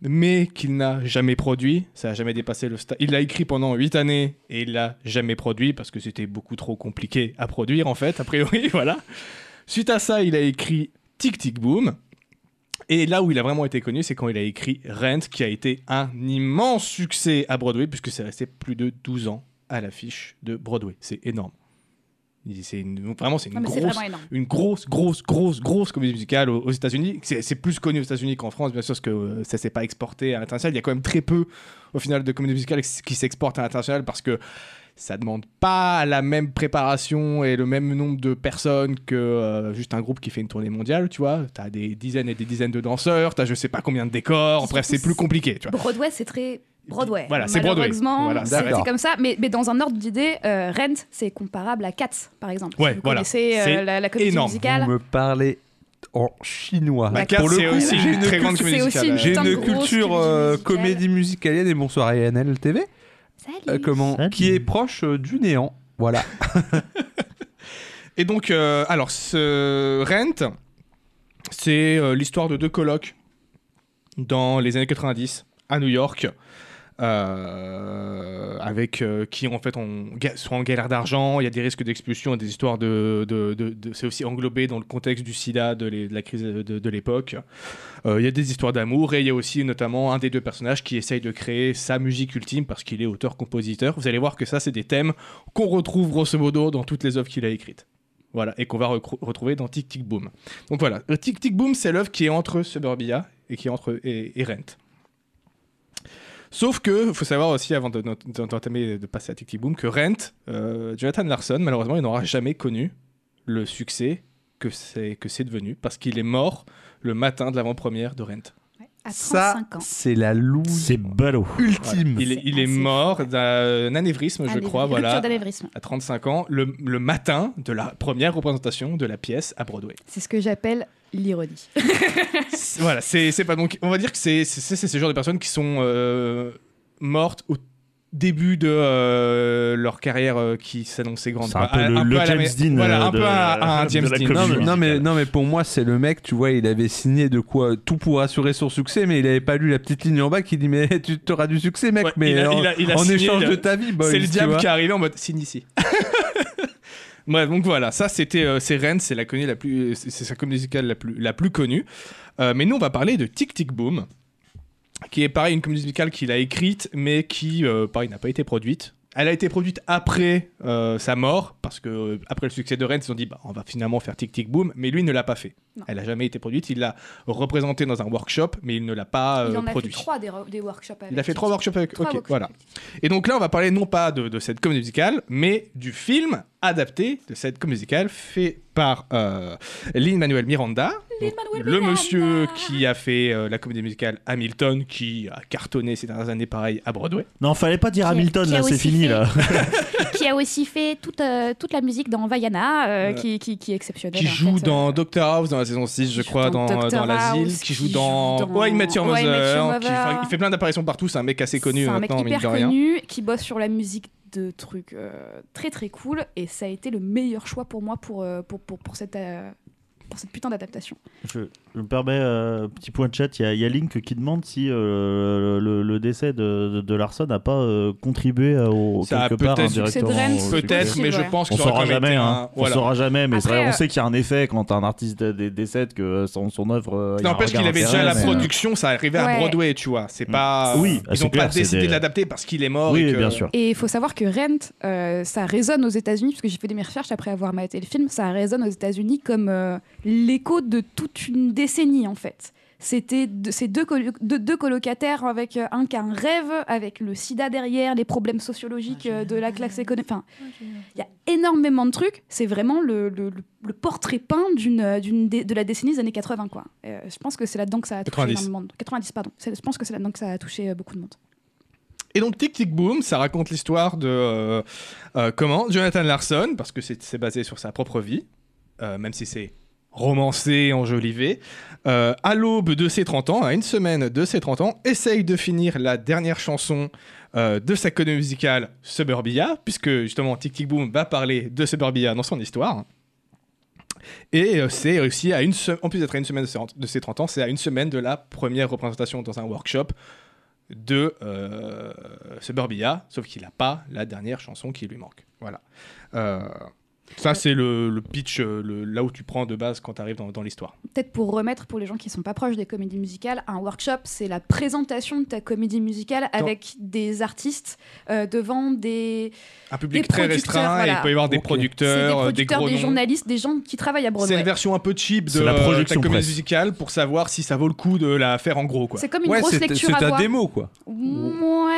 Speaker 2: mais qu'il n'a jamais produit. Ça n'a jamais dépassé le stade. Il l'a écrit pendant 8 années et il l'a jamais produit parce que c'était beaucoup trop compliqué à produire, en fait, a priori, voilà. Suite à ça, il a écrit Tic Tic Boom. Et là où il a vraiment été connu, c'est quand il a écrit Rent, qui a été un immense succès à Broadway, puisque c'est resté plus de 12 ans à l'affiche de Broadway. C'est énorme. Il- C'est une- vraiment, c'est une
Speaker 4: Non, mais c'est
Speaker 2: grosse,
Speaker 4: vraiment énorme.
Speaker 2: une grosse, grosse, grosse, grosse comédie musicale aux, aux États-Unis. C'est c'est plus connu aux États-Unis qu'en France, bien sûr, parce que euh, ça s'est pas exporté à l'international. Il y a quand même très peu, au final, de comédies musicales qui s'exportent à l'international parce que ça demande pas la même préparation et le même nombre de personnes que euh, juste un groupe qui fait une tournée mondiale, tu vois. T'as des dizaines et des dizaines de danseurs, t'as je sais pas combien de décors,
Speaker 4: Surtout,
Speaker 2: bref, c'est plus compliqué, tu vois.
Speaker 4: Broadway, c'est très Broadway.
Speaker 2: Voilà, c'est Broadway.
Speaker 4: Malheureusement,
Speaker 2: Voilà,
Speaker 4: c'est
Speaker 1: d'accord.
Speaker 4: c'est comme ça. Mais, mais dans un ordre d'idée, euh, Rent, c'est comparable à Cats, par exemple.
Speaker 2: Ouais,
Speaker 4: si vous
Speaker 2: voilà.
Speaker 4: connaissez euh,
Speaker 2: C'est
Speaker 4: la, la comédie
Speaker 2: énorme.
Speaker 4: musicale.
Speaker 1: me parlez en chinois.
Speaker 2: Bah,
Speaker 1: Pour le
Speaker 2: c'est
Speaker 1: coup,
Speaker 2: aussi
Speaker 1: j'ai
Speaker 2: une
Speaker 1: une,
Speaker 2: très grande
Speaker 4: c'est
Speaker 2: comédie
Speaker 4: aussi
Speaker 2: musicale.
Speaker 4: une
Speaker 1: j'ai
Speaker 4: putain de
Speaker 1: une
Speaker 4: grosse
Speaker 1: culture euh,
Speaker 4: comédie
Speaker 1: comédie musicalienne et bonsoir à NL TV, euh,
Speaker 6: Salut.
Speaker 1: comment,
Speaker 3: Salut.
Speaker 1: qui est proche euh, du néant. Voilà.
Speaker 2: Et donc, euh, alors, ce Rent, c'est euh, l'histoire de deux colocs dans les années 90 à New York, euh, avec euh, qui en fait on ga- sont en galère d'argent, il y a des risques d'expulsion, et des histoires de, de- de- de- c'est aussi englobé dans le contexte du SIDA, de, les- de la crise de, de l'époque. Euh, il y a des histoires d'amour et il y a aussi notamment un des deux personnages qui essaye de créer sa musique ultime parce qu'il est auteur-compositeur. Vous allez voir que ça, c'est des thèmes qu'on retrouve grosso modo dans toutes les œuvres qu'il a écrites. Voilà, et qu'on va recro- retrouver dans Tic Tic Boom. Donc voilà, euh, Tic Tic Boom, c'est l'œuvre qui est entre Suburbia et qui est entre et, et Rent. Sauf que, faut savoir aussi, avant de- d'ent- d'entamer, de passer à Tic Tic Boom, que Rent, euh, Jonathan Larson, malheureusement, il n'aura jamais connu le succès que c'est que c'est devenu, parce qu'il est mort le matin de l'avant-première de Rent.
Speaker 5: à 35
Speaker 1: Ça,
Speaker 5: ans.
Speaker 1: c'est la louche
Speaker 3: C'est ballot.
Speaker 1: ultime.
Speaker 2: Il est,
Speaker 5: C'est
Speaker 2: il est
Speaker 5: assez
Speaker 2: mort d'un anévrisme, je
Speaker 5: Anévrisme.
Speaker 2: crois, voilà,
Speaker 5: Rupture d'anévrisme.
Speaker 2: à 35 ans, le, le matin de la première représentation de la pièce à Broadway.
Speaker 4: C'est ce que j'appelle l'ironie.
Speaker 2: Euh, C'est- voilà, c'est c'est pas donc. On va dire que c'est c'est- c'est- c'est ce genre de personnes qui sont euh, mortes au début de euh, leur carrière euh, qui s'annonçait grande.
Speaker 3: C'est un
Speaker 2: À-
Speaker 3: peu le-
Speaker 2: à
Speaker 3: le
Speaker 2: la-
Speaker 3: James Dean,
Speaker 2: Voilà, un
Speaker 3: euh, de-
Speaker 2: peu à- à un
Speaker 3: de
Speaker 2: James
Speaker 3: la
Speaker 2: Dean.
Speaker 3: comédie.
Speaker 2: Non,
Speaker 1: Non mais,
Speaker 3: musicale.
Speaker 1: non, mais, non, mais pour moi, c'est le mec, tu vois, il avait signé de quoi tout pour assurer son succès, mais il avait pas lu la petite ligne en bas qui dit Mais tu auras du succès, mec,
Speaker 2: Ouais,
Speaker 1: mais
Speaker 2: il a-
Speaker 1: en,
Speaker 2: il a- il a
Speaker 1: en
Speaker 2: signé
Speaker 1: échange
Speaker 2: le-
Speaker 1: de ta vie, boys,
Speaker 2: C'est le
Speaker 1: tu
Speaker 2: diable
Speaker 1: vois.
Speaker 2: qui est arrivé en mode signe ici. Bref, donc voilà, ça c'était euh, c'est Rennes, c'est la connue la plus, c'est c'est sa comédie musicale la plus, la plus connue. Euh, mais nous on va parler de Tic Tic Boom, qui est pareil une comédie musicale qu'il a écrite, mais qui euh, pareil n'a pas été produite. Elle a été produite après euh, sa mort, parce que euh, après le succès de Rennes, ils ont dit bah, on va finalement faire Tic Tic Boom, mais lui ne l'a pas fait.
Speaker 4: Non.
Speaker 2: Elle a jamais été produite. Il l'a représentée dans un workshop, mais il ne l'a pas
Speaker 4: Il
Speaker 2: euh,
Speaker 4: en a fait
Speaker 2: produite.
Speaker 4: trois des, re- des workshops avec
Speaker 2: Il a fait
Speaker 4: Kit.
Speaker 2: trois workshops avec.
Speaker 4: Trois
Speaker 2: ok,
Speaker 4: workshops
Speaker 2: voilà.
Speaker 4: avec Kit.
Speaker 2: Et donc là, on va parler non pas de, de cette comédie musicale, mais du film adapté de cette comédie musicale fait par euh, Lin-Manuel Miranda, donc
Speaker 4: Lin-Manuel
Speaker 2: le
Speaker 4: Miranda.
Speaker 2: monsieur qui a fait euh, la comédie musicale Hamilton, qui a cartonné ces dernières années pareil à Broadway.
Speaker 3: Non, fallait pas dire
Speaker 6: Qui a-
Speaker 3: Hamilton,
Speaker 6: qui a
Speaker 3: là, c'est
Speaker 6: aussi
Speaker 3: fini,
Speaker 6: fait-
Speaker 3: là.
Speaker 6: qui a aussi fait toute, euh, toute la musique dans Vaiana. euh,
Speaker 4: Euh,
Speaker 2: Ouais.
Speaker 4: qui, qui, qui est exceptionnel.
Speaker 2: Qui
Speaker 4: en
Speaker 2: joue
Speaker 4: fait,
Speaker 2: dans
Speaker 4: euh,
Speaker 2: Doctor House dans la saison 6, je
Speaker 4: joue
Speaker 2: crois, dans,
Speaker 4: dans
Speaker 2: dans,
Speaker 4: Doctor
Speaker 2: l'asile,
Speaker 4: House,
Speaker 2: qui joue
Speaker 4: qui
Speaker 2: dans,
Speaker 4: joue dans-
Speaker 2: Why I Met Your
Speaker 4: Why I Met Your
Speaker 2: Mother, hein, qui- enfin,
Speaker 4: Mother.
Speaker 2: il fait plein d'apparitions partout, c'est un mec assez connu
Speaker 4: C'est un mec
Speaker 2: maintenant, mine
Speaker 4: hyper
Speaker 2: de rien.
Speaker 4: connu qui bosse sur la musique de trucs euh, très très cool et ça a été le meilleur choix pour moi pour, euh, pour, pour, pour cette, euh, pour cette putain d'adaptation.
Speaker 3: Je, je me permets, euh, petit point de chat, il y, a- il y a Link qui demande si euh, le, le décès de, de, de Larson n'a pas euh, contribué à- au
Speaker 2: Ça a
Speaker 3: quelque part
Speaker 2: peut-être du
Speaker 4: succès de
Speaker 3: indirectement.
Speaker 4: Rennes,
Speaker 3: au-
Speaker 2: Peut-être, mais je
Speaker 4: Ouais.
Speaker 2: pense que
Speaker 3: On
Speaker 2: ça aurait
Speaker 3: saura
Speaker 2: quand même
Speaker 3: jamais,
Speaker 2: été
Speaker 3: hein.
Speaker 2: un- voilà.
Speaker 3: On saura jamais, mais c'est vrai,
Speaker 4: Après,
Speaker 3: on
Speaker 4: euh,
Speaker 3: sait qu'il y a un effet quand un artiste dé- dé- décède que euh, son, son œuvre. euh, il y a un
Speaker 2: N'empêche qu'il
Speaker 3: regard
Speaker 2: avait déjà
Speaker 3: intérêt,
Speaker 2: la
Speaker 3: mais, euh, Mm.
Speaker 2: production, ça arrivait à
Speaker 4: Ouais.
Speaker 2: Broadway, tu vois. C'est pas.
Speaker 3: Oui, ah,
Speaker 2: ils
Speaker 3: c'est
Speaker 2: n'ont pas
Speaker 3: clair, c'est
Speaker 2: décidé
Speaker 3: des-
Speaker 2: de l'adapter parce qu'il est mort. et
Speaker 3: euh, Oui,
Speaker 2: que-
Speaker 3: bien sûr.
Speaker 4: Et il faut savoir que Rent, euh, ça résonne aux États-Unis, parce que j'ai fait des recherches après avoir maté le film, ça résonne aux États-Unis comme euh, l'écho de toute une décennie en fait. C'était de- ces deux, colo- de- deux colocataires avec euh, un qui a un rêve, avec le sida derrière, les problèmes sociologiques euh, de la classe économique. Enfin, il y a énormément de trucs. C'est vraiment le, le- le- le portrait peint d'une, euh, d'une dé- de la décennie des années 80. Quoi. Euh, je pense que c'est là-dedans que ça a touché
Speaker 2: 90.
Speaker 4: énormément de monde. 90, pardon. C'est- Je pense que c'est là-dedans que ça a touché euh, beaucoup de monde.
Speaker 2: Et donc, Tic Tic Boom, ça raconte l'histoire de. euh, euh, comment Jonathan Larson, parce que c'est c'est basé sur sa propre vie, euh, même si c'est romancé, enjolivé, euh, à l'aube de ses 30 ans, à une semaine de ses 30 ans, essaye de finir la dernière chanson euh, de sa comédie musicale Suburbia, puisque justement Tic Tic Boom va parler de Suburbia dans son histoire. Et euh, c'est aussi à une se- en plus d'être à une semaine de ses, de ses 30 ans, c'est à une semaine de la première représentation dans un workshop de euh, Suburbia, sauf qu'il n'a pas la dernière chanson qui lui manque. Voilà. Euh, ça, c'est le, le pitch, euh, le- là où tu prends de base quand tu arrives dans, dans l'histoire.
Speaker 4: peut-être pour remettre pour les gens qui sont pas proches des comédies musicales, un workshop, c'est la présentation de ta comédie musicale avec des artistes euh, devant des,
Speaker 2: Un public
Speaker 4: Des
Speaker 2: très
Speaker 4: producteurs,
Speaker 2: restreint, et
Speaker 4: voilà.
Speaker 2: il peut y avoir des
Speaker 4: c'est
Speaker 3: Ok.
Speaker 4: des
Speaker 2: producteurs, euh,
Speaker 4: producteurs,
Speaker 2: gros
Speaker 4: des,
Speaker 2: noms.
Speaker 4: journalistes, des gens qui travaillent à
Speaker 2: C'est une
Speaker 4: Broadway.
Speaker 2: version un peu cheap de
Speaker 3: C'est la
Speaker 2: euh,
Speaker 3: projection
Speaker 2: ta comédie
Speaker 3: presse.
Speaker 2: musicale pour savoir si ça vaut le coup de la faire en gros. Quoi.
Speaker 4: C'est comme une
Speaker 1: ouais,
Speaker 4: grosse
Speaker 1: c'est c'est
Speaker 4: lecture à
Speaker 1: ta
Speaker 4: voir.
Speaker 1: démo, quoi.
Speaker 4: Ouais,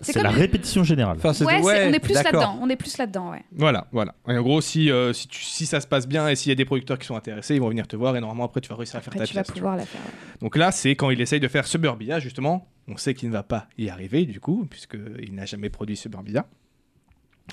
Speaker 4: c'est
Speaker 3: C'est
Speaker 4: comme
Speaker 3: la
Speaker 4: une-
Speaker 3: répétition générale.
Speaker 1: Enfin, c'est-
Speaker 4: Ouais, c'est- on est plus
Speaker 1: d'accord.
Speaker 4: là-dedans. On est plus là-dedans, ouais.
Speaker 2: Voilà, voilà. Et en gros, si, euh, si, tu- si ça se passe bien et s'il y a des producteurs qui sont intéressés, ils vont venir te voir et normalement après tu vas réussir à faire
Speaker 4: Après,
Speaker 2: ta
Speaker 4: tu vas
Speaker 2: pièce. tu vois.
Speaker 4: pouvoir la faire. ouais.
Speaker 2: Donc là, c'est quand il essaye de faire Suburbia, justement. On sait qu'il ne va pas y arriver, du coup, puisqu'il n'a jamais produit Suburbia.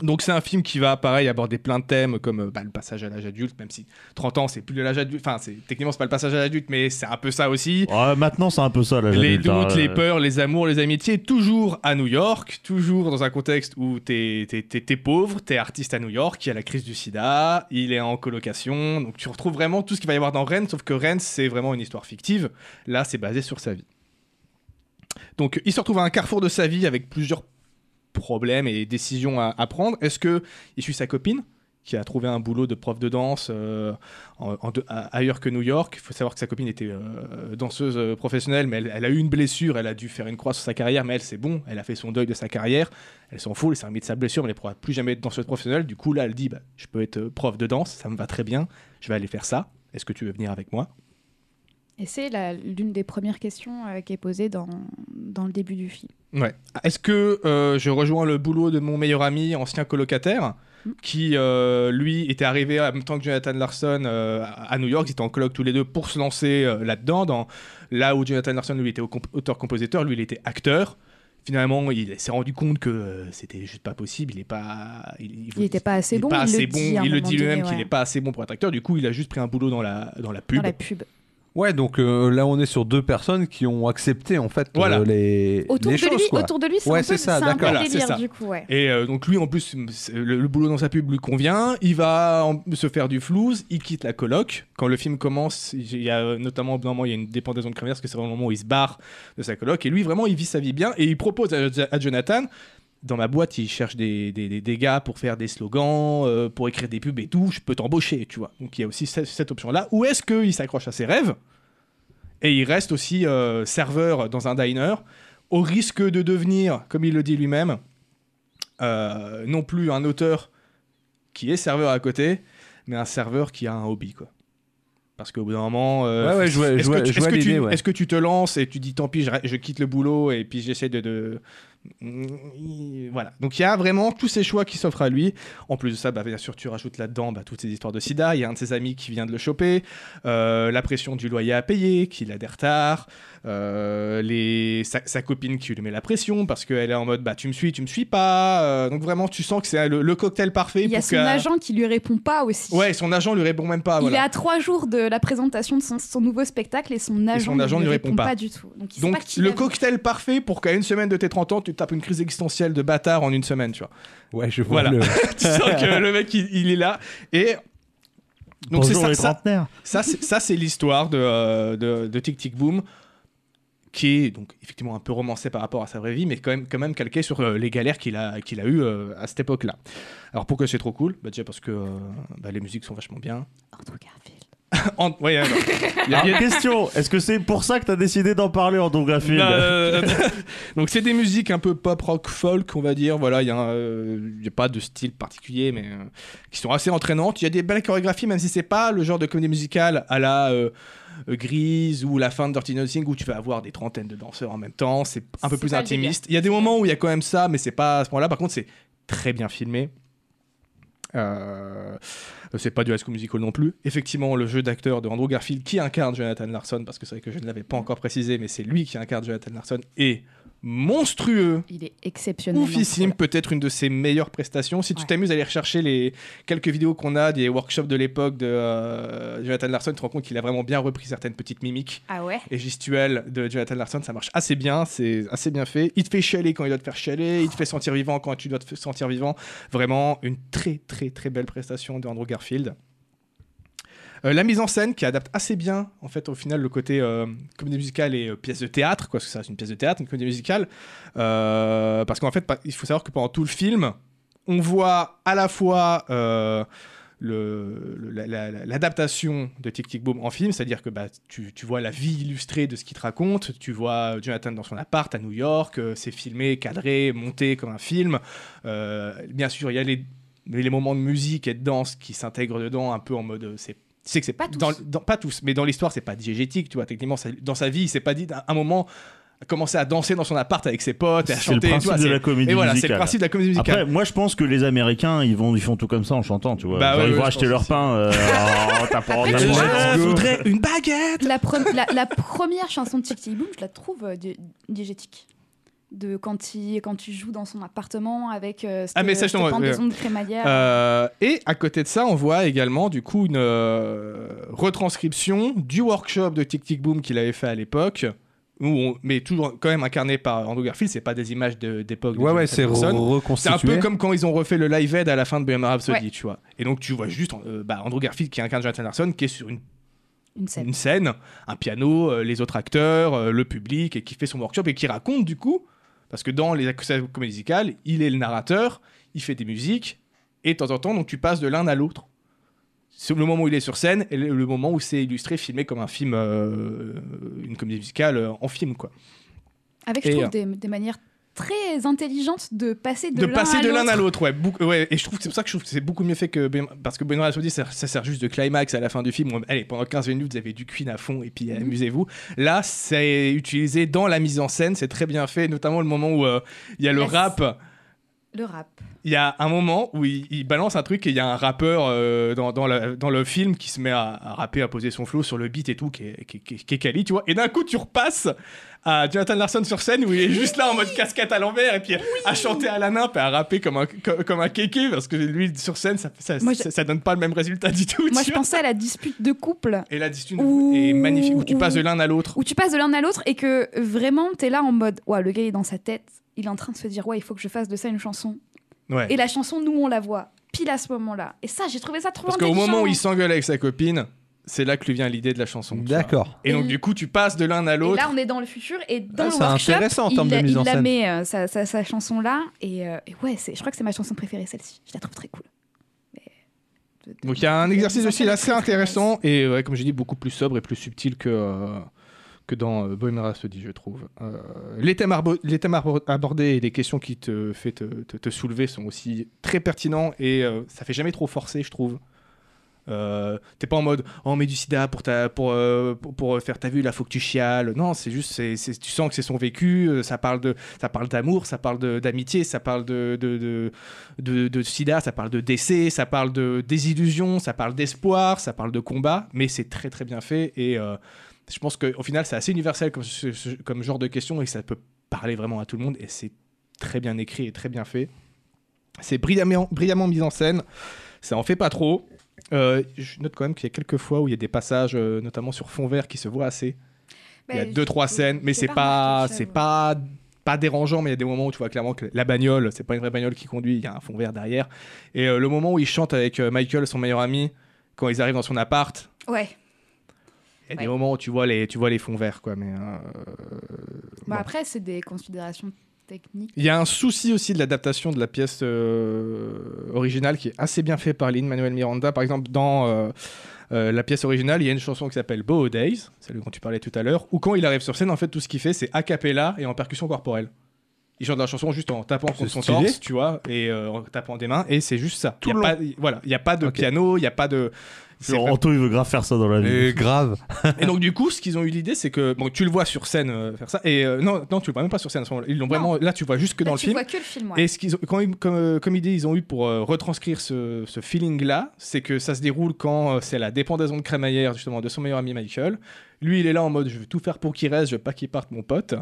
Speaker 2: Donc c'est un film qui va, pareil, aborder plein de thèmes, comme euh, bah, le passage à l'âge adulte, même si 30 ans, c'est plus de l'âge adulte. Enfin, c'est- techniquement, c'est pas le passage à l'âge adulte, mais c'est un peu ça aussi.
Speaker 3: Ouais, maintenant, c'est un peu ça, là.
Speaker 2: Les
Speaker 3: j'adulte, hein,
Speaker 2: doutes, les
Speaker 3: euh,
Speaker 2: peurs, les amours, les amitiés, toujours à New York, toujours dans un contexte où t'es t'es- t'es- t'es pauvre, t'es artiste à New York, il y a la crise du sida, il est en colocation, donc tu retrouves vraiment tout ce qu'il va y avoir dans Rennes, sauf que Rennes, c'est vraiment une histoire fictive. Là, c'est basé sur sa vie. Donc, il se retrouve à un carrefour de sa vie avec plusieurs problèmes et décisions à, à prendre. Est-ce que il suit sa copine qui a trouvé un boulot de prof de danse euh, en- en de- a- ailleurs que New York. Il faut savoir que sa copine était euh, danseuse euh, professionnelle, mais elle, elle a eu une blessure, elle a dû faire une croix sur sa carrière, mais elle, c'est bon, elle a fait son deuil de sa carrière, elle s'en fout, elle s'est remise de sa blessure, mais elle ne pourra plus jamais être danseuse professionnelle. Du coup, là, elle dit, bah, je peux être euh, prof de danse, ça me va très bien, je vais aller faire ça. Est-ce que tu veux venir avec moi
Speaker 4: Et c'est la- l'une des premières questions euh, qui est posée dans, dans le début du film.
Speaker 2: Ouais. Est-ce que euh, je rejoins le boulot de mon meilleur ami, ancien colocataire,
Speaker 4: Mm.
Speaker 2: qui euh, lui était arrivé en même temps que Jonathan Larson euh, à à New York, ils étaient en coloc tous les deux pour se lancer euh, là-dedans, dans là où Jonathan Larson lui était au- comp- auteur-compositeur, lui il était acteur. Finalement, il s'est rendu compte que euh, c'était juste pas possible. Il est pas,
Speaker 4: Il n'était pas assez
Speaker 2: il est
Speaker 4: bon.
Speaker 2: pas
Speaker 4: il
Speaker 2: assez
Speaker 4: le dit, à un
Speaker 2: il le
Speaker 4: moment
Speaker 2: dit lui-même
Speaker 4: donné,
Speaker 2: qu'il
Speaker 4: ouais,
Speaker 2: n'est pas assez bon pour être acteur. Du coup, il a juste pris un boulot dans la dans la pub.
Speaker 4: dans la pub.
Speaker 1: Ouais, donc euh, là on est sur deux personnes qui ont accepté en fait euh,
Speaker 2: Voilà.
Speaker 1: les,
Speaker 5: Autour,
Speaker 1: les
Speaker 5: de
Speaker 1: choses.
Speaker 5: lui,
Speaker 1: quoi.
Speaker 5: autour de lui, c'est
Speaker 1: Ouais,
Speaker 5: un peu,
Speaker 1: c'est ça,
Speaker 5: c'est un peu
Speaker 2: d'accord.
Speaker 5: le délire,
Speaker 2: Voilà, c'est ça.
Speaker 5: du coup, ouais.
Speaker 2: Et euh, donc lui, en plus, c'est- le, le boulot dans sa pub lui convient. Il va en- se faire du flouze. Il quitte la coloc. Quand le film commence, il y a euh, notamment au bout d'un moment, il y a une dépendaison de crevière parce que c'est vraiment le moment où il se barre de sa coloc. Et lui, vraiment, il vit sa vie bien. Et il propose à, à Jonathan. Dans ma boîte, il cherche des, des- des- des gars pour faire des slogans, euh, pour écrire des pubs et tout. Je peux t'embaucher, tu vois. Donc il y a aussi ce- cette, option-là. Ou est-ce qu'il s'accroche à ses rêves et il reste aussi euh, serveur dans un diner au risque de devenir, comme il le dit lui-même, euh, non plus un auteur qui est serveur à côté, mais un serveur qui a un hobby, quoi. Parce qu'au bout d'un moment, euh,
Speaker 1: Ouais, ouais, je vois- je
Speaker 2: est-ce
Speaker 1: vois-
Speaker 2: que, tu-
Speaker 1: je vois
Speaker 2: est-ce que tu-
Speaker 1: l'idée, ouais.
Speaker 2: est-ce que tu te lances et tu dis tant pis, je, je quitte le boulot et puis j'essaie de, de- Mm, Voilà. Donc il y a vraiment tous ces choix qui s'offrent à lui. En plus de ça, bah, bien sûr, tu rajoutes là-dedans bah, toutes ces histoires de sida. Il y a un de ses amis qui vient de le choper, euh, la pression du loyer à payer, qu'il a des retards, euh, les... sa, sa copine qui lui met la pression parce qu'elle est en mode bah, tu me suis, tu me suis pas. Euh, donc vraiment, tu sens que c'est le, le cocktail parfait.
Speaker 4: Il y a
Speaker 2: pour
Speaker 4: son
Speaker 2: que-
Speaker 4: agent qui lui répond pas aussi.
Speaker 2: Ouais, son agent lui répond même pas.
Speaker 4: Il
Speaker 2: voilà.
Speaker 4: est à trois jours de la présentation de son, son nouveau spectacle et son agent,
Speaker 2: agent
Speaker 4: ne
Speaker 2: ne
Speaker 4: lui
Speaker 2: lui répond pas.
Speaker 4: du tout. Donc, il sait
Speaker 2: Donc
Speaker 4: pas qui
Speaker 2: le
Speaker 4: l'a-
Speaker 2: cocktail parfait pour qu'à une semaine de tes 30 ans, tu te tapes une crise existentielle de bâtard en une semaine, tu vois.
Speaker 1: Ouais, je vois
Speaker 2: Voilà.
Speaker 1: le-
Speaker 2: tu sens que le mec, il, il est là. Et donc c'est
Speaker 7: Bonjour
Speaker 2: ça,
Speaker 7: les
Speaker 2: ça,
Speaker 7: trentenaires.
Speaker 2: ça, c'est- ça, c'est l'histoire de, euh, de, de Tic Tic Boom, qui est donc effectivement un peu romancée par rapport à sa vraie vie, mais quand même, quand même calquée sur euh, les galères qu'il a, qu'il a eues euh, à cette époque-là. Alors pourquoi c'est trop cool bah, Déjà parce que euh, bah, les musiques sont vachement bien.
Speaker 5: Andrew Garfield.
Speaker 2: En- ouais, alors, il y
Speaker 3: Ah.
Speaker 2: a- il y a-
Speaker 3: Question, est-ce que c'est pour ça que t'as décidé d'en parler en ton
Speaker 2: Non, non, non, non. Donc c'est des musiques un peu pop rock folk on va dire voilà il y a, un, euh, il y a pas de style particulier mais euh, qui sont assez entraînantes il y a des belles chorégraphies même si c'est pas le genre de comédie musicale à la euh, euh, grise ou la fin de Dirty Dancing où tu vas avoir des trentaines de danseurs en même temps c'est un peu
Speaker 4: C'est
Speaker 2: plus
Speaker 4: pas le délire.
Speaker 2: intimiste il y a des moments où il y a quand même ça mais c'est pas à ce point là par contre c'est très bien filmé euh, c'est pas du High School Musical non plus. Effectivement, le jeu d'acteur de Andrew Garfield qui incarne Jonathan Larson, parce que c'est vrai que je ne l'avais pas encore précisé, mais c'est lui qui incarne Jonathan Larson, est monstrueux,
Speaker 5: Il est exceptionnel.
Speaker 2: oufissime, peut-être une de ses meilleures prestations. Si tu
Speaker 5: Ouais.
Speaker 2: t'amuses à aller rechercher les quelques vidéos qu'on a des workshops de l'époque de euh, Jonathan Larson, tu te rends compte qu'il a vraiment bien repris certaines petites mimiques
Speaker 5: Ah ouais
Speaker 2: et gestuelles de Jonathan Larson. Ça marche assez bien, c'est assez bien fait. Il te fait chialer quand il doit te faire chialer, il te fait sentir vivant quand tu dois te f- sentir vivant. Vraiment une très très très belle prestation de Andrew Garfield. Euh, la mise en scène qui adapte assez bien, en fait, au final, le côté euh, comédie musicale et euh, pièce de théâtre, quoi, parce que ça reste une pièce de théâtre, une comédie musicale. Euh, parce qu'en fait, pa- il faut savoir que pendant tout le film, on voit à la fois euh, le- le- la- la- la- l'adaptation de Tic Tic Boom en film, c'est-à-dire que bah, tu, tu vois la vie illustrée de ce qu'il te raconte, tu vois euh, Jonathan dans son appart à New York, euh, c'est filmé, cadré, monté comme un film. Euh, bien sûr, il y a les, les moments de musique et de danse qui s'intègrent dedans un peu en mode euh, c'est tu sais que c'est
Speaker 5: Pas tous.
Speaker 2: dans- dans- pas tous mais dans l'histoire c'est pas diégétique tu vois techniquement ça- dans sa vie il s'est pas dit à un moment à commencer à danser dans son appart avec ses potes et à
Speaker 3: C'est le
Speaker 2: chanter tu
Speaker 3: principe
Speaker 2: vois,
Speaker 3: de
Speaker 2: c'est-
Speaker 3: la comédie
Speaker 2: et voilà, c'est le
Speaker 3: musicale.
Speaker 2: principe de la comédie musicale.
Speaker 3: Après, moi je pense que les Américains ils vont ils font tout comme ça en chantant, tu vois.
Speaker 2: Bah
Speaker 3: Genre,
Speaker 2: ouais,
Speaker 3: ils vont
Speaker 2: ouais,
Speaker 3: acheter
Speaker 2: je
Speaker 3: leur
Speaker 2: pense
Speaker 3: pain euh, en tapant.
Speaker 1: Let's go.
Speaker 2: voudrais une baguette.
Speaker 5: la, pre- la- la première chanson de Tic Tic Boom, je la trouve euh, di- diégétique. De quand il, quand il joue dans son appartement avec euh, cette,
Speaker 2: Ah, mais ça,
Speaker 5: cette
Speaker 2: je t'en- euh,
Speaker 5: pendaison de crémaillère.
Speaker 2: et à côté de ça, on voit également du coup une euh, retranscription du workshop de Tic Tic Boom qu'il avait fait à l'époque. où on- mais toujours quand même incarné par Andrew Garfield, c'est pas des images de- d'époque. de
Speaker 1: Ouais, ouais,
Speaker 2: Jonathan
Speaker 1: c'est
Speaker 2: Larson. C'est
Speaker 1: reconstitué.
Speaker 2: un peu comme quand ils ont refait le live aid à la fin de Bohemian Rhapsody, tu vois. Et donc tu vois juste euh, bah, Andrew Garfield qui incarne Jonathan Larson, qui est sur une
Speaker 5: une scène.
Speaker 2: une scène, un piano, euh, les autres acteurs, euh, le public, et qui fait son workshop et qui raconte du coup, parce que dans les accusations comédies musicales, il est le narrateur, il fait des musiques, et de temps en temps, donc tu passes de l'un à l'autre. C'est le moment où il est sur scène et le le moment où c'est illustré, filmé comme un film, euh, une comédie musicale euh, en film, quoi.
Speaker 5: Avec, je
Speaker 2: Et,
Speaker 5: trouve,
Speaker 2: euh,
Speaker 5: des, des manières très intelligentes de passer de,
Speaker 2: de
Speaker 5: l'un
Speaker 2: passer
Speaker 5: à
Speaker 2: de l'un à
Speaker 5: l'autre.
Speaker 2: l'autre, ouais, beaucoup- ouais. Et je trouve que c'est pour ça que je trouve que c'est beaucoup mieux fait que Bohemian- parce que Benoît Rhapsody ça, ça sert juste de climax à la fin du film. On- allez, pendant 15 minutes, vous avez du Queen à fond et puis
Speaker 5: Mhm.
Speaker 2: amusez-vous. Là, c'est utilisé dans la mise en scène, c'est très bien fait, notamment le moment où euh, il y a le
Speaker 5: Yes.
Speaker 2: rap.
Speaker 5: Le rap.
Speaker 2: Il y a un moment où il, il balance un truc et il y a un rappeur euh, dans, dans le, dans le film qui se met à, à rapper, à poser son flow sur le beat et tout, qui est, qui, est- qui est- qui est quali, tu vois. Et d'un coup, tu repasses à Jonathan Larson sur scène où il est juste là en mode casquette à l'envers et puis à chanter à la nappe et à rapper comme un, comme, comme un kéké parce que lui sur scène ça, ça,
Speaker 4: Moi,
Speaker 2: ça,
Speaker 4: je-
Speaker 2: ça donne pas le même résultat du tout.
Speaker 4: Moi,
Speaker 2: tu
Speaker 4: je
Speaker 2: vois.
Speaker 4: pensais à la dispute de couple
Speaker 2: Et la dispute
Speaker 4: Ouh.
Speaker 2: est magnifique où tu passes de l'un à l'autre.
Speaker 4: où tu passes de l'un à l'autre et que vraiment t'es là en mode ouais le gars il est dans sa tête il est en train de se dire ouais il faut que je fasse de ça une chanson
Speaker 2: Ouais.
Speaker 4: et la chanson nous on la voit pile à ce moment là et ça j'ai trouvé ça trop
Speaker 2: Parce qu'au moment où il
Speaker 4: intelligent.
Speaker 2: s'engueule avec sa copine, c'est là que lui vient l'idée de la chanson. tu vois.
Speaker 1: D'accord.
Speaker 2: Et donc du coup tu passes de l'un à
Speaker 4: Et
Speaker 2: l'autre.
Speaker 4: là on est dans le futur et
Speaker 1: Ah,
Speaker 4: dans le
Speaker 1: c'est
Speaker 4: workshop
Speaker 1: intéressant en
Speaker 4: il,
Speaker 1: termes de mise
Speaker 4: il
Speaker 1: en
Speaker 4: la
Speaker 1: scène.
Speaker 4: met euh, sa, sa, chanson là et, euh, et ouais c'est je crois que c'est ma chanson préférée celle-ci je la trouve très cool Mais- de- de-
Speaker 2: Donc il y a un exercice
Speaker 4: de-
Speaker 2: aussi là assez
Speaker 4: très, très nice.
Speaker 2: intéressant et ouais, comme j'ai dit beaucoup plus sobre et plus subtil que euh, que dans euh, Bohemian Rhapsody je trouve. Euh, les thèmes arbo- les thèmes arbo- abordés et les questions qui te fait te, te- te soulever sont aussi très pertinents et euh, ça fait jamais trop forcer je trouve. Euh, T'es pas en mode oh mais du sida pour ta pour euh, pour, pour faire ta vue là faut que tu chiales non c'est juste c'est c'est- tu sens que c'est son vécu euh, ça parle de ça parle d'amour ça parle de- d'amitié ça parle de- de- de de, de sida, ça parle de décès, ça parle de désillusion, ça parle d'espoir, ça parle de combat, mais c'est très très bien fait et euh, je pense qu'au final c'est assez universel comme, ce- ce- comme genre de question et que ça peut parler vraiment à tout le monde et c'est très bien écrit et très bien fait. C'est brillamment, brillamment mis en scène, ça en fait pas trop. Euh, je note quand même qu'il y a quelques fois où il y a des passages, euh, notamment sur fond vert, qui se voient assez. Il y a
Speaker 4: Bah,
Speaker 2: deux trois
Speaker 4: j'ai-
Speaker 2: scènes, mais
Speaker 4: j'ai
Speaker 2: c'est pas
Speaker 4: remarqué ça,
Speaker 2: c'est
Speaker 4: ouais.
Speaker 2: pas pas dérangeant, mais il y a des moments où tu vois clairement que la bagnole, c'est pas une vraie bagnole qui conduit, il y a un fond vert derrière. Et euh, le moment où il chante avec euh, Michael, son meilleur ami, quand ils arrivent dans son appart, il
Speaker 4: ouais
Speaker 2: y a
Speaker 4: Ouais.
Speaker 2: des moments où tu vois les tu vois les fonds verts quoi. Mais euh,
Speaker 5: Bah,
Speaker 2: bon.
Speaker 5: Après, c'est des considérations techniques.
Speaker 2: il y a un souci aussi de l'adaptation de la pièce euh, originale qui est assez bien fait par Lin Manuel Miranda. Par exemple, dans euh, euh, la pièce originale, il y a une chanson qui s'appelle Boho Days, celle dont tu parlais tout à l'heure, où quand il arrive sur scène, en fait, tout ce qu'il fait, c'est a cappella et en percussion corporelle. Il chante la chanson juste en tapant contre son
Speaker 1: stylé.
Speaker 2: torse, tu vois, et euh, en tapant des mains, et c'est juste ça. Il
Speaker 1: Tout
Speaker 2: y a
Speaker 1: le
Speaker 2: pas- voilà, il n'y a pas de
Speaker 1: Ok.
Speaker 2: piano, il n'y a pas de. c'est
Speaker 3: Genre, Anto, il veut grave faire ça dans la vie.
Speaker 1: Et grave.
Speaker 2: et donc du coup, ce qu'ils ont eu l'idée, c'est que bon, tu le vois sur scène euh, faire ça, et euh, non, non, tu le vois même pas sur scène. à ce moment-là. Ils l'ont vraiment. Là, tu vois juste que
Speaker 4: Là,
Speaker 2: dans le
Speaker 4: Bah, tu
Speaker 2: film.
Speaker 4: vois que le film ouais.
Speaker 2: Et ce qu'ils ont, quand ils- comme, euh, comme idée ils ont eu pour euh, retranscrire ce, ce feeling-là, c'est que ça se déroule quand euh, c'est la dépendaison de crémaillère justement de son meilleur ami Michael. Lui, il est là en mode je vais tout faire pour qu'il reste, je veux pas qu'il parte mon pote.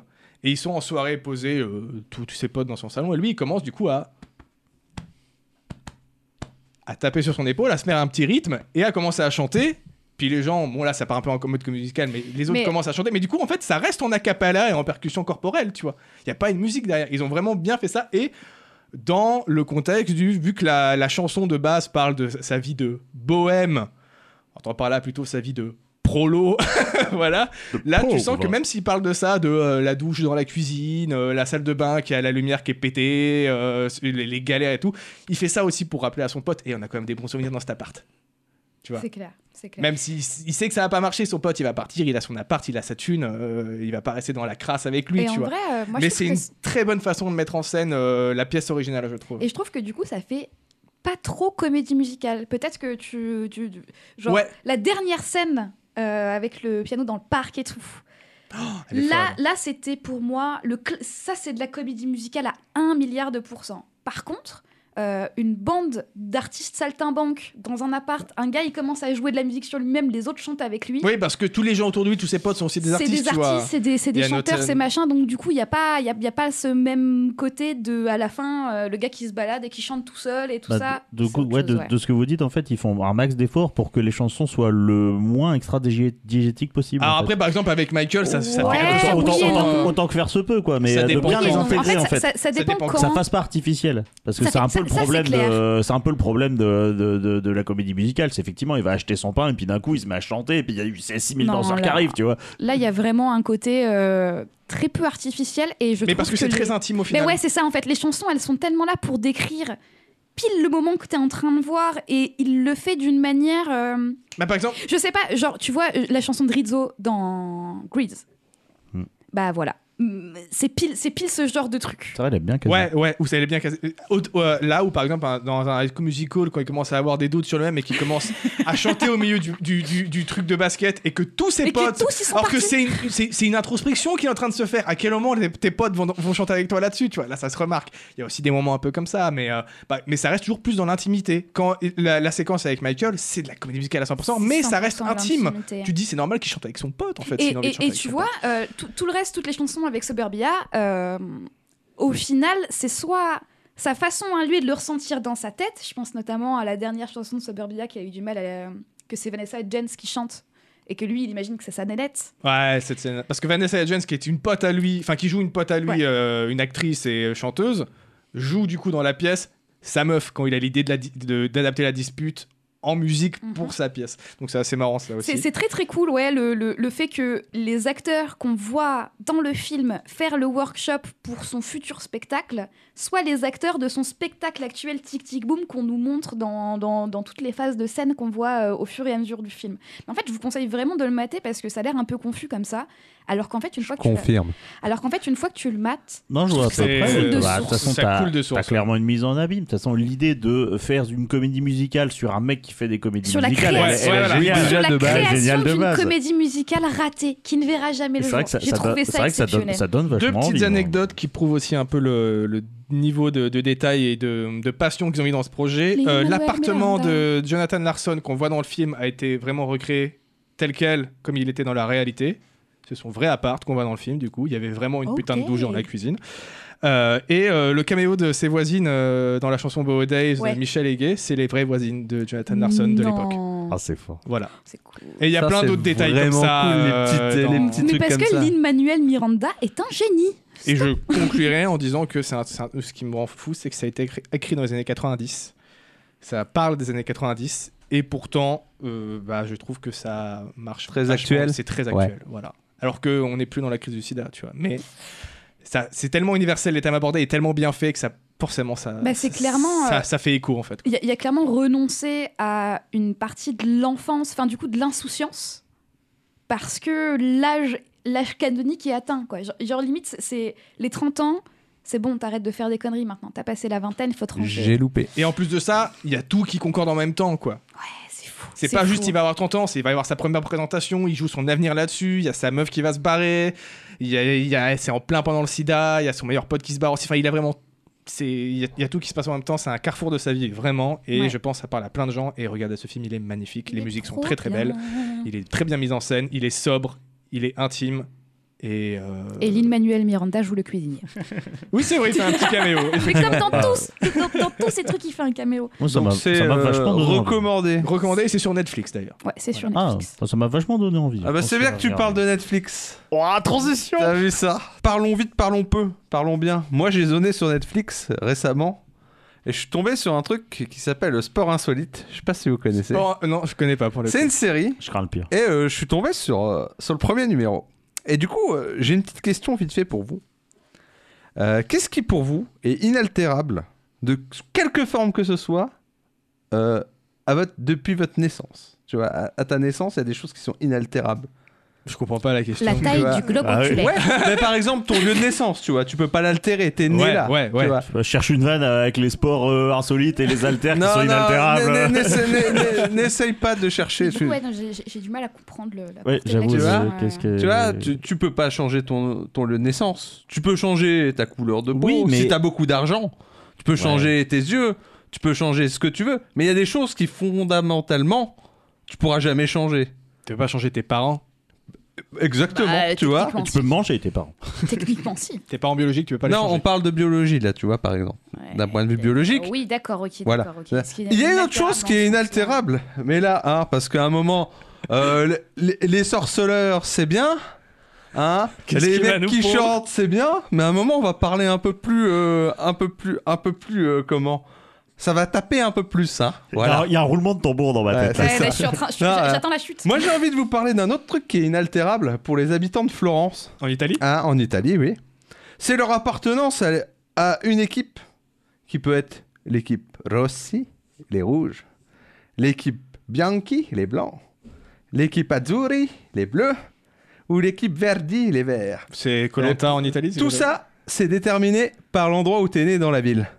Speaker 2: Et ils sont en soirée posés, euh, tous tous ses potes dans son salon. Et lui, il commence du coup à à taper sur son épaule, à se mettre un petit rythme et à commencer à chanter. Puis les gens, bon là, ça part un peu en mode musical, mais les autres
Speaker 5: Mais-
Speaker 2: commencent à chanter. Mais du coup, en fait, ça reste en acapella et en percussion corporelle, tu vois. Il n'y a pas une musique derrière. Ils ont vraiment bien fait ça. Et dans le contexte du. Vu que la, la chanson de base parle de sa vie de bohème, entend par là plutôt sa vie de prolo, voilà. Là, tu sens que même s'il parle de ça, de euh, la douche dans la cuisine, euh, la salle de bain qui a la lumière qui est pétée, euh, les, les galères et tout, il fait ça aussi pour rappeler à son pote. Et on a quand même des bons souvenirs dans cet appart. Tu vois.
Speaker 4: c'est clair c'est clair
Speaker 2: Même s'il il sait que ça va pas marcher, son pote il va partir, il a son appart, il a sa thune, euh, il va pas rester dans la crasse avec lui,
Speaker 5: Et
Speaker 2: tu
Speaker 5: en
Speaker 2: vois.
Speaker 5: vrai, euh, moi,
Speaker 2: Mais
Speaker 5: je trouve
Speaker 2: c'est
Speaker 5: que
Speaker 2: une très bonne façon de mettre en scène euh, la pièce originale, je trouve.
Speaker 5: Et je trouve que du coup, ça fait pas trop comédie musicale. Peut-être que tu, tu- tu- genre
Speaker 2: Ouais.
Speaker 5: la dernière scène euh, avec le piano dans le parc et tout.
Speaker 2: Ah, Elle est
Speaker 5: Là,
Speaker 2: folle.
Speaker 5: là, c'était pour moi le cl- ça, c'est de la comédie musicale à 1 milliard de pourcents. Par contre. euh, une bande d'artistes saltimbanques dans un appart, un gars il commence à jouer de la musique sur lui-même, les autres chantent avec lui.
Speaker 2: Oui, parce que tous les gens autour de lui, tous ses potes sont aussi des
Speaker 5: C'est
Speaker 2: artistes,
Speaker 5: des
Speaker 2: tu vois.
Speaker 5: artistes, c'est des, c'est des
Speaker 2: Il y a notre-
Speaker 5: chanteurs, c'est machin. Donc du coup, il n'y a, pas- il y a, il y a pas ce même côté de, à la fin, euh, le gars qui se balade et qui chante tout seul et tout
Speaker 3: Bah,
Speaker 5: ça.
Speaker 3: de,
Speaker 5: c'est
Speaker 3: coup-
Speaker 5: autre
Speaker 3: ouais,
Speaker 5: chose,
Speaker 3: de-
Speaker 5: ouais.
Speaker 3: de ce que vous dites, en fait, ils font un max d'efforts pour que les chansons soient le moins extra-diégétiques possible.
Speaker 2: Alors
Speaker 3: en fait.
Speaker 2: Ah, après, par exemple, avec Michael, ça, ça
Speaker 5: Ouais,
Speaker 2: fait
Speaker 3: autant,
Speaker 5: oui et
Speaker 3: autant- autant-
Speaker 5: non.
Speaker 3: autant que faire se peut, quoi. Mais
Speaker 2: Ça
Speaker 3: euh, de
Speaker 2: dépend
Speaker 3: bien
Speaker 2: quand.
Speaker 3: les
Speaker 5: Oui,
Speaker 3: intégrer,
Speaker 5: non.
Speaker 3: en
Speaker 5: ça-
Speaker 3: fait.
Speaker 5: Ça, ça dépend,
Speaker 2: dépend
Speaker 3: que
Speaker 5: quand.
Speaker 3: ça fasse pas artificiel parce que
Speaker 5: Ça
Speaker 3: c'est
Speaker 5: fait-
Speaker 3: un peu
Speaker 5: ça-
Speaker 3: le
Speaker 5: ça, c'est
Speaker 3: problème
Speaker 5: clair.
Speaker 3: de c'est un peu le problème de, de, de- de la comédie musicale c'est effectivement il va acheter son pain et puis d'un coup il se met à chanter et puis il y a eu ces 6000
Speaker 4: Non,
Speaker 3: danseurs qui
Speaker 4: là.
Speaker 3: arrivent tu vois
Speaker 4: là il y a vraiment un côté euh, très peu artificiel et je
Speaker 2: Mais
Speaker 4: trouve
Speaker 2: parce que, c'est
Speaker 4: les-
Speaker 2: très intime au final.
Speaker 5: Mais ouais, c'est ça en fait. Les chansons, elles sont tellement là pour décrire pile le moment que t'es en train de voir et il le fait d'une manière. euh,
Speaker 2: Bah, par exemple,
Speaker 5: Je sais pas, genre, tu vois euh, la chanson de Rizzo dans Grease.
Speaker 3: Hmm.
Speaker 5: Bah voilà.
Speaker 4: mm, c'est pile, c'est pile ce genre de truc.
Speaker 3: C'est vrai, elle aime bien
Speaker 2: Ouais, ouais, où ça allait bien casé. Au- euh, là où, par exemple, un- dans un high school musical, quand il commence à avoir des doutes sur le même et qu'il commence à chanter au milieu du, du- du- du truc de basket et que tous ses
Speaker 4: Et que
Speaker 2: potes.
Speaker 4: tous ils sont
Speaker 2: Alors que
Speaker 4: partis.
Speaker 2: c'est une, c'est- c'est une introspection qui est en train de se faire. À quel moment les- tes potes vont, vont chanter avec toi là-dessus Tu vois, là, ça se remarque. Il y a aussi des moments un peu comme ça, mais, euh, bah, mais ça reste toujours plus dans l'intimité. Quand la, la séquence avec Michael, c'est de la comédie musicale à 100%, mais ça reste
Speaker 5: 100% de
Speaker 2: intime.
Speaker 5: l'intimité.
Speaker 2: Tu te dis, c'est normal qu'il chante avec son pote, en fait.
Speaker 4: Et,
Speaker 2: s'il a envie de
Speaker 4: et-
Speaker 2: chanter
Speaker 4: et
Speaker 2: avec
Speaker 4: tu
Speaker 2: son
Speaker 4: vois, euh, tout, tout le reste, toutes les chansons avec Soberbia, euh, au final, c'est soit sa façon à lui de le ressentir dans sa tête. Je pense notamment à la dernière chanson de Soberbia qui a eu du mal, à la- que c'est Vanessa Jens qui chante. Et que lui, il imagine que c'est sa nénette.
Speaker 2: Ouais, cette scène. Parce que Vanessa Hudgens, qui est une pote à lui, enfin qui joue une pote à lui,
Speaker 4: Ouais.
Speaker 2: euh, une actrice et chanteuse, joue du coup dans la pièce sa meuf quand il a l'idée de la di- de- d'adapter la, dispute en musique
Speaker 4: Mhm.
Speaker 2: pour sa pièce. Donc c'est assez marrant ça
Speaker 4: C'est
Speaker 2: aussi.
Speaker 4: c'est très très cool, ouais, le, le- le fait que les acteurs qu'on voit dans le film faire le workshop pour son futur spectacle soient les acteurs de son spectacle actuel Tic Tic Boom qu'on nous montre dans, dans- dans toutes les phases de scène qu'on voit euh, au fur et à mesure du film. En fait, je vous conseille vraiment de le mater parce que ça a l'air un peu confus comme ça, alors qu'en fait, une fois que tu l'as-
Speaker 1: Confirme.
Speaker 4: alors qu'en fait, une fois que tu le mates,
Speaker 3: Non, je vois à peu
Speaker 2: Ça
Speaker 3: près.
Speaker 2: coule de
Speaker 3: Bah,
Speaker 4: source.
Speaker 3: façon,
Speaker 2: Ça
Speaker 3: t'as
Speaker 2: coule de source,
Speaker 3: t'as
Speaker 2: ouais.
Speaker 3: clairement une mise en abîme. De toute façon, l'idée de faire une comédie musicale sur un mec qui fait des comédies
Speaker 4: Sur la
Speaker 3: musicales, elle-
Speaker 4: création.
Speaker 3: elle est
Speaker 2: Ouais, voilà.
Speaker 3: géniale.
Speaker 1: Oui, déjà
Speaker 4: la
Speaker 1: de base,
Speaker 4: création
Speaker 3: génial de
Speaker 4: d'une
Speaker 3: base.
Speaker 4: comédie musicale ratée qui ne verra jamais
Speaker 3: Et
Speaker 4: le
Speaker 3: C'est
Speaker 4: jour.
Speaker 3: vrai que ça,
Speaker 4: J'ai
Speaker 3: ça
Speaker 4: trouvé
Speaker 3: donne-
Speaker 4: ça
Speaker 3: c'est vrai que ça donne,
Speaker 4: exceptionnel.
Speaker 3: ça donne
Speaker 2: Deux
Speaker 3: vachement envie,
Speaker 2: petites
Speaker 3: moi.
Speaker 2: anecdotes qui prouvent aussi un peu le, le niveau de, de détail et de, de passion qu'ils ont mis dans ce projet.
Speaker 4: Les
Speaker 2: Euh,
Speaker 4: Manuel
Speaker 2: L'appartement
Speaker 4: Miranda.
Speaker 2: de Jonathan Larson qu'on voit dans le film a été vraiment recréé tel quel comme il était dans la réalité. C'est son vrai appart qu'on voit dans le film, du coup. Il y avait vraiment une putain de
Speaker 4: Ok.
Speaker 2: douche dans la cuisine. Euh, et euh, le caméo de ses voisines euh, dans la chanson Bow Days
Speaker 4: Ouais.
Speaker 2: de Michel Hégué, c'est les vraies voisines de Jonathan Larson de l'époque.
Speaker 4: Non,
Speaker 3: Ah, c'est fort.
Speaker 2: Voilà.
Speaker 4: c'est cool.
Speaker 2: Et il y a
Speaker 1: Ça,
Speaker 2: plein
Speaker 1: c'est
Speaker 2: d'autres détails comme
Speaker 1: vraiment
Speaker 2: ça.
Speaker 1: cool, les
Speaker 2: euh,
Speaker 1: petites- les
Speaker 2: dans-
Speaker 1: petites- Des
Speaker 4: Mais
Speaker 1: trucs
Speaker 4: parce
Speaker 1: comme
Speaker 4: que
Speaker 1: ça.
Speaker 4: Lin-Manuel Miranda est un génie.
Speaker 2: Et je conclurai en disant que c'est un- c'est un- ce qui me rend fou, c'est que ça a été écrit, écrit dans les années 90. Ça parle des années 90. Et pourtant, euh, bah, je trouve que ça marche
Speaker 1: Très
Speaker 2: vachement,
Speaker 1: actuel.
Speaker 2: C'est très actuel, voilà. Alors qu'on n'est plus dans la crise du sida, tu vois. Mais ça, c'est tellement universel, les thèmes abordés est tellement bien fait que ça, forcément, ça,
Speaker 4: Bah, c'est
Speaker 2: ça-
Speaker 4: clairement,
Speaker 2: ça,
Speaker 4: euh,
Speaker 2: ça fait écho en fait.
Speaker 4: Il y, a- il y a clairement renoncé à une partie de l'enfance, enfin du coup de l'insouciance, parce que l'âge l'âge canonique est atteint. Quoi. Genre, genre, limite, c'est- c'est les 30 ans, c'est bon, t'arrêtes de faire des conneries maintenant. T'as passé la vingtaine, faut te ranger. Eh,
Speaker 1: J'ai loupé.
Speaker 2: Et en plus de ça, il y a tout qui concorde en même temps, quoi.
Speaker 4: Ouais, c'est fou.
Speaker 2: C'est pas
Speaker 4: fou.
Speaker 2: juste il va avoir 30 ans, c'est il va avoir sa première présentation, il joue son avenir là-dessus, il y a sa meuf qui va se barrer, il y a, il y a- c'est en plein pendant le sida, il y a son meilleur pote qui se barre aussi, enfin il a vraiment... c'est- Il y, a- il y a tout qui se passe en même temps, c'est un carrefour de sa vie, vraiment, et
Speaker 4: Ouais.
Speaker 2: je pense ça parle à plein de gens, et regardez ce film, il est magnifique, les
Speaker 5: est
Speaker 2: musiques sont
Speaker 5: trop
Speaker 2: très très
Speaker 5: bien.
Speaker 2: belles, il est très bien mis en scène, il est sobre, il est intime, et... euh,
Speaker 4: Et Lin-Manuel Miranda joue le cuisinier.
Speaker 2: Oui c'est vrai, il fait un petit caméo.
Speaker 4: Mais comme dans tous, dans, dans tous ces trucs, il fait un caméo.
Speaker 3: Moi, ça m'a ça
Speaker 1: C'est
Speaker 3: m'a
Speaker 1: euh,
Speaker 3: vachement donné envie.
Speaker 1: recommandé.
Speaker 2: Recommandé, c'est sur Netflix d'ailleurs.
Speaker 4: Ouais, c'est sur
Speaker 3: Ah,
Speaker 4: Netflix.
Speaker 3: ça- ça m'a vachement donné envie.
Speaker 1: Ah bah c'est bien que tu parles de Netflix.
Speaker 3: Oh, transition
Speaker 1: T'as vu ça Parlons vite, parlons peu, parlons bien. Moi j'ai zoné sur Netflix récemment et je suis tombé sur un truc qui s'appelle le Sport Insolite. Je sais pas si vous connaissez.
Speaker 2: Bon, non, je connais pas pour le
Speaker 1: C'est
Speaker 2: coup.
Speaker 1: une série
Speaker 3: Je crains le pire.
Speaker 1: et euh, je suis tombé sur, euh, sur le premier numéro. Et du coup, euh, j'ai une petite question vite fait pour vous. Euh, Qu'est-ce qui pour vous est inaltérable, de quelque forme que ce soit, euh, à votre, depuis votre naissance Tu vois, à, à ta naissance, il y a des choses qui sont inaltérables.
Speaker 2: Je comprends pas la question.
Speaker 6: La taille
Speaker 1: vois.
Speaker 6: du globe
Speaker 3: Ah oui.
Speaker 6: oculaire.
Speaker 1: Ouais, mais par exemple, ton lieu de naissance, tu vois, tu peux pas l'altérer, t'es né
Speaker 2: Ouais,
Speaker 1: là.
Speaker 2: ouais,
Speaker 1: tu
Speaker 2: ouais.
Speaker 1: vois.
Speaker 3: Je cherche une vanne avec les sports euh, insolites et les haltères qui sont inaltérables.
Speaker 1: n- n- n'essa- n- n- n'essaye pas de chercher. Tu,
Speaker 5: Ouais, non, j'ai- j'ai j'ai du mal à comprendre le. la
Speaker 3: Ouais,
Speaker 5: portée de la
Speaker 3: j'avoue,
Speaker 1: Tu
Speaker 5: question,
Speaker 3: euh,
Speaker 5: ouais.
Speaker 3: qu'est-ce que.
Speaker 1: tu vois, tu, tu peux pas changer ton, ton lieu de naissance. Tu peux changer ta couleur de peau.
Speaker 3: Oui, mais-
Speaker 1: Si t'as beaucoup d'argent, tu peux changer tes yeux, tu peux changer ce que tu veux. Mais il y a des choses qui fondamentalement, tu pourras jamais changer.
Speaker 2: Tu veux pas changer tes parents
Speaker 1: Exactement,
Speaker 4: Bah,
Speaker 1: tu vois.
Speaker 4: techniquement,
Speaker 3: Tu peux manger tes parents.
Speaker 4: Techniquement, si.
Speaker 2: Tes parents biologiques, tu veux pas les
Speaker 1: Non,
Speaker 2: changer
Speaker 1: on parle de biologie là, tu vois, par exemple.
Speaker 4: Ouais.
Speaker 1: D'un point de vue biologique,
Speaker 5: Ah Oui, d'accord, ok.
Speaker 1: Voilà.
Speaker 5: d'accord, ok.
Speaker 1: Là.
Speaker 5: Parce qu'il
Speaker 1: Il y a une autre
Speaker 5: inaltérable
Speaker 1: chose qui
Speaker 5: dans le
Speaker 1: est
Speaker 5: sens,
Speaker 1: inaltérable, mais là, hein, parce qu'à un moment, euh, les, les sorceleurs, c'est bien, hein,
Speaker 2: Qu'est-ce
Speaker 1: les
Speaker 2: qu'il va
Speaker 1: mecs
Speaker 2: nous
Speaker 1: qui
Speaker 2: pondre
Speaker 1: chantent, c'est bien, mais à un moment, on va parler un peu plus, euh, un peu plus, un peu plus, euh, comment Ça va taper un peu plus, hein. Voilà.
Speaker 3: Alors, Il y a un roulement de tambour dans ma
Speaker 1: Ouais,
Speaker 3: tête.
Speaker 1: c'est
Speaker 3: là.
Speaker 5: bah,
Speaker 1: ça.
Speaker 4: Ouais, là, je suis en train- je suis-
Speaker 1: Non, euh, ouais.
Speaker 4: J'attends la chute.
Speaker 1: Moi, j'ai envie de vous parler d'un autre truc qui est inaltérable pour les habitants de Florence,
Speaker 2: En Italie
Speaker 1: hein, en Italie, oui. C'est leur appartenance à, à une équipe qui peut être l'équipe Rossi, les rouges, l'équipe Bianchi, les blancs, l'équipe Azzurri, les bleus, ou l'équipe Verdi, les Verts.
Speaker 2: C'est Colanta en Italie c'est
Speaker 1: Tout
Speaker 2: ça
Speaker 1: ça, c'est déterminé par l'endroit où t'es né dans la ville.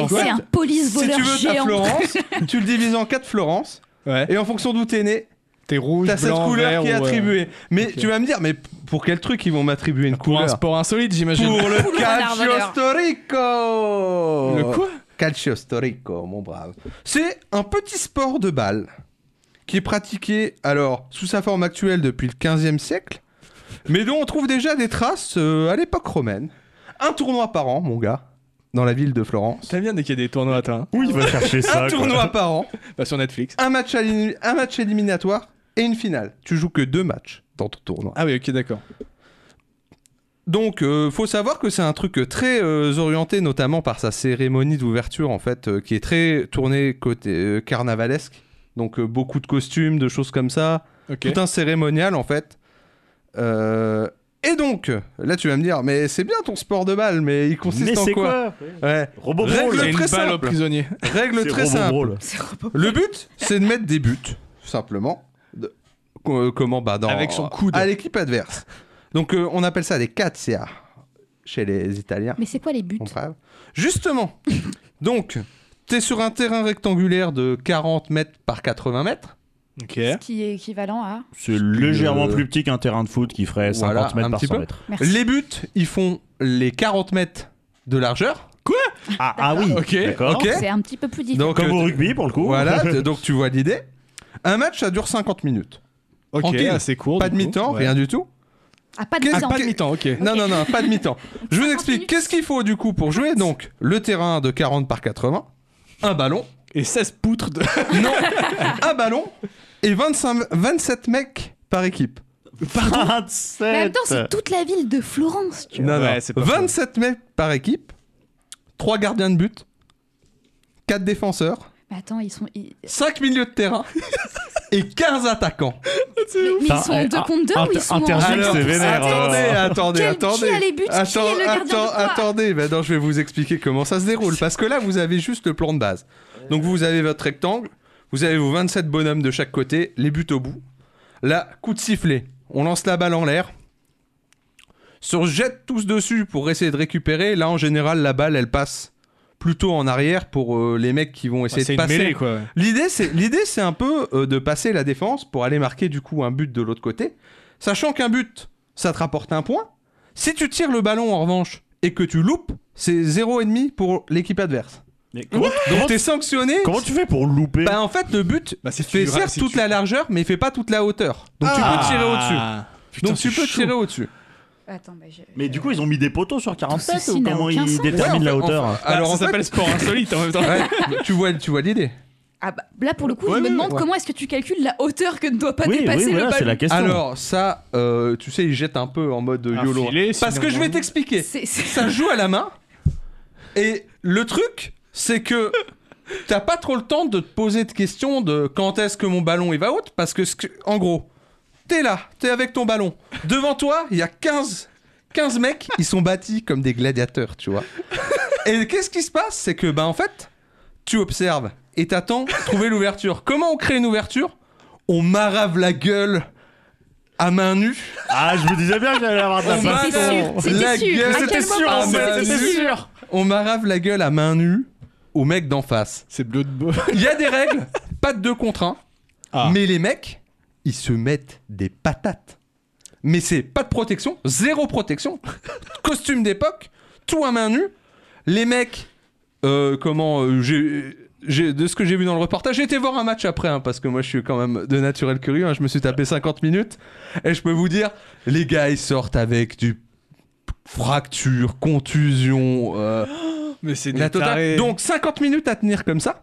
Speaker 5: Et c'est un police
Speaker 1: Si
Speaker 5: voleur
Speaker 1: tu veux ta
Speaker 5: géant.
Speaker 1: Florence, tu le divises en quatre Florence,
Speaker 2: Ouais.
Speaker 1: et en fonction d'où t'es né,
Speaker 2: T'es rouge,
Speaker 1: t'as cette
Speaker 2: blanc, vert
Speaker 1: couleur qui est
Speaker 2: ou, euh,
Speaker 1: attribuée. Mais
Speaker 2: ok.
Speaker 1: tu vas me dire, mais p- pour quel truc ils vont m'attribuer une
Speaker 2: Pour un
Speaker 1: couleur
Speaker 2: sport insolite, j'imagine.
Speaker 1: Pour le
Speaker 4: Couleur
Speaker 1: calcio
Speaker 4: d'arvaleur.
Speaker 1: storico
Speaker 2: Le quoi
Speaker 1: Calcio storico, mon brave. C'est un petit sport de balle qui est pratiqué, alors, sous sa forme actuelle depuis le 15e siècle, mais dont on trouve déjà des traces euh, à l'époque romaine. Un tournoi par an, mon gars, dans la ville de Florence.
Speaker 2: T'aimes bien dès qu'il y a des tournois, toi.
Speaker 3: Où il va chercher ça
Speaker 1: Un
Speaker 3: quoi
Speaker 1: tournoi par an,
Speaker 2: hein. Bah, sur Netflix.
Speaker 1: un match, éli- un match éliminatoire et une finale. Tu joues que deux matchs dans ton tournoi.
Speaker 2: Ah oui, ok, d'accord.
Speaker 1: Donc, euh, faut savoir que c'est un truc euh, très euh, orienté, notamment par sa cérémonie d'ouverture, en fait, euh, qui est très tournée côté euh, carnavalesque. Donc, euh, beaucoup de costumes, de choses comme ça.
Speaker 2: Ok.
Speaker 1: Tout un cérémonial, en fait. Euh, Et donc, là, tu vas me dire, mais c'est bien ton sport de balle, mais il consiste
Speaker 3: Mais
Speaker 1: en
Speaker 3: c'est
Speaker 1: quoi,
Speaker 3: quoi
Speaker 1: Ouais.
Speaker 3: Robot
Speaker 1: Règle
Speaker 3: Brawl
Speaker 2: C'est une
Speaker 1: très
Speaker 2: balle au
Speaker 1: simple.
Speaker 2: prisonnier.
Speaker 1: Règle
Speaker 3: C'est
Speaker 1: très
Speaker 3: Robot
Speaker 1: simple.
Speaker 3: Brawl.
Speaker 1: Le but, c'est de mettre des buts, simplement. De- co- euh, comment bah, dans-
Speaker 2: Avec son coude.
Speaker 1: À l'équipe adverse. Donc, euh, on appelle ça des CA chez les Italiens.
Speaker 6: Mais c'est quoi les buts
Speaker 1: Mon frère. Justement, donc, t'es sur un terrain rectangulaire de 40 mètres par 80 mètres.
Speaker 2: Ok.
Speaker 5: Ce qui est équivalent à.
Speaker 3: C'est légèrement
Speaker 1: Euh,
Speaker 3: plus petit qu'un terrain de foot qui ferait 50
Speaker 1: voilà,
Speaker 3: mètres
Speaker 1: un
Speaker 3: par
Speaker 1: petit
Speaker 3: 100
Speaker 1: peu.
Speaker 3: mètres.
Speaker 5: Merci.
Speaker 1: Les buts, ils font les 40 mètres de largeur.
Speaker 3: Ah, ah oui
Speaker 2: Ok.
Speaker 3: D'accord.
Speaker 1: Ok.
Speaker 6: C'est un petit peu plus difficile.
Speaker 1: Donc,
Speaker 3: Comme
Speaker 1: euh,
Speaker 3: au rugby pour le coup.
Speaker 1: Voilà, t- donc tu vois l'idée. Un match, ça dure 50 minutes.
Speaker 2: Ok,
Speaker 1: Tranquille.
Speaker 2: ah, c'est court.
Speaker 1: Pas
Speaker 2: du
Speaker 1: de
Speaker 2: coup.
Speaker 1: mi-temps,
Speaker 2: Ouais.
Speaker 1: rien du tout.
Speaker 5: Ah, pas de
Speaker 1: Qu'est-ce-
Speaker 5: mise en
Speaker 2: Pas de mi-temps, ok.
Speaker 1: Non, non, non, pas de mi-temps. Je vous
Speaker 5: 50
Speaker 1: explique.
Speaker 5: minutes.
Speaker 1: Qu'est-ce qu'il faut du coup pour jouer Donc, le terrain de 40 par 80, un ballon,
Speaker 2: Et 16 poutres de.
Speaker 1: non, un ballon et 25, 27 mecs par équipe.
Speaker 6: Mais en
Speaker 3: 27
Speaker 6: même temps, c'est toute la ville de Florence. tu vois.
Speaker 1: Non,
Speaker 2: Ouais,
Speaker 1: non.
Speaker 2: c'est pas
Speaker 1: 27 mecs par équipe, 3 gardiens de but, 4 défenseurs,
Speaker 6: Mais attends, ils sont. ils-
Speaker 1: 5 milieux de terrain et 15 attaquants.
Speaker 5: Mais mais
Speaker 3: Putain,
Speaker 5: ils sont en
Speaker 3: eh,
Speaker 5: 2 contre 2 ou
Speaker 3: inter-
Speaker 5: ils sont
Speaker 2: Ah,
Speaker 3: intergène,
Speaker 5: en...
Speaker 3: Alors, c'est vénère,
Speaker 1: attendez,
Speaker 2: oh.
Speaker 3: hein.
Speaker 1: attendez,
Speaker 5: Quel-
Speaker 1: attendez.
Speaker 5: qui a les buts, qui
Speaker 1: Attends-
Speaker 5: est le gardien de
Speaker 1: attends-
Speaker 5: but
Speaker 1: attendez, maintenant je vais vous expliquer comment ça se déroule. Parce que là, vous avez juste le plan de base. Donc vous avez votre rectangle, vous avez vos 27 bonhommes de chaque côté, les buts au bout. Là, coup de sifflet, on lance la balle en l'air. Se jette tous dessus pour essayer de récupérer. Là, en général, la balle, elle passe plutôt en arrière pour euh, les mecs qui vont essayer
Speaker 2: Ah, C'est
Speaker 1: de
Speaker 2: une
Speaker 1: passer.
Speaker 2: mêlée, quoi.
Speaker 1: L'idée, c'est l'idée, c'est un peu euh, de passer la défense pour aller marquer du coup un but de l'autre côté, sachant qu'un but, ça te rapporte un point. Si tu tires le ballon en revanche et que tu loupes, c'est zéro et demi pour l'équipe adverse.
Speaker 3: Mais comment,
Speaker 1: Donc
Speaker 3: comment-
Speaker 1: t'es sanctionné.
Speaker 3: comment tu fais pour louper
Speaker 1: Bah en fait le but
Speaker 2: Bah, si tu
Speaker 1: fait
Speaker 2: ra-
Speaker 1: certes
Speaker 2: si
Speaker 1: toute
Speaker 2: tu-
Speaker 1: la largeur, mais il fait pas toute la hauteur. Donc
Speaker 2: Ah.
Speaker 1: tu
Speaker 3: Ah.
Speaker 1: peux tirer au-dessus. Donc tu peux tirer au-dessus.
Speaker 5: Attends, bah, je-
Speaker 3: Mais du coup, ils ont mis des poteaux sur 40
Speaker 6: Tout
Speaker 3: mètres
Speaker 6: ceci
Speaker 3: ou
Speaker 6: n'a
Speaker 3: comment
Speaker 6: aucun
Speaker 3: ils
Speaker 6: sens.
Speaker 3: déterminent
Speaker 1: Ouais,
Speaker 3: la
Speaker 1: enfin,
Speaker 3: hauteur Ah,
Speaker 1: enfin,
Speaker 2: Alors,
Speaker 1: Alors
Speaker 2: ça
Speaker 1: en fait-
Speaker 2: s'appelle sport insolite hein, en même temps.
Speaker 1: Ouais, tu vois, tu vois l'idée.
Speaker 5: Ah bah, là, pour le coup,
Speaker 2: Ouais,
Speaker 5: je me
Speaker 2: ouais,
Speaker 5: demande
Speaker 1: ouais.
Speaker 5: comment est-ce que tu calcules la hauteur que ne doit pas
Speaker 3: Oui, oui,
Speaker 5: dépasser
Speaker 3: voilà,
Speaker 5: le
Speaker 3: c'est
Speaker 5: ballon.
Speaker 3: la question. Ah,
Speaker 1: Alors ça, euh, tu sais, il jette un peu en mode
Speaker 2: Un
Speaker 1: YOLO. hein.
Speaker 2: filet,
Speaker 1: Parce
Speaker 2: sinon,
Speaker 1: que je vais
Speaker 2: non.
Speaker 1: t'expliquer.
Speaker 5: C'est- c'est-
Speaker 1: ça joue à la main. Et le truc, c'est que t'as pas trop le temps de te poser de questions de quand est-ce que mon ballon il va haute, parce que, ce que- en gros, t'es là, t'es avec ton ballon. Devant toi, il y a 15, 15 mecs, ils sont bâtis comme des gladiateurs, tu vois. Et qu'est-ce qui se passe C'est que, bah en fait, tu observes et t'attends de trouver l'ouverture. Comment on crée une ouverture On marave la gueule à main nue.
Speaker 3: Ah, je vous disais bien que j'allais avoir de la
Speaker 1: On
Speaker 3: place. Bah,
Speaker 1: marave
Speaker 5: C'était
Speaker 1: la
Speaker 5: sûr.
Speaker 1: gueule
Speaker 5: À quel
Speaker 1: C'était
Speaker 5: moment
Speaker 1: à
Speaker 5: c'était
Speaker 1: main
Speaker 5: sûr
Speaker 1: nue. On marave la gueule à main nue au mec d'en face.
Speaker 2: C'est bleu de beau.
Speaker 1: Il y a des règles, pas de deux contre un.
Speaker 2: Ah.
Speaker 1: Mais les mecs, ils se mettent des patates. Mais c'est pas de protection, zéro protection. Costume d'époque, tout à main nue. Les mecs, euh, comment. euh, j'ai- j'ai- de ce que j'ai vu dans le reportage, j'ai été voir un match après, hein, parce que moi je suis quand même de naturel curieux. hein, je me suis tapé 50 minutes. Et je peux vous dire, les gars, ils sortent avec du fracture, contusion. euh,
Speaker 2: Mais c'est
Speaker 1: la
Speaker 2: des
Speaker 1: totale.
Speaker 2: tarés.
Speaker 1: Donc 50 minutes à tenir comme ça.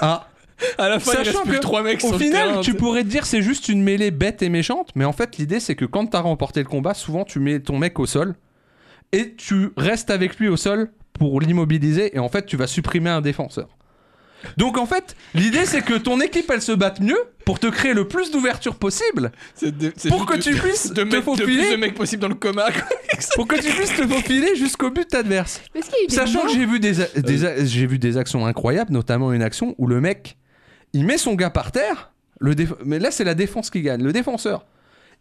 Speaker 1: Ah,
Speaker 2: à la fin, il
Speaker 1: sachant
Speaker 2: reste plus
Speaker 1: que
Speaker 2: que 3 mecs sur
Speaker 1: au
Speaker 2: le
Speaker 1: final,
Speaker 2: terrain,
Speaker 1: tu pourrais te dire c'est juste une mêlée bête et méchante, mais en fait l'idée c'est que quand t'as remporté le combat, souvent tu mets ton mec au sol et tu restes avec lui au sol pour l'immobiliser et en fait tu vas supprimer un défenseur. Donc en fait, l'idée c'est que ton équipe elle se batte mieux pour te créer le plus d'ouverture possible
Speaker 2: C'est de- c'est
Speaker 1: pour que
Speaker 2: juste
Speaker 1: tu
Speaker 2: de-
Speaker 1: puisses
Speaker 2: de
Speaker 1: te
Speaker 2: mettre le plus de
Speaker 1: faufiler,
Speaker 2: mecs possible dans le coma. quoi.
Speaker 1: pour que tu puisses te faufiler jusqu'au but adverse.
Speaker 5: Mais Est-ce qu'il y a eu des
Speaker 1: Sachant
Speaker 5: morts
Speaker 1: que j'ai vu des, a- des a- j'ai vu des actions incroyables, notamment une action où le mec, il met son gars par terre. Le déf- mais là, c'est la défense qui gagne. Le défenseur,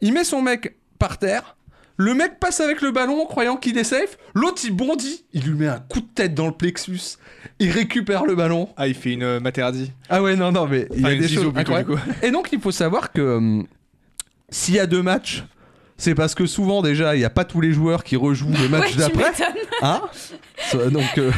Speaker 1: Il met son mec par terre. Le mec passe avec le ballon en croyant qu'il est safe. L'autre, il bondit. Il lui met un coup de tête dans le plexus. Il récupère le ballon.
Speaker 2: Ah, il fait une euh, Materazzi.
Speaker 1: Ah ouais, non, non, mais il y
Speaker 2: Enfin,
Speaker 1: a
Speaker 2: une
Speaker 1: des
Speaker 2: ciseau
Speaker 1: choses
Speaker 2: plutôt,
Speaker 1: incroyables. Et donc, il faut savoir que hum, s'il y a deux matchs, c'est parce que souvent, déjà, il n'y a pas tous les joueurs qui rejouent le
Speaker 4: Ouais,
Speaker 1: match
Speaker 4: tu
Speaker 1: d'après.
Speaker 4: m'étonnes.
Speaker 1: Hein Ça- donc, euh,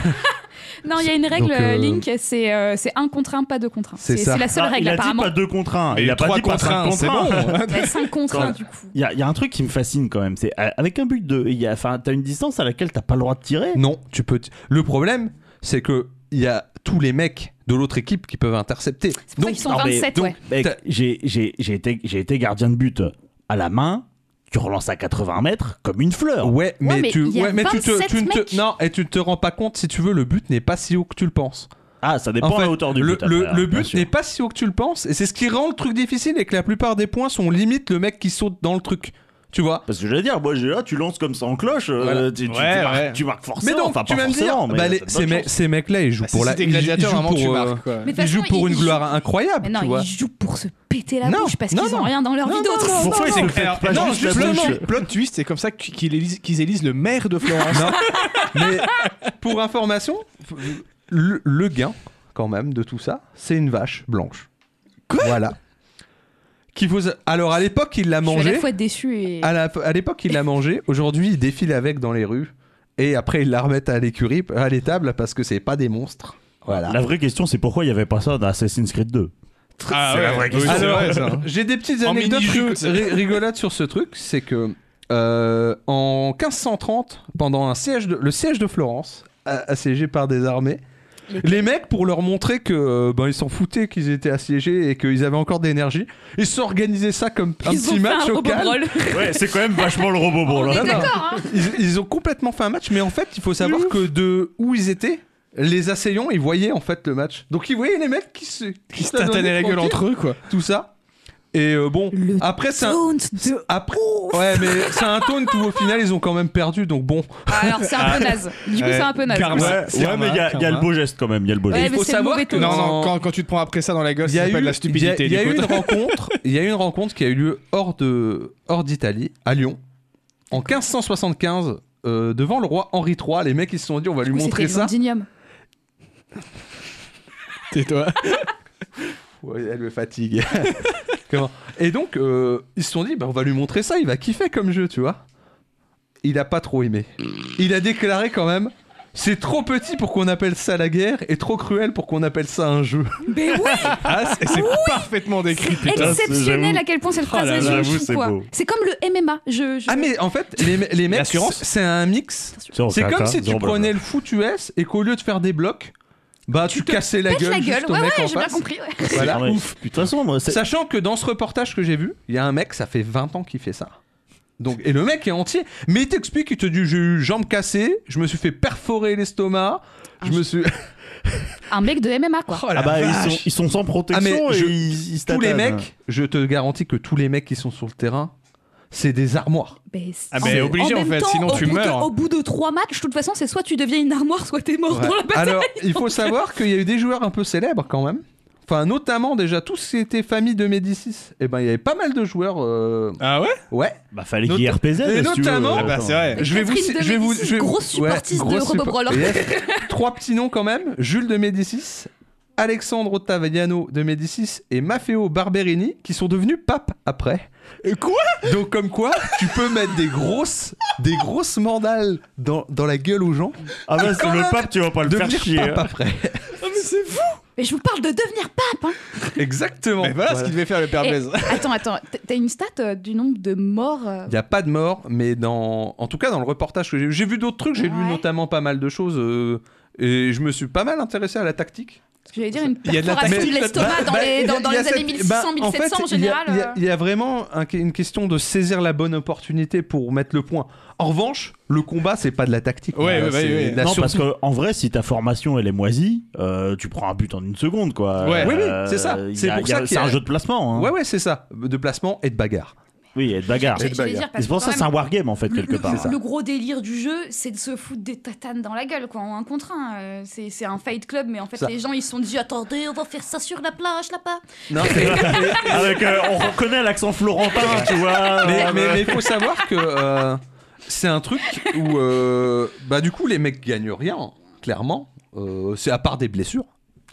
Speaker 4: Non, il y a une règle,
Speaker 1: Donc, euh,
Speaker 4: Link, c'est euh, c'est un contre un, pas deux contre un.
Speaker 1: C'est
Speaker 4: C'est
Speaker 1: ça.
Speaker 4: c'est la seule
Speaker 3: Ah,
Speaker 4: règle,
Speaker 3: il a dit
Speaker 4: apparemment.
Speaker 3: pas deux contre un. Il
Speaker 2: Et
Speaker 3: a pas
Speaker 2: trois
Speaker 3: dit pas
Speaker 2: contre
Speaker 3: cinq
Speaker 2: un,
Speaker 3: contre
Speaker 2: c'est
Speaker 3: un.
Speaker 2: bon.
Speaker 1: hein.
Speaker 4: Ouais, cinq contre
Speaker 3: Quand-
Speaker 4: un, du coup.
Speaker 3: Il y, a- il y a un truc qui me fascine quand même, c'est euh, avec un but 2, il y a, enfin, t'as une distance à laquelle t'as pas le droit de tirer.
Speaker 1: non, tu peux. t- Le problème, c'est que il y a tous les mecs de l'autre équipe qui peuvent intercepter.
Speaker 4: C'est pour ça
Speaker 1: Donc,
Speaker 4: qu'ils sont
Speaker 3: Non, mais
Speaker 4: 27,
Speaker 3: donc,
Speaker 4: ouais.
Speaker 3: mec,
Speaker 1: T'as-
Speaker 3: j'ai, j'ai- j'ai été, j'ai été gardien de but à la main, tu relances à 80 mètres comme une fleur.
Speaker 1: Ouais, mais,
Speaker 5: mais
Speaker 1: tu,
Speaker 5: il y a
Speaker 1: ouais, mais tu te,
Speaker 5: 27
Speaker 1: tu ne te-
Speaker 5: mecs.
Speaker 1: non, et tu ne te rends pas compte si tu veux, le but n'est pas si haut que tu le penses.
Speaker 3: Ah, ça dépend
Speaker 1: En fait,
Speaker 3: de la hauteur du
Speaker 1: le,
Speaker 3: but.
Speaker 1: le-
Speaker 3: après, hein,
Speaker 1: le
Speaker 3: bien
Speaker 1: but
Speaker 3: sûr.
Speaker 1: n'est pas si haut que tu le penses, et c'est ce qui rend le truc difficile, et que la plupart des points sont limite le mec qui saute dans le truc. Tu vois
Speaker 3: Parce que j'allais dire, moi j'ai là, tu lances comme ça en cloche, euh,
Speaker 1: Voilà.
Speaker 3: tu, tu- tu
Speaker 2: Ouais,
Speaker 3: marques,
Speaker 2: ouais.
Speaker 3: tu marques forcément.
Speaker 1: Mais donc,
Speaker 3: enfin,
Speaker 1: tu
Speaker 3: pas
Speaker 1: vas me dire,
Speaker 3: forcément, mais
Speaker 1: bah,
Speaker 3: t'as
Speaker 1: les-
Speaker 3: de bonnes
Speaker 1: ces, mecs-
Speaker 3: chances.
Speaker 1: ces mecs-là, ils
Speaker 3: Bah,
Speaker 1: jouent
Speaker 2: Ah, si
Speaker 1: pour la.
Speaker 2: c'est des
Speaker 1: ils- ils
Speaker 2: gladiateurs,
Speaker 1: jouent
Speaker 2: vraiment, tu
Speaker 1: pour, euh,
Speaker 2: marques, quoi.
Speaker 5: Mais de
Speaker 1: Ils
Speaker 5: toute
Speaker 1: jouent
Speaker 5: façon,
Speaker 1: pour
Speaker 5: ils-
Speaker 1: une
Speaker 5: ils
Speaker 1: gloire
Speaker 5: jouent-
Speaker 1: incroyable,
Speaker 5: Mais
Speaker 1: tu
Speaker 5: non,
Speaker 1: vois.
Speaker 5: ils jouent pour se péter la
Speaker 1: Non,
Speaker 5: bouche parce
Speaker 1: non,
Speaker 5: qu'ils ont
Speaker 1: non.
Speaker 5: rien dans leur
Speaker 1: Non,
Speaker 5: vie
Speaker 1: non,
Speaker 5: d'autre.
Speaker 1: non,
Speaker 3: Pourquoi
Speaker 1: non,
Speaker 3: ils
Speaker 1: non.
Speaker 3: éclairent pas
Speaker 1: Non,
Speaker 3: juste la
Speaker 1: justement.
Speaker 3: bouche
Speaker 2: Plot twist, c'est comme ça qu'ils élisent, le maire de Florence.
Speaker 1: Non. Mais pour information, le, le gain, quand même, de tout ça, c'est une vache blanche. Quoi Voilà. Qu'il faut... sa- Alors, à l'époque, il l'a
Speaker 4: Je suis à
Speaker 1: mangée.
Speaker 4: la fois déçu et.
Speaker 1: À la- à l'époque, il l'a mangé. Aujourd'hui, il défile avec dans les rues. Et après, ils la remettent à l'écurie, à l'étable, parce que c'est pas des monstres. Voilà.
Speaker 3: La vraie question, c'est pourquoi il n'y avait pas ça dans Assassin's Creed 2
Speaker 2: Ah, ouais, oui, c'est
Speaker 1: Alors,
Speaker 2: vrai, ça. hein.
Speaker 1: J'ai des petites
Speaker 2: En
Speaker 1: anecdotes
Speaker 2: mini-jeu,
Speaker 1: ri-
Speaker 2: comme ça.
Speaker 1: ri- rigolotes sur ce truc. C'est que euh, en 1530, pendant un siège de- le siège de Florence, a- assiégé par des armées, les mecs, pour leur montrer que euh, ben, ils s'en foutaient qu'ils étaient assiégés et qu'ils avaient encore d'énergie, ils s'organisaient ça comme un
Speaker 4: Ils ont
Speaker 1: petit
Speaker 4: fait un
Speaker 1: match au
Speaker 4: robot hein.
Speaker 1: calme.
Speaker 4: brawl.
Speaker 3: Ouais, c'est quand même vachement le robot bon
Speaker 1: Non,
Speaker 3: là.
Speaker 1: non. Ils, ils ont complètement fait un match, mais en fait, il faut savoir que de où ils étaient, les assaillants, ils voyaient en fait le match. Donc ils voyaient les mecs qui se,
Speaker 2: Qui se
Speaker 1: tâtaient
Speaker 2: tâtaient les gueules entre eux, quoi.
Speaker 1: tout ça. Et euh, bon,
Speaker 4: Le
Speaker 1: après c'est un...
Speaker 4: taunt de.
Speaker 1: Après... Ouais, mais c'est un taunt où au final ils ont quand même perdu, donc bon.
Speaker 4: Alors, c'est un peu naze. Du coup,
Speaker 2: Ouais.
Speaker 4: c'est un peu naze.
Speaker 2: Karma.
Speaker 4: Ouais,
Speaker 3: Ouais, ouais, mais il y, a- il y a le beau geste quand même, il y a le beau
Speaker 1: Et
Speaker 4: mais
Speaker 1: il faut
Speaker 4: c'est le
Speaker 1: savoir
Speaker 4: mauvais
Speaker 1: que-
Speaker 4: taunt.
Speaker 2: Non,
Speaker 1: Non.
Speaker 2: non, quand, quand tu te prends après ça dans la gueule,
Speaker 1: Il y
Speaker 2: ça
Speaker 1: a
Speaker 2: s'appelle
Speaker 1: eu,
Speaker 2: de la stupidité.
Speaker 1: il y a- il y a
Speaker 2: du
Speaker 1: eu
Speaker 2: coup.
Speaker 1: une rencontre, il y a eu une rencontre qui a eu lieu hors de hors d'Italie, à Lyon, en 1575. euh, devant le roi Henri III, les mecs ils se sont dit on va lui
Speaker 4: Du coup,
Speaker 1: montrer
Speaker 4: c'était
Speaker 1: ça.
Speaker 4: Vandinium.
Speaker 2: Tais-toi.
Speaker 1: Ouais, elle me fatigue. Comment Et donc, euh, ils se sont dit, bah, on va lui montrer ça, il va kiffer comme jeu, tu vois. Il a pas trop aimé. Il a déclaré quand même, c'est trop petit pour qu'on appelle ça la guerre et trop cruel pour qu'on appelle ça un jeu.
Speaker 4: Mais oui,
Speaker 2: Ah, c'est c'est parfaitement décrit,
Speaker 5: C'est
Speaker 2: putain.
Speaker 5: exceptionnel
Speaker 3: j'avoue.
Speaker 5: à quel point cette
Speaker 3: Oh
Speaker 5: phrase
Speaker 3: là
Speaker 5: est
Speaker 3: là,
Speaker 5: jolie,
Speaker 3: j'avoue, c'est
Speaker 5: quoi.
Speaker 3: beau.
Speaker 5: C'est comme le MMA. Je, je-
Speaker 1: Ah mais en fait, les, me- les mecs,
Speaker 2: L'assurance
Speaker 1: c'est un mix. C'est comme si
Speaker 5: bah,
Speaker 1: tu prenais le foot US et qu'au lieu de faire des blocs, bah tu, cassais la
Speaker 5: Pète
Speaker 1: gueule,
Speaker 5: la
Speaker 1: juste
Speaker 5: gueule.
Speaker 1: au
Speaker 5: Ouais,
Speaker 1: mec en
Speaker 5: ouais, j'ai bien
Speaker 1: face.
Speaker 5: compris. ouais.
Speaker 1: Voilà.
Speaker 3: Ouf. De toute façon, moi, c'est-
Speaker 1: Sachant que dans ce reportage que j'ai vu, il y a un mec, ça fait 20 ans qu'il fait ça. Donc, et le mec est entier. Mais il t'explique, il te dit j'ai eu jambes cassées, je me suis fait perforer l'estomac, je me suis.
Speaker 5: Un mec de MMA, quoi.
Speaker 2: Oh.
Speaker 3: ah bah, ils sont, ils sont sans protection
Speaker 1: Ah, mais
Speaker 3: et
Speaker 1: je-
Speaker 3: ils, ils se
Speaker 1: tous les
Speaker 3: tatanent.
Speaker 1: mecs, je te garantis que tous les mecs qui sont sur le terrain, c'est des armoires.
Speaker 5: Ben, c'est-
Speaker 2: Ah, mais
Speaker 1: En-
Speaker 2: obligé en,
Speaker 4: même
Speaker 2: fait,
Speaker 4: temps,
Speaker 2: sinon
Speaker 4: au
Speaker 2: tu
Speaker 4: bout de-
Speaker 2: meurs.
Speaker 4: au bout de trois matchs, de toute façon, c'est soit tu deviens une armoire, soit t'es mort
Speaker 1: Ouais.
Speaker 4: dans la bataille.
Speaker 1: Alors, il faut savoir qu'il y a eu des joueurs un peu célèbres quand même. Enfin, notamment déjà, tous qui étaient famille de Médicis. Et ben, il y avait pas mal de joueurs. euh,
Speaker 2: Ah ouais
Speaker 1: Ouais.
Speaker 3: Bah, fallait
Speaker 1: Notam-
Speaker 3: qu'il y ait RPZ.
Speaker 1: Et
Speaker 3: si tu veux.
Speaker 1: notamment-
Speaker 2: Ah bah, c'est vrai.
Speaker 1: Je vais vous,
Speaker 4: Catherine de
Speaker 1: je vais vous,
Speaker 4: Médicis,
Speaker 1: je vais-
Speaker 4: grosse
Speaker 1: ouais,
Speaker 4: supportiste de
Speaker 1: grosse
Speaker 4: Robo
Speaker 1: suppo-
Speaker 4: Brawler.
Speaker 1: Yes. Trois petits noms quand même Jules de Médicis, Alexandre Ottaviano de Médicis et Maffeo Barberini qui sont devenus papes après.
Speaker 2: Quoi
Speaker 1: Donc comme quoi, tu peux mettre des grosses, des grosses mandales dans, dans la gueule aux gens,
Speaker 3: Ah bah, c'est
Speaker 1: Quand même,
Speaker 3: le pape, tu vas pas le faire
Speaker 1: devenir
Speaker 3: chier.
Speaker 1: pape
Speaker 3: hein.
Speaker 1: après.
Speaker 5: Mais je vous parle de devenir pape. hein.
Speaker 1: Exactement.
Speaker 2: Mais voilà ce qu'il devait faire le père
Speaker 5: Et-
Speaker 2: Blaise.
Speaker 5: Attends, attends. t- T'as une stat euh, du nombre de morts euh,
Speaker 1: Il n'y a pas de mort, mais dans, en tout cas dans le reportage que j'ai vu, j'ai vu d'autres trucs, j'ai lu
Speaker 5: Ouais.
Speaker 1: notamment pas mal de choses euh, et je me suis pas mal intéressé à la tactique.
Speaker 5: Parce que j'allais dire une
Speaker 2: Il y a de la
Speaker 5: perforation de l'estomac dans
Speaker 1: Bah,
Speaker 5: les,
Speaker 1: il y a-
Speaker 5: dans, dans
Speaker 1: il y
Speaker 5: les
Speaker 1: a
Speaker 5: années
Speaker 1: cette-
Speaker 5: 1600,
Speaker 1: bah, en
Speaker 5: 1700 en
Speaker 1: fait, il y a-
Speaker 5: général.
Speaker 1: Il y a,
Speaker 5: euh.
Speaker 1: il y a vraiment un- une question de saisir la bonne opportunité pour mettre le point. En revanche, le combat, c'est pas de la tactique.
Speaker 2: Ouais,
Speaker 1: Voilà,
Speaker 2: ouais,
Speaker 1: c'est
Speaker 2: ouais,
Speaker 1: de la
Speaker 3: non,
Speaker 1: survie.
Speaker 3: parce qu'en vrai, si ta formation elle est moisie, euh, tu prends un but en une seconde, quoi.
Speaker 2: Ouais.
Speaker 1: Oui, oui,
Speaker 3: Euh,
Speaker 1: c'est ça.
Speaker 3: il y
Speaker 1: C'est
Speaker 3: a-
Speaker 1: pour
Speaker 3: il y a-
Speaker 1: ça qu'il y
Speaker 3: C'est
Speaker 1: a-
Speaker 3: un jeu de placement. hein.
Speaker 1: Ouais, ouais, c'est ça. De placement et de bagarre.
Speaker 3: Oui, il y a de bagarre.
Speaker 1: C'est de
Speaker 5: J'allais
Speaker 1: bagarre.
Speaker 5: dire, parce
Speaker 3: C'est pour
Speaker 5: que
Speaker 3: ça
Speaker 5: quand
Speaker 3: c'est un
Speaker 5: même,
Speaker 3: wargame en fait
Speaker 4: Le,
Speaker 3: quelque
Speaker 4: le-
Speaker 3: part.
Speaker 4: le gros délire du jeu, c'est de se foutre des tatanes dans la gueule, quoi, en un contre un. Euh, C'est c'est un fight club, mais en fait,
Speaker 3: Ça.
Speaker 4: les gens, ils se sont dit Attendez, on va faire ça sur la plage, là-bas.
Speaker 1: Non, mais
Speaker 3: Avec, euh, on reconnaît l'accent florentin, tu vois.
Speaker 1: mais
Speaker 3: euh,
Speaker 1: mais- mais il faut savoir que euh, c'est un truc où euh, bah du coup les mecs gagnent rien clairement. Euh, c'est à part des blessures.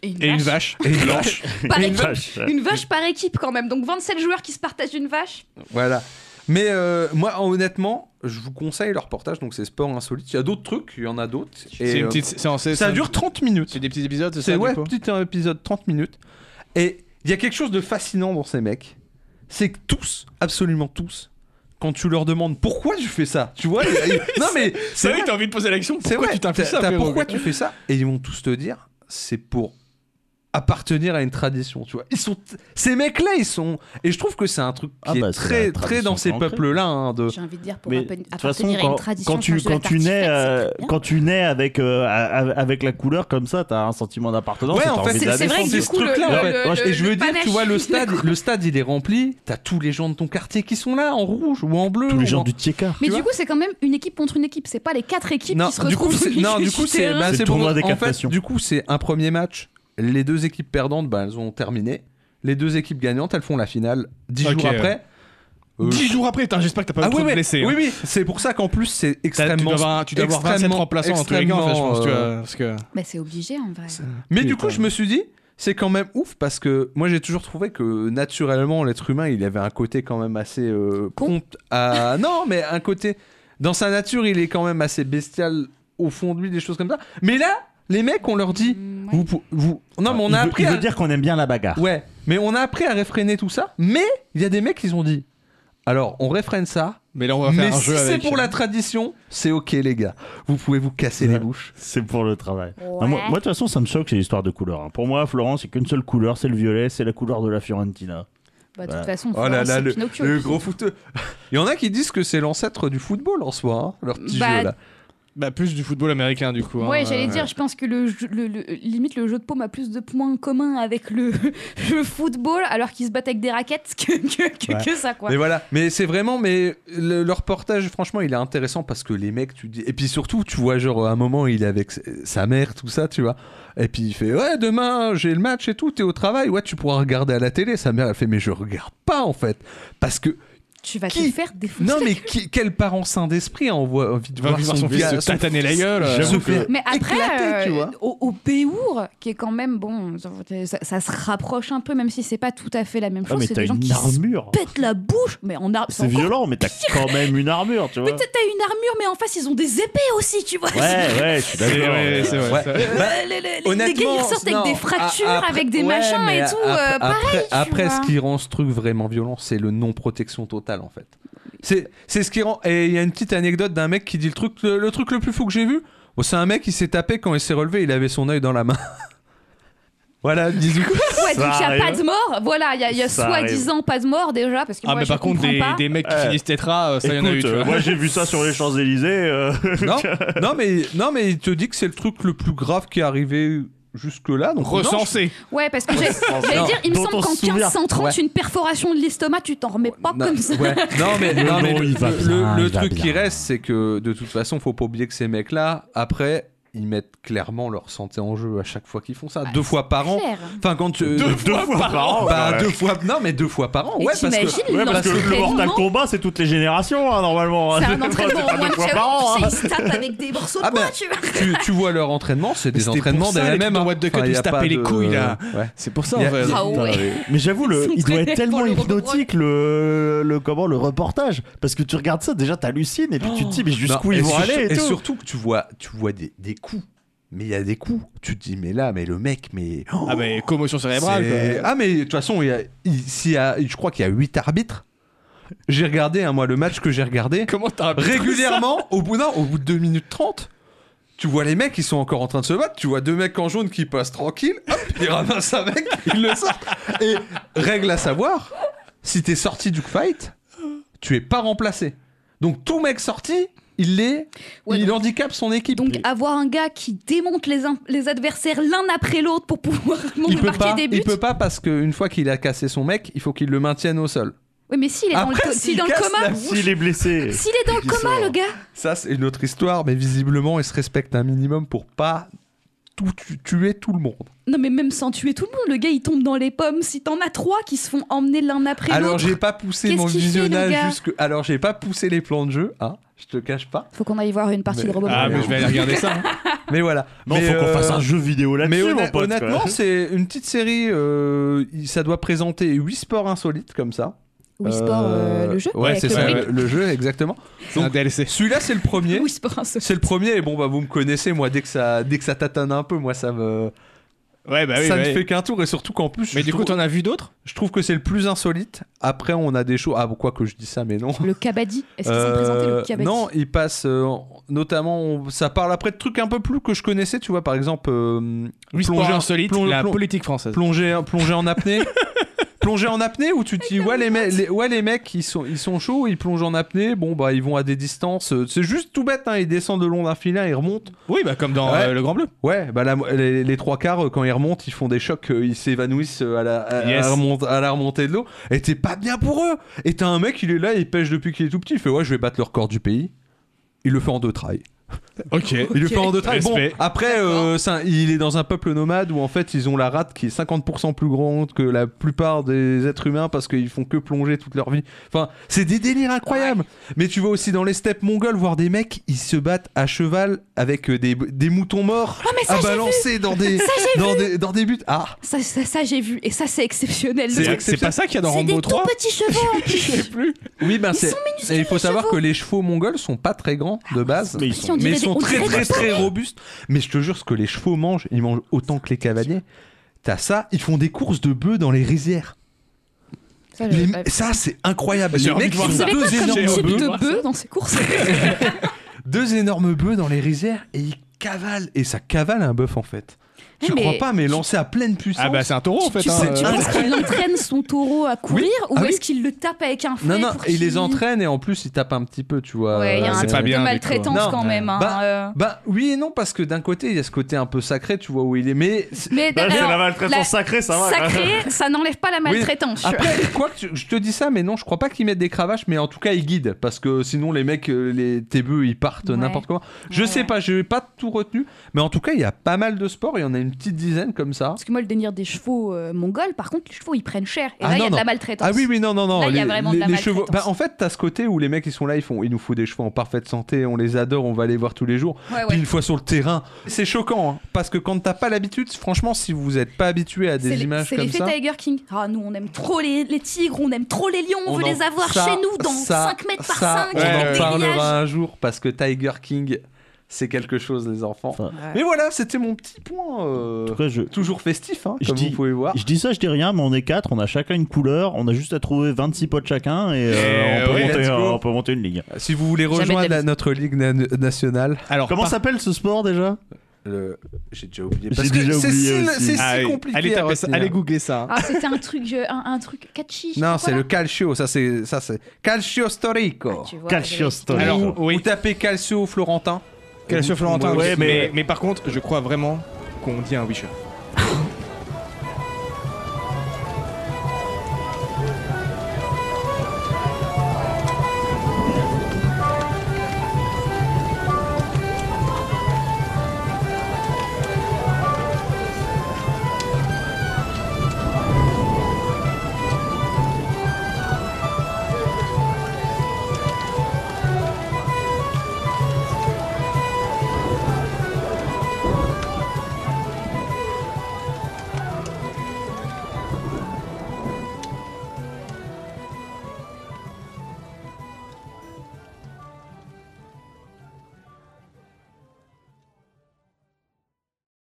Speaker 2: Et une vache.
Speaker 1: Et une blanche.
Speaker 4: Par
Speaker 3: une
Speaker 4: équipe.
Speaker 3: vache.
Speaker 4: Une vache par équipe, quand même. Donc 27 joueurs qui se partagent une vache.
Speaker 1: voilà. Mais euh, moi honnêtement, je vous conseille leur portage. Donc c'est sport insolite. Il y a d'autres trucs, il y en a d'autres.
Speaker 2: C'est
Speaker 1: Et,
Speaker 2: une
Speaker 1: euh,
Speaker 2: petite séance.
Speaker 1: ça dure 30 minutes.
Speaker 2: C'est des petits épisodes, c'est
Speaker 1: C'est
Speaker 2: ça
Speaker 1: ouais,
Speaker 2: du coup
Speaker 1: petit euh, épisode 30 minutes. Et il y a quelque chose de fascinant dans ces mecs. C'est que tous, absolument tous, quand tu leur demandes pourquoi tu fais ça, tu vois, ils- ils- non mais
Speaker 2: C'est
Speaker 1: c'est
Speaker 2: vrai
Speaker 1: vrai,
Speaker 2: que t'as envie de poser l'action.
Speaker 1: c'est
Speaker 2: Pourquoi
Speaker 1: vrai,
Speaker 2: tu t'infliges
Speaker 1: t'as-
Speaker 2: ça
Speaker 1: t'as
Speaker 2: Pierrot
Speaker 1: pourquoi tu fais ça Et ils vont tous te dire, c'est pour appartenir à une tradition, tu vois. Ils sont ces mecs-là, ils sont et je trouve que c'est un truc qui
Speaker 3: Ah bah,
Speaker 1: est
Speaker 3: c'est la
Speaker 1: très très
Speaker 3: tradition
Speaker 1: dans ces
Speaker 3: ancrée.
Speaker 1: peuples-là hein, de
Speaker 5: Euh, J'ai envie de dire pour
Speaker 3: Mais
Speaker 5: appen-
Speaker 3: de toute façon,
Speaker 5: appartenir à
Speaker 3: quand,
Speaker 5: une tradition.
Speaker 3: quand tu,
Speaker 5: je pense,
Speaker 3: quand
Speaker 5: de
Speaker 3: tu nais,
Speaker 5: l'artefact,
Speaker 3: euh,
Speaker 5: c'est très bien.
Speaker 3: quand tu nais avec, euh, a- a- avec la couleur comme ça, t'as un sentiment d'appartenance.
Speaker 1: Ouais,
Speaker 3: et t'as
Speaker 1: en fait,
Speaker 3: envie de
Speaker 1: c'est
Speaker 3: la
Speaker 1: c'est vrai que
Speaker 3: défendre.
Speaker 1: du coup, le,
Speaker 4: le-
Speaker 1: ouais.
Speaker 4: le-
Speaker 1: Ouais, je- et je
Speaker 4: le
Speaker 1: veux dire, tu vois, le
Speaker 4: panache.
Speaker 1: stade, le stade, il est rempli. T'as tous les gens de ton quartier qui sont là, en rouge ou en bleu.
Speaker 3: Tous
Speaker 1: ou
Speaker 3: les gens
Speaker 1: en-
Speaker 3: du Tcheka.
Speaker 1: tu
Speaker 5: Mais du
Speaker 1: vois
Speaker 5: coup, c'est quand même une équipe contre une équipe. C'est pas les quatre équipes
Speaker 1: Non,
Speaker 5: qui se
Speaker 1: du coup,
Speaker 5: retrouvent.
Speaker 1: c'est-
Speaker 5: sur le
Speaker 1: non,
Speaker 5: milieu
Speaker 1: du
Speaker 5: du
Speaker 1: coup, c'est,
Speaker 5: terrain.
Speaker 1: bah,
Speaker 3: C'est le
Speaker 1: c'est pour-
Speaker 3: tournoi des
Speaker 1: en fait,
Speaker 3: captations.
Speaker 1: du coup, c'est un premier match. Les deux équipes perdantes, bah, elles ont terminé. Les deux équipes gagnantes, elles font la finale dix
Speaker 2: Ok,
Speaker 1: jours
Speaker 2: ouais.
Speaker 1: après. Euh,
Speaker 2: 10 jours après, putain, j'espère que t'as pas eu
Speaker 1: Ah
Speaker 2: trop
Speaker 1: oui,
Speaker 2: de
Speaker 1: oui,
Speaker 2: blessés.
Speaker 1: oui,
Speaker 2: hein.
Speaker 1: oui. C'est pour ça qu'en plus, c'est
Speaker 2: T'as- Tu
Speaker 1: extrêmement.
Speaker 2: dois avoir, tu dois avoir 27
Speaker 1: extrêmement-
Speaker 2: remplaçants en tous les cas, en fait, je pense. tu
Speaker 1: extrêmement,
Speaker 2: vois, parce que...
Speaker 5: Bah, c'est obligé en vrai.
Speaker 1: Mais du
Speaker 2: Putain.
Speaker 1: coup, je me suis dit, c'est quand même ouf parce que moi, j'ai toujours trouvé que naturellement, l'être humain, il avait un côté quand même assez euh,
Speaker 5: Con.
Speaker 1: prompt à- non, mais un côté dans sa nature, il est quand même assez bestial au fond de lui, des choses comme ça. Mais là, les mecs, on leur dit,
Speaker 5: Mm, ouais.
Speaker 1: vous, pou- vous, non, mais on
Speaker 3: Il
Speaker 1: a
Speaker 2: Ah,
Speaker 3: veut-
Speaker 1: appris
Speaker 3: il
Speaker 1: à,
Speaker 3: veut dire qu'on aime bien la bagarre.
Speaker 1: ouais, mais on a appris à réfréner tout ça. Mais il y a des mecs qui ont dit, alors, on réfrène ça,
Speaker 2: Mais là, on va faire
Speaker 1: mais
Speaker 2: un
Speaker 1: si
Speaker 2: jeu
Speaker 1: c'est
Speaker 2: avec. hein.
Speaker 1: pour la tradition, c'est ok, les gars. Vous pouvez vous casser les
Speaker 3: Ouais.
Speaker 1: bouches.
Speaker 3: C'est pour le
Speaker 1: Ah,
Speaker 3: travail.
Speaker 5: Ouais.
Speaker 3: Non, moi, moi, de toute façon, ça me choque, c'est l'histoire de couleurs. hein. Pour moi, Florence, c'est qu'une seule couleur, c'est le violet, c'est la couleur de la Fiorentina. Ah,
Speaker 5: Bah, de
Speaker 3: voilà.
Speaker 5: toute façon,
Speaker 1: Oh là
Speaker 5: Florence,
Speaker 1: là,
Speaker 5: c'est
Speaker 1: le,
Speaker 5: Pinocchio.
Speaker 1: le gros footeux. Il y en a qui disent que c'est l'ancêtre du football en soi, hein, leur petit
Speaker 5: Bah,
Speaker 1: jeu là.
Speaker 2: Bah, plus du football américain, du coup. hein,
Speaker 5: Ouais, j'allais
Speaker 2: euh,
Speaker 5: dire, je pense que le, jeu- le- le- limite le jeu de paume a plus de points communs avec le, le football, alors qu'ils se battent avec des raquettes que, que, que-
Speaker 2: Ouais.
Speaker 5: que ça, quoi.
Speaker 1: Mais voilà, mais c'est vraiment, mais le, le reportage, franchement, il est intéressant parce que les mecs, tu dis, et puis surtout, tu vois, genre, à un moment, il est avec s- sa mère, tout ça, tu vois, et puis il fait, ouais, demain, j'ai le match et tout, t'es au travail, ouais, tu pourras regarder à la télé. Sa mère, elle fait, mais je regarde pas en fait, parce que,
Speaker 5: Tu vas
Speaker 1: Qui-
Speaker 5: te faire défoncer.
Speaker 1: non, mais qui- quel parent sain d'esprit hein, a envie envie de
Speaker 2: Va
Speaker 1: voir
Speaker 2: voir son fils
Speaker 1: gars-
Speaker 2: se
Speaker 1: son-
Speaker 2: tataner la gueule. euh,
Speaker 1: se
Speaker 3: J'avoue
Speaker 1: faire
Speaker 3: que-
Speaker 5: Mais après,
Speaker 1: éclater, tu
Speaker 5: euh,
Speaker 1: vois.
Speaker 5: au, au Péour, qui est quand même, bon, ça, ça se rapproche un peu, même si c'est pas tout à fait la même
Speaker 3: Ah,
Speaker 5: chose,
Speaker 3: mais
Speaker 5: c'est
Speaker 3: t'as
Speaker 5: des gens
Speaker 3: une
Speaker 5: qui se
Speaker 3: armure.
Speaker 5: pètent la bouche, mais en arme.
Speaker 3: C'est violent, mais t'as quand même une armure, tu vois.
Speaker 5: T'as t'as une armure, mais en face, ils ont des épées aussi, tu vois.
Speaker 3: Ouais, ouais, je suis
Speaker 2: C'est ouais,
Speaker 3: d'accord. ouais.
Speaker 2: c'est vrai.
Speaker 1: Ouais.
Speaker 2: c'est vrai.
Speaker 1: Bah,
Speaker 5: Euh, les, les- les- les gars,
Speaker 1: Honnêtement,
Speaker 5: ils ressortent
Speaker 1: non,
Speaker 5: avec des
Speaker 1: a-
Speaker 5: fractures,
Speaker 1: après-
Speaker 5: avec des
Speaker 1: ouais,
Speaker 5: machins
Speaker 1: mais
Speaker 5: et
Speaker 1: a-
Speaker 5: tout.
Speaker 1: ap-
Speaker 5: euh, pareil,
Speaker 1: après,
Speaker 5: tu
Speaker 1: après,
Speaker 5: vois.
Speaker 1: ce qui rend ce truc vraiment violent, c'est le non-protection totale en fait. C'est c'est ce qui rend. Et il y a une petite anecdote d'un mec qui dit le truc le, le truc le plus fou que j'ai vu. Bon, c'est un mec qui s'est tapé quand il s'est relevé, il avait son œil dans la main. voilà, bisous.
Speaker 5: Ouais,
Speaker 3: Ça
Speaker 5: donc il n'y a
Speaker 3: arrive.
Speaker 5: pas de mort. Voilà, il y a, il y a
Speaker 3: Ça
Speaker 5: soi-disant pas de mort déjà. Parce que
Speaker 2: Ah,
Speaker 5: moi,
Speaker 2: mais
Speaker 5: je
Speaker 2: par contre,
Speaker 5: comprends
Speaker 2: des,
Speaker 5: pas.
Speaker 2: des mecs qui
Speaker 3: Ouais.
Speaker 2: finissent tétra, euh, ça y en a eu,
Speaker 3: Écoute,
Speaker 2: tu
Speaker 3: euh,
Speaker 2: vois.
Speaker 3: moi j'ai vu ça sur les Champs-Élysées. euh,
Speaker 1: non, non, mais non, mais il te dit que c'est le truc le plus grave qui est arrivé jusque là. Donc non,
Speaker 2: Recensé.
Speaker 5: Ouais, parce que j'ai- j'allais
Speaker 1: Non,
Speaker 5: dire, il me
Speaker 3: dont
Speaker 5: semble
Speaker 3: on
Speaker 5: qu'en
Speaker 3: se souvient.
Speaker 5: 1530,
Speaker 1: Ouais.
Speaker 5: une perforation de l'estomac, tu t'en remets pas
Speaker 1: Non,
Speaker 5: comme ça.
Speaker 1: ouais. Non, mais, non, mais
Speaker 3: Non,
Speaker 1: le,
Speaker 3: il va
Speaker 1: le-
Speaker 3: bien,
Speaker 1: le
Speaker 3: il va
Speaker 1: truc qui
Speaker 3: bien.
Speaker 1: reste, c'est que de toute façon, faut pas oublier que ces mecs-là, après, ils mettent clairement leur santé en jeu à chaque fois qu'ils font ça. deux fois par an.
Speaker 5: Bah, Clair.
Speaker 1: Enfin, quand tu- euh,
Speaker 2: Deux
Speaker 3: Deux fois par an.
Speaker 1: bah,
Speaker 3: ouais.
Speaker 1: deux fois. Non, mais deux fois par an.
Speaker 5: Et
Speaker 1: ouais, parce que.
Speaker 5: t'imagines
Speaker 3: Ouais, parce que le Mortal
Speaker 5: l'entraînement
Speaker 3: Kombat, c'est toutes les générations, hein, normalement.
Speaker 5: c'est
Speaker 3: hein.
Speaker 5: un entraînement en
Speaker 3: pas
Speaker 5: moins
Speaker 3: deux
Speaker 5: de
Speaker 3: fois
Speaker 5: chaos,
Speaker 3: par an.
Speaker 5: tu
Speaker 3: hein.
Speaker 5: sais, ils se tapent avec des morceaux de
Speaker 1: Ah,
Speaker 5: bois,
Speaker 1: ben,
Speaker 5: tu vois.
Speaker 1: Tu, tu vois leur entraînement, c'est des
Speaker 2: c'était pour
Speaker 1: entraînements des
Speaker 2: ça, les
Speaker 1: MM.
Speaker 2: trucs
Speaker 1: hein.
Speaker 2: de What the Cut,
Speaker 1: Enfin,
Speaker 2: ils
Speaker 1: y a
Speaker 2: se
Speaker 1: pas
Speaker 2: tapaient les
Speaker 1: de-
Speaker 2: couilles, là.
Speaker 1: Ouais.
Speaker 2: C'est pour ça,
Speaker 1: Y
Speaker 2: en
Speaker 1: a-
Speaker 2: fait.
Speaker 5: Ah ouais.
Speaker 3: Mais j'avoue, le,
Speaker 5: Ils sont
Speaker 3: il doit
Speaker 5: traînés
Speaker 3: être tellement
Speaker 5: pour le
Speaker 3: hypnotique le, le comment le reportage parce que tu regardes ça déjà t'hallucines et puis tu te dis mais jusqu'où
Speaker 1: Non,
Speaker 3: ils
Speaker 1: et
Speaker 3: vont
Speaker 1: surtout-
Speaker 3: aller et,
Speaker 1: Et
Speaker 3: tout.
Speaker 1: surtout que tu vois, tu vois des, des coups. Mais il y a des coups. Tu te dis, mais là, mais le mec, mais. oh,
Speaker 2: Ah, mais commotion cérébrale,
Speaker 1: C'est-
Speaker 2: quoi.
Speaker 1: Ah, mais de toute façon, il y a, il- s'il y a- je crois qu'il y a 8 arbitres. J'ai regardé, hein, moi, le match que j'ai regardé.
Speaker 2: Comment t'as un-
Speaker 1: Régulièrement, au bout, d'un au bout de 2 minutes 30, tu vois les mecs qui sont encore en train de se battre. Tu vois deux mecs en jaune qui passent tranquille. Hop, ils ramassent un mec, ils le sortent. Et règle à savoir, si t'es sorti du fight, tu es pas remplacé. Donc tout mec sorti, il est.
Speaker 5: Ouais,
Speaker 1: il
Speaker 5: donc-
Speaker 1: handicape son équipe.
Speaker 5: Donc avoir un gars qui démonte les, im- les adversaires l'un après l'autre pour pouvoir
Speaker 1: il peut
Speaker 5: marquer
Speaker 1: pas,
Speaker 5: des buts.
Speaker 1: il peut pas parce qu'une fois qu'il a cassé son mec, il faut qu'il le maintienne au sol.
Speaker 5: Oui, mais s'il est dans le co-
Speaker 1: Après,
Speaker 5: s'il est
Speaker 1: s'il
Speaker 5: dans le
Speaker 1: casse
Speaker 5: coma,
Speaker 1: la-
Speaker 3: S'il est blessé.
Speaker 5: s'il est dans le
Speaker 3: Il
Speaker 5: coma,
Speaker 3: sort.
Speaker 5: le gars,
Speaker 1: Ça, c'est une autre histoire, mais visiblement, il se respecte un minimum pour pas tout tu- tuer tout le monde.
Speaker 4: Non, mais même sans tuer tout le monde, le gars il tombe dans les pommes. Si t'en as trois qui se font emmener l'un après
Speaker 1: Alors,
Speaker 4: l'autre.
Speaker 1: j'ai pas poussé
Speaker 5: Qu'est-ce
Speaker 1: mon
Speaker 5: qu'il fait, le gars
Speaker 1: visionnage jusque. Alors, j'ai pas poussé les plans de jeu, hein, je te cache pas.
Speaker 5: faut qu'on aille voir une partie
Speaker 1: Mais-
Speaker 5: de Robot
Speaker 2: Ah,
Speaker 5: Mario.
Speaker 2: mais je vais aller regarder ça. hein.
Speaker 5: Ah.
Speaker 1: Mais voilà.
Speaker 3: Non,
Speaker 1: Mais,
Speaker 3: faut qu'on
Speaker 1: euh,
Speaker 3: fasse un jeu vidéo
Speaker 1: Mais
Speaker 3: là-dessus,
Speaker 1: honn-
Speaker 3: mon pote.
Speaker 1: honnêtement,
Speaker 3: quoi.
Speaker 1: c'est une petite série. euh, il- ça doit présenter 8 sports insolites comme ça.
Speaker 5: Wii Sport, euh, le jeu.
Speaker 1: Ouais,
Speaker 5: avec
Speaker 1: c'est
Speaker 5: le
Speaker 1: ça,
Speaker 5: brick.
Speaker 1: ouais, le jeu, exactement.
Speaker 2: C'est un DLC.
Speaker 1: Celui-là, c'est le premier.
Speaker 4: Oui, c'est pas un seul.
Speaker 1: C'est le premier, et bon, bah, vous me connaissez, moi, dès que ça, dès que ça tâtonne un peu, moi, ça me.
Speaker 2: Ouais, bah oui.
Speaker 1: ça ne
Speaker 2: ouais.
Speaker 1: fait qu'un tour, et surtout qu'en plus.
Speaker 2: Mais
Speaker 1: je
Speaker 2: du coup,
Speaker 1: trouve-
Speaker 2: t'en as vu d'autres
Speaker 1: Je trouve que c'est le plus insolite. Après, on a des choses. Ah, quoi que je dis ça, mais non.
Speaker 5: Le Kabaddi. Est-ce qu'ils ont
Speaker 1: Euh,
Speaker 5: présenté le Kabaddi
Speaker 1: non, il passe euh, en- notamment. on- ça parle après de trucs un peu plus que je connaissais, tu vois. Par exemple, euh,
Speaker 2: Oui,
Speaker 1: plongée-
Speaker 2: sport insolite,
Speaker 1: plon-
Speaker 2: la
Speaker 1: plon-
Speaker 2: politique française.
Speaker 1: plongée, hein, plongée en apnée. plongée en apnée où tu te dis ouais les, me- les- ouais les mecs ils sont ils sont chauds ils plongent en apnée bon bah ils vont à des distances euh, c'est juste tout bête hein, ils descendent le long d'un filin ils remontent
Speaker 2: Oui, bah comme dans
Speaker 1: Ouais.
Speaker 2: euh, Le Grand Bleu.
Speaker 1: ouais bah la- les, les trois quarts euh, quand ils remontent ils font des chocs euh, ils s'évanouissent euh, à la à, à
Speaker 2: Yes.
Speaker 1: la remont- à la remontée de l'eau et t'es pas bien pour eux et t'as un mec il est là il pêche depuis qu'il est tout petit il fait ouais je vais battre le record du pays il le fait en deux trails
Speaker 2: Ok.
Speaker 1: il le fait en deux traits. Bon,
Speaker 2: Respect.
Speaker 1: après, euh, c'est un- il est dans un peuple nomade où en fait ils ont la rate qui est 50% plus grande que la plupart des êtres humains parce qu'ils font que plonger toute leur vie. Enfin, c'est des délires incroyables. Mais tu vas aussi dans les steppes mongoles voir des mecs, ils se battent à cheval avec euh, des, des moutons morts
Speaker 4: mais ça,
Speaker 1: à
Speaker 4: j'ai
Speaker 1: balancer Ah bah, dans des, dans des dans des buts. Ah,
Speaker 4: Ça, ça, ça, j'ai vu. Et ça, c'est exceptionnel. Le
Speaker 2: C'est-
Speaker 4: truc,
Speaker 2: C'est pas ça qu'il y a dans
Speaker 5: C'est des
Speaker 2: Rambo
Speaker 5: tout
Speaker 2: 3
Speaker 5: petits chevaux en plus.
Speaker 2: plus.
Speaker 1: oui, ben c'est. Et il faut savoir que les chevaux mongols sont pas très grands de base.
Speaker 3: Mais ils
Speaker 5: Si
Speaker 3: sont-
Speaker 5: on
Speaker 1: Mais
Speaker 5: dirait
Speaker 1: ils
Speaker 5: des-
Speaker 1: sont
Speaker 5: on
Speaker 1: très
Speaker 5: dirait
Speaker 1: très
Speaker 5: des-
Speaker 1: très robustes. Mais je te jure, ce que les chevaux mangent, ils mangent autant que les cavaliers. T'as ça, ils font des courses de bœufs dans les rizières.
Speaker 5: Ça, je-
Speaker 1: Les-
Speaker 5: ouais. bah
Speaker 1: ça, c'est incroyable.
Speaker 2: J'ai
Speaker 1: Les
Speaker 2: envie
Speaker 1: mecs,
Speaker 2: de
Speaker 1: ils
Speaker 2: voir
Speaker 1: ont
Speaker 2: ça.
Speaker 1: deux
Speaker 2: Comme
Speaker 1: énormes,
Speaker 2: chez
Speaker 4: type
Speaker 2: Rambo.
Speaker 4: de bœuf dans ses courses.
Speaker 1: deux énormes bœufs dans les rizières et ils cavalent. Et ça cavale un bœuf en fait. Tu
Speaker 4: Mais-
Speaker 1: crois pas, mais lancé à pleine puissance.
Speaker 2: Ah bah c'est un taureau en fait.
Speaker 4: tu
Speaker 2: hein.
Speaker 4: tu
Speaker 2: Euh,
Speaker 4: penses qu'il entraîne son taureau à courir ou
Speaker 1: Ah oui.
Speaker 4: est-ce qu'il le tape avec un fouet
Speaker 1: non, non,
Speaker 4: pour
Speaker 1: il les
Speaker 4: qu'il-
Speaker 1: entraîne et en plus, il tape un petit peu, tu vois.
Speaker 4: Ouais, il y
Speaker 1: Euh,
Speaker 4: a un
Speaker 2: C'est
Speaker 4: truc
Speaker 2: pas
Speaker 4: de
Speaker 2: bien, du coup.
Speaker 4: maltraitance
Speaker 1: Non.
Speaker 4: quand même. hein,
Speaker 1: Bah,
Speaker 4: euh.
Speaker 1: Bah oui et non, parce que d'un côté, il y a ce côté un peu sacré, tu vois, où il est. Mais
Speaker 4: Mais
Speaker 1: bah,
Speaker 3: Là, c'est
Speaker 4: alors,
Speaker 3: la maltraitance
Speaker 4: la-
Speaker 3: sacrée, ça va. quoi.
Speaker 4: sacré, ça n'enlève pas la maltraitance.
Speaker 1: Après, quoi que tu- je te dis ça, mais non, je crois pas qu'ils mettent des cravaches, mais en tout cas ils guident, parce que sinon les mecs, euh, les tébeux, ils partent
Speaker 5: Ouais.
Speaker 1: n'importe comment. Je
Speaker 4: Ouais,
Speaker 1: sais
Speaker 4: ouais.
Speaker 1: pas, j'ai pas tout retenu, mais en tout cas il y a pas mal de sports, il y en a une petite dizaine comme ça.
Speaker 4: Parce que moi, le délire des chevaux euh, mongols, par contre, les chevaux, ils prennent cher. Et
Speaker 1: Ah
Speaker 4: là, il y
Speaker 1: non,
Speaker 4: a de la
Speaker 1: non.
Speaker 4: maltraitance.
Speaker 1: Ah oui, oui, non, non, non.
Speaker 4: Là, il y a
Speaker 1: les-
Speaker 4: vraiment de
Speaker 1: les-
Speaker 4: la
Speaker 1: les chevaux.
Speaker 4: maltraitance.
Speaker 1: Bah, en fait, t'as ce côté où les mecs ils sont là, ils font, il nous faut des chevaux en parfaite santé, on les adore, on va les voir tous les jours.
Speaker 4: Ouais, ouais.
Speaker 1: Puis une fois sur le terrain, c'est choquant, hein, parce que quand t'as pas l'habitude, franchement, si vous êtes pas habitué à
Speaker 4: C'est
Speaker 1: des
Speaker 4: les-
Speaker 1: images
Speaker 4: c'est
Speaker 1: comme
Speaker 4: l'effet
Speaker 1: ça.
Speaker 4: Tiger King. Ah, nous, on aime trop les, les tigres, on aime trop les lions, on,
Speaker 1: On
Speaker 4: veut
Speaker 1: en-
Speaker 4: les avoir
Speaker 1: ça-
Speaker 4: chez nous dans
Speaker 1: ça-
Speaker 4: 5 mètres par
Speaker 1: ça,
Speaker 4: 5.
Speaker 1: On
Speaker 2: avec
Speaker 1: en
Speaker 2: des
Speaker 1: parlera un jour parce que Tiger King, c'est quelque chose, les enfants.
Speaker 3: Enfin.
Speaker 1: Mais voilà, c'était mon petit point. euh,
Speaker 3: En tout cas, je,
Speaker 1: toujours festif, hein,
Speaker 3: Je
Speaker 1: comme
Speaker 3: dis-
Speaker 1: vous pouvez voir.
Speaker 3: je dis ça, je dis rien, mais on est quatre, on a chacun une couleur, on a juste à trouver 26 potes chacun et,
Speaker 2: Eh
Speaker 3: euh, on, peut
Speaker 2: ouais,
Speaker 1: let's
Speaker 3: monter,
Speaker 1: go.
Speaker 3: euh, on peut monter une ligne.
Speaker 1: Si vous voulez
Speaker 4: Jamais
Speaker 1: rejoindre
Speaker 4: de la
Speaker 1: la- notre ligue na- nationale,
Speaker 2: Alors
Speaker 3: Comment
Speaker 2: par-
Speaker 3: s'appelle ce sport déjà
Speaker 1: le- j'ai déjà oublié.
Speaker 3: J'ai
Speaker 1: Parce que
Speaker 3: déjà
Speaker 1: c'est
Speaker 3: oublié
Speaker 1: si,
Speaker 3: aussi.
Speaker 1: c'est si
Speaker 2: Ah oui.
Speaker 1: compliqué.
Speaker 2: Allez,
Speaker 1: à
Speaker 2: tapez ça-
Speaker 1: retenir.
Speaker 2: allez googler ça. hein.
Speaker 5: Ah, c'était un truc, je- un, un truc catchy. je sais
Speaker 1: Non,
Speaker 5: pas
Speaker 1: c'est
Speaker 5: quoi,
Speaker 1: le
Speaker 5: là.
Speaker 1: calcio. Ça, c'est ça, c'est calcio storico.
Speaker 4: Ah, Tu vois,
Speaker 3: Calcio
Speaker 4: j'avais-
Speaker 3: Story.
Speaker 2: Alors
Speaker 1: Ou
Speaker 2: oui.
Speaker 1: tapez calcio florentin.
Speaker 2: Calcio Florentin.
Speaker 3: Ouais,
Speaker 2: oui.
Speaker 3: mais-
Speaker 2: mais mais par contre, je crois vraiment qu'on dit un Wisher.